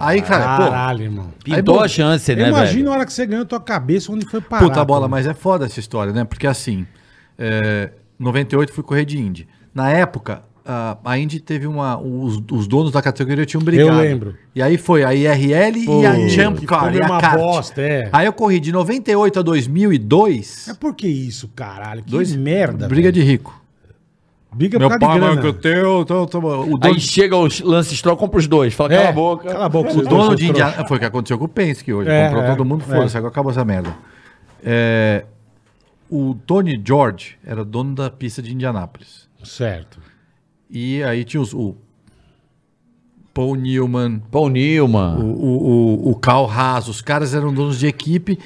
Speaker 4: aí, cara, pô,
Speaker 2: Caralho, irmão.
Speaker 3: Pintou
Speaker 4: bom,
Speaker 3: a chance, né,
Speaker 2: Imagina
Speaker 3: velho?
Speaker 2: a hora que você ganhou a tua cabeça, onde foi parar.
Speaker 4: puta bola,
Speaker 2: Tony.
Speaker 4: mas é foda essa história, né? Porque assim, é, 98 fui correr de Indy. Na época, a- a Indy teve uma. Os, os donos da categoria tinham brigado.
Speaker 2: lembro.
Speaker 4: E aí foi a IRL e a
Speaker 2: Pô,
Speaker 4: Champ
Speaker 2: que
Speaker 4: Car.
Speaker 2: foi
Speaker 4: E a
Speaker 2: uma
Speaker 4: kart.
Speaker 2: bosta, é.
Speaker 4: Aí eu corri de 98 a 2002.
Speaker 2: É por que isso, caralho? Que
Speaker 4: Dois-
Speaker 2: merda.
Speaker 4: Briga de rico.
Speaker 2: de. Briga por causa de
Speaker 3: é
Speaker 2: grana.
Speaker 4: tenho. tô- tô- o dono,
Speaker 3: Aí chega o Lance Stroll, compra os dois. Fala, cala a boca.
Speaker 2: É, Cala a boca,
Speaker 4: o
Speaker 2: vocês
Speaker 4: dono
Speaker 2: dois,
Speaker 4: de
Speaker 2: seus trouxas.
Speaker 4: Indiana. Foi o que aconteceu com o Penske hoje.
Speaker 2: É,
Speaker 4: Comprou
Speaker 2: é,
Speaker 4: todo mundo,
Speaker 2: é.
Speaker 4: foda-se, agora acabou essa merda. É, o Tony George era dono da pista de Indianápolis.
Speaker 2: Certo.
Speaker 4: E aí tinha os, o Paul Newman,
Speaker 3: Paul Newman.
Speaker 4: o, o, o, o Carl Haas, os caras eram donos de equipe.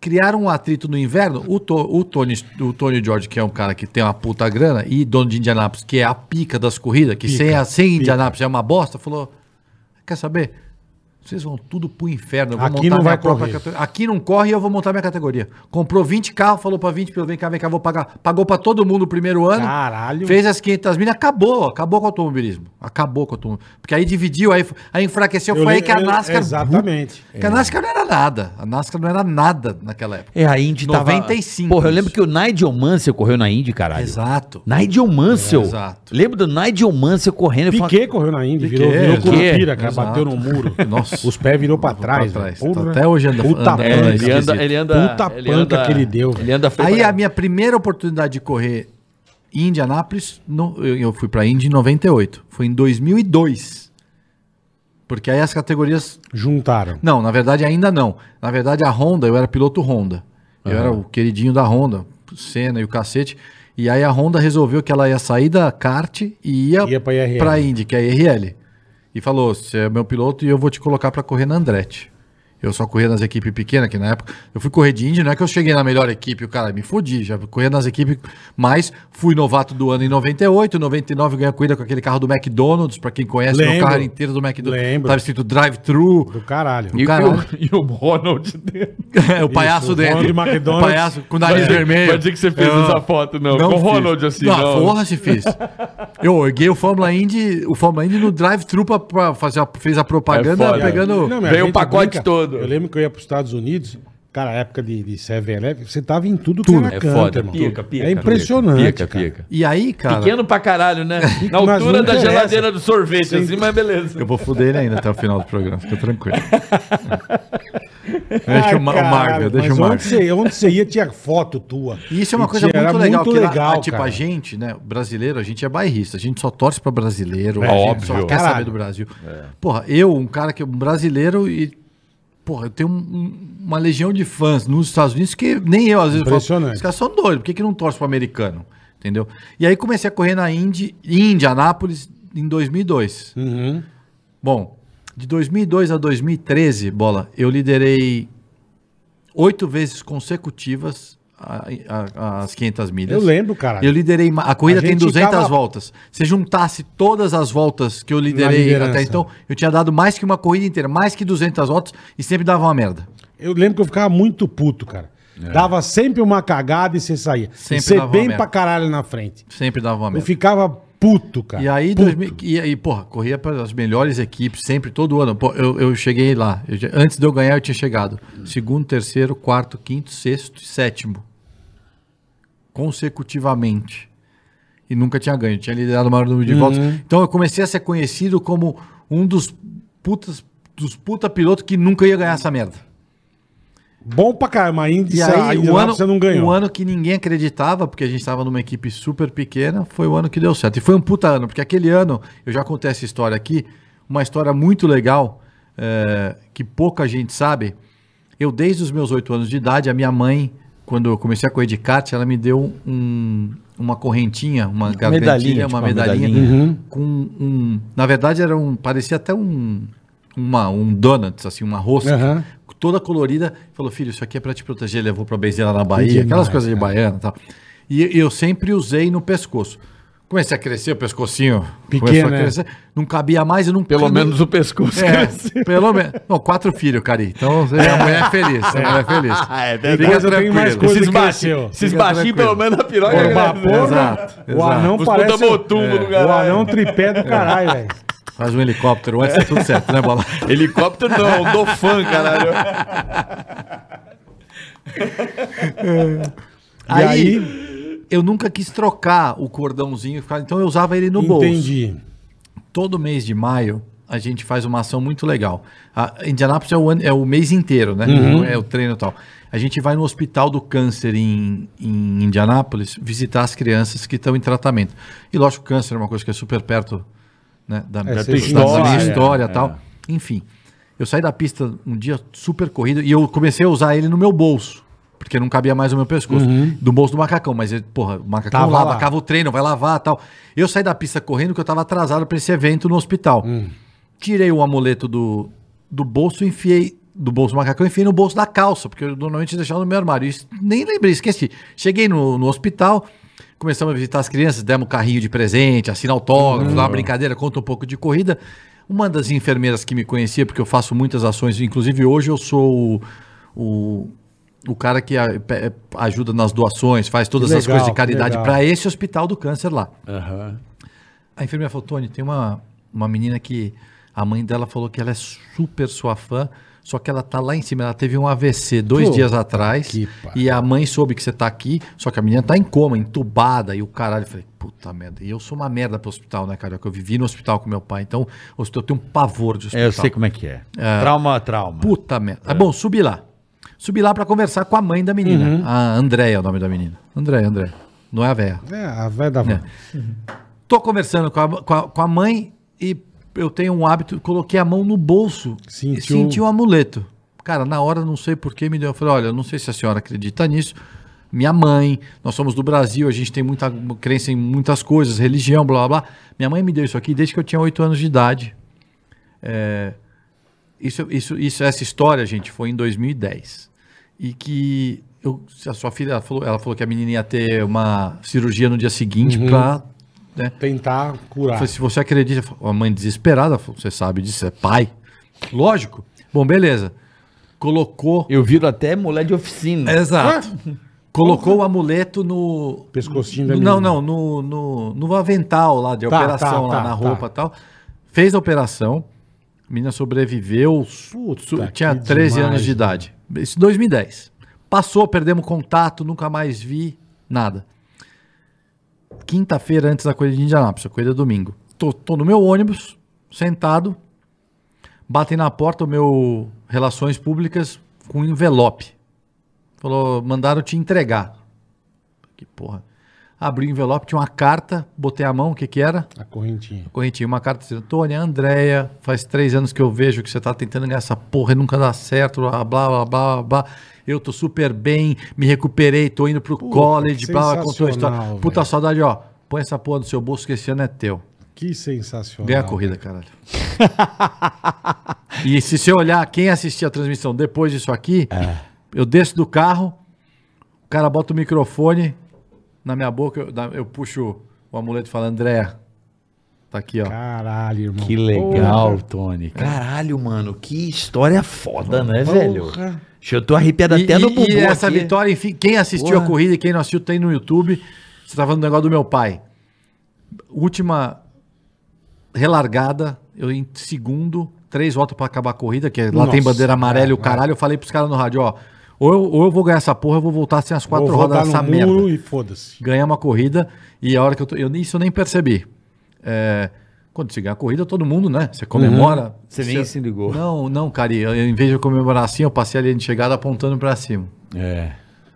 Speaker 4: criaram um atrito no inverno. O, To- o Tony, o Tony George, que é um cara que tem uma puta grana, e dono de Indianápolis, que é a pica das corridas, que sem, a- sem Indianápolis é uma bosta, falou: Quer saber? Vocês vão tudo pro inferno. Eu vou
Speaker 2: Aqui
Speaker 4: montar
Speaker 2: não
Speaker 4: minha
Speaker 2: vai
Speaker 4: própria
Speaker 2: correr.
Speaker 4: categoria. Aqui não corre e eu vou montar minha categoria. Comprou 20 carros, falou pra 20 pilotos: vem cá, vem cá, vou pagar. Pagou pra todo mundo o primeiro ano.
Speaker 2: Caralho.
Speaker 4: Fez as 500 milhas, acabou, acabou com o automobilismo. Acabou com o automobilismo. Porque aí dividiu, aí, aí enfraqueceu.
Speaker 2: Eu
Speaker 4: foi aí
Speaker 2: le-
Speaker 4: que a
Speaker 2: eu-
Speaker 4: NASCAR.
Speaker 2: Exatamente. É.
Speaker 4: Que a NASCAR não era nada. A NASCAR não era nada naquela época.
Speaker 3: É, a Indy tava...
Speaker 4: 95
Speaker 3: Porra, eu
Speaker 4: isso.
Speaker 3: lembro que o Nigel Mansell correu na Indy, caralho.
Speaker 4: Exato.
Speaker 3: Nigel Mansell.
Speaker 4: É, exato.
Speaker 3: Lembro do Nigel Mansell correndo. eu falava,
Speaker 2: Piquet correu na Indy, virou,
Speaker 4: Piquet,
Speaker 2: virou
Speaker 4: exato.
Speaker 2: curupira, cara,
Speaker 4: Exato.
Speaker 2: bateu no muro.
Speaker 4: Nossa.
Speaker 2: Os pés virou pra
Speaker 4: Pra
Speaker 2: trás.
Speaker 4: trás.
Speaker 2: velho. Porra.
Speaker 4: Até hoje anda-
Speaker 2: Puta
Speaker 4: anda-
Speaker 2: merda.
Speaker 3: É,
Speaker 4: anda
Speaker 3: ele anda, ele anda.
Speaker 2: Puta
Speaker 3: ele
Speaker 2: panca
Speaker 3: anda-
Speaker 2: que ele deu, velho.
Speaker 3: Ele anda feio
Speaker 4: Aí
Speaker 3: pra-
Speaker 4: a minha primeira oportunidade de correr em Indianápolis, no- eu, eu fui pra Indy em 98. Foi em 2002. Porque aí as categorias
Speaker 2: Juntaram.
Speaker 4: Não, na verdade ainda não. Na verdade a Honda, eu era piloto Honda. Eu era o queridinho da Honda, Senna e o cacete. E aí a Honda resolveu que ela ia sair da kart e ia,
Speaker 2: Ia pra IRL.
Speaker 4: pra Indy, que é a IRL. E falou, você é meu piloto e eu vou te colocar pra correr na Andretti. Eu só corria nas equipes pequenas, que na época eu fui correr de Indy, não é que eu cheguei na melhor equipe, o cara me fodi, já corria nas equipes, mas fui novato do ano em 98, 99 ganhei a corrida com aquele carro do McDonald's, pra quem conhece, meu
Speaker 2: Lembro.
Speaker 4: carro inteiro do McDonald's,
Speaker 2: Lembro.
Speaker 4: tava escrito drive-thru,
Speaker 2: Do caralho.
Speaker 3: E, e
Speaker 4: caralho.
Speaker 3: o, e o Ronald dentro.
Speaker 4: É, o palhaço
Speaker 2: o
Speaker 4: dele.
Speaker 2: Ronald
Speaker 4: o
Speaker 2: McDonald.
Speaker 4: palhaço com o nariz vermelho.
Speaker 3: Vai dizer que você fez
Speaker 4: Eu-
Speaker 3: essa foto, não. Com o
Speaker 4: fiz.
Speaker 3: Ronald assim,
Speaker 4: não.
Speaker 3: não.
Speaker 4: Porra, se fiz. Eu erguei o Fórmula Indy, o Fórmula Indy no drive-thru pra, pra fazer a, fez a propaganda
Speaker 3: É foda.
Speaker 4: pegando.
Speaker 2: mas
Speaker 3: Veio
Speaker 2: a
Speaker 3: o
Speaker 2: gente
Speaker 3: pacote todo.
Speaker 2: Eu lembro que eu ia pros Estados Unidos, cara, a época de, de 7-Eleven, você tava em tudo,
Speaker 4: Tudo.
Speaker 2: que era
Speaker 3: É
Speaker 2: canto,
Speaker 3: foda,
Speaker 2: irmão.
Speaker 3: pica, pica.
Speaker 2: É impressionante,
Speaker 3: Pica,
Speaker 2: cara.
Speaker 3: pica.
Speaker 4: E aí, cara.
Speaker 3: Pequeno pra caralho, né? Na
Speaker 2: mas
Speaker 3: altura
Speaker 2: não
Speaker 3: da
Speaker 2: interessa.
Speaker 3: geladeira do sorvete, assim, mas beleza.
Speaker 4: Eu vou foder ele ainda até o final do programa, fica tranquilo. deixa
Speaker 2: Ai,
Speaker 4: o, Ma- o
Speaker 2: caralho,
Speaker 4: Marvel, deixa
Speaker 2: mas
Speaker 4: o Marvel.
Speaker 2: Onde você, onde você ia tinha foto tua.
Speaker 4: E isso é
Speaker 2: E
Speaker 4: uma coisa
Speaker 2: tinha-
Speaker 4: muito
Speaker 2: era
Speaker 4: legal,
Speaker 2: muito
Speaker 4: que lá,
Speaker 2: legal,
Speaker 4: tipo,
Speaker 2: cara.
Speaker 4: a gente, né, brasileiro, a gente é bairrista, a gente só torce pra brasileiro,
Speaker 2: É,
Speaker 4: a gente só
Speaker 2: óbvio.
Speaker 4: quer
Speaker 2: Caralho.
Speaker 4: saber do Brasil. Porra, eu, um cara que é um brasileiro e, porra, eu tenho um- um- uma legião de fãs nos Estados Unidos que nem eu, às vezes,
Speaker 2: Impressionante.
Speaker 4: os caras são doidos, é por que, que não torce pro americano, entendeu? E aí comecei a correr na Indy, em Indianápolis, em 2002.
Speaker 2: Uhum.
Speaker 4: Bom, de 2002 a 2013, bola, eu liderei oito vezes consecutivas a- a- as 500 milhas.
Speaker 2: Eu lembro, cara.
Speaker 4: Eu liderei. ma- A corrida
Speaker 2: A
Speaker 4: tem
Speaker 2: gente
Speaker 4: 200
Speaker 2: tava-
Speaker 4: voltas. Se juntasse todas as voltas que eu liderei
Speaker 2: liderança.
Speaker 4: até então, eu tinha dado mais que uma corrida inteira, mais que 200 voltas e sempre dava uma merda.
Speaker 2: Eu lembro que eu ficava muito puto, cara. Dava sempre uma cagada e você saía.
Speaker 4: É. Sempre
Speaker 2: e você
Speaker 4: dava uma
Speaker 2: bem
Speaker 4: merda.
Speaker 2: pra caralho na frente.
Speaker 4: Sempre dava uma
Speaker 2: Eu
Speaker 4: merda.
Speaker 2: ficava puto, cara.
Speaker 4: E aí,
Speaker 2: Puto.
Speaker 4: 2000 e aí, porra, corria para as melhores equipes, sempre, todo ano. Pô, eu, eu cheguei lá. Eu já- antes de eu ganhar, eu tinha chegado. Segundo, terceiro, quarto, quinto, sexto e sétimo. Consecutivamente. E nunca tinha ganho. Tinha liderado o maior número
Speaker 2: Uhum.
Speaker 4: de voltas. Então eu comecei a ser conhecido como um dos putas, dos puta piloto que nunca ia ganhar essa merda.
Speaker 2: Bom pra caralho, mas ainda,
Speaker 4: E aí,
Speaker 2: ainda
Speaker 4: o
Speaker 2: lá
Speaker 4: ano,
Speaker 2: né? você não ganhou.
Speaker 4: o ano que ninguém acreditava, porque a gente estava numa equipe super pequena, foi o ano que deu certo. E foi um puta ano, porque aquele ano, eu já contei essa história aqui, uma história muito legal, eh, que pouca gente sabe. Eu, desde os meus oito anos de idade, a minha mãe, quando eu comecei a correr de kart, ela me deu um- uma correntinha, uma gargantilha,
Speaker 3: medalhinha,
Speaker 4: uma
Speaker 3: tipo uma
Speaker 4: medalhinha,
Speaker 3: medalhinha.
Speaker 2: Uhum.
Speaker 4: com um... Na verdade, era um... parecia até um... Uma, um donuts, assim, uma rosca,
Speaker 2: Aham.
Speaker 4: toda colorida. Falou, filho, isso aqui é pra te proteger. Levou pra Benzela na Bahia,
Speaker 2: demais,
Speaker 4: aquelas coisas de baiana e tal. E eu sempre usei no pescoço. Comecei a crescer o pescocinho.
Speaker 2: Pequeno,
Speaker 4: começou a
Speaker 2: né?
Speaker 4: crescer, Não cabia mais e não...
Speaker 3: Pelo menos o pescoço.
Speaker 4: É, pelo menos. Não, quatro filhos, Cari. Então, você é a mulher feliz. A mulher feliz.
Speaker 3: é
Speaker 4: Fica
Speaker 2: Coisa tem mais
Speaker 4: tranquilo.
Speaker 2: coisa
Speaker 3: Esses
Speaker 2: que
Speaker 3: baixinhos,
Speaker 2: cresceu.
Speaker 3: esses
Speaker 4: Fica
Speaker 3: baixinhos, pelo
Speaker 4: tranquilo.
Speaker 3: menos na piroca.
Speaker 2: Pô,
Speaker 3: né?
Speaker 2: vapor,
Speaker 4: Exato,
Speaker 2: né? O
Speaker 4: exato.
Speaker 2: anão
Speaker 3: Os puta
Speaker 2: parece...
Speaker 3: motumbo do
Speaker 2: O
Speaker 3: caralho.
Speaker 2: anão tripé
Speaker 4: É.
Speaker 2: do caralho, velho.
Speaker 4: Faz um helicóptero antes, tá tudo certo, né, Bola?
Speaker 3: Helicóptero não, do fã, caralho.
Speaker 2: E aí,
Speaker 4: eu nunca quis trocar o cordãozinho, ficar- então eu usava ele no bolso.
Speaker 2: entendi.
Speaker 4: todo mês de maio a gente faz uma ação muito legal. A Indianápolis é o, ano- é o mês inteiro, né?
Speaker 2: Uhum.
Speaker 4: É o treino e tal. A gente vai no Hospital do Câncer em, em Indianápolis visitar as crianças que estão em tratamento. E lógico, câncer é uma coisa que é super perto né, da, perto
Speaker 2: É, essa
Speaker 4: dos Estados
Speaker 2: história,
Speaker 4: Unidos,
Speaker 2: é,
Speaker 4: história e tal. Enfim, eu saí da pista um dia super corrido e eu comecei a usar ele no meu bolso. Porque não cabia mais no meu pescoço. Do bolso do macacão. Mas, ele, porra, o macacão
Speaker 2: Uhum. Tava
Speaker 4: lava,
Speaker 2: lá.
Speaker 4: acaba o treino, vai lavar tal. Eu saí da pista correndo que eu tava
Speaker 2: Hum.
Speaker 4: atrasado pra esse evento no hospital. Tirei o amuleto do, do bolso, enfiei do bolso do macacão, enfiei no bolso da calça, porque eu normalmente deixava no meu armário. Isso, nem lembrei, esqueci. Cheguei no, no hospital, começamos a visitar as crianças, demos carrinho de presente, assina autógrafo, dá uma
Speaker 2: Uhum.
Speaker 4: brincadeira, conta um pouco de corrida. Uma das enfermeiras que me conhecia, porque eu faço muitas ações, inclusive hoje eu sou o, o, o cara que a- pe- ajuda nas doações, faz todas
Speaker 2: Que
Speaker 4: as
Speaker 2: legal,
Speaker 4: coisas de
Speaker 2: que
Speaker 4: caridade
Speaker 2: legal.
Speaker 4: para esse hospital do câncer lá. A enfermeira falou, Tony, tem uma, uma menina que a mãe dela falou que ela é super sua fã, só que ela tá lá em cima, ela teve um AVC dois
Speaker 2: Pô,
Speaker 4: dias atrás,
Speaker 2: que pariu.
Speaker 4: e a mãe soube que você tá aqui, só que a menina tá em coma, entubada, e o caralho, eu falei, puta merda, e eu sou uma merda pro hospital, né, cara, eu vivi no hospital com meu pai, então o hospital tem um pavor de hospital.
Speaker 3: É, eu sei como é que é. Trauma, trauma.
Speaker 4: Puta merda. Ah, bom, subi lá. Subi lá pra conversar com a mãe da menina,
Speaker 3: Uhum.
Speaker 4: a Andréia é o nome da menina. Andréia, Andréia, não é a véia.
Speaker 2: É, a velha da van.
Speaker 4: Tô conversando com a, com a- com a mãe e eu tenho um hábito, coloquei a mão no bolso e
Speaker 2: Sentiu-
Speaker 4: senti um amuleto. Cara, na hora não sei por que me deu. Eu falei, olha, eu não sei se a senhora acredita nisso. Minha mãe, nós somos do Brasil, a gente tem muita crença em muitas coisas, religião, blá blá blá. Minha mãe me deu isso aqui desde que eu tinha 8 anos de idade. É, isso, isso, isso, essa história, gente, foi em 2010. E que eu, a sua filha, ela falou, ela falou que a menina ia ter uma cirurgia no dia seguinte pra. né,
Speaker 2: Tentar curar.
Speaker 4: Falei, se você acredita, Eu falei, a mãe desesperada, falou, você sabe disso, é pai. Lógico. Bom, beleza. Colocou.
Speaker 3: Eu viro até mulher de oficina.
Speaker 4: Exato. Colocou o amuleto no.
Speaker 2: Pescocinho da
Speaker 4: Não,
Speaker 2: menina.
Speaker 4: não, no, no, no avental lá de
Speaker 2: Tá,
Speaker 4: operação,
Speaker 2: tá,
Speaker 4: lá
Speaker 2: tá,
Speaker 4: na
Speaker 2: tá.
Speaker 4: roupa e tal. Fez a operação, a menina sobreviveu, su- su-
Speaker 2: que
Speaker 4: tinha 13
Speaker 2: demais,
Speaker 4: anos de
Speaker 2: né?
Speaker 4: idade. Isso em 2010. Passou, perdemos contato, nunca mais vi nada. Quinta-feira antes da corrida de Indianápolis, a corrida é domingo. Tô, tô no meu ônibus, sentado, batem na porta o meu Relações Públicas com um envelope. Falou, mandaram te entregar. Que porra. Abri o envelope, tinha uma carta, botei a mão, o que que era?
Speaker 2: A correntinha.
Speaker 4: Correntinha, uma carta dizendo, Tony, Andréia, faz três anos que eu vejo que você tá tentando ganhar essa porra e nunca dá certo, blá, blá, blá, blá, blá. Eu tô super bem, me recuperei, tô indo pro college, blá, blá, contou a história.
Speaker 2: sensacional,
Speaker 4: Puta
Speaker 2: velho.
Speaker 4: saudade, ó, põe essa porra no seu bolso que esse ano é teu.
Speaker 2: Que sensacional.
Speaker 4: Ganha a corrida, caralho. e se você olhar quem assistia a transmissão depois disso aqui,
Speaker 2: É.
Speaker 4: eu desço do carro, o cara bota o microfone na minha boca, eu, da- eu puxo o amuleto e falo, André, tá aqui, ó.
Speaker 2: Caralho, irmão.
Speaker 3: Que legal, Tony. Caralho, mano, que história foda, né, velho? Eu tô
Speaker 2: Tá
Speaker 3: arrepiado
Speaker 4: E,
Speaker 3: até no
Speaker 4: e-
Speaker 3: bumbum
Speaker 4: e essa
Speaker 3: aqui.
Speaker 4: vitória, enfim, quem assistiu
Speaker 3: Porra.
Speaker 4: a corrida e quem não assistiu tem no YouTube. Você tá falando do negócio do meu pai. Última relargada, eu em segundo, três votos pra acabar a corrida, que é lá tem
Speaker 2: Nossa,
Speaker 4: bandeira amarela e o
Speaker 2: cara,
Speaker 4: caralho. Eu falei pros caras no rádio, ó, ou eu, ou eu vou ganhar essa porra, eu vou voltar sem as quatro
Speaker 2: Vou
Speaker 4: rodas
Speaker 2: rodar
Speaker 4: dessa
Speaker 2: no
Speaker 4: merda.
Speaker 2: muro e foda-se.
Speaker 4: Ganhar uma corrida e a hora que eu tô, eu, nem- isso eu nem percebi. É, quando você ganha a corrida, todo mundo, né? Você comemora.
Speaker 2: Uhum.
Speaker 3: Você nem se ligou.
Speaker 4: Não, não, cara. e Eu, em vez de eu comemorar assim, eu passei a linha de chegada apontando pra cima.
Speaker 3: É.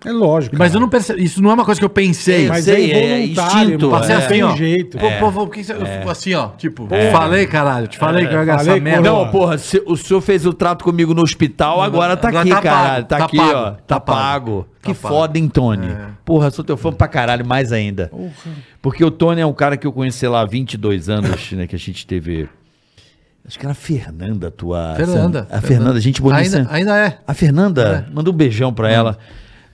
Speaker 2: É lógico.
Speaker 4: Mas eu não percebi. Isso não é uma coisa que eu pensei.
Speaker 3: É,
Speaker 2: Mas
Speaker 3: sei,
Speaker 2: é
Speaker 3: é
Speaker 2: involuntário,
Speaker 3: instinto,
Speaker 2: irmão.
Speaker 3: é.
Speaker 4: Passei
Speaker 2: Não
Speaker 4: assim, ó.
Speaker 2: tem jeito. É.
Speaker 4: Pô, pô, pô, por que você- eu fico assim, ó. Tipo, falei, caralho. Te falei que eu ia ganhar essa
Speaker 2: Falei,
Speaker 4: merda.
Speaker 2: coroa.
Speaker 3: Não, porra, se- o senhor fez o trato comigo no hospital, agora tá
Speaker 4: agora
Speaker 3: aqui,
Speaker 4: tá pago,
Speaker 3: caralho. Tá,
Speaker 4: tá
Speaker 3: aqui,
Speaker 4: pago,
Speaker 3: ó.
Speaker 4: tá
Speaker 3: Tá
Speaker 4: pago.
Speaker 3: pago.
Speaker 4: Tá
Speaker 3: Que
Speaker 4: pago. É.
Speaker 3: foda, hein, Tony? Porra, sou teu fã pra caralho, mais ainda. Porque o Tony é um cara que eu conheci sei lá há 22 anos, né, que a gente teve... Acho que era a Fernanda, tua...
Speaker 4: Fernanda,
Speaker 3: A
Speaker 4: Fernanda.
Speaker 3: Fernanda, gente bonita.
Speaker 4: Ainda, ainda é.
Speaker 3: A Fernanda, manda um beijão pra ela.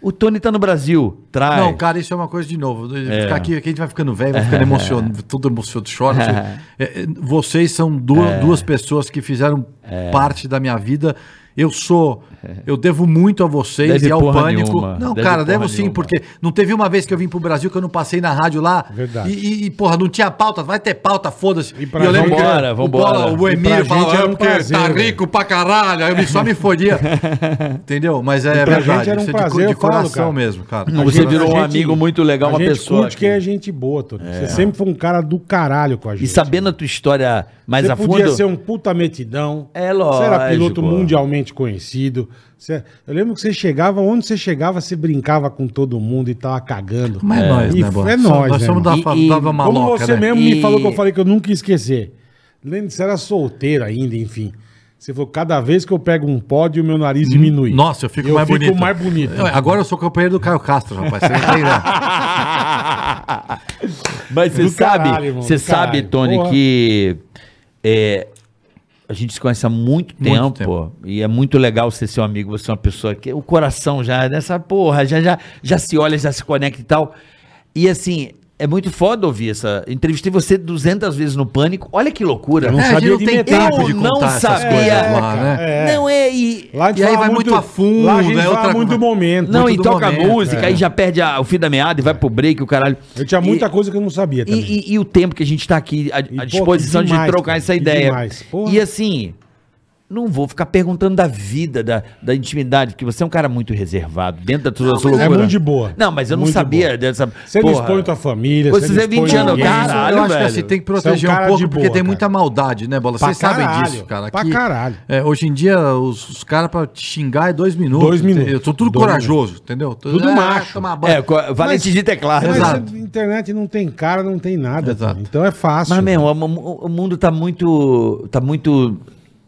Speaker 3: O Tony tá no Brasil, traz.
Speaker 4: Não, cara, isso é uma coisa de novo. Ficar aqui, aqui a gente vai ficando velho, vai ficando emocionado, todo emocionado, chora. não sei. É, é, Vocês são duas,
Speaker 3: É.
Speaker 4: duas pessoas que fizeram parte da minha vida. Eu sou. Eu devo muito a vocês
Speaker 3: É. Deve
Speaker 4: e ao
Speaker 3: porra
Speaker 4: pânico.
Speaker 3: nenhuma.
Speaker 4: Não,
Speaker 3: Deve
Speaker 4: cara,
Speaker 3: porra
Speaker 4: devo sim,
Speaker 3: nenhuma.
Speaker 4: porque não teve uma vez que eu vim pro Brasil que eu não passei na rádio lá.
Speaker 2: Verdade.
Speaker 4: E, e- e, porra, não tinha pauta, vai ter pauta, foda-se.
Speaker 2: E pra
Speaker 4: eu lembro
Speaker 3: gente-
Speaker 4: que
Speaker 3: Vambora,
Speaker 4: o
Speaker 3: vambora.
Speaker 4: Bola,
Speaker 2: E
Speaker 4: O
Speaker 2: pra
Speaker 4: Emílio
Speaker 2: gente
Speaker 4: falava,
Speaker 2: era
Speaker 4: "É
Speaker 2: um
Speaker 4: porque
Speaker 2: prazer,
Speaker 4: tá
Speaker 2: velho."
Speaker 4: rico pra caralho, aí eu só me fodia. Entendeu? Mas é
Speaker 2: E pra
Speaker 4: verdade,
Speaker 2: gente era um
Speaker 4: isso é de,
Speaker 2: prazer,
Speaker 4: co- de
Speaker 2: eu falo,
Speaker 4: coração
Speaker 2: cara.
Speaker 4: mesmo, cara.
Speaker 3: Não, Você virou um amigo muito legal, uma pessoa
Speaker 2: A gente curte
Speaker 3: que-
Speaker 2: quem é gente boa, Tony. Você sempre foi um cara do caralho com a gente.
Speaker 3: E sabendo a tua história mais
Speaker 2: Você
Speaker 3: a
Speaker 2: podia
Speaker 3: fundo.
Speaker 2: ser um puta metidão.
Speaker 3: É
Speaker 2: Você era
Speaker 3: lógico.
Speaker 2: piloto mundialmente conhecido. Você- Eu lembro que você chegava, onde você chegava, você brincava com todo mundo e tava cagando.
Speaker 4: Mas é, nós,
Speaker 2: E
Speaker 4: né, Bola?
Speaker 2: É
Speaker 4: Só-
Speaker 2: nós,
Speaker 4: Nós
Speaker 2: né,
Speaker 4: somos
Speaker 2: irmão?
Speaker 4: da
Speaker 3: irmão? E- e-
Speaker 4: favela
Speaker 2: Como
Speaker 4: maloca,
Speaker 2: você
Speaker 4: né?
Speaker 2: mesmo
Speaker 3: E-
Speaker 2: me falou que eu falei que eu nunca ia esquecer. Lembra, você era solteiro ainda, enfim. Você falou, cada vez que eu pego um pódio, meu nariz
Speaker 3: Hum,
Speaker 2: diminui.
Speaker 4: Nossa, eu fico mais bonito.
Speaker 2: Eu fico mais bonito.
Speaker 4: Eu- agora eu sou companheiro do Caio Castro, rapaz. Você não tem, né?
Speaker 3: Mas você
Speaker 2: Do
Speaker 3: sabe,
Speaker 2: caralho, irmão,
Speaker 3: você
Speaker 2: do
Speaker 3: sabe,
Speaker 2: caralho.
Speaker 3: Tony,
Speaker 2: Porra.
Speaker 3: que é, a gente se conhece há muito tempo,
Speaker 4: Muito tempo.
Speaker 3: e é muito legal ser seu amigo, você é uma pessoa que o coração já nessa porra, já já já se olha, já se conecta e tal. E assim, é muito foda ouvir essa. Entrevistei você 200 vezes no pânico. Olha que loucura.
Speaker 2: Eu não
Speaker 4: É, a gente
Speaker 2: sabia
Speaker 4: não
Speaker 2: de
Speaker 4: tem
Speaker 2: metade.
Speaker 4: tempo de
Speaker 3: Eu não
Speaker 4: contar essas
Speaker 3: sabia.
Speaker 4: coisas lá,
Speaker 2: É,
Speaker 4: né?
Speaker 2: cara,
Speaker 3: Não é e
Speaker 2: Lá a gente
Speaker 4: E aí
Speaker 2: fala
Speaker 4: vai muito a fundo,
Speaker 2: Lá a gente
Speaker 4: é
Speaker 2: fala
Speaker 4: outra-
Speaker 2: muito do momento.
Speaker 3: não, e
Speaker 4: do
Speaker 3: toca
Speaker 4: momento,
Speaker 3: música,
Speaker 4: é.
Speaker 3: aí já perde a- o fio da meada e vai pro break, o caralho.
Speaker 2: Eu tinha
Speaker 3: E-
Speaker 2: muita coisa que eu não sabia
Speaker 3: E,
Speaker 2: também.
Speaker 3: e- e o tempo que a gente tá aqui à, à
Speaker 2: pô,
Speaker 3: disposição
Speaker 2: que demais,
Speaker 3: de trocar
Speaker 2: cara,
Speaker 3: essa
Speaker 2: que
Speaker 3: ideia.
Speaker 2: demais, porra.
Speaker 3: E assim, não vou ficar perguntando da vida, da, da intimidade, porque você é um cara muito reservado dentro da sua, sua
Speaker 2: mas é
Speaker 3: loucura.
Speaker 2: muito de boa.
Speaker 3: Não, mas eu não
Speaker 2: Muito de
Speaker 3: sabia
Speaker 2: boa.
Speaker 3: dessa.
Speaker 2: Você não
Speaker 3: porra.
Speaker 2: expõe tua família,
Speaker 3: Vocês é 20 anos,
Speaker 2: ninguém.
Speaker 3: cara. Caralho,
Speaker 4: eu acho
Speaker 3: velho.
Speaker 4: que assim, tem que
Speaker 2: Você é
Speaker 4: proteger
Speaker 2: um
Speaker 4: um,
Speaker 2: cara
Speaker 4: pouco,
Speaker 2: de
Speaker 4: porque
Speaker 2: boa,
Speaker 4: tem
Speaker 2: cara.
Speaker 4: muita maldade, né, Bola?
Speaker 2: Pra
Speaker 4: Vocês sabem
Speaker 2: caralho,
Speaker 4: disso, cara.
Speaker 2: pra caralho.
Speaker 4: é, hoje em dia, os, os caras pra te xingar é dois minutos.
Speaker 2: Dois minutos.
Speaker 4: Eu sou tudo
Speaker 2: Dois
Speaker 4: corajoso, entendeu?
Speaker 2: Tudo
Speaker 4: é,
Speaker 2: macho.
Speaker 4: tomar banho.
Speaker 3: É, co- valente
Speaker 2: Mas-
Speaker 3: de teclado. né?
Speaker 2: Mas
Speaker 4: Exato.
Speaker 2: a internet não tem cara, não tem nada.
Speaker 4: Exato.
Speaker 2: cara. Então é fácil.
Speaker 3: Mas, meu, o, o mundo tá muito. tá muito.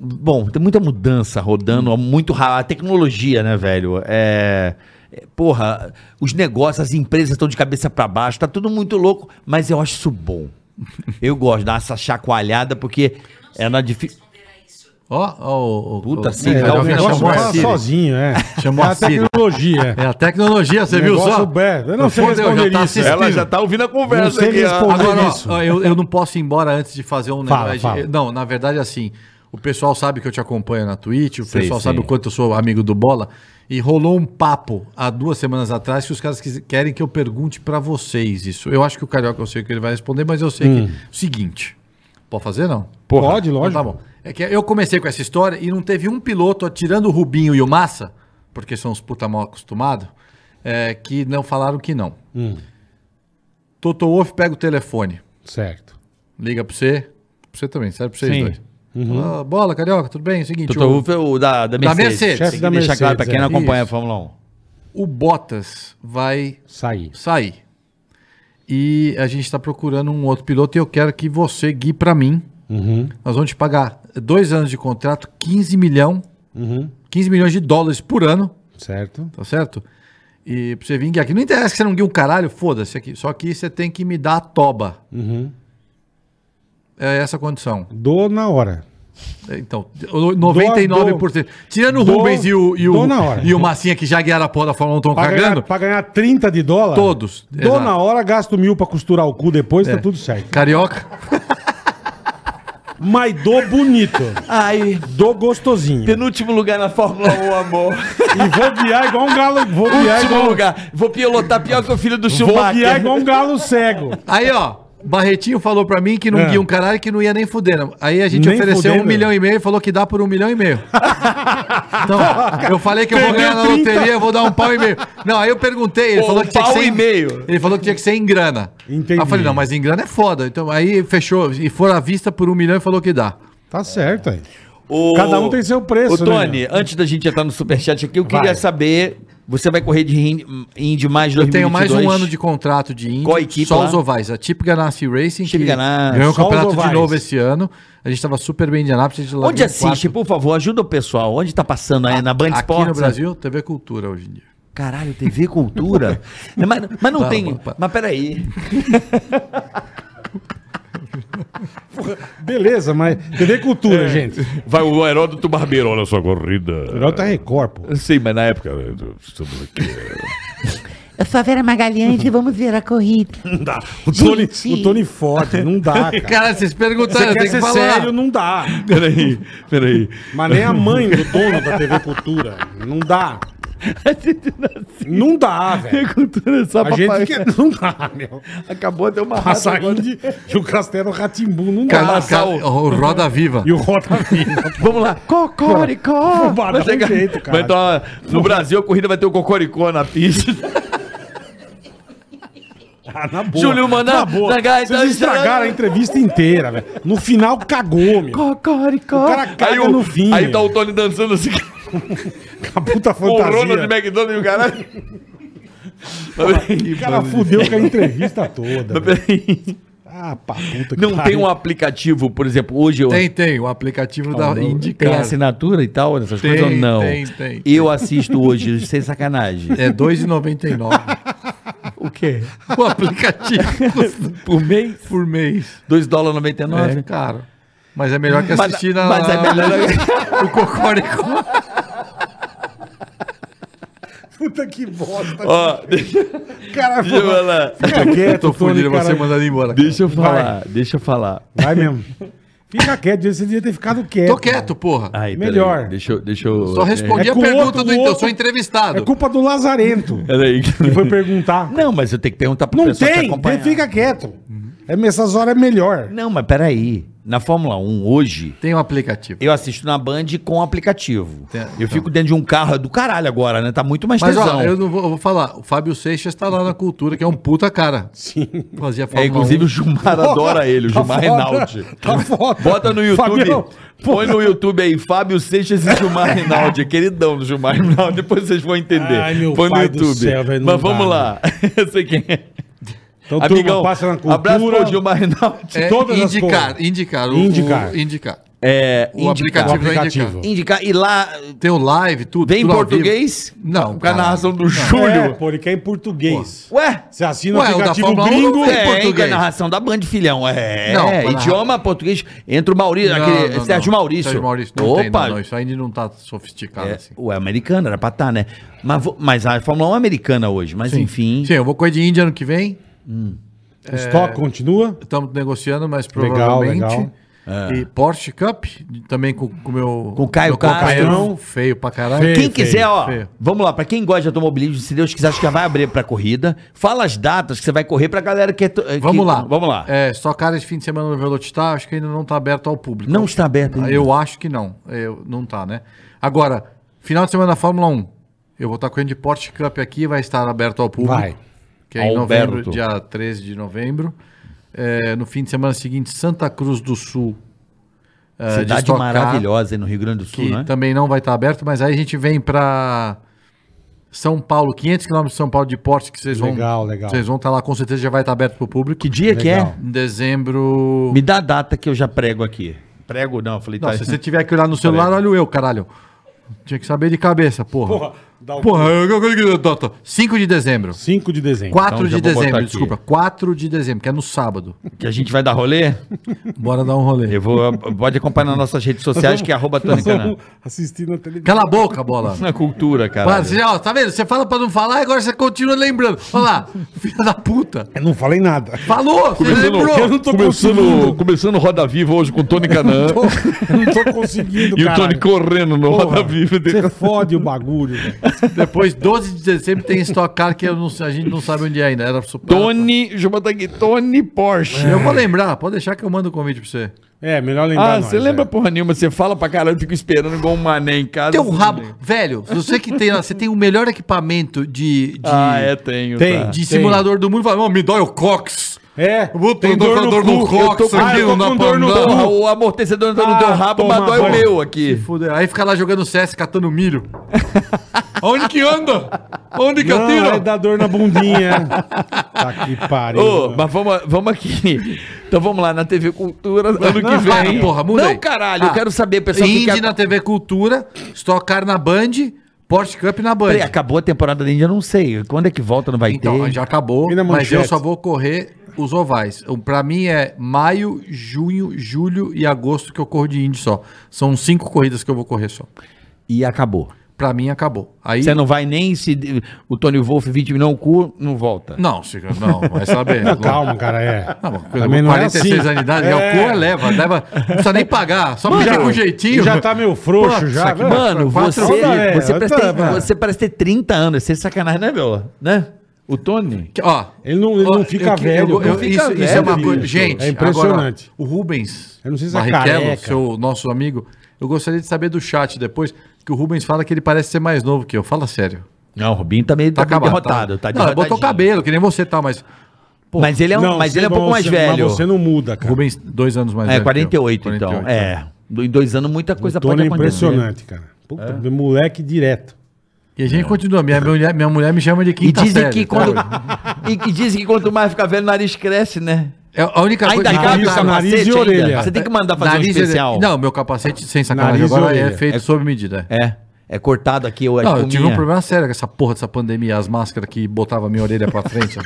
Speaker 3: Bom, tem muita mudança rodando, muito ra- a tecnologia, né, velho? É. é, Porra, os negócios, as empresas estão de cabeça pra baixo, tá tudo muito louco, mas eu acho isso bom. Eu gosto dessa chacoalhada, porque é na difícil.
Speaker 4: Ó, ó, o-
Speaker 3: Puta,
Speaker 4: o-
Speaker 3: sim, um
Speaker 4: é,
Speaker 2: é,
Speaker 3: cara,
Speaker 4: já
Speaker 2: o
Speaker 3: vi-
Speaker 2: negócio
Speaker 4: chamou a
Speaker 2: fala
Speaker 4: Siri.
Speaker 2: sozinho, é.
Speaker 4: Chamou
Speaker 2: é
Speaker 4: a Siri.
Speaker 2: tecnologia.
Speaker 4: É a tecnologia, você viu
Speaker 2: Negócio
Speaker 4: só?
Speaker 2: bad. Eu não sei
Speaker 4: Fodeu,
Speaker 2: responder
Speaker 4: tá
Speaker 2: isso.
Speaker 4: assistindo.
Speaker 3: tá ouvindo a
Speaker 2: Não sei
Speaker 3: aqui, ó.
Speaker 2: responder
Speaker 4: Agora, ó,
Speaker 2: isso.
Speaker 4: ó, eu, eu não posso ir embora antes de fazer um
Speaker 2: Fala,
Speaker 4: negócio.
Speaker 2: fala.
Speaker 4: Não, na verdade, assim, o pessoal sabe que eu te acompanho na Twitch, o
Speaker 3: Sei,
Speaker 4: pessoal
Speaker 3: sei.
Speaker 4: sabe o quanto eu sou amigo do Bola. E rolou um papo há duas semanas atrás que os caras quis- querem que eu pergunte pra vocês isso. Eu acho que o Carioca eu sei o que ele vai responder, mas eu sei que. O seguinte. Pode fazer, não?
Speaker 2: Pode,
Speaker 4: Então
Speaker 2: lógico.
Speaker 4: tá bom. É que eu comecei com essa história e não teve um piloto, ó, tirando o Rubinho e o Massa, porque são os puta mal acostumados, é, que não falaram que não. Toto Wolff pega o telefone,
Speaker 2: Certo.
Speaker 4: liga pra você, pra você também, serve pra vocês
Speaker 3: Sim.
Speaker 4: dois. Fala, bola, carioca, tudo bem? É o seguinte,
Speaker 3: Toto
Speaker 4: o,
Speaker 3: Wolff é o da, da
Speaker 4: Da
Speaker 3: Mercedes.
Speaker 4: Mercedes.
Speaker 3: Tem que
Speaker 2: Chefe da
Speaker 3: deixar claro pra
Speaker 2: Mercedes,
Speaker 3: quem não
Speaker 4: é.
Speaker 3: acompanha
Speaker 4: Isso.
Speaker 3: a Fórmula 1.
Speaker 4: o Bottas vai
Speaker 2: Saí.
Speaker 4: sair. E a gente tá procurando um outro piloto e eu quero que você guie pra mim.
Speaker 2: Uhum.
Speaker 4: Nós vamos te pagar dois anos de contrato, 15 milhão,
Speaker 2: Uhum.
Speaker 4: 15 milhões de dólares por ano.
Speaker 2: Certo.
Speaker 4: tá certo? E pra você vir guiar aqui. Não interessa que você não guia um caralho, foda-se aqui. Só que você tem que me dar a toba.
Speaker 2: Uhum.
Speaker 4: É essa a condição.
Speaker 2: Dou na hora.
Speaker 4: É, Então, o 99%. Tirando o
Speaker 2: dou-
Speaker 4: Rubens e o, e
Speaker 2: dou
Speaker 4: o,
Speaker 2: na hora.
Speaker 4: e o Massinha que já guiaram a porra da Fórmula 1 estão
Speaker 2: Pra ganhar,
Speaker 4: cagando.
Speaker 2: pra ganhar 30 de dólar?
Speaker 4: Tá Todos,
Speaker 2: Dou
Speaker 4: exato. É.
Speaker 2: na hora, gasto mil pra costurar o cu depois, tá tudo certo.
Speaker 4: Carioca.
Speaker 2: Mas dou bonito.
Speaker 3: Ai,
Speaker 2: dou gostosinho.
Speaker 3: penúltimo lugar na Fórmula 1, amor.
Speaker 2: E vou guiar igual um galo. Vou guiar
Speaker 3: Último
Speaker 2: igual,
Speaker 3: lugar. Vou pilotar pior que o filho do
Speaker 2: vou guiar
Speaker 3: Schumacher.
Speaker 2: igual um galo cego.
Speaker 4: Aí, ó. Barretinho falou pra mim que não
Speaker 2: É.
Speaker 4: guia um caralho que não ia nem fuder. não. Aí a gente
Speaker 2: Nem
Speaker 4: ofereceu
Speaker 2: fudendo.
Speaker 4: um milhão e meio e falou que dá por um milhão e meio. então, eu falei que eu vou
Speaker 2: Perdeu
Speaker 4: ganhar na
Speaker 2: 30.
Speaker 4: loteria, eu vou dar um pau e meio. Não, aí eu perguntei, ele
Speaker 3: Pô,
Speaker 4: falou
Speaker 3: um
Speaker 4: que tinha que
Speaker 3: pau
Speaker 4: ser
Speaker 3: e
Speaker 4: em-
Speaker 3: meio.
Speaker 4: Ele falou que tinha que ser em grana.
Speaker 2: Entendi.
Speaker 4: Aí eu falei, não, mas em grana é foda. Então, aí fechou, e foram à vista por um milhão e falou que dá.
Speaker 2: Tá certo aí.
Speaker 3: O-
Speaker 2: Cada um tem seu preço,
Speaker 3: Ô, Tony,
Speaker 2: né?
Speaker 3: antes da gente entrar no superchat aqui, eu queria
Speaker 2: Vai.
Speaker 3: saber... Você vai correr de Indy- Indy mais
Speaker 4: Eu tenho
Speaker 3: 2022?
Speaker 4: mais um ano de contrato de Indy,
Speaker 3: Qual a equipe
Speaker 4: só
Speaker 3: lá?
Speaker 4: os ovais. A Chip Ganassi Racing,
Speaker 3: Chip Ganassi,
Speaker 4: ganhou o
Speaker 2: só os
Speaker 4: campeonato de
Speaker 2: ovais.
Speaker 4: novo esse ano. A gente tava super bem em Indianápolis. a gente largou
Speaker 3: Onde
Speaker 4: em
Speaker 3: assiste, por favor? Ajuda o pessoal. Onde tá passando aí? Na Band
Speaker 4: um, Aqui
Speaker 2: né?
Speaker 3: Sports?
Speaker 4: no Brasil, TV Cultura hoje em dia.
Speaker 3: Caralho, TV Cultura? mas, mas não
Speaker 4: Tá,
Speaker 3: tem...
Speaker 4: pa- pa-
Speaker 3: Mas peraí.
Speaker 2: Beleza, mas TV Cultura, gente.
Speaker 12: Vai o Heródoto Barbeiro, olha sua corrida.
Speaker 2: Melhor tá Record, pô.
Speaker 3: Eu sei, mas na época...
Speaker 12: Estamos aqui.
Speaker 1: Eu sou a Vera Magalhães e vamos ver a corrida.
Speaker 2: Não dá. O Tony,
Speaker 1: Gente.
Speaker 2: o Tony Ford, não dá, cara.
Speaker 4: Cara, vocês
Speaker 2: Você
Speaker 4: perguntaram, eu
Speaker 2: quer
Speaker 4: tenho que
Speaker 2: ser
Speaker 4: falar.
Speaker 2: sério, não dá.
Speaker 3: Peraí, peraí.
Speaker 2: Mas nem a mãe do dono da TV Cultura. Não dá.
Speaker 3: A gente não-
Speaker 2: Não dá, velho.
Speaker 3: TV Cultura é só
Speaker 2: A gente quer... Não dá, meu.
Speaker 3: Acabou de uma
Speaker 2: Passa
Speaker 3: rata agora.
Speaker 2: Indy e o um Castelo Ratimbu não
Speaker 4: Cara,
Speaker 2: dá.
Speaker 4: cara, o Roda Viva.
Speaker 2: E o Rota Viva.
Speaker 3: Vamos lá. Cocoricó.
Speaker 2: Fubá, dá um jeito, cara.
Speaker 3: Vai entrar- no Brasil, a corrida vai ter o Cocoricó na pista.
Speaker 2: Ah, na boa.
Speaker 3: Júlio Maná,
Speaker 2: na boa.
Speaker 3: na tá gaita-
Speaker 2: Vocês estragaram a entrevista inteira, velho. No final cagou, meu. O
Speaker 3: Cocoricó.
Speaker 2: cara caga no fim.
Speaker 3: aí tá
Speaker 2: meu.
Speaker 3: o Tony dançando assim,
Speaker 2: Com a puta
Speaker 3: com o
Speaker 2: fantasia.
Speaker 3: Ronald McDonald e o caralho.
Speaker 2: O cara fudeu com a entrevista toda. velho. ah, pra puta que
Speaker 3: Não tem
Speaker 2: pariu.
Speaker 3: um aplicativo, por exemplo, hoje eu...
Speaker 4: Tem, tem. O aplicativo
Speaker 2: Tá
Speaker 4: da Indy,
Speaker 3: Tem
Speaker 4: cara.
Speaker 3: assinatura e tal, essas
Speaker 4: Tem,
Speaker 3: coisas ou não?
Speaker 4: tem, tem.
Speaker 3: Eu assisto hoje, sem sacanagem.
Speaker 4: É R$2,99
Speaker 3: O quê?
Speaker 4: o aplicativo
Speaker 3: É Por mês? É.
Speaker 4: por mês.
Speaker 3: 2,99 dólares.
Speaker 4: cara. Mas é melhor que
Speaker 3: Mas-
Speaker 4: assistir na,
Speaker 3: mas é
Speaker 4: o Cocórico.
Speaker 2: Puta que bosta.
Speaker 3: Ó, deixa,
Speaker 2: cara
Speaker 3: deixa eu
Speaker 2: falou.
Speaker 3: falar.
Speaker 2: Fica
Speaker 4: Eu tô
Speaker 2: quieto, Tony,
Speaker 4: fudido, você
Speaker 2: caralho.
Speaker 4: mandando embora.
Speaker 3: Deixa eu falar, deixa eu falar.
Speaker 2: Vai mesmo. Fica quieto, você devia ter ficado quieto.
Speaker 4: Tô quieto, porra.
Speaker 3: Aí,
Speaker 2: Melhor.
Speaker 3: peraí, Deixa eu. Deixa eu
Speaker 4: Só respondi
Speaker 2: Ah, É
Speaker 4: a
Speaker 2: com
Speaker 4: pergunta
Speaker 2: outro,
Speaker 4: do
Speaker 2: o
Speaker 4: então, eu
Speaker 2: outro-
Speaker 4: sou entrevistado.
Speaker 2: É culpa do Lazarento.
Speaker 3: Peraí.
Speaker 2: Que foi perguntar.
Speaker 3: Não, mas eu tenho que perguntar pro
Speaker 2: Não
Speaker 3: pessoal te
Speaker 2: tem,
Speaker 3: acompanhar. Uhum.
Speaker 2: tem, fica quieto. É, nessas horas é melhor.
Speaker 3: Não, mas peraí. Na Fórmula 1 hoje,
Speaker 4: Tem um aplicativo.
Speaker 3: eu assisto na Band com aplicativo.
Speaker 4: Tem-
Speaker 3: Eu fico dentro de um carro é do caralho agora, né? Tá muito mais
Speaker 4: Mas
Speaker 3: tesão.
Speaker 4: ó, eu não vou, eu vou falar. O Fábio Seixas tá lá na cultura, que é um puta cara. Sim. Fazia
Speaker 3: É,
Speaker 4: Fórmula
Speaker 3: inclusive
Speaker 4: 1.
Speaker 3: o Gilmar adora ele, o Gilmar Reinaldi.
Speaker 2: Tá foda.
Speaker 3: Bota no YouTube.
Speaker 2: Fabião,
Speaker 3: põe no YouTube aí, Fábio Seixas e Gilmar Reinaldi. É Queridão do Gilmar Reinaldi, depois vocês vão entender.
Speaker 2: Ai, meu
Speaker 3: põe no
Speaker 2: pai do
Speaker 3: YouTube.
Speaker 2: céu, velho, não
Speaker 3: Mas vamos
Speaker 2: dá,
Speaker 3: lá. eu sei quem é.
Speaker 2: Então,
Speaker 3: Amigão,
Speaker 2: turma, passa na cultura.
Speaker 3: abraço pro Gilmar Reinaldi.
Speaker 4: É,
Speaker 2: todas as
Speaker 4: indicar,
Speaker 2: coisas.
Speaker 4: indicar, o-
Speaker 2: Indicar.
Speaker 4: o- indicar.
Speaker 3: É,
Speaker 4: O
Speaker 3: indicar.
Speaker 4: aplicativo,
Speaker 2: O
Speaker 4: da
Speaker 2: aplicativo.
Speaker 4: indicar.
Speaker 3: Indicar. E lá
Speaker 4: Tem o live, tudo.
Speaker 3: vem em
Speaker 4: tudo ao
Speaker 3: português?
Speaker 4: vivo. Não.
Speaker 3: Com a narração do Júlio.
Speaker 2: É, pô, ele quer em português.
Speaker 3: Ué?
Speaker 2: Você assina o
Speaker 4: Ué, o da
Speaker 2: aplicativo
Speaker 4: Fórmula 1 não
Speaker 2: gringo.
Speaker 4: tem.
Speaker 3: É,
Speaker 4: português.
Speaker 3: hein, com a narração da Band, filhão. É,
Speaker 4: Não,
Speaker 3: é,
Speaker 4: com a narra-
Speaker 3: idioma português. Entra o Maurício,
Speaker 4: Não,
Speaker 3: aquele é
Speaker 4: não,
Speaker 3: Sérgio
Speaker 4: não.
Speaker 3: Maurício.
Speaker 4: Sérgio Maurício não
Speaker 3: Opa,
Speaker 4: tem, não, não. Isso ainda não tá sofisticado
Speaker 3: É,
Speaker 4: assim.
Speaker 3: ué, americana, era pra estar, né? Mas, vo- mas a Fórmula 1 é americana hoje, mas enfim.
Speaker 4: Sim, eu vou com a de Índia ano que vem.
Speaker 2: O
Speaker 3: É.
Speaker 2: estoque continua.
Speaker 4: Estamos negociando, mas
Speaker 2: Legal,
Speaker 4: provavelmente.
Speaker 2: legal.
Speaker 4: E Porsche Cup, também com o meu.
Speaker 3: É. Com o Caio
Speaker 4: meu
Speaker 3: Castro.
Speaker 4: companheiro Feio pra caralho.
Speaker 2: Feio.
Speaker 3: Quem quiser, ó,
Speaker 4: feio.
Speaker 3: vamos lá, pra quem gosta de automobilismo, se Deus quiser, acho que já vai abrir pra corrida. Fala as datas que você vai correr pra galera que é. to- eh,
Speaker 4: Vamos
Speaker 3: que-
Speaker 4: lá.
Speaker 3: Vamos lá.
Speaker 4: É, só cara esse fim de semana no Velocitar, acho que ainda não tá aberto ao público.
Speaker 3: Não está aberto ainda.
Speaker 4: Eu acho que não. Eu, não tá, né? Agora, final de semana da Fórmula 1. Eu vou estar correndo de Porsche Cup aqui, vai estar aberto ao público.
Speaker 2: Vai.
Speaker 4: Que é em
Speaker 3: Alberto.
Speaker 4: novembro, dia 13 de novembro. É, no fim de semana seguinte, Santa Cruz do Sul. é, de
Speaker 3: Cidade
Speaker 4: Stock Car,
Speaker 3: maravilhosa aí no Rio Grande do Sul,
Speaker 4: Que
Speaker 3: né?
Speaker 4: também não vai estar aberto, mas aí a gente vem para São Paulo, 500 quilômetros de São Paulo de Porsche, que vocês vão.
Speaker 2: Legal, legal.
Speaker 4: Vocês vão estar lá, com certeza já vai estar aberto pro público.
Speaker 3: Que dia que
Speaker 2: Legal.
Speaker 3: é?
Speaker 4: Em dezembro.
Speaker 3: Me dá a data que eu já prego aqui. Prego não, eu falei,
Speaker 4: Não,
Speaker 3: tá.
Speaker 4: se você tiver que olhar no celular, olha eu, caralho. Tinha que saber de cabeça, porra.
Speaker 2: Porra, dá um o
Speaker 4: Porra, eu- eu- eu- eu- 5 de dezembro.
Speaker 2: 5 de dezembro.
Speaker 4: 4
Speaker 3: Então já vou
Speaker 4: de
Speaker 3: botar
Speaker 4: dezembro,
Speaker 3: aqui.
Speaker 4: desculpa. 4 de dezembro, que é no sábado.
Speaker 3: Que a gente vai dar rolê?
Speaker 4: Bora dar um rolê.
Speaker 3: Eu vou, pode acompanhar nas nossas redes sociais, que é arroba
Speaker 4: tá
Speaker 3: Tony
Speaker 2: Nós
Speaker 3: Canã.
Speaker 2: vamos assistir na televisão.
Speaker 4: Cala a boca, bola.
Speaker 3: Na cultura, cara.
Speaker 4: Para, você, ó, tá vendo? Você fala pra não falar e agora você continua lembrando. Olha lá, filha da puta.
Speaker 2: Eu não falei nada.
Speaker 4: Falou, você lembrou.
Speaker 2: eu não tô
Speaker 12: começando,
Speaker 2: conseguindo.
Speaker 12: começando Roda Viva hoje com o Tony Canã.
Speaker 2: Tô- não tô conseguindo,
Speaker 12: e o Tony
Speaker 2: caralho.
Speaker 12: correndo no Roda Viva.
Speaker 2: Você fode o bagulho. velho.
Speaker 4: Depois, 12 de dezembro, tem Stock Car que eu não- a gente não sabe onde é ainda. Era super.
Speaker 12: Tony, deixa eu botar aqui, Tony Porsche.
Speaker 4: Eu vou lembrar, pode deixar que eu mando o convite pra você.
Speaker 2: É, melhor lembrar
Speaker 12: Ah,
Speaker 2: nós,
Speaker 12: você lembra
Speaker 2: é.
Speaker 12: porra nenhuma, você fala pra caralho, eu fico esperando igual um mané em casa.
Speaker 4: Teu rabo. Velho, você que tem, você tem o melhor equipamento de, de,
Speaker 12: Ah, é, tenho.
Speaker 2: Tem.
Speaker 12: tá.
Speaker 4: de simulador do mundo, fala, "Não, me dói o cox.
Speaker 2: É,
Speaker 4: Puta, eu tô com dor no
Speaker 2: Eu tô
Speaker 4: cox
Speaker 2: com, ah,
Speaker 4: aqui
Speaker 2: eu tô
Speaker 4: na
Speaker 2: com dor no
Speaker 4: panela.
Speaker 2: cu.
Speaker 12: Ah, o amortecedor não tá no teu
Speaker 2: Ah,
Speaker 12: rabo,
Speaker 2: toma
Speaker 12: mas dói o
Speaker 2: banho.
Speaker 12: meu aqui.
Speaker 4: Fudeu. Aí fica lá jogando CS, catando milho. Onde que anda? Onde que eu
Speaker 2: Não,
Speaker 4: tiro?
Speaker 2: é dar dor na bundinha. tá que pariu.
Speaker 12: Ô, mas vamos, vamos aqui. Então vamos lá, na TV Cultura, ano que
Speaker 4: Não,
Speaker 12: vem.
Speaker 4: para, porra, muda
Speaker 12: não,
Speaker 4: aí.
Speaker 12: caralho,
Speaker 4: Ah,
Speaker 12: eu quero saber, pessoal.
Speaker 4: Indy
Speaker 12: que quer-
Speaker 4: na TV Cultura, Stock Car na Band, Porsche Cup na Band.
Speaker 3: Peraí, acabou a temporada da Índia, eu não sei. Quando é que volta, não vai
Speaker 4: Então,
Speaker 3: ter?
Speaker 4: já acabou,
Speaker 2: E na
Speaker 4: mas eu
Speaker 2: manchete?
Speaker 4: só vou correr os ovais. O- Pra mim é maio, junho, julho e agosto que eu corro de Indy só. São cinco corridas que eu vou correr só.
Speaker 3: E acabou.
Speaker 4: Pra mim acabou. Aí
Speaker 3: Você não vai nem se o Tony Wolff 20 milhões no cu, não volta.
Speaker 4: Não, Chico, não, vai saber.
Speaker 2: Não, calma, cara, é.
Speaker 4: Não, mas
Speaker 2: Também não é
Speaker 4: 46
Speaker 2: assim.
Speaker 4: anos de idade,
Speaker 2: É.
Speaker 4: é o cu é leva, leva, não precisa nem pagar, só
Speaker 2: Já-
Speaker 4: pegar com jeitinho.
Speaker 2: Já tá meio frouxo,
Speaker 4: Pô,
Speaker 2: já.
Speaker 4: isso aqui,
Speaker 2: né?
Speaker 3: Mano,
Speaker 4: Quatro
Speaker 3: você,
Speaker 2: anos, né?
Speaker 3: você, parece ter,
Speaker 2: Tá,
Speaker 3: você parece ter 30 anos, você é sacanagem, né, meu? Né? O Tony?
Speaker 4: Que- Ó,
Speaker 2: Ele não- ele
Speaker 4: ó,
Speaker 2: não fica
Speaker 4: eu que-
Speaker 2: velho,
Speaker 4: eu- eu-
Speaker 2: não
Speaker 4: isso,
Speaker 2: fica
Speaker 4: isso é uma
Speaker 2: velho,
Speaker 4: coisa.
Speaker 2: bicho.
Speaker 4: Gente,
Speaker 2: É impressionante.
Speaker 4: agora, ó, o Rubens
Speaker 2: Eu não sei se é
Speaker 4: Barrichello,
Speaker 2: careca.
Speaker 4: seu nosso amigo, eu gostaria de saber do chat depois, que o Rubens fala que ele parece ser mais novo que eu. Fala sério.
Speaker 3: Não, o Rubinho também tá, meio
Speaker 4: acabado,
Speaker 3: derrotado. Tá,
Speaker 4: não, ele botou o
Speaker 3: derrotadinho.
Speaker 4: cabelo, que nem você tá, mas.
Speaker 3: Mas ele é um,
Speaker 2: Não,
Speaker 3: mas
Speaker 2: você
Speaker 3: ele é um
Speaker 2: não-
Speaker 3: pouco mais
Speaker 2: você-
Speaker 3: velho.
Speaker 2: Mas você não muda, cara.
Speaker 4: Rubens, dois anos mais
Speaker 3: É,
Speaker 4: velho que eu.
Speaker 3: 48, então. É. Em dois anos muita coisa
Speaker 2: né?
Speaker 4: tá
Speaker 2: O Tony
Speaker 3: pode
Speaker 2: é
Speaker 3: acontecer. né?
Speaker 2: impressionante, cara. Puta,
Speaker 4: É?
Speaker 2: moleque direto.
Speaker 4: E a gente continua. Minha mulher, minha mulher me chama de
Speaker 3: E
Speaker 4: quinta
Speaker 3: dizem,
Speaker 4: série,
Speaker 3: que
Speaker 4: tá?
Speaker 3: quando, e, e dizem que quanto mais fica velho, o nariz cresce, né?
Speaker 4: É a única coisa
Speaker 3: Ainda
Speaker 4: que
Speaker 3: cabe
Speaker 2: nariz-
Speaker 3: o capacete
Speaker 2: nariz e
Speaker 3: ainda?
Speaker 2: orelha.
Speaker 3: Você tem que mandar fazer um
Speaker 4: Nariz, é
Speaker 3: especial.
Speaker 4: Não, meu capacete sem sacanagem
Speaker 2: Nariz e
Speaker 4: agora é
Speaker 2: orelha.
Speaker 4: feito sob medida. é.
Speaker 3: É. É cortado aqui o
Speaker 4: Não, eu tive um problema sério com essa porra dessa pandemia, as máscaras que botava minha orelha pra frente. ó.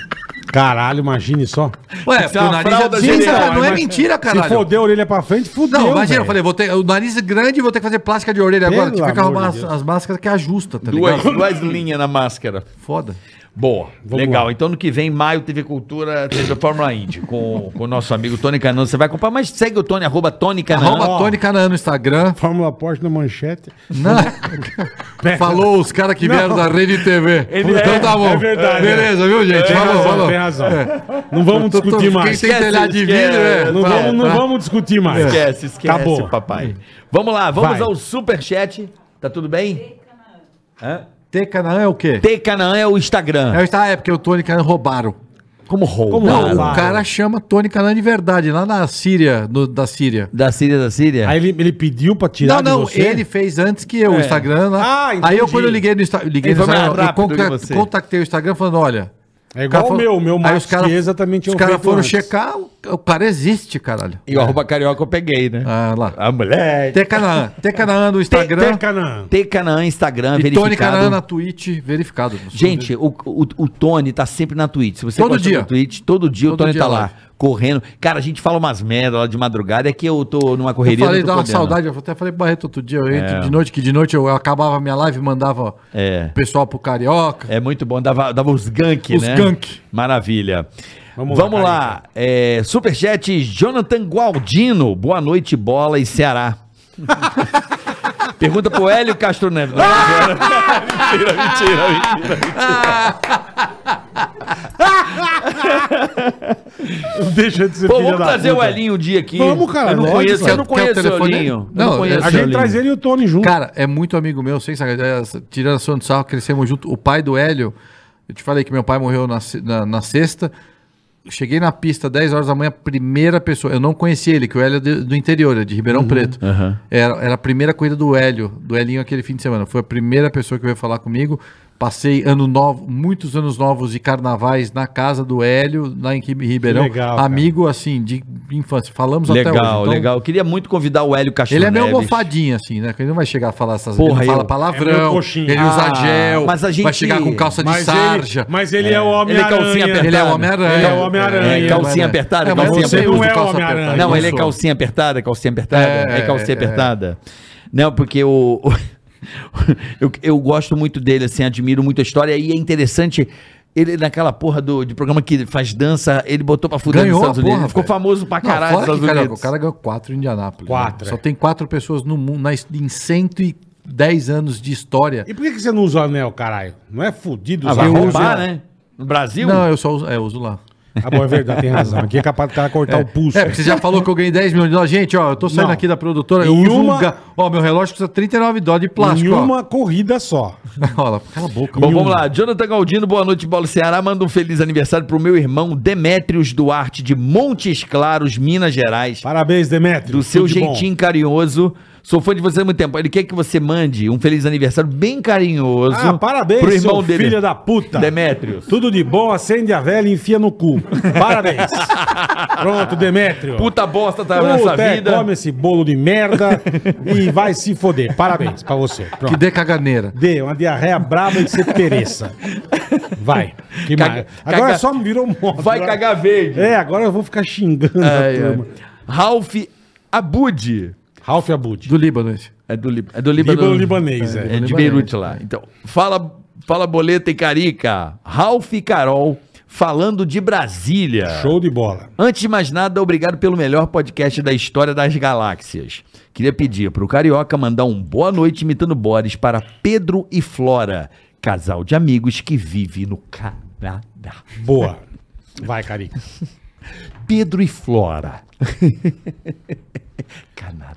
Speaker 2: Caralho, imagine só.
Speaker 4: Ué, porque
Speaker 3: uma
Speaker 4: o nariz
Speaker 3: fralda
Speaker 4: é... Gente,
Speaker 3: genial,
Speaker 4: cara, não é
Speaker 2: mas-
Speaker 4: mentira,
Speaker 2: Se
Speaker 4: caralho.
Speaker 2: foder a orelha pra frente, fudeu.
Speaker 4: Não, imagina,
Speaker 2: velho.
Speaker 4: eu falei, vou ter o nariz é grande e vou ter que fazer plástica de orelha
Speaker 2: Pelo
Speaker 4: agora. Tive que
Speaker 2: amor
Speaker 4: arrumar
Speaker 2: de
Speaker 4: as,
Speaker 2: Deus.
Speaker 4: as máscaras que ajusta, tá
Speaker 3: Duas,
Speaker 4: ligado?
Speaker 3: duas linhas na máscara.
Speaker 4: Foda.
Speaker 3: Boa,
Speaker 2: Vamos
Speaker 3: legal.
Speaker 2: lá.
Speaker 3: Então no que vem, maio, TV Cultura, TV Fórmula Indy, com com o nosso amigo Tony Canan. Você vai comprar, mas segue o Tony, arroba Tony Canan.
Speaker 4: Arroba Tony Canaan no Instagram.
Speaker 2: Fórmula Porsche na manchete.
Speaker 4: Não. Falou os caras que vieram
Speaker 2: Não.
Speaker 4: da Rede TV.
Speaker 2: é,
Speaker 4: então tá bom.
Speaker 2: é verdade,
Speaker 4: Beleza, viu, gente?
Speaker 2: Tem
Speaker 4: Falou,
Speaker 2: razão,
Speaker 4: falou. É.
Speaker 2: tem razão. Não vamos
Speaker 4: Tô- tô-
Speaker 2: discutir mais.
Speaker 4: Quem tem telhado de vidro, é.
Speaker 2: Não,
Speaker 4: tá,
Speaker 2: vamos, não
Speaker 4: tá.
Speaker 2: vamos discutir mais.
Speaker 3: Esquece, esquece,
Speaker 2: Acabou.
Speaker 3: papai. Vamos lá, vamos
Speaker 2: Vai.
Speaker 3: ao superchat. Tá tudo bem?
Speaker 4: T Canaan é o quê?
Speaker 3: T Canan é o Instagram.
Speaker 4: É, tá, é porque o Tony Canaan roubaram.
Speaker 3: Como rouba?
Speaker 2: Como
Speaker 4: Não,
Speaker 2: roubaram?
Speaker 4: o cara chama Tony Canaan de verdade, lá na Síria, no- da Síria.
Speaker 3: Da Síria, da Síria?
Speaker 2: Aí ele, ele pediu pra tirar
Speaker 4: Não, não,
Speaker 2: de você?
Speaker 4: ele fez antes que eu, o Instagram.
Speaker 2: Ah,
Speaker 4: Lá.
Speaker 2: entendi.
Speaker 4: aí eu, quando eu liguei no, Insta- liguei
Speaker 3: Ele
Speaker 4: no
Speaker 3: foi mais
Speaker 4: Instagram, eu
Speaker 3: rápido que
Speaker 4: contact-
Speaker 3: você.
Speaker 4: contactei o Instagram falando: olha.
Speaker 2: É
Speaker 4: o cara
Speaker 2: igual o
Speaker 4: falou-
Speaker 2: meu, o meu
Speaker 4: Aí os
Speaker 2: Marcos
Speaker 4: caras
Speaker 2: Chiesa também tinha um
Speaker 4: os caras
Speaker 2: feito
Speaker 4: foram
Speaker 2: antes.
Speaker 4: checar, o, o cara existe, caralho.
Speaker 3: E o arroba carioca eu peguei, né?
Speaker 4: Ah, lá.
Speaker 3: A mulher.
Speaker 4: T Canaan, T Canaan no Instagram.
Speaker 2: Teca, não.
Speaker 3: T Canan, Instagram,
Speaker 4: E
Speaker 3: verificado.
Speaker 4: Tony Canaan na Twitch, verificado.
Speaker 3: Gente, o, o, o Tony tá sempre na Twitch. Se você
Speaker 4: Todo
Speaker 3: gosta
Speaker 4: dia.
Speaker 3: do Twitch, todo dia o
Speaker 4: Todo
Speaker 3: Tony
Speaker 4: dia
Speaker 3: tá lá,
Speaker 4: lá.
Speaker 3: correndo. Cara, a gente fala umas merda lá de madrugada, é que eu tô numa correria.
Speaker 4: Eu falei,
Speaker 3: não
Speaker 4: dá
Speaker 3: tô
Speaker 4: uma
Speaker 3: podendo.
Speaker 4: saudade, eu até falei pro Barreto outro dia, eu entro de noite, que de noite eu, eu acabava minha live e mandava
Speaker 3: É.
Speaker 4: o pessoal pro Carioca.
Speaker 3: É muito bom, dava, dava os gank,
Speaker 4: Os
Speaker 3: né?
Speaker 4: gank.
Speaker 3: Maravilha. Vamos,
Speaker 2: Vamos lá,
Speaker 3: lá. É, superchat Jonathan Gualdino. Boa noite, bola e Ceará. Pergunta pro Hélio Castro Neves. Não,
Speaker 2: Ah,
Speaker 3: mentira, mentira, mentira.
Speaker 2: Deixa de ser
Speaker 3: Pô,
Speaker 2: filha
Speaker 3: vamos
Speaker 2: da
Speaker 3: trazer o
Speaker 2: puta.
Speaker 3: Elinho um dia aqui.
Speaker 2: Vamos, cara,
Speaker 3: Eu não
Speaker 2: lógico,
Speaker 3: conheço,
Speaker 4: cara.
Speaker 3: eu não
Speaker 4: Quer o
Speaker 3: conheço o
Speaker 4: telefone?
Speaker 3: Elinho.
Speaker 4: Não,
Speaker 3: conheço
Speaker 2: A
Speaker 3: o
Speaker 2: gente
Speaker 3: Elinho.
Speaker 2: traz ele e o Tony junto.
Speaker 4: Cara, é muito amigo meu, sem sacanagem, é, tirando a Sônia do Sarro, crescemos junto. O pai do Hélio, eu te falei que meu pai morreu na, se- na, na sexta. Cheguei na pista 10 horas da manhã, primeira pessoa. Eu não conhecia ele, que o Hélio é de- do interior, é de Ribeirão Preto. Era, era a primeira corrida do Hélio, do Helinho aquele fim de semana. Foi a primeira pessoa que veio falar comigo. Passei ano novo, muitos anos novos e carnavais na casa do Hélio, lá em Ribe- Ribeirão.
Speaker 2: legal, cara.
Speaker 4: Amigo, assim, de infância. Falamos até hoje.
Speaker 3: Legal,
Speaker 4: Então,
Speaker 3: legal. Eu queria muito convidar o Hélio Castro
Speaker 4: ele é meio
Speaker 3: Neves.
Speaker 4: mofadinho, assim, né? Ele não vai chegar a falar essas
Speaker 3: Porra,
Speaker 4: Ele não fala
Speaker 3: eu-
Speaker 2: é
Speaker 4: palavrão,
Speaker 2: meio coxinha.
Speaker 4: ele usa
Speaker 3: Ah,
Speaker 4: gel,
Speaker 3: mas a
Speaker 4: vai
Speaker 3: gente-
Speaker 4: chegar com calça de
Speaker 2: mas
Speaker 4: sarja.
Speaker 2: Ele, mas ele é, o
Speaker 3: Ele é calcinha
Speaker 2: Homem-Aranha.
Speaker 3: apertada.
Speaker 4: Ele é o Homem-Aranha.
Speaker 2: Ele é o Homem-Aranha.
Speaker 3: É, calcinha
Speaker 4: Homem-Aranha.
Speaker 3: apertada,
Speaker 4: É, mas
Speaker 3: calcinha
Speaker 4: você não
Speaker 2: apertada.
Speaker 4: é o
Speaker 2: Não,
Speaker 4: Homem-Aranha.
Speaker 3: Não,
Speaker 2: Não
Speaker 3: ele é
Speaker 2: sou.
Speaker 3: calcinha apertada, calcinha apertada. É,
Speaker 4: É,
Speaker 3: calcinha
Speaker 4: é,
Speaker 3: apertada. Não, porque o. eu, eu gosto muito dele, assim, admiro muito a história. E é interessante, ele naquela porra do, de programa que faz dança, ele botou pra fuder
Speaker 4: Ganhou
Speaker 3: nos Estados
Speaker 4: a porra,
Speaker 3: Unidos. Ele Ficou
Speaker 4: velho.
Speaker 3: famoso pra
Speaker 4: Não,
Speaker 3: caralho nos
Speaker 4: fora que,
Speaker 3: Estados
Speaker 4: cara,
Speaker 3: Unidos.
Speaker 4: o cara ganhou quatro em Indianápolis. né?
Speaker 2: Quatro,
Speaker 4: Só
Speaker 2: é.
Speaker 4: tem quatro pessoas no mundo, na, em 110 anos de história.
Speaker 2: E por que que você não usa o anel, caralho? Não é fudido
Speaker 3: Ah,
Speaker 2: usar
Speaker 3: vai
Speaker 2: anel?
Speaker 3: roubar, né? No Brasil?
Speaker 4: Não, eu só uso, é, eu uso lá.
Speaker 2: Ah, bom, é verdade, tem razão. Aqui é capaz do cara cortar o pulso.
Speaker 4: É, porque você já falou que eu ganhei 10 milhões de dólares. Gente, ó, eu tô saindo
Speaker 2: Não.
Speaker 4: aqui da produtora. Eu
Speaker 2: Em
Speaker 4: uso
Speaker 2: uma-
Speaker 4: um ga... Ó, meu relógio custa 39 dólares de
Speaker 2: em
Speaker 4: plástico, ó.
Speaker 2: uma corrida só.
Speaker 4: Olha lá, cala a boca.
Speaker 3: Bom,
Speaker 4: mano.
Speaker 3: vamos lá. Jonathan Galdino, boa noite, Bola Ceará. Manda um feliz aniversário pro meu irmão Demétrios Duarte, de Montes Claros, Minas Gerais.
Speaker 2: Parabéns, Demetrio.
Speaker 3: do seu
Speaker 2: Tudo de bom.
Speaker 3: jeitinho carinhoso. Sou fã de você há muito tempo. Ele quer que você mande um feliz aniversário bem carinhoso.
Speaker 2: Ah, parabéns,
Speaker 3: pro irmão
Speaker 2: seu
Speaker 3: dele.
Speaker 2: filho da puta.
Speaker 3: Demétrios.
Speaker 2: Tudo de bom, acende a vela e enfia no cu. Parabéns. Pronto, Demetrio.
Speaker 3: Puta bosta tá nessa
Speaker 2: Puta, é,
Speaker 3: vida.
Speaker 2: come esse bolo de merda e vai se foder. Parabéns pra você. Pronto.
Speaker 4: Que dê caganeira.
Speaker 2: Dê uma diarreia braba e que você pereça. Vai. Que
Speaker 3: Caga-
Speaker 2: mais? Agora
Speaker 3: caga-
Speaker 2: só me virou moto.
Speaker 3: Vai
Speaker 2: agora-
Speaker 3: cagar verde.
Speaker 2: É, agora eu vou ficar xingando
Speaker 3: Ai,
Speaker 2: a
Speaker 3: ai.
Speaker 2: turma.
Speaker 3: Ralph Abud.
Speaker 2: Ralph Abud.
Speaker 4: Do Líbano, esse.
Speaker 3: É do, Lib- é do
Speaker 2: Líbano
Speaker 3: Líbano.
Speaker 2: libanês, é.
Speaker 3: É de Beirute lá. Então, fala, fala Boleta e Carica. Ralph e Carol falando de Brasília.
Speaker 2: Show de bola.
Speaker 3: Antes de mais nada, obrigado pelo melhor podcast da história das galáxias. Queria pedir pro Carioca mandar um boa noite imitando Boris para Pedro e Flora, casal de amigos que vive no Canadá.
Speaker 2: Boa. Vai, Carica.
Speaker 3: Pedro e Flora. Canadá.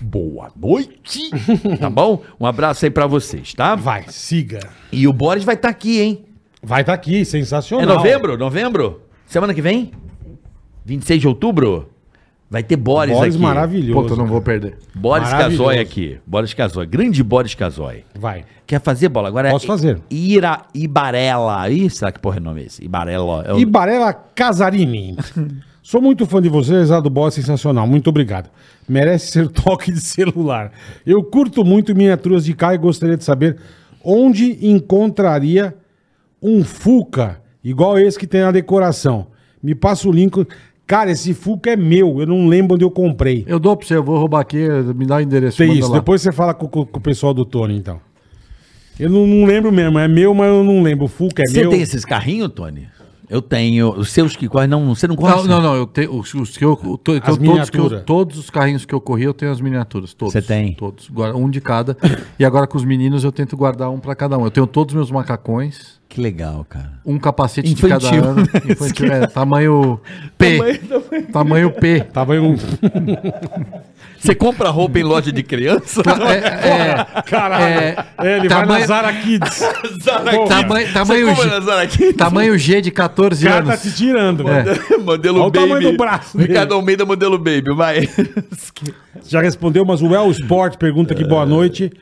Speaker 3: Boa noite. Tá bom? Um abraço aí pra vocês, tá?
Speaker 2: Vai, siga.
Speaker 3: E o Boris vai estar aqui, hein?
Speaker 2: Vai estar aqui, sensacional.
Speaker 3: É novembro? Novembro? Semana que vem? 26 de outubro? Vai ter Boris,
Speaker 2: Boris
Speaker 3: aqui.
Speaker 2: maravilhoso.
Speaker 4: Puta, eu não vou perder.
Speaker 3: Boris
Speaker 2: Maravilhoso.
Speaker 3: Casoy aqui. Boris Casoy. Grande Boris Casoy.
Speaker 2: Vai.
Speaker 3: Quer fazer bola? Agora
Speaker 2: Posso
Speaker 3: é
Speaker 2: fazer.
Speaker 3: Ira, Ibarela. Ih, será que porra é o nome é esse? Ibarela. É o-
Speaker 2: Ibarela Casarini. Sou muito fã de vocês, a do Boss é sensacional. Muito obrigado. Merece ser toque de celular. Eu curto muito miniaturas de cá e gostaria de saber onde encontraria um Fuca igual esse que tem na decoração. Me passa o link. Cara, esse Fuca é meu. Eu não lembro onde eu comprei.
Speaker 4: Eu dou pra você, eu vou roubar aqui, me dá o endereço.
Speaker 2: Tem
Speaker 4: manda
Speaker 2: isso.
Speaker 4: lá.
Speaker 2: Depois você fala com, com- com o pessoal do Tony, então. Eu não, não lembro mesmo. É meu, mas eu não lembro. O Fuca é
Speaker 5: Você
Speaker 2: meu.
Speaker 5: tem esses carrinhos, Tony? Eu tenho. Os seus que correm, não, você não corre?
Speaker 3: assim.
Speaker 4: Não, não, não. Eu tenho os, os que eu, to- que eu- todos, que eu-
Speaker 2: miniatura.
Speaker 4: todos os carrinhos que eu corri, eu tenho as miniaturas. Todos.
Speaker 5: Você tem?
Speaker 4: Todos. Guarda- Um de cada. e agora com os meninos eu tento guardar um pra cada um. Eu tenho todos os meus macacões,
Speaker 5: Que legal, cara.
Speaker 4: um capacete de
Speaker 5: Infantil.
Speaker 4: cada ano. Infantil, é, tamanho P. Tamanho, P.
Speaker 2: Tava em um.
Speaker 12: Você compra roupa em loja de criança?
Speaker 3: Tá,
Speaker 4: É, é,
Speaker 2: Caralho. É, ele vai na
Speaker 4: tamanho-
Speaker 2: Zara Kids. Porra,
Speaker 4: tamanho, tamanho,
Speaker 12: compra
Speaker 4: G,
Speaker 12: na Zara Kids?
Speaker 4: tamanho G de 14
Speaker 2: O cara tá te
Speaker 4: anos.
Speaker 2: tirando, velho.
Speaker 12: modelo
Speaker 2: Olha o
Speaker 12: baby.
Speaker 2: tamanho do braço dele.
Speaker 12: Ricardo
Speaker 3: é
Speaker 12: Almeida, modelo baby, vai.
Speaker 2: Já respondeu, mas o El Sport pergunta aqui, boa noite.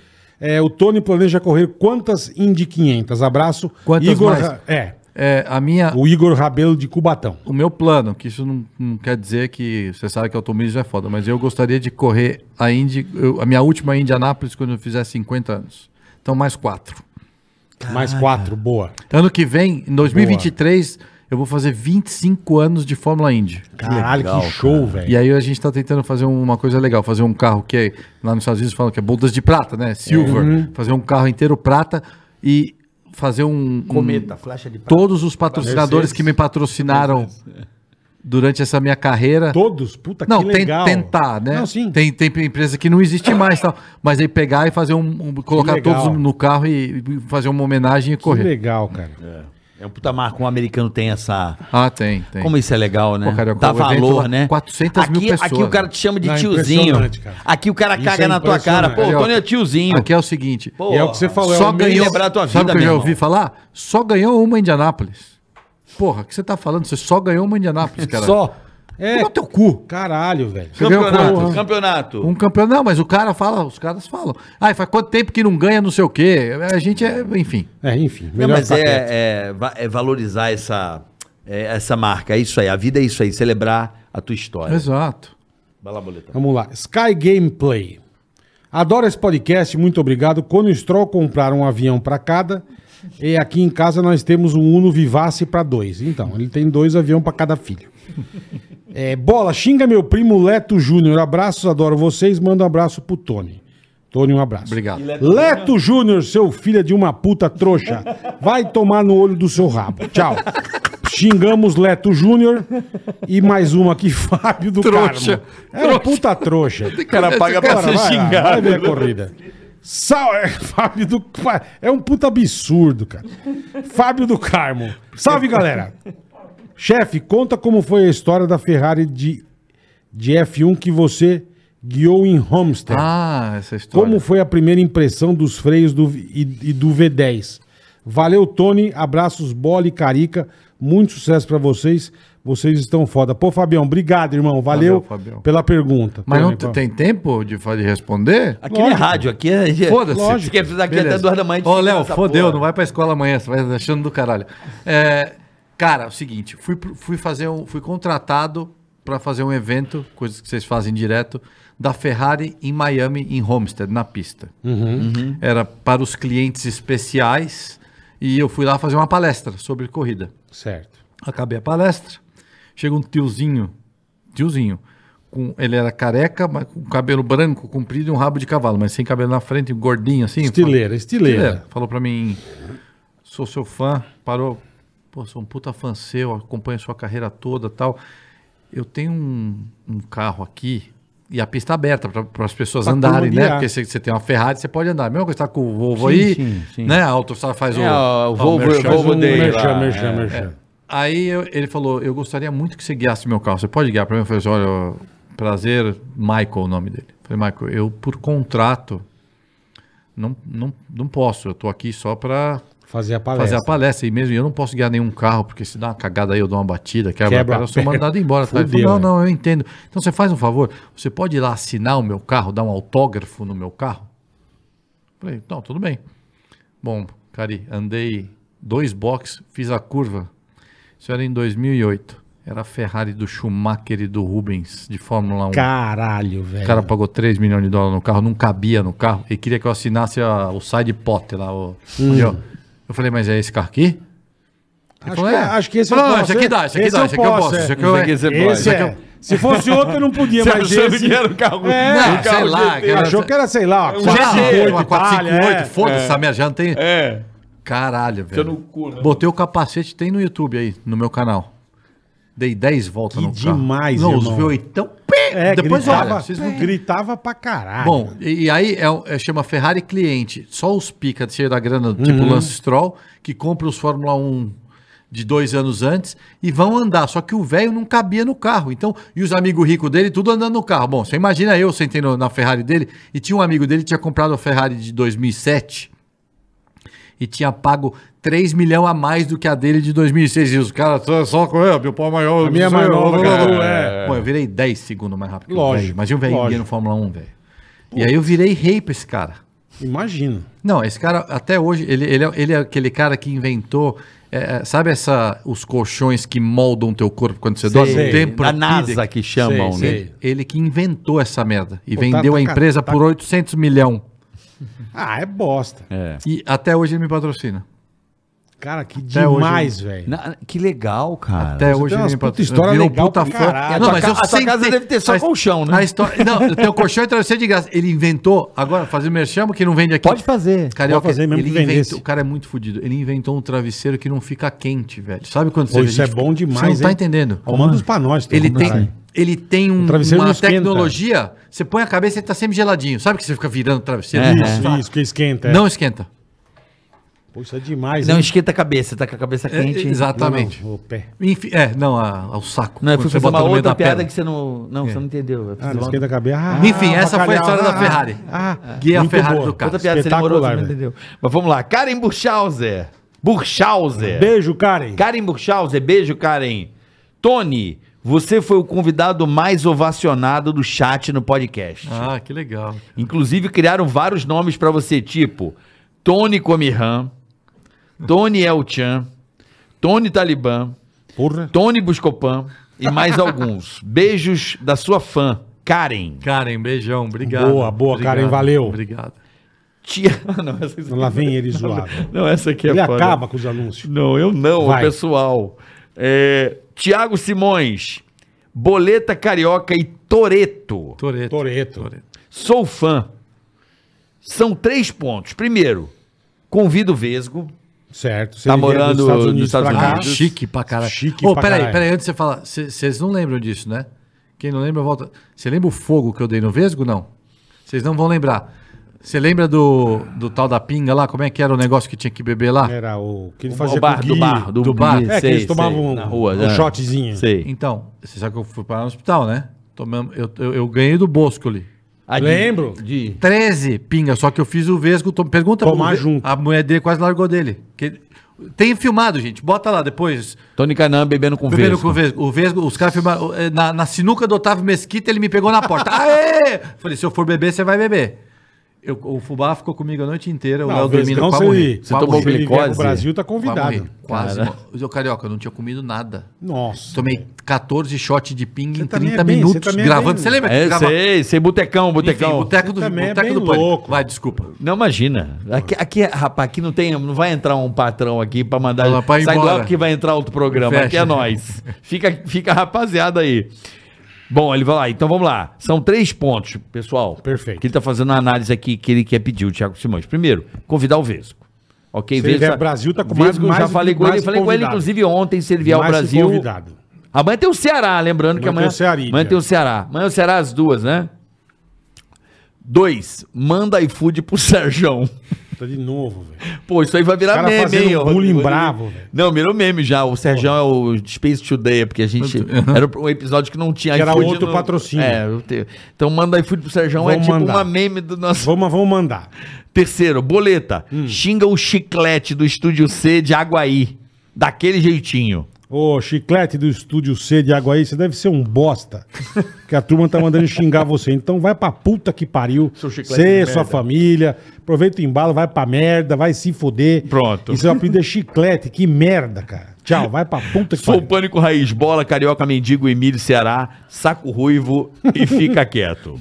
Speaker 2: É, o Tony planeja correr quantas Indy 500? Abraço.
Speaker 4: Quantas
Speaker 2: Igor
Speaker 4: mais?
Speaker 2: Ra- É,
Speaker 4: É, a minha,
Speaker 2: o Igor Rabelo de Cubatão.
Speaker 4: o meu plano, que isso não, não quer dizer que você sabe que automobilismo é foda, mas eu gostaria de correr a Indy, eu- a minha última Indianápolis quando eu fizer 50 anos. Então mais quatro.
Speaker 2: Mais quatro, boa.
Speaker 4: Ano que vem, em 2023, eu vou fazer 25 anos de Fórmula Indy.
Speaker 2: Caralho, que show,
Speaker 4: E
Speaker 2: velho.
Speaker 4: aí a gente tá tentando fazer uma coisa legal, fazer um carro que é, lá nos Estados Unidos falam que é bodas de prata, né? Silver.
Speaker 2: Uhum.
Speaker 4: Fazer um carro inteiro prata e fazer um cometa, flecha de prata. Todos os patrocinadores que me patrocinaram durante essa minha carreira.
Speaker 2: Todos, puta
Speaker 4: Não,
Speaker 2: que
Speaker 4: tem,
Speaker 2: legal.
Speaker 4: tentar, né?
Speaker 2: Não, sim.
Speaker 4: Tem, tem empresa que não existe mais, tal. Mas aí pegar e fazer um, um- colocar
Speaker 2: legal.
Speaker 4: todos no carro e e fazer uma homenagem e
Speaker 2: Que
Speaker 4: correr.
Speaker 2: legal, cara.
Speaker 5: É um puta marca, um americano tem essa.
Speaker 4: Ah, tem, tem.
Speaker 5: Como isso é legal, né?
Speaker 4: Pô, Carioca,
Speaker 5: Dá
Speaker 4: o evento
Speaker 5: valor,
Speaker 4: lá,
Speaker 5: né?
Speaker 4: 400 mil
Speaker 5: aqui,
Speaker 4: pessoas,
Speaker 5: Aqui o cara
Speaker 4: né?
Speaker 5: te chama de
Speaker 2: Não, é
Speaker 5: tiozinho.
Speaker 2: impressionante, cara.
Speaker 5: Aqui o cara
Speaker 2: Isso
Speaker 5: caga
Speaker 2: é
Speaker 5: na tua cara. Pô, o
Speaker 4: impressionante.
Speaker 5: Tony é
Speaker 2: assim?
Speaker 5: tiozinho.
Speaker 4: Aqui é o seguinte.
Speaker 5: Pô,
Speaker 2: E é o que você falou, é
Speaker 4: só
Speaker 2: o
Speaker 4: ganhou.
Speaker 2: mesmo-
Speaker 5: lembrar a tua
Speaker 4: sabe o
Speaker 5: vida,
Speaker 4: que eu já
Speaker 5: meu
Speaker 4: ouvi
Speaker 5: irmão.
Speaker 4: falar? Só ganhou uma Indianápolis. Porra, o que você tá falando? Você só ganhou uma Indianápolis, cara.
Speaker 2: Só.
Speaker 4: Toma
Speaker 2: É,
Speaker 4: no teu cu.
Speaker 2: caralho, velho.
Speaker 4: Você ganhou
Speaker 12: Campeonato,
Speaker 4: quanto?
Speaker 12: campeonato.
Speaker 4: é Um campeão. Não, mas o cara fala, os caras falam. Ai, faz quanto tempo que não ganha, não sei o quê. A gente é, enfim.
Speaker 2: É, enfim.
Speaker 12: Não,
Speaker 2: Melhor
Speaker 12: mas
Speaker 2: ficar
Speaker 12: é,
Speaker 2: quieto.
Speaker 12: é va- é valorizar essa, é essa marca, é isso aí. A vida é isso aí, celebrar a tua história.
Speaker 4: Exato.
Speaker 12: Vai lá, boleta.
Speaker 2: Vamos lá. Sky Gameplay. Adoro esse podcast, muito obrigado. Quando o Stroll comprar um avião para cada, e aqui em casa nós temos um Uno Vivace para dois. Então, ele tem dois aviões para cada filho. É, bola, xinga meu primo Leto Júnior. Abraços, adoro vocês. Manda um abraço pro Tony. Tony, um abraço.
Speaker 4: Obrigado.
Speaker 2: Leto Júnior, seu filho é de uma puta trouxa, vai tomar no olho do seu rabo. Tchau. Xingamos Leto Júnior e mais uma aqui, Fábio do
Speaker 4: Trouxa.
Speaker 2: Carmo. É uma puta trouxa.
Speaker 12: cara paga pra
Speaker 2: Bora,
Speaker 12: ser
Speaker 2: vai lá, Vai
Speaker 12: xingado.
Speaker 2: ver a corrida. Salve, Fábio do É um puta absurdo, cara. Fábio do Carmo. Salve, galera. Chefe, conta como foi a história da Ferrari de, de F1 que você guiou em Homestead.
Speaker 4: Ah, essa história.
Speaker 2: Como foi a primeira impressão dos freios do, e, e do V10? Valeu, Tony. Abraços, bola e carica. Muito sucesso pra vocês. Vocês estão foda. Pô, Fabião, obrigado, irmão. Valeu,
Speaker 4: Valeu, Fabião.
Speaker 2: pela pergunta.
Speaker 4: Mas não
Speaker 2: Tony, pô.
Speaker 4: tem tempo de, fa- de responder?
Speaker 12: Aqui não é rádio, aqui é.
Speaker 4: Foda-se.
Speaker 12: Você quer precisar aqui até
Speaker 4: Beleza.
Speaker 12: duas da manhã. a gente
Speaker 4: Ô,
Speaker 12: fica
Speaker 4: Léo,
Speaker 12: nessa
Speaker 4: fodeu,
Speaker 12: porra.
Speaker 4: não vai pra escola amanhã, você vai achando do caralho. É, cara, é o seguinte, fui, pro- fui fazer um. Fui contratado pra fazer um evento, coisas que vocês fazem direto, da Ferrari em Miami, em Homestead, na pista.
Speaker 12: Uhum.
Speaker 4: Era para os clientes especiais. E eu fui lá fazer uma palestra sobre corrida.
Speaker 2: Certo.
Speaker 4: Acabei a palestra. Chega um tiozinho, tiozinho, com, ele era careca, mas com cabelo branco, comprido e um rabo de cavalo, mas sem cabelo na frente, gordinho assim.
Speaker 2: Estileira, estileira.
Speaker 4: Estileira. Falou pra mim, sou seu fã, parou. Pô, sou um puta fã seu, acompanho sua carreira toda tal. Eu tenho um, um carro aqui e a pista é aberta para as pessoas
Speaker 2: Pra
Speaker 4: andarem,
Speaker 2: turma
Speaker 4: né?
Speaker 2: guiar.
Speaker 4: Porque você, você tem uma Ferrari, você pode andar. A mesma coisa tá com o Volvo aí, né? A AutoStar faz o,
Speaker 12: É, ó, o
Speaker 4: o
Speaker 12: Volvo-
Speaker 4: merchan.
Speaker 3: É,
Speaker 12: Volvo
Speaker 2: Um
Speaker 12: Dei
Speaker 2: merchan,
Speaker 12: lá,
Speaker 2: merchan,
Speaker 12: é.
Speaker 2: merchan.
Speaker 4: Aí eu- ele falou, eu gostaria muito que você guiasse meu carro. Você pode guiar para mim? Eu falei assim, olha, ó, prazer, Michael, o nome dele. Eu falei, Michael, eu por contrato não, não, não posso. Eu tô aqui só para
Speaker 2: Fazer a
Speaker 4: fazer
Speaker 2: palestra.
Speaker 4: a palestra. E mesmo eu não posso guiar nenhum carro, porque se dá uma cagada aí, eu dou uma batida, quebra,
Speaker 2: Quebra
Speaker 4: a perna, eu sou
Speaker 2: a perna.
Speaker 4: mandado embora. tá? Ele
Speaker 2: Fudeu,
Speaker 4: falou,
Speaker 2: né?
Speaker 4: não, não, eu entendo. Então você faz um favor, você pode ir lá assinar o meu carro, dar um autógrafo no meu carro? Falei, não, tudo bem. Bom, Cari, andei dois boxes, fiz a curva. Isso era em 2008. Era a Ferrari do Schumacher e do Rubens de Fórmula 1.
Speaker 2: Caralho, velho.
Speaker 4: O cara pagou 3 milhões de dólares no carro, não cabia no carro. Ele queria que eu assinasse a- o side pot lá. o-
Speaker 2: Hum.
Speaker 4: onde eu, eu falei, mas é esse carro aqui?
Speaker 2: acho,
Speaker 4: Ele falou,
Speaker 2: que,
Speaker 4: é.
Speaker 2: acho que esse
Speaker 4: Falou,
Speaker 2: eu
Speaker 4: não,
Speaker 2: posso,
Speaker 4: esse aqui
Speaker 2: é.
Speaker 4: dá, esse aqui dá,
Speaker 2: eu é.
Speaker 4: esse aqui eu posso. Esse um aqui eu-
Speaker 3: Esse aqui você
Speaker 2: Esse
Speaker 3: pode.
Speaker 12: um
Speaker 2: é. Se fosse outro, eu não podia, mas
Speaker 3: Você achou
Speaker 2: esse...
Speaker 3: que era um carro.
Speaker 2: É.
Speaker 4: Não,
Speaker 3: um carro
Speaker 4: sei lá,
Speaker 3: GT.
Speaker 4: cara.
Speaker 2: Achou que era, sei lá,
Speaker 4: Um GT,
Speaker 2: 458
Speaker 4: uma
Speaker 2: Itália, é.
Speaker 4: 458, foda-se essa merda, já não tem...
Speaker 3: É.
Speaker 4: Caralho, velho.
Speaker 3: no cu, né?
Speaker 4: Botei o capacete, tem no YouTube aí, no meu canal. Dei 10 voltas
Speaker 2: Que
Speaker 4: no carro.
Speaker 2: demais,
Speaker 4: Não,
Speaker 2: irmão.
Speaker 4: os V8, então...
Speaker 2: É,
Speaker 4: Depois
Speaker 2: gritava,
Speaker 4: olha, vocês não
Speaker 2: gritava pra caralho.
Speaker 4: Bom, e, e aí é, o- é- chama Ferrari cliente. Só os pica de cheio da
Speaker 2: Uhum.
Speaker 4: grana, tipo Lance Stroll, que compra os Fórmula 1 de dois anos antes e vão andar. Só que o velho não cabia no carro. Então, e os amigos ricos dele, tudo andando no carro. Bom, você imagina eu sentei no- na Ferrari dele e tinha um amigo dele que tinha comprado a Ferrari de 2007 e tinha pago 3 milhões a mais do que a dele de 2006. E os caras só, só com "É, meu pau maior.
Speaker 2: A minha
Speaker 4: não sei,
Speaker 2: mais nova,
Speaker 4: blá, blá, blá".
Speaker 2: é.
Speaker 4: Bom, eu virei 10 segundos mais rápido que o
Speaker 2: Lógico,
Speaker 4: velho. Mas e o velho
Speaker 2: lógico.
Speaker 4: ia no Fórmula 1, velho? E aí eu virei rei pra esse cara.
Speaker 2: É. Imagina.
Speaker 4: Não, esse cara, até hoje, ele, ele, é, ele é aquele cara que inventou. é, é, sabe essa, os colchões que moldam o teu corpo quando você dorme? Um
Speaker 2: sei.
Speaker 4: O tempo
Speaker 12: A
Speaker 4: de
Speaker 12: NASA que chamam,
Speaker 2: Sei,
Speaker 12: né?
Speaker 2: sei.
Speaker 4: Ele que inventou essa merda e
Speaker 2: Pô,
Speaker 4: vendeu
Speaker 2: tá-
Speaker 4: a
Speaker 2: tá-
Speaker 4: empresa
Speaker 2: tá-
Speaker 4: por 800 milhão.
Speaker 2: Ah, é bosta.
Speaker 4: E até hoje ele me patrocina.
Speaker 2: Cara, que
Speaker 4: Até hoje,
Speaker 2: demais, velho.
Speaker 12: Na- que legal, cara.
Speaker 4: Até
Speaker 2: tem
Speaker 4: hoje ele
Speaker 2: umas
Speaker 4: me
Speaker 2: puta
Speaker 4: patrocina.
Speaker 2: história
Speaker 4: Virou
Speaker 2: legal
Speaker 4: puta
Speaker 2: pra
Speaker 4: fã.
Speaker 2: caralho.
Speaker 4: Não,
Speaker 12: A
Speaker 4: mas
Speaker 12: tua
Speaker 4: eu
Speaker 12: ca- a tua
Speaker 4: sempre-
Speaker 12: casa deve ter só
Speaker 4: a his-
Speaker 12: colchão, né?
Speaker 4: a história- Não, eu tenho colchão e travesseiro de graça. Ele inventou, agora, fazer merchan que não vende aqui.
Speaker 12: Pode fazer.
Speaker 4: É Carioca,
Speaker 2: Pode fazer mesmo
Speaker 4: ele
Speaker 2: que vendesse.
Speaker 4: inventou- o cara é muito fodido. Ele inventou um travesseiro que não fica quente, velho. Sabe quando
Speaker 2: Pô,
Speaker 4: vê,
Speaker 2: isso
Speaker 4: a gente
Speaker 2: é bom
Speaker 4: fica-
Speaker 2: demais,
Speaker 4: Você não
Speaker 2: hein?
Speaker 4: tá entendendo.
Speaker 2: Ó, Manda os pra nós.
Speaker 4: Ele
Speaker 2: tá,
Speaker 4: tem,
Speaker 2: caralho.
Speaker 4: ele tem um-
Speaker 2: O travesseiro não
Speaker 4: uma
Speaker 2: esquenta.
Speaker 4: tecnologia, você põe a cabeça e ele tá sempre geladinho. Sabe que você fica virando o travesseiro?
Speaker 12: É.
Speaker 4: Isso,
Speaker 2: Isso, isso, que esquenta. é.
Speaker 4: Não esquenta.
Speaker 2: Pô, isso é demais.
Speaker 12: Não
Speaker 2: hein?
Speaker 12: esquenta a cabeça, tá com a cabeça
Speaker 4: É,
Speaker 12: quente.
Speaker 4: exatamente.
Speaker 2: Não, não, o pé.
Speaker 4: Enfim, é, não, a- ao saco.
Speaker 3: Não, eu
Speaker 4: quando
Speaker 3: fui
Speaker 4: você
Speaker 3: fazer
Speaker 4: bota
Speaker 3: uma
Speaker 4: no meio
Speaker 3: outra
Speaker 4: da
Speaker 3: piada
Speaker 4: perna. É.
Speaker 3: que você não. Não, você não entendeu. Eu fiz
Speaker 2: Ah,
Speaker 3: uma-
Speaker 2: não esquenta a cabeça. Ah,
Speaker 4: Enfim, essa foi a
Speaker 2: bacalhau.
Speaker 4: história da
Speaker 2: Ah,
Speaker 4: Ferrari.
Speaker 2: Ah,
Speaker 4: Que é a
Speaker 2: muito
Speaker 4: Ferrari
Speaker 2: boa.
Speaker 4: do cara.
Speaker 3: Outra piada, você demorou, você não
Speaker 2: Espetacular,
Speaker 3: entendeu. Mas vamos lá. Karen Burchauser. Burchauser.
Speaker 2: Beijo, Karen.
Speaker 3: Karen Burchauser, beijo, Karen. Tony, você foi o convidado mais ovacionado do chat no podcast.
Speaker 4: Ah, que legal.
Speaker 3: Inclusive, criaram vários nomes pra você, tipo Tony Comirran, Tony El-Chan, Tony Talibã,
Speaker 2: Porra.
Speaker 3: Tony Buscopan e mais alguns. Beijos da sua fã, Karen.
Speaker 4: Karen, beijão, obrigado.
Speaker 2: Boa, boa,
Speaker 4: Obrigado,
Speaker 2: Karen, valeu.
Speaker 4: Obrigado.
Speaker 3: Tia... Ah, Não, essa aqui...
Speaker 2: Lá vem ele zoado.
Speaker 3: Não, essa aqui é
Speaker 2: Ele
Speaker 3: foda.
Speaker 2: acaba com os anúncios.
Speaker 3: Não, eu não,
Speaker 2: Vai.
Speaker 3: o pessoal. É, Tiago Simões, Boleta Carioca e Toreto.
Speaker 4: Toreto.
Speaker 2: Toreto.
Speaker 3: Sou fã. São três pontos. Primeiro, convido o Vesgo.
Speaker 2: Certo. Se
Speaker 3: Tá
Speaker 2: ele vier
Speaker 3: morando nos Estados
Speaker 2: pra
Speaker 4: Ah,
Speaker 2: cá,
Speaker 3: Unidos.
Speaker 4: chique pra caralho.
Speaker 2: Chique
Speaker 4: Ô,
Speaker 2: pra
Speaker 4: peraí,
Speaker 2: caralho.
Speaker 4: peraí, antes de você falar, vocês não lembram disso, né? Quem não lembra, volta. Você lembra o fogo que eu dei no Vesgo? Não. Vocês não vão lembrar. Você lembra do, do tal da pinga lá? Como é que era o negócio que tinha que beber lá?
Speaker 2: Era o que ele
Speaker 3: O
Speaker 2: fazia
Speaker 3: bar,
Speaker 2: com o
Speaker 3: do
Speaker 2: Gui.
Speaker 3: bar, do,
Speaker 4: do bar.
Speaker 2: É, que eles tomavam
Speaker 3: na
Speaker 2: um,
Speaker 3: rua,
Speaker 2: um
Speaker 3: né?
Speaker 2: shotzinho.
Speaker 3: Sei.
Speaker 4: Então, você sabe que eu fui parar no hospital, né? Tomamos, eu, eu, eu ganhei do Boscoli.
Speaker 3: A de-
Speaker 2: Lembro.
Speaker 3: De...
Speaker 4: 13 pinga, só que eu fiz o Vesgo. tom- Pergunta
Speaker 2: Tomar
Speaker 4: Ve-
Speaker 2: junto.
Speaker 4: A mulher dele quase largou dele. Que- tem filmado, gente. Bota lá depois.
Speaker 3: Tony Canan bebendo com
Speaker 4: Primeiro
Speaker 3: Vesgo.
Speaker 4: com o Vesgo. O Vesgo, os caras filmaram. eh, Na, na sinuca do Otávio Mesquita, ele me pegou na porta. Aê! Falei, se eu for beber, você vai beber. Eu- o Fubá ficou comigo a noite inteira, o
Speaker 2: Não,
Speaker 4: Léo
Speaker 2: Vesgo,
Speaker 4: dormindo
Speaker 2: não,
Speaker 4: quase
Speaker 2: você-
Speaker 4: morri.
Speaker 2: você
Speaker 4: Quase
Speaker 3: tomou
Speaker 4: morri,
Speaker 2: Se ele vier pro
Speaker 3: glicose?
Speaker 2: Brasil, tá
Speaker 4: quase
Speaker 2: convidado.
Speaker 4: morri, Quase. morri. Ô, Carioca, eu não tinha comido nada.
Speaker 2: Nossa.
Speaker 4: Tomei 14 shots de ping em
Speaker 2: também
Speaker 4: 30
Speaker 2: é bem- você
Speaker 4: minutos
Speaker 2: também é
Speaker 4: gravando.
Speaker 2: bem-
Speaker 4: Você lembra
Speaker 3: É,
Speaker 4: gravava-
Speaker 3: sei, sei, botecão,
Speaker 4: Enfim,
Speaker 3: botecão.
Speaker 4: boteco do,
Speaker 2: Você também é
Speaker 4: boteco
Speaker 2: bem
Speaker 4: do pânico.
Speaker 2: louco.
Speaker 4: Vai, desculpa.
Speaker 3: Não imagina. Aqui, aqui, rapaz, aqui não tem, não vai entrar um patrão aqui pra mandar
Speaker 4: Fala, vai
Speaker 3: sai
Speaker 4: embora.
Speaker 3: logo que vai entrar outro programa.
Speaker 4: Fecha.
Speaker 3: Aqui é nós. Fica, fica a rapaziada aí. Bom, ele vai lá. Então vamos lá. São três pontos, pessoal.
Speaker 2: Perfeito.
Speaker 3: Que ele tá fazendo uma análise aqui que ele quer pedir, o Thiago Simões. Primeiro, convidar o Vesco. Ok,
Speaker 2: Se ele vier ao Brasil, tá com mais-
Speaker 3: Vesgo,
Speaker 2: mais
Speaker 3: já
Speaker 2: do que-
Speaker 3: falei com ele,
Speaker 2: mais
Speaker 3: falei com ele
Speaker 2: convidado.
Speaker 3: inclusive ontem se ele vier ao
Speaker 2: Mais
Speaker 3: Brasil.
Speaker 2: convidado.
Speaker 3: Amanhã tem o Ceará, lembrando que amanhã.
Speaker 2: Amanhã tem o Cearídia.
Speaker 3: amanhã tem o Ceará. Amanhã é o Ceará às duas, né? Dois, manda iFood pro Serjão.
Speaker 2: Tá de novo, velho.
Speaker 3: Pô, isso aí vai virar
Speaker 2: Os caras
Speaker 3: meme,
Speaker 2: fazendo um
Speaker 3: hein? ô,
Speaker 2: bullying
Speaker 3: Rodrigo?
Speaker 2: bravo, velho.
Speaker 3: Não, virou meme já. O Serjão é o Space Today, porque a gente. Era um episódio que não tinha
Speaker 2: Que era
Speaker 3: iFood
Speaker 2: outro patrocínio.
Speaker 3: É, eu te- então manda iFood pro Serjão é
Speaker 2: Vamos
Speaker 3: tipo
Speaker 2: mandar.
Speaker 3: uma meme do nosso.
Speaker 2: Vamos, vamos Hum. mandar.
Speaker 3: Terceiro, boleta. Xinga o chiclete do Estúdio C de Aguaí. Daquele jeitinho.
Speaker 2: Ô, chiclete do Estúdio C de Aguaí, você deve ser um bosta. que a turma tá mandando xingar você. Então vai pra puta que pariu.
Speaker 3: Seu chiclete
Speaker 2: Você,
Speaker 3: de
Speaker 2: sua
Speaker 3: merda.
Speaker 2: família. Aproveita o embalo, vai pra merda, vai se foder.
Speaker 3: Pronto.
Speaker 2: E seu apelido é chiclete. Que merda, cara. Tchau, vai pra puta que
Speaker 3: Sou o Pânico Raiz, Bola, Carioca, Mendigo, Emílio, Ceará, Saco Ruivo e fica quieto.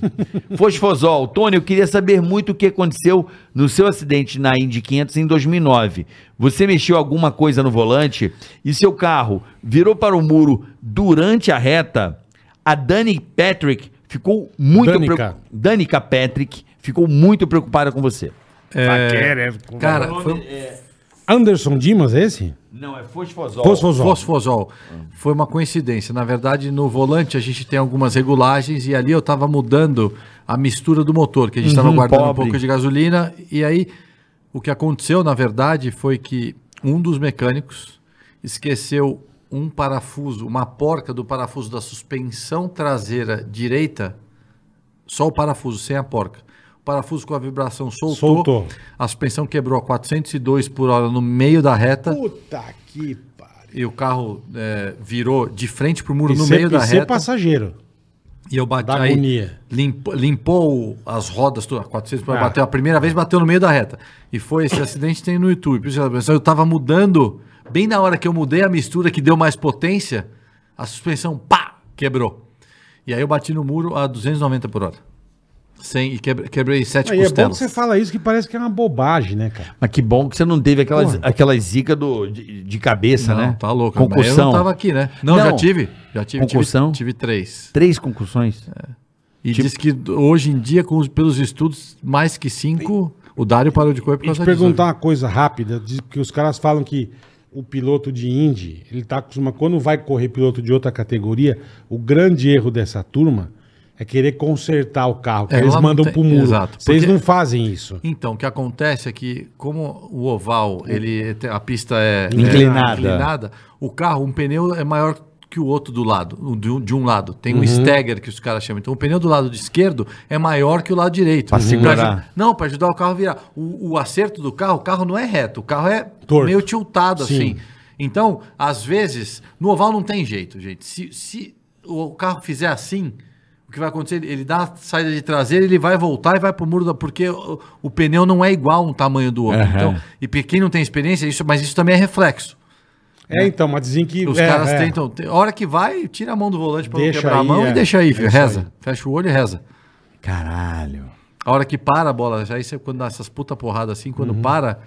Speaker 3: Fosfosol, Tony, eu queria saber muito o que aconteceu no seu acidente na Indy 500 em 2009. Você mexeu alguma coisa no volante e seu carro virou para o muro durante a reta? A Dani Patrick ficou muito...
Speaker 2: Danica.
Speaker 3: preocu- Danica Patrick ficou muito preocupada com você. um-
Speaker 4: Cara, foi, um-
Speaker 2: Anderson Dimas, esse?
Speaker 3: Não, é Fosfosol.
Speaker 2: Fosfosol.
Speaker 4: Fosfosol. Foi uma coincidência. Na verdade, no volante a gente tem algumas regulagens e ali eu estava mudando a mistura do motor, que a gente estava guardando um pouco de gasolina. E aí, o que aconteceu, na verdade, foi que um dos mecânicos esqueceu um parafuso, uma porca do parafuso da suspensão traseira direita, só o parafuso, sem a porca. O parafuso com a vibração soltou,
Speaker 2: Soltou.
Speaker 4: a suspensão quebrou a 402 por hora no meio da reta
Speaker 2: Puta que pariu.
Speaker 4: e o carro é, virou de frente pro muro
Speaker 2: E
Speaker 4: no
Speaker 2: ser-
Speaker 4: meio
Speaker 2: e
Speaker 4: da
Speaker 2: ser
Speaker 4: reta
Speaker 2: passageiro.
Speaker 4: e eu bati
Speaker 2: da
Speaker 4: aí,
Speaker 2: agonia.
Speaker 4: limpou, limpou as rodas todas, 400
Speaker 2: Ah.
Speaker 4: bateu a primeira vez bateu no meio da reta e foi esse acidente tem no YouTube Por isso que eu- eu tava mudando bem na hora que eu mudei a mistura que deu mais potência a suspensão pá quebrou e aí eu bati no muro a 290 por hora sem e quebre- quebrei sete
Speaker 2: Aí é bom que
Speaker 4: costelas
Speaker 2: você fala isso que parece que é uma bobagem, né, cara?
Speaker 3: Mas que bom que você não teve aquelas, aquela zica do, de, de cabeça,
Speaker 4: não,
Speaker 3: né?
Speaker 4: tá louco mas eu
Speaker 3: Concussão.
Speaker 4: não tava aqui né não, já
Speaker 3: Não.
Speaker 4: tive já tive tive-
Speaker 3: Concussão?
Speaker 4: tive três
Speaker 3: Três concussões?
Speaker 4: E diz que hoje em dia, com os- pelos estudos, mais que cinco, o Dário parou de correr por
Speaker 2: E te
Speaker 4: causa
Speaker 2: perguntar uma coisa rápida, diz- porque os caras falam que o piloto de Indy, ele tá acostumado, quando vai correr piloto de outra categoria, o grande erro dessa turma é querer consertar o carro, que
Speaker 4: É,
Speaker 2: eles
Speaker 4: lá não
Speaker 2: mandam
Speaker 4: tem-
Speaker 2: pro muro.
Speaker 4: exato,
Speaker 2: Vocês
Speaker 4: porque-
Speaker 2: não fazem isso.
Speaker 4: Então, o que acontece é que, como o oval, ele tem- a pista é é
Speaker 3: Inclinada.
Speaker 4: inclinada, o carro, um pneu é maior que o outro do lado, o de um, de um lado. Tem um stagger que os caras chamam. Então, o pneu do lado de esquerdo é maior que o lado direito. Pra
Speaker 3: segurar.
Speaker 4: aju- não, para ajudar o carro a virar. O, o acerto do carro, o carro não é reto, o carro é
Speaker 2: Torto.
Speaker 4: meio tiltado
Speaker 2: Sim.
Speaker 4: assim. Então, às vezes, no oval não tem jeito, gente. Se, se o carro fizer assim, o que vai acontecer? Ele, ele dá a saída de traseira, ele vai voltar e vai pro muro, da, porque o, o pneu não é igual um tamanho do outro. Então, e pra quem não tem experiência, isso, mas isso também é reflexo.
Speaker 2: É, então, mas dizem que...
Speaker 4: Os
Speaker 2: é,
Speaker 4: caras
Speaker 2: é.
Speaker 4: tentam. tem- A hora que vai, tira a mão do volante pra não
Speaker 2: Deixa
Speaker 4: quebrar
Speaker 2: aí,
Speaker 4: a mão
Speaker 2: é.
Speaker 4: e deixa aí, filho.
Speaker 2: Deixa
Speaker 4: reza.
Speaker 2: aí.
Speaker 4: Fecha o olho e reza.
Speaker 3: Caralho.
Speaker 4: A hora que para a bola, aí você, quando dá essas puta porrada assim, quando
Speaker 2: Uhum.
Speaker 4: para,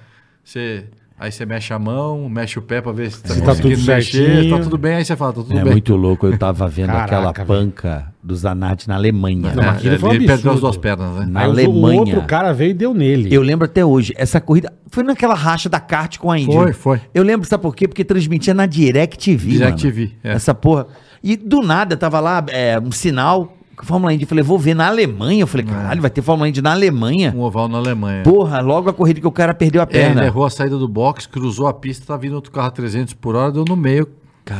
Speaker 4: você. Aí você mexe a mão, mexe o pé pra ver se tá,
Speaker 2: tá tudo certinho.
Speaker 4: tá tudo bem, aí você fala, tá tudo
Speaker 3: é
Speaker 4: bem.
Speaker 3: muito louco. Eu tava vendo
Speaker 2: Caraca,
Speaker 3: aquela
Speaker 2: velho.
Speaker 3: panca do Zanardi na Alemanha.
Speaker 2: Não, mas aquilo
Speaker 4: É, ele
Speaker 2: foi um
Speaker 4: perdeu
Speaker 2: absurdo.
Speaker 4: as duas pernas, né?
Speaker 3: Na
Speaker 2: Aí o-
Speaker 3: Alemanha.
Speaker 2: O outro cara veio e deu nele.
Speaker 3: Eu lembro até hoje, essa corrida foi naquela racha da kart com a Indy. né?
Speaker 4: Foi, foi.
Speaker 3: Eu lembro, sabe por quê? Porque transmitia na DirecTV.
Speaker 4: DirecTV,
Speaker 3: mano.
Speaker 4: é.
Speaker 3: Essa porra. E do nada tava lá é, um sinal, Fórmula Indy. Eu Falei, vou ver na Alemanha. Eu falei, caralho, vai ter Fórmula Indy na Alemanha.
Speaker 4: Um oval na Alemanha.
Speaker 3: Porra, logo a corrida que o cara perdeu a
Speaker 4: É, ele
Speaker 3: perna.
Speaker 4: errou a saída do box, cruzou a pista, tá vindo outro carro a 300 por hora, deu no meio,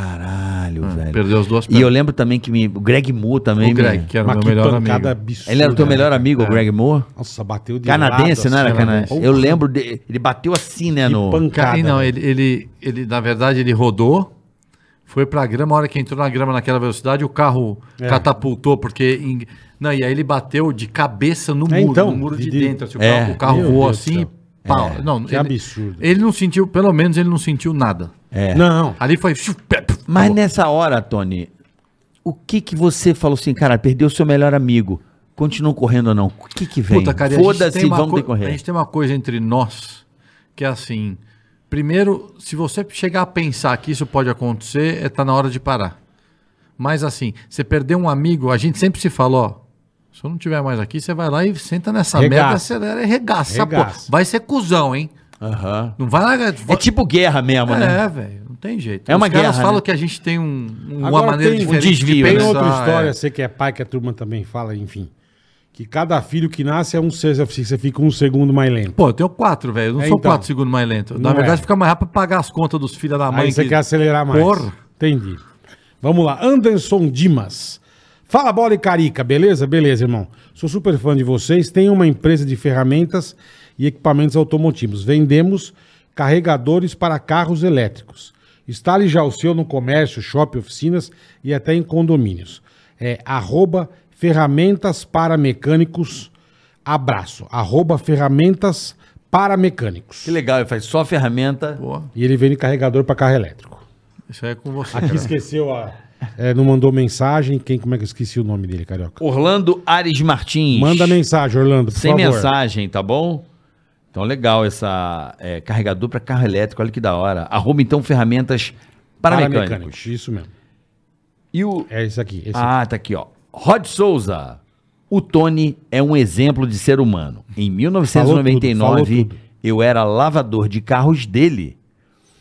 Speaker 3: Caralho,
Speaker 2: É.
Speaker 3: velho.
Speaker 4: perdeu as duas
Speaker 3: E eu
Speaker 4: pernas.
Speaker 3: lembro também que me, o Greg Moore também.
Speaker 4: Hum, o
Speaker 3: me-
Speaker 4: Greg, que né? É. era o
Speaker 2: Mas
Speaker 4: meu
Speaker 2: que
Speaker 4: melhor amigo.
Speaker 2: pancada absurda. né?
Speaker 3: Ele era o teu melhor amigo, o Greg Moore?
Speaker 2: Nossa, bateu de
Speaker 3: Canadense,
Speaker 2: lado,
Speaker 3: não era
Speaker 2: assim,
Speaker 3: canadense?
Speaker 2: né?
Speaker 3: Eu lembro, de, ele bateu assim, né?
Speaker 2: Que
Speaker 3: No...
Speaker 4: Cara,
Speaker 2: pancada.
Speaker 4: e não,
Speaker 2: velho.
Speaker 4: ele, ele, ele, na verdade, ele rodou, foi pra grama, a hora que entrou na grama naquela velocidade, o carro
Speaker 2: É.
Speaker 4: catapultou, porque... em- Não, e aí ele bateu de cabeça no
Speaker 2: É,
Speaker 4: muro,
Speaker 2: então,
Speaker 4: no muro de,
Speaker 2: de-
Speaker 4: dentro. assim, o
Speaker 3: É.
Speaker 4: carro, o carro
Speaker 2: Meu
Speaker 4: voou
Speaker 2: Deus do
Speaker 4: assim,
Speaker 2: céu. É,
Speaker 4: pau. Não,
Speaker 2: Que
Speaker 4: ele,
Speaker 2: absurdo. É.
Speaker 4: Ele não sentiu, pelo menos ele não sentiu nada.
Speaker 2: Não,
Speaker 4: Ali foi... shiu, pé, puf,
Speaker 3: Mas
Speaker 4: acabou.
Speaker 3: nessa hora, Tony, o que que você falou assim, cara, perdeu seu melhor amigo, continua correndo ou não? O que que vem?
Speaker 4: Puta, cara, e a gente
Speaker 3: Foda-se,
Speaker 4: tem uma
Speaker 3: vamos
Speaker 4: coi-
Speaker 3: ter que correr.
Speaker 4: A gente tem uma coisa entre nós que é assim: primeiro, se você chegar a pensar que isso pode acontecer, é tá na hora de parar. Mas assim, você perdeu um amigo, a gente sempre se fala, ó. Se eu não tiver mais aqui, você vai lá e senta nessa
Speaker 2: Regaça.
Speaker 4: merda, acelera e regaça. essa
Speaker 2: Regaça.
Speaker 4: porra. Vai ser cuzão, hein?
Speaker 3: Aham.
Speaker 4: Não vai lá.
Speaker 3: É tipo guerra mesmo, né?
Speaker 4: É, velho, não tem jeito.
Speaker 3: É uma guerra,
Speaker 4: falam
Speaker 3: né?
Speaker 4: que a gente tem um, uma
Speaker 2: Agora
Speaker 4: maneira
Speaker 2: tem um
Speaker 4: diferente
Speaker 3: desvio, né?
Speaker 4: de
Speaker 2: Tem
Speaker 4: pensar.
Speaker 2: outra história,
Speaker 4: é.
Speaker 2: você que é pai, que a turma também fala, enfim. Que cada filho que nasce é um sexto, você fica um segundo mais lento.
Speaker 4: Pô, eu tenho quatro, velho. Eu não
Speaker 2: É,
Speaker 4: sou
Speaker 2: então.
Speaker 4: quatro segundos mais lento. Na
Speaker 2: Não
Speaker 4: verdade,
Speaker 2: é.
Speaker 4: fica mais rápido pra pagar as contas dos filhos da mãe.
Speaker 2: Aí você quer acelerar mais.
Speaker 4: Porra.
Speaker 2: Entendi. Vamos lá. Anderson Dimas. Fala bola e carica, beleza? Beleza, irmão. Sou super fã de vocês. Tenho uma empresa de ferramentas e equipamentos automotivos. Vendemos carregadores para carros elétricos. Instale já o seu no comércio, shopping, oficinas e até em condomínios. É arroba ferramentas para mecânicos. Abraço. Arroba ferramentas para mecânicos.
Speaker 12: Que legal, ele faz só ferramenta.
Speaker 4: Pô,
Speaker 2: E ele vende carregador para carro elétrico.
Speaker 4: isso aí é com você.
Speaker 2: Aqui
Speaker 4: cara.
Speaker 2: esqueceu a. é, não mandou mensagem. Quem, como é que eu esqueci o nome dele, carioca?
Speaker 3: Orlando Ares Martins.
Speaker 2: Manda mensagem, Orlando, por
Speaker 3: Sem
Speaker 2: favor.
Speaker 3: mensagem, tá bom? Então, legal essa é, carregador para carro elétrico, olha que da hora. Arruma então ferramentas para, mecânicos.
Speaker 2: mecânicos, Isso mesmo.
Speaker 3: E o.
Speaker 2: É esse aqui. esse
Speaker 3: Ah, tá aqui, ó. Rod Souza. O Tony é um exemplo de ser humano. Em 1999,
Speaker 2: Falou tudo, falou tudo.
Speaker 3: eu era lavador de carros dele.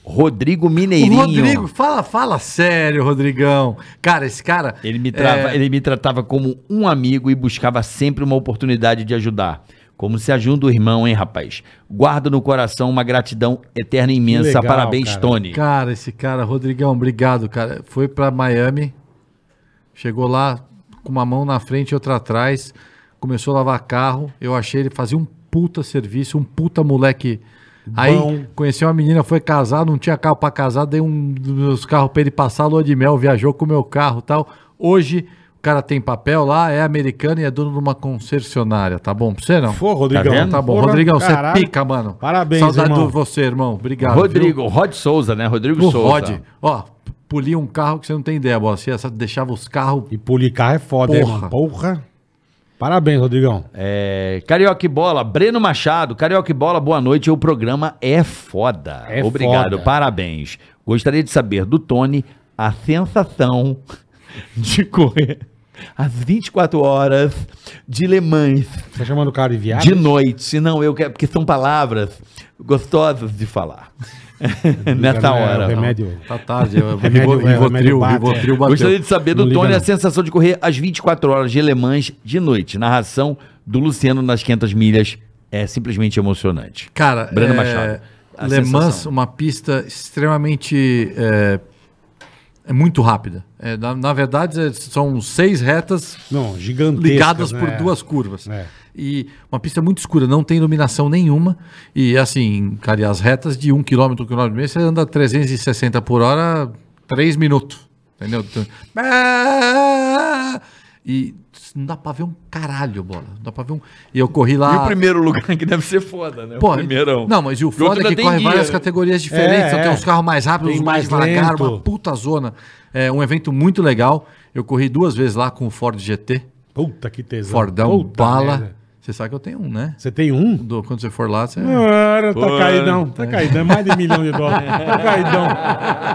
Speaker 3: Rodrigo
Speaker 4: O
Speaker 2: é
Speaker 3: Mineirinho.
Speaker 4: Rodrigo, fala, fala sério, Rodrigão. Cara, esse cara.
Speaker 3: Ele me, trava-
Speaker 4: é,
Speaker 3: ele me tratava como um amigo e buscava sempre uma oportunidade de ajudar. Como se ajuda o irmão, hein, rapaz? Guardo no coração uma gratidão eterna e imensa.
Speaker 2: legal,
Speaker 3: Parabéns,
Speaker 2: cara.
Speaker 3: Tony.
Speaker 4: Cara, esse cara, Rodrigão, obrigado, cara. Foi pra Miami, chegou lá com uma mão na frente e outra atrás, começou a lavar carro. Eu achei ele fazia um puta serviço, um puta moleque.
Speaker 2: Bom.
Speaker 4: Aí conheceu uma menina, foi casar, não tinha carro pra casar, dei um dos meus carros pra ele passar a lua de mel, viajou com o meu carro e tal. Hoje o cara tem papel lá, é americano e é dono de uma concessionária, tá bom pra você não?
Speaker 2: Pô, Rodrigão.
Speaker 4: Tá, vendo? Tá bom,
Speaker 2: Porra,
Speaker 4: Rodrigão, você
Speaker 2: caralho.
Speaker 4: pica, mano.
Speaker 2: Parabéns,
Speaker 4: Saudade
Speaker 2: irmão.
Speaker 4: de você, irmão. Obrigado. viu?
Speaker 3: Rodrigo, Rod Souza, né? Rodrigo
Speaker 4: O
Speaker 3: Souza.
Speaker 4: Rod, ó, p- polia um carro que você não tem ideia, bola. Você essa- deixava os carros.
Speaker 2: E polir carro é foda, hein,
Speaker 4: Porra.
Speaker 2: mano? Porra. Parabéns, Rodrigão.
Speaker 3: É, Carioca e Bola, Breno Machado, Carioca e Bola, boa noite. O programa é foda.
Speaker 2: É
Speaker 3: Obrigado,
Speaker 2: foda.
Speaker 3: parabéns. Gostaria de saber do Tony a sensação de correr às 24 horas de Le Mans
Speaker 2: Você tá chamando o cara de viado?
Speaker 3: de noite. Não, eu quero, porque são palavras gostosas de falar nessa
Speaker 2: Não, é, o
Speaker 3: né? hora. não.
Speaker 2: remédio.
Speaker 4: Tá tarde, eu-
Speaker 2: Remédio,
Speaker 4: Rivo-
Speaker 2: é, remédio
Speaker 4: Rivotril,
Speaker 2: bate,
Speaker 4: Rivotril bateu.
Speaker 3: Gostaria de saber
Speaker 2: Não
Speaker 3: do
Speaker 2: liga,
Speaker 3: Tony
Speaker 2: não.
Speaker 3: a sensação de correr às 24 horas de Le Mans de noite. Narração do Luciano nas 500 milhas é simplesmente emocionante.
Speaker 4: Cara,
Speaker 3: Breno
Speaker 4: é,
Speaker 3: Machado. A
Speaker 4: Le Mans,
Speaker 3: sensação.
Speaker 4: uma pista extremamente. É, é muito rápida. É, na, na verdade, é, são seis retas
Speaker 2: Não, gigantesco.
Speaker 4: ligadas por duas curvas.
Speaker 2: É.
Speaker 4: E uma pista muito escura, não tem iluminação nenhuma. E assim, cara, e as retas de 1 km, 1 km meio, você anda 360 por hora, 3 minutos. Entendeu? Então, ah! E não dá pra ver um caralho, bola. Não dá pra ver um. E eu corri lá.
Speaker 3: E o primeiro lugar que deve ser foda, né?
Speaker 4: Pô,
Speaker 3: o primeirão.
Speaker 4: Não, mas e o
Speaker 3: Porque
Speaker 4: foda
Speaker 3: outro
Speaker 4: é que
Speaker 3: ainda tem
Speaker 4: corre
Speaker 3: guia,
Speaker 4: várias
Speaker 3: né?
Speaker 4: categorias diferentes.
Speaker 2: É,
Speaker 4: então tem
Speaker 2: é.
Speaker 4: uns carros mais rápidos,
Speaker 2: Tem
Speaker 4: uns mais,
Speaker 2: mais
Speaker 4: devagar,
Speaker 2: lento.
Speaker 4: uma puta zona. É um evento muito legal. Eu corri duas vezes lá com o Ford GT.
Speaker 2: Puta que tesão.
Speaker 4: Fordão,
Speaker 2: Puta
Speaker 4: bala.
Speaker 2: merda.
Speaker 4: Você sabe que eu tenho um, né?
Speaker 2: Você tem um?
Speaker 4: Do- quando você for lá, você.
Speaker 2: Cara, tá caidão. Tá caidão. É mais de milhão de dólares. Tá caidão.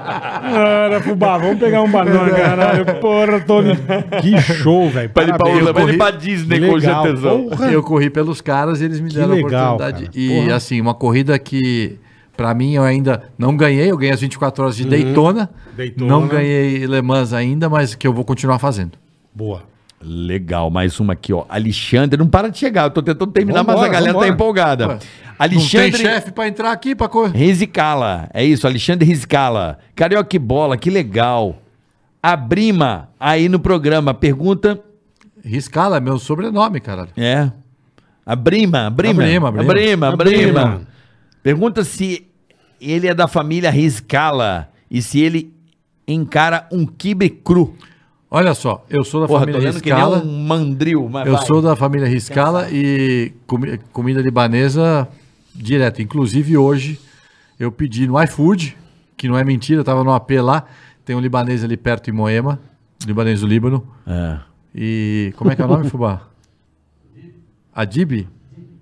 Speaker 2: Cara, fubá, vamos pegar um banana, caralho. Porra, Tony. Que show, velho.
Speaker 3: Vai ele é. pra,
Speaker 2: Parabéns.
Speaker 3: Orlando, vai ele pra
Speaker 4: corri-
Speaker 3: Disney com
Speaker 2: Legal.
Speaker 3: certeza.
Speaker 2: Porra.
Speaker 4: Eu corri pelos caras e eles me deram
Speaker 2: legal,
Speaker 4: a oportunidade.
Speaker 2: cara.
Speaker 4: E
Speaker 2: Porra.
Speaker 4: assim, uma corrida que pra mim eu ainda não ganhei, eu ganhei as 24 horas de Daytona,
Speaker 2: Uhum. Daytona.
Speaker 4: Não ganhei Le Mans ainda, mas que eu vou continuar fazendo.
Speaker 2: Boa.
Speaker 3: Legal, mais uma aqui, ó. Alexandre, não para de chegar. Eu tô tentando terminar,
Speaker 2: Vambora,
Speaker 3: mas a galera
Speaker 2: vambora.
Speaker 3: tá empolgada.
Speaker 4: Ué, Não tem
Speaker 3: Alexandre
Speaker 4: chefe pra entrar aqui pra correr.
Speaker 3: Rizicala. É isso, Alexandre Rizicala. Carioca e bola, que legal. A Brima, aí no programa, pergunta.
Speaker 4: Riscala é meu sobrenome, caralho.
Speaker 3: É. A Brima, a Brima.
Speaker 4: A Brima,
Speaker 3: a
Speaker 4: a
Speaker 3: Brima.
Speaker 4: Brima.
Speaker 3: Brima,
Speaker 2: A Brima.
Speaker 3: Pergunta se ele é da família Riscala e se ele encara um quibe cru.
Speaker 4: Olha só, eu sou da
Speaker 3: Porra, tô
Speaker 4: família
Speaker 3: vendo que nem
Speaker 4: Riscala.
Speaker 3: um mandril, mas
Speaker 4: Eu
Speaker 3: vai.
Speaker 4: sou da família Riscala e comi- comida libanesa direto. Inclusive hoje eu pedi no iFood, que não é mentira, eu tava no AP lá, tem um libanês ali perto em Moema, libanês do Líbano.
Speaker 3: É.
Speaker 4: E como é que é o nome, Fubá? Adib?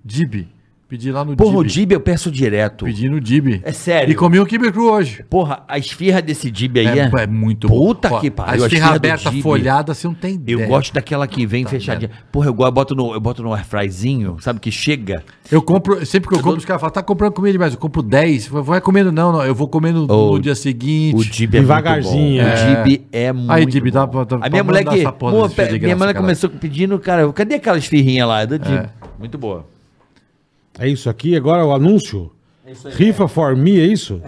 Speaker 4: Dib. Pedi lá no
Speaker 3: Porra, o
Speaker 4: Dib.
Speaker 3: Dib eu peço direto.
Speaker 4: Pedi no Dib.
Speaker 3: É sério?
Speaker 4: E comi um kibe cru hoje.
Speaker 3: Porra, a esfirra desse Dib aí
Speaker 4: É,
Speaker 3: é...
Speaker 4: é muito
Speaker 3: Puta
Speaker 4: Ó,
Speaker 3: que pariu,
Speaker 4: A
Speaker 3: esfirra
Speaker 4: esfirra
Speaker 3: do
Speaker 4: aberta,
Speaker 3: Dib.
Speaker 4: folhada, você não tem
Speaker 3: Eu
Speaker 4: ideia. Tá
Speaker 3: gosto daquela que vem fechadinha. Porra, eu, go- eu boto no, eu boto no airfryzinho, sabe, que chega.
Speaker 4: Eu compro, sempre que eu compro, os caras falam, tá comprando comida demais, eu compro 10. Não vai comendo, não, não. Eu vou comendo
Speaker 3: Ô,
Speaker 4: no dia seguinte.
Speaker 3: O Dib é
Speaker 2: Devagarzinho,
Speaker 3: muito bom.
Speaker 4: é.
Speaker 3: O Dib é muito
Speaker 4: Aí, Dib, dá
Speaker 3: bom.
Speaker 4: pra- dá
Speaker 3: A
Speaker 4: pra
Speaker 3: minha mulher
Speaker 4: mandar
Speaker 3: que...
Speaker 4: essa porra
Speaker 3: Pô,
Speaker 4: desse filho de
Speaker 3: minha
Speaker 4: graça,
Speaker 3: mãe
Speaker 4: caralho.
Speaker 3: começou pedindo, cara, cadê aquela esfirrinha lá? É do Dib. Muito boa.
Speaker 2: É isso aqui, agora o anúncio. Rifa for me, é isso?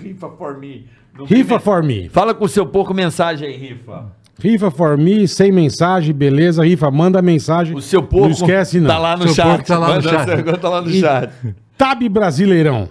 Speaker 3: Rifa for me.
Speaker 2: Rifa for me.
Speaker 3: Fala com o seu porco mensagem aí, Rifa.
Speaker 2: Rifa for me, sem mensagem, beleza. Rifa, manda mensagem.
Speaker 3: O seu porco
Speaker 2: Não esquece, não.
Speaker 3: tá lá no
Speaker 4: Seu
Speaker 3: chat.
Speaker 4: porco tá lá no
Speaker 3: Manda-
Speaker 4: chat.
Speaker 3: seu- tá lá no
Speaker 2: E-
Speaker 3: chat.
Speaker 2: Tab Brasileirão.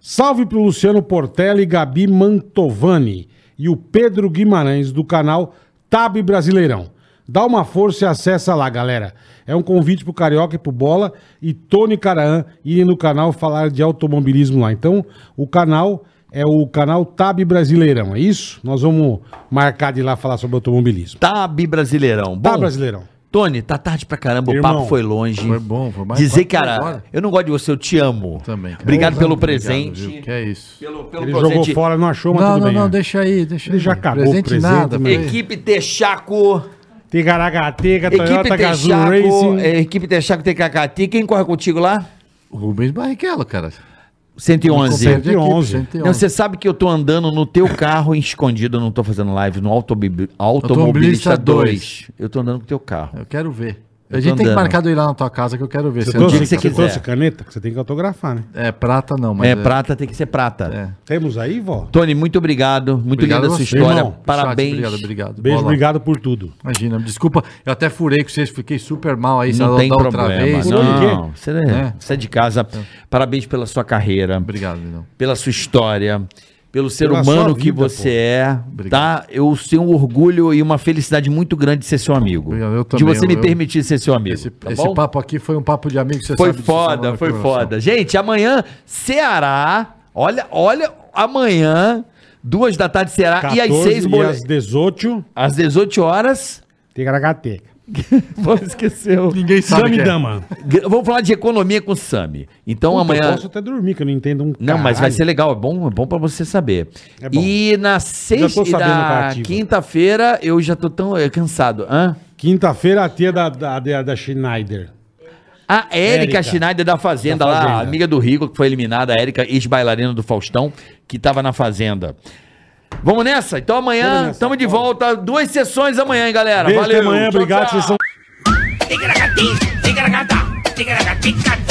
Speaker 2: Salve pro Luciano Portela e Gabi Mantovani e o Pedro Guimarães do canal Tab Brasileirão. Dá uma força e acessa lá, galera. É um convite pro Carioca e pro Bola e Tony Caraã irem no canal falar de automobilismo lá. Então, o canal é o canal Tab Brasileirão, é isso? Nós vamos marcar de ir lá falar sobre automobilismo.
Speaker 3: Tab Brasileirão. Bom,
Speaker 2: Tá, Brasileirão?
Speaker 3: Tony, tá tarde pra caramba,
Speaker 2: Irmão,
Speaker 3: o papo foi longe.
Speaker 4: Foi bom, foi mais
Speaker 3: Dizer,
Speaker 4: quase que
Speaker 3: cara,
Speaker 4: agora.
Speaker 3: eu não gosto de você, eu te amo.
Speaker 4: Também. cara.
Speaker 2: É,
Speaker 3: Obrigado pelo
Speaker 4: Obrigado,
Speaker 3: presente.
Speaker 4: viu? Que é isso.
Speaker 3: pelo pelo
Speaker 2: Ele jogou fora, não achou, mas
Speaker 4: Não,
Speaker 2: tudo
Speaker 4: não,
Speaker 2: bem.
Speaker 4: não,
Speaker 2: é.
Speaker 4: deixa aí, deixa
Speaker 2: Ele
Speaker 4: aí.
Speaker 2: já acabou o
Speaker 4: presente,
Speaker 2: presente,
Speaker 4: nada.
Speaker 2: né?
Speaker 4: foi-
Speaker 3: Equipe Texaco.
Speaker 2: Tegaragateca, Toyota
Speaker 3: Equipe
Speaker 2: Gazoo
Speaker 3: Texaco.
Speaker 2: Racing.
Speaker 3: é, Equipe Texaco TKKT. Quem corre contigo lá?
Speaker 4: Rubens Barrichello, cara.
Speaker 3: 111.
Speaker 4: Conselho de equipe,
Speaker 2: 111.
Speaker 4: 111.
Speaker 3: Não, você sabe que eu tô andando no teu carro escondido, eu não tô fazendo live, no Autobi- Automobilista
Speaker 4: Automobilista É,
Speaker 3: 2. Eu tô andando com o teu carro.
Speaker 4: Eu quero ver.
Speaker 3: tô
Speaker 4: a gente tem que
Speaker 3: andando.
Speaker 4: marcar de ir lá na tua casa que eu quero ver.
Speaker 2: Você
Speaker 4: se
Speaker 2: trouxe,
Speaker 4: é
Speaker 3: que você
Speaker 2: você
Speaker 3: quiser.
Speaker 2: trouxe caneta? Que você tem que autografar, né?
Speaker 4: É prata não, mas
Speaker 3: É, prata tem que ser prata.
Speaker 4: É.
Speaker 2: Temos aí, vó?
Speaker 3: Tony, muito obrigado. Muito
Speaker 4: Obrigado
Speaker 3: linda
Speaker 4: a
Speaker 3: a sua
Speaker 4: você,
Speaker 3: história.
Speaker 2: irmão.
Speaker 3: Parabéns.
Speaker 4: Chat, obrigado, obrigado.
Speaker 2: Beijo,
Speaker 4: Bola.
Speaker 2: obrigado por tudo.
Speaker 4: Imagina, desculpa, eu até furei com vocês, fiquei super mal aí,
Speaker 3: Não
Speaker 4: sabe,
Speaker 3: tem
Speaker 4: da
Speaker 3: problema.
Speaker 2: Por
Speaker 3: Não,
Speaker 2: quê?
Speaker 3: você, é,
Speaker 4: né? É.
Speaker 3: você é de casa. Parabéns pela sua carreira,
Speaker 4: Obrigado, Lidão.
Speaker 3: pela sua história, pelo ser
Speaker 2: Pela sua
Speaker 3: humano
Speaker 2: vida,
Speaker 3: que você
Speaker 2: pô.
Speaker 3: é. Tá? Eu tenho um orgulho e uma felicidade muito grande de ser seu amigo.
Speaker 4: Obrigado, eu
Speaker 3: de
Speaker 4: também,
Speaker 3: você me
Speaker 4: eu-
Speaker 3: permitir ser seu amigo.
Speaker 4: Esse,
Speaker 3: tá
Speaker 4: esse
Speaker 3: bom?
Speaker 4: papo aqui foi um papo de amigo, você
Speaker 3: Foi
Speaker 4: sabe disso, é
Speaker 3: foda,
Speaker 4: mano,
Speaker 3: foi
Speaker 4: coração.
Speaker 3: foda. Gente, amanhã, Ceará. Olha, olha, amanhã, duas da tarde, Ceará. e às seis,
Speaker 2: e
Speaker 3: Bole-
Speaker 2: às 18,
Speaker 3: às 18 horas.
Speaker 2: Tegaragateca.
Speaker 3: Pô, esqueceu.
Speaker 4: Ninguém sabe que é.
Speaker 2: Samidama.
Speaker 3: Gra- Vamos falar de economia com o Sami. Então
Speaker 2: Puta, Eu
Speaker 3: amanhã.
Speaker 2: posso até dormir, que eu não entendo um
Speaker 3: Não, mas vai
Speaker 2: caralho.
Speaker 3: ser legal, é bom, é bom para você saber.
Speaker 2: É bom.
Speaker 3: e na
Speaker 2: Já tô
Speaker 3: sexta e
Speaker 2: sabendo que é
Speaker 3: na
Speaker 2: ativa.
Speaker 3: quinta-feira eu já tô tão é, cansado. Hã?
Speaker 2: Quinta-feira, a tia da, da, da, da Schneider.
Speaker 3: A Érica
Speaker 2: Érica.
Speaker 3: Schneider da Fazenda,
Speaker 2: Da
Speaker 3: lá,
Speaker 2: Fazenda.
Speaker 3: amiga do Rico, que foi eliminada, a Érica, ex-bailarina do Faustão, que tava na Fazenda. Vamos nessa? Então
Speaker 2: Vamos
Speaker 3: amanhã
Speaker 2: nessa,
Speaker 3: estamos de
Speaker 2: bora.
Speaker 3: volta. Duas sessões amanhã, hein, galera.
Speaker 2: Beijo,
Speaker 3: Tá, Valeu.
Speaker 2: até amanhã,
Speaker 3: Tchau,
Speaker 2: obrigado,
Speaker 3: tchau.
Speaker 2: vocês são
Speaker 13: Ticaracati, ticaracata, ticaracatica,